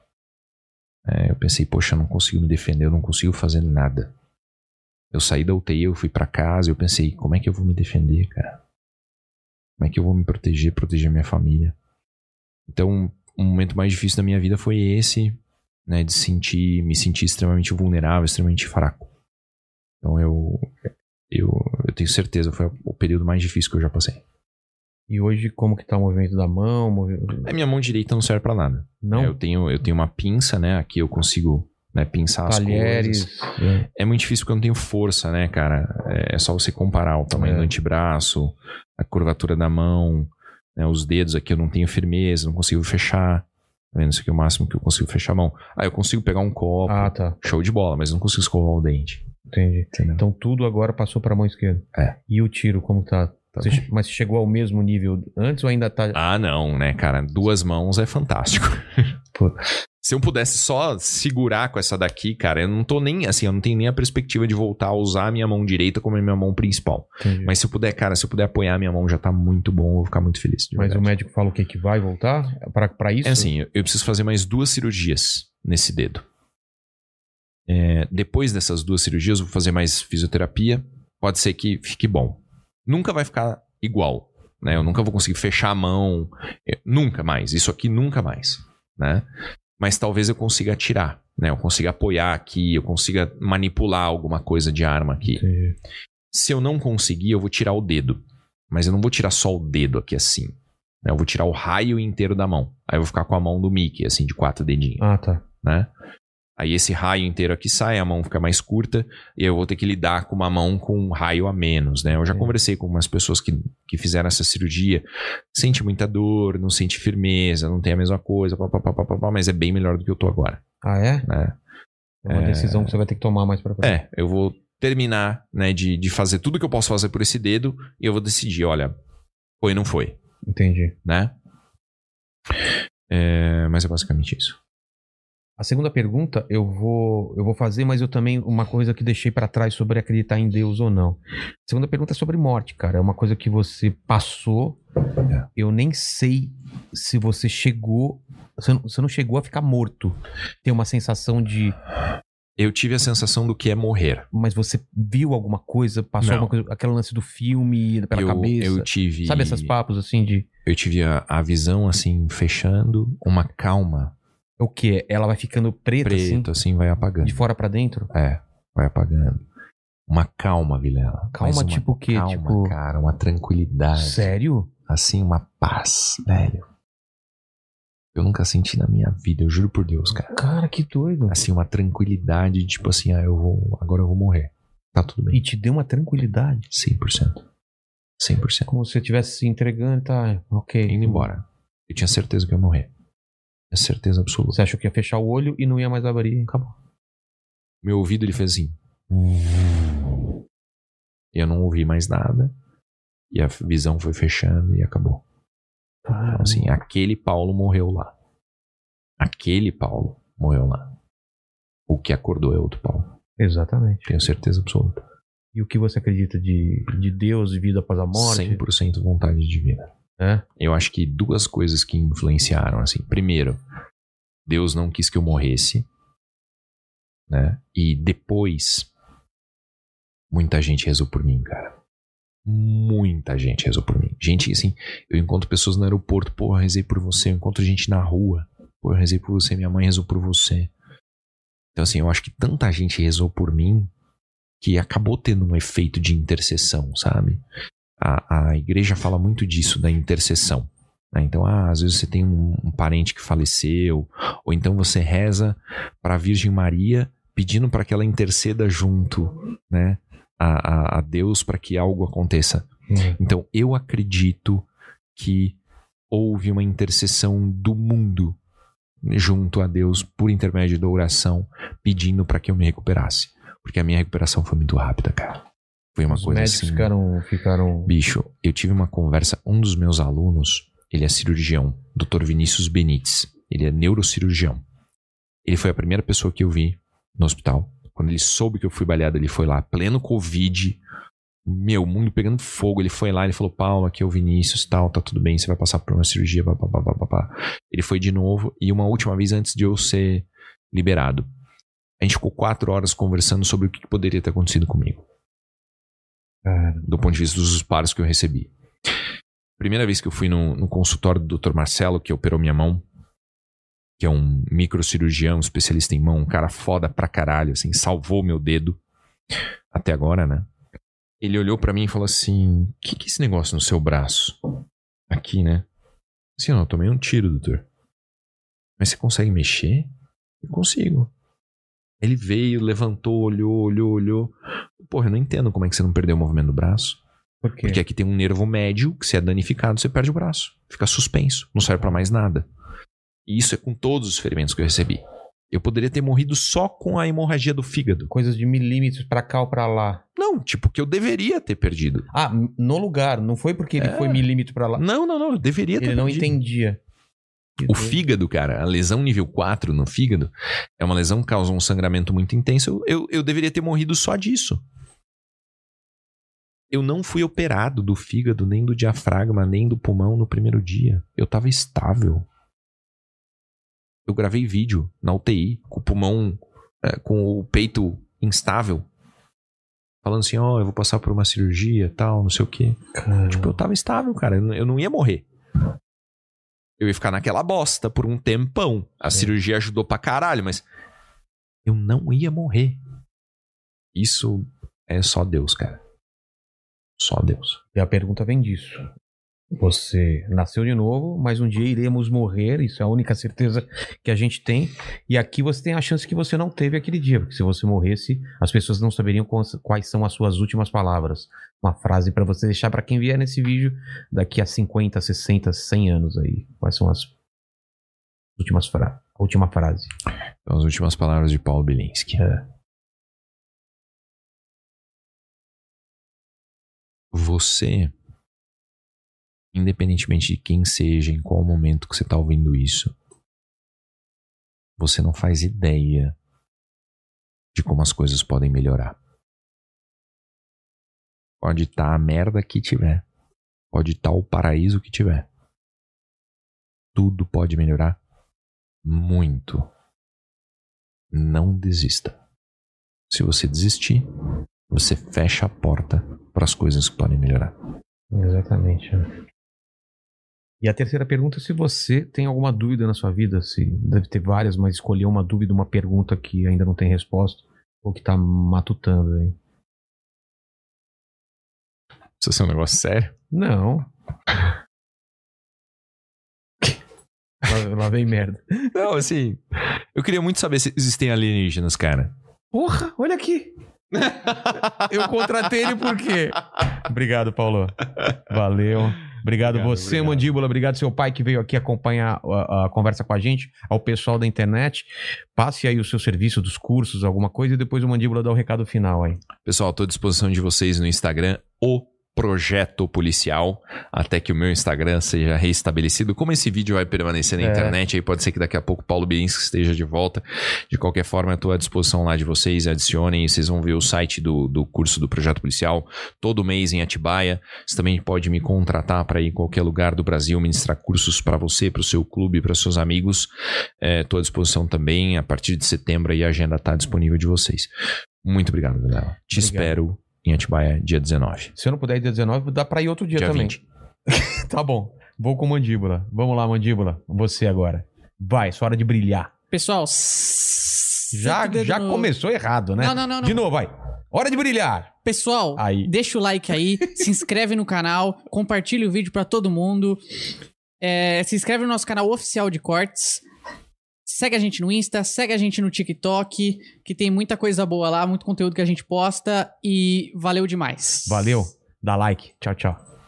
Speaker 3: É, eu pensei, poxa, eu não consigo me defender, eu não consigo fazer nada. Eu saí da UTI, eu fui pra casa, eu pensei, como é que eu vou me defender, cara? Como é que eu vou me proteger, proteger minha família? Então, o momento mais difícil da minha vida foi esse, né, de sentir, me sentir extremamente vulnerável, extremamente fraco. Então eu eu, eu tenho certeza, foi o período mais difícil que eu já passei.
Speaker 1: E hoje, como que tá o movimento da mão? movi-
Speaker 3: A minha mão direita não serve pra nada.
Speaker 1: Não,
Speaker 3: É, eu, tenho, eu tenho uma pinça, né? Aqui eu consigo né, pinçar as coisas.
Speaker 1: talheres. é.
Speaker 3: É muito difícil porque eu não tenho força, né, cara? É, é só você comparar o tamanho
Speaker 1: É.
Speaker 3: do antebraço, a curvatura da mão, né, os dedos aqui eu não tenho firmeza, não consigo fechar. Tá vendo? Isso aqui é o máximo que eu consigo fechar a mão. Ah, eu consigo pegar um copo,
Speaker 1: Ah, tá.
Speaker 3: show de bola, mas não consigo escovar o dente.
Speaker 1: Entendi.
Speaker 3: Entendeu?
Speaker 1: Então tudo agora passou pra mão esquerda.
Speaker 3: É.
Speaker 1: E o tiro, como tá?
Speaker 3: Tá
Speaker 1: Você che- mas você chegou ao mesmo nível antes ou ainda tá.
Speaker 3: Ah, não, né, cara? Duas mãos é fantástico.
Speaker 1: [LAUGHS] Pô.
Speaker 3: Se eu pudesse só segurar com essa daqui, cara, eu não tô nem, assim, eu não tenho nem a perspectiva de voltar a usar a minha mão direita como a minha mão principal.
Speaker 1: Entendi. Mas,
Speaker 3: Mas se eu puder, cara, se eu puder apoiar a minha mão, já tá muito bom, eu vou ficar muito feliz. de
Speaker 1: o
Speaker 3: verdade.
Speaker 1: médico fala o que? Que vai voltar? Pra, pra isso?
Speaker 3: É assim, eu- eu preciso fazer mais duas cirurgias nesse dedo. É, depois dessas duas cirurgias, eu vou fazer mais fisioterapia. Pode ser que fique bom. Nunca vai ficar igual, né? Eu nunca vou conseguir fechar a mão. é, nunca mais. Isso aqui nunca mais, né? Mas talvez eu consiga atirar, né? Eu consiga apoiar aqui, eu consiga manipular alguma coisa de arma aqui.
Speaker 1: Entendi.
Speaker 3: Se eu não conseguir, eu vou tirar o dedo. Mas eu não vou tirar só o dedo aqui assim. né? Eu vou tirar o raio inteiro da mão. Aí eu vou ficar com a mão do Mickey, assim, de quatro dedinhos,
Speaker 1: Ah, tá.
Speaker 3: né? Aí esse raio inteiro aqui sai, a mão fica mais curta, e eu vou ter que lidar com uma mão com um raio a menos, né? Eu já
Speaker 1: Sim.
Speaker 3: conversei com umas pessoas que, que fizeram essa cirurgia, sente muita dor, não sente firmeza, não tem a mesma coisa, pá, pá, pá, pá, pá, pá, mas é bem melhor do que eu tô agora,
Speaker 1: Ah, é?
Speaker 3: né?
Speaker 1: É uma
Speaker 3: É.
Speaker 1: decisão que você vai ter que tomar mais pra frente.
Speaker 3: É, eu vou terminar, né, de, de fazer tudo que eu posso fazer por esse dedo e eu vou decidir, olha, foi ou não foi,
Speaker 1: Entendi.
Speaker 3: né? É, mas é basicamente isso.
Speaker 1: A segunda pergunta eu vou, eu vou fazer, mas eu também uma coisa que deixei pra trás sobre acreditar em Deus ou não. A segunda pergunta é sobre morte, cara. É uma coisa que você passou.
Speaker 3: É.
Speaker 1: Eu nem sei se você chegou. Você não, você não chegou a ficar morto. Tem uma sensação de.
Speaker 3: Eu tive a sensação do que é morrer.
Speaker 1: Mas você viu alguma coisa, passou
Speaker 3: Não.
Speaker 1: alguma coisa. Aquele lance do filme, pela
Speaker 3: eu,
Speaker 1: cabeça.
Speaker 3: eu tive,
Speaker 1: Sabe essas papos assim de.
Speaker 3: eu tive a, a visão assim fechando, uma calma
Speaker 1: O que? Ela vai ficando preta, assim,
Speaker 3: preto assim vai apagando.
Speaker 1: de fora pra dentro?
Speaker 3: É, vai apagando. Uma calma, Vilela.
Speaker 1: Calma,
Speaker 3: mas uma
Speaker 1: tipo o quê?
Speaker 3: Calma,
Speaker 1: Tipo-
Speaker 3: cara, uma tranquilidade.
Speaker 1: Sério?
Speaker 3: assim, uma paz, velho. Eu nunca senti na minha vida, eu juro por Deus, cara.
Speaker 1: Cara, que doido.
Speaker 3: Assim, uma tranquilidade, tipo assim, ah, eu vou, agora eu vou morrer. Tá tudo
Speaker 1: E
Speaker 3: bem.
Speaker 1: te deu uma tranquilidade.
Speaker 3: 100%. 100%.
Speaker 1: Como se eu estivesse se entregando, tá? Ok.
Speaker 3: Indo embora. Eu tinha certeza que eu ia morrer. Tinha certeza absoluta.
Speaker 1: Você achou que ia fechar o olho e não ia mais abrir? Acabou.
Speaker 3: Meu ouvido, ele fez assim. E eu não ouvi mais nada. E a visão foi fechando e acabou. Então, assim, aquele Paulo morreu lá. Aquele Paulo morreu lá. O que acordou é outro Paulo.
Speaker 1: Exatamente.
Speaker 3: Tenho certeza absoluta.
Speaker 1: E o que você acredita de, de Deus, de vida após a morte?
Speaker 3: 100% vontade divina.
Speaker 1: É?
Speaker 3: Eu acho que duas coisas que influenciaram, assim. Primeiro, Deus não quis que eu morresse. Né? E depois, muita gente rezou por mim, cara. Muita gente rezou por mim. Gente, assim, eu encontro pessoas no aeroporto, pô, eu rezei por você. Eu encontro gente na rua, pô, eu rezei por você. Minha mãe rezou por você. Então, assim, eu acho que tanta gente rezou por mim que acabou tendo um efeito de intercessão, sabe? A, a igreja fala muito disso, da intercessão. né? Então, ah, às vezes você tem um, um parente que faleceu, ou então você reza para a Virgem Maria pedindo para que ela interceda junto, né? A, a, a Deus para que algo aconteça. Então, eu acredito que houve uma intercessão do mundo junto a Deus por intermédio da oração, pedindo para que eu me recuperasse. Porque a minha recuperação foi muito rápida, cara. Foi uma
Speaker 1: Os
Speaker 3: coisa
Speaker 1: médicos
Speaker 3: assim.
Speaker 1: ficaram. ficaram...
Speaker 3: Bicho, eu tive uma conversa. Um dos meus alunos, ele é cirurgião, Dr. Vinícius Benites. Ele é neurocirurgião. Ele foi a primeira pessoa que eu vi no hospital. Quando ele soube que eu fui baleado, ele foi lá, pleno Covid. Meu, o mundo pegando fogo. Ele foi lá, ele falou: Paulo, aqui é o Vinícius, tal, tá tudo bem, você vai passar por uma cirurgia, pá, pá, pá, pá, pá, pá." Ele foi de novo e uma última vez antes de eu ser liberado. A gente ficou quatro horas conversando sobre o que poderia ter acontecido comigo
Speaker 1: Cara,
Speaker 3: do ponto de vista dos disparos que eu recebi. Primeira vez que eu fui no, no consultório do Dr. Marcelo, que operou minha mão, que é um microcirurgião, especialista em mão, um cara foda pra caralho, assim, salvou meu dedo. Até agora, né? Ele olhou pra mim e falou assim: O que, que é esse negócio no seu braço? Aqui, né? Assim, não, eu tomei um tiro, doutor. Mas você consegue mexer? Eu consigo. Ele veio, levantou, olhou, olhou, olhou. Porra, eu não entendo como é que você não perdeu o movimento do braço.
Speaker 1: por quê?
Speaker 3: Porque aqui tem um nervo médio que se é danificado, você perde o braço. Fica suspenso, não serve pra mais nada. E isso é com todos os ferimentos que eu recebi. Eu poderia ter morrido só com a hemorragia do fígado.
Speaker 1: Coisas de milímetros pra cá ou pra lá.
Speaker 3: Não, tipo, que eu deveria ter perdido.
Speaker 1: Ah, no lugar, não foi porque ele
Speaker 3: É.
Speaker 1: foi milímetro pra lá.
Speaker 3: Não, não, não, eu deveria ter
Speaker 1: ele não
Speaker 3: perdido.
Speaker 1: entendia. né?
Speaker 3: O fígado, cara, a lesão nível 4 no fígado é uma lesão que causa um sangramento muito intenso. Eu, eu, eu deveria ter morrido só disso. Eu não fui operado do fígado, nem do diafragma, nem do pulmão no primeiro dia. Eu tava estável. Eu gravei vídeo na UTI, com o pulmão, eh, com o peito instável. Falando assim, ó, eu vou passar por uma cirurgia, tal, não sei o quê.
Speaker 1: Cara,
Speaker 3: Tipo, eu tava estável, cara. Eu não- Eu não ia morrer. Eu ia ficar naquela bosta por um tempão. A cirurgia ajudou pra caralho, mas eu não ia morrer. Isso é só Deus, cara. Só Deus.
Speaker 1: E a pergunta vem disso. Você nasceu de novo, mas um dia iremos morrer, isso é a única certeza que a gente tem. E aqui você tem a chance que você não teve aquele dia, porque se você morresse, as pessoas não saberiam quais, quais são as suas últimas palavras. Uma frase pra você deixar pra quem vier nesse vídeo daqui a 50, 60, 100 anos aí. Quais são as últimas frases? A última frase.
Speaker 3: Então, as últimas palavras de Paulo Bilinski. Você, independentemente de quem seja, em qual momento que você tá ouvindo isso, você não faz ideia de como as coisas podem melhorar. Pode estar a merda que tiver. Pode estar o paraíso que tiver. Tudo pode melhorar muito não desista. Se você desistir, você fecha a porta para as coisas que podem melhorar.
Speaker 1: Exatamente. é. E a terceira pergunta é se você tem alguma dúvida na sua vida, se deve ter várias, mas escolher uma dúvida, uma pergunta que ainda não tem resposta ou que tá matutando aí.
Speaker 3: Isso é um negócio sério?
Speaker 1: Não. [LAUGHS] lá, lá vem merda.
Speaker 3: Não, assim. Eu queria muito saber se existem alienígenas, cara.
Speaker 1: Porra, olha aqui. [LAUGHS] Eu contratei ele por quê? Obrigado, Paulo. Valeu. Obrigado,
Speaker 3: Obrigado,
Speaker 1: você,
Speaker 3: obrigado.
Speaker 1: Mandíbula. Obrigado, seu pai, que veio aqui acompanhar uh, a, a conversa com a gente, ao pessoal da internet. Passe aí o seu serviço dos cursos, alguma coisa, e depois o Mandíbula dá o recado final aí.
Speaker 3: Pessoal, estou à disposição de vocês no Instagram, o Projeto Policial, até que o meu Instagram seja reestabelecido. Como esse vídeo vai permanecer na
Speaker 1: É.
Speaker 3: internet, aí pode ser que daqui a pouco o Paulo Birinski esteja de volta. De qualquer forma, eu estou à disposição lá de vocês, adicionem, vocês vão ver o site do, do curso do Projeto Policial todo mês em Atibaia. Você também pode me contratar para ir em qualquer lugar do Brasil, ministrar cursos para você, para o seu clube, para seus amigos. Estou à disposição também, a partir de setembro aí a agenda está disponível de vocês. Muito obrigado, Daniela.
Speaker 1: Obrigado.
Speaker 3: Te espero em Atibaia, dia 19.
Speaker 1: Se eu não puder ir dia 19, dá pra ir outro dia,
Speaker 3: Dia
Speaker 1: também.
Speaker 3: 20.
Speaker 1: [LAUGHS] Tá bom. Vou com o Mandíbula. Vamos lá, Mandíbula. Você agora. Vai, sua hora de brilhar.
Speaker 2: Pessoal, s- senta
Speaker 1: Já,
Speaker 2: o dedo
Speaker 1: já
Speaker 2: no-
Speaker 1: começou errado, né?
Speaker 2: Não, não, não, não.
Speaker 1: De novo, vai. Hora de brilhar.
Speaker 2: Pessoal,
Speaker 1: Aí.
Speaker 2: deixa o like aí, se inscreve no canal, compartilha o vídeo pra todo mundo. É, se inscreve no nosso canal oficial de cortes. Segue a gente no Insta, segue a gente no TikTok, que tem muita coisa boa lá, muito conteúdo que a gente posta e valeu demais.
Speaker 1: Valeu. Dá like. Tchau, tchau.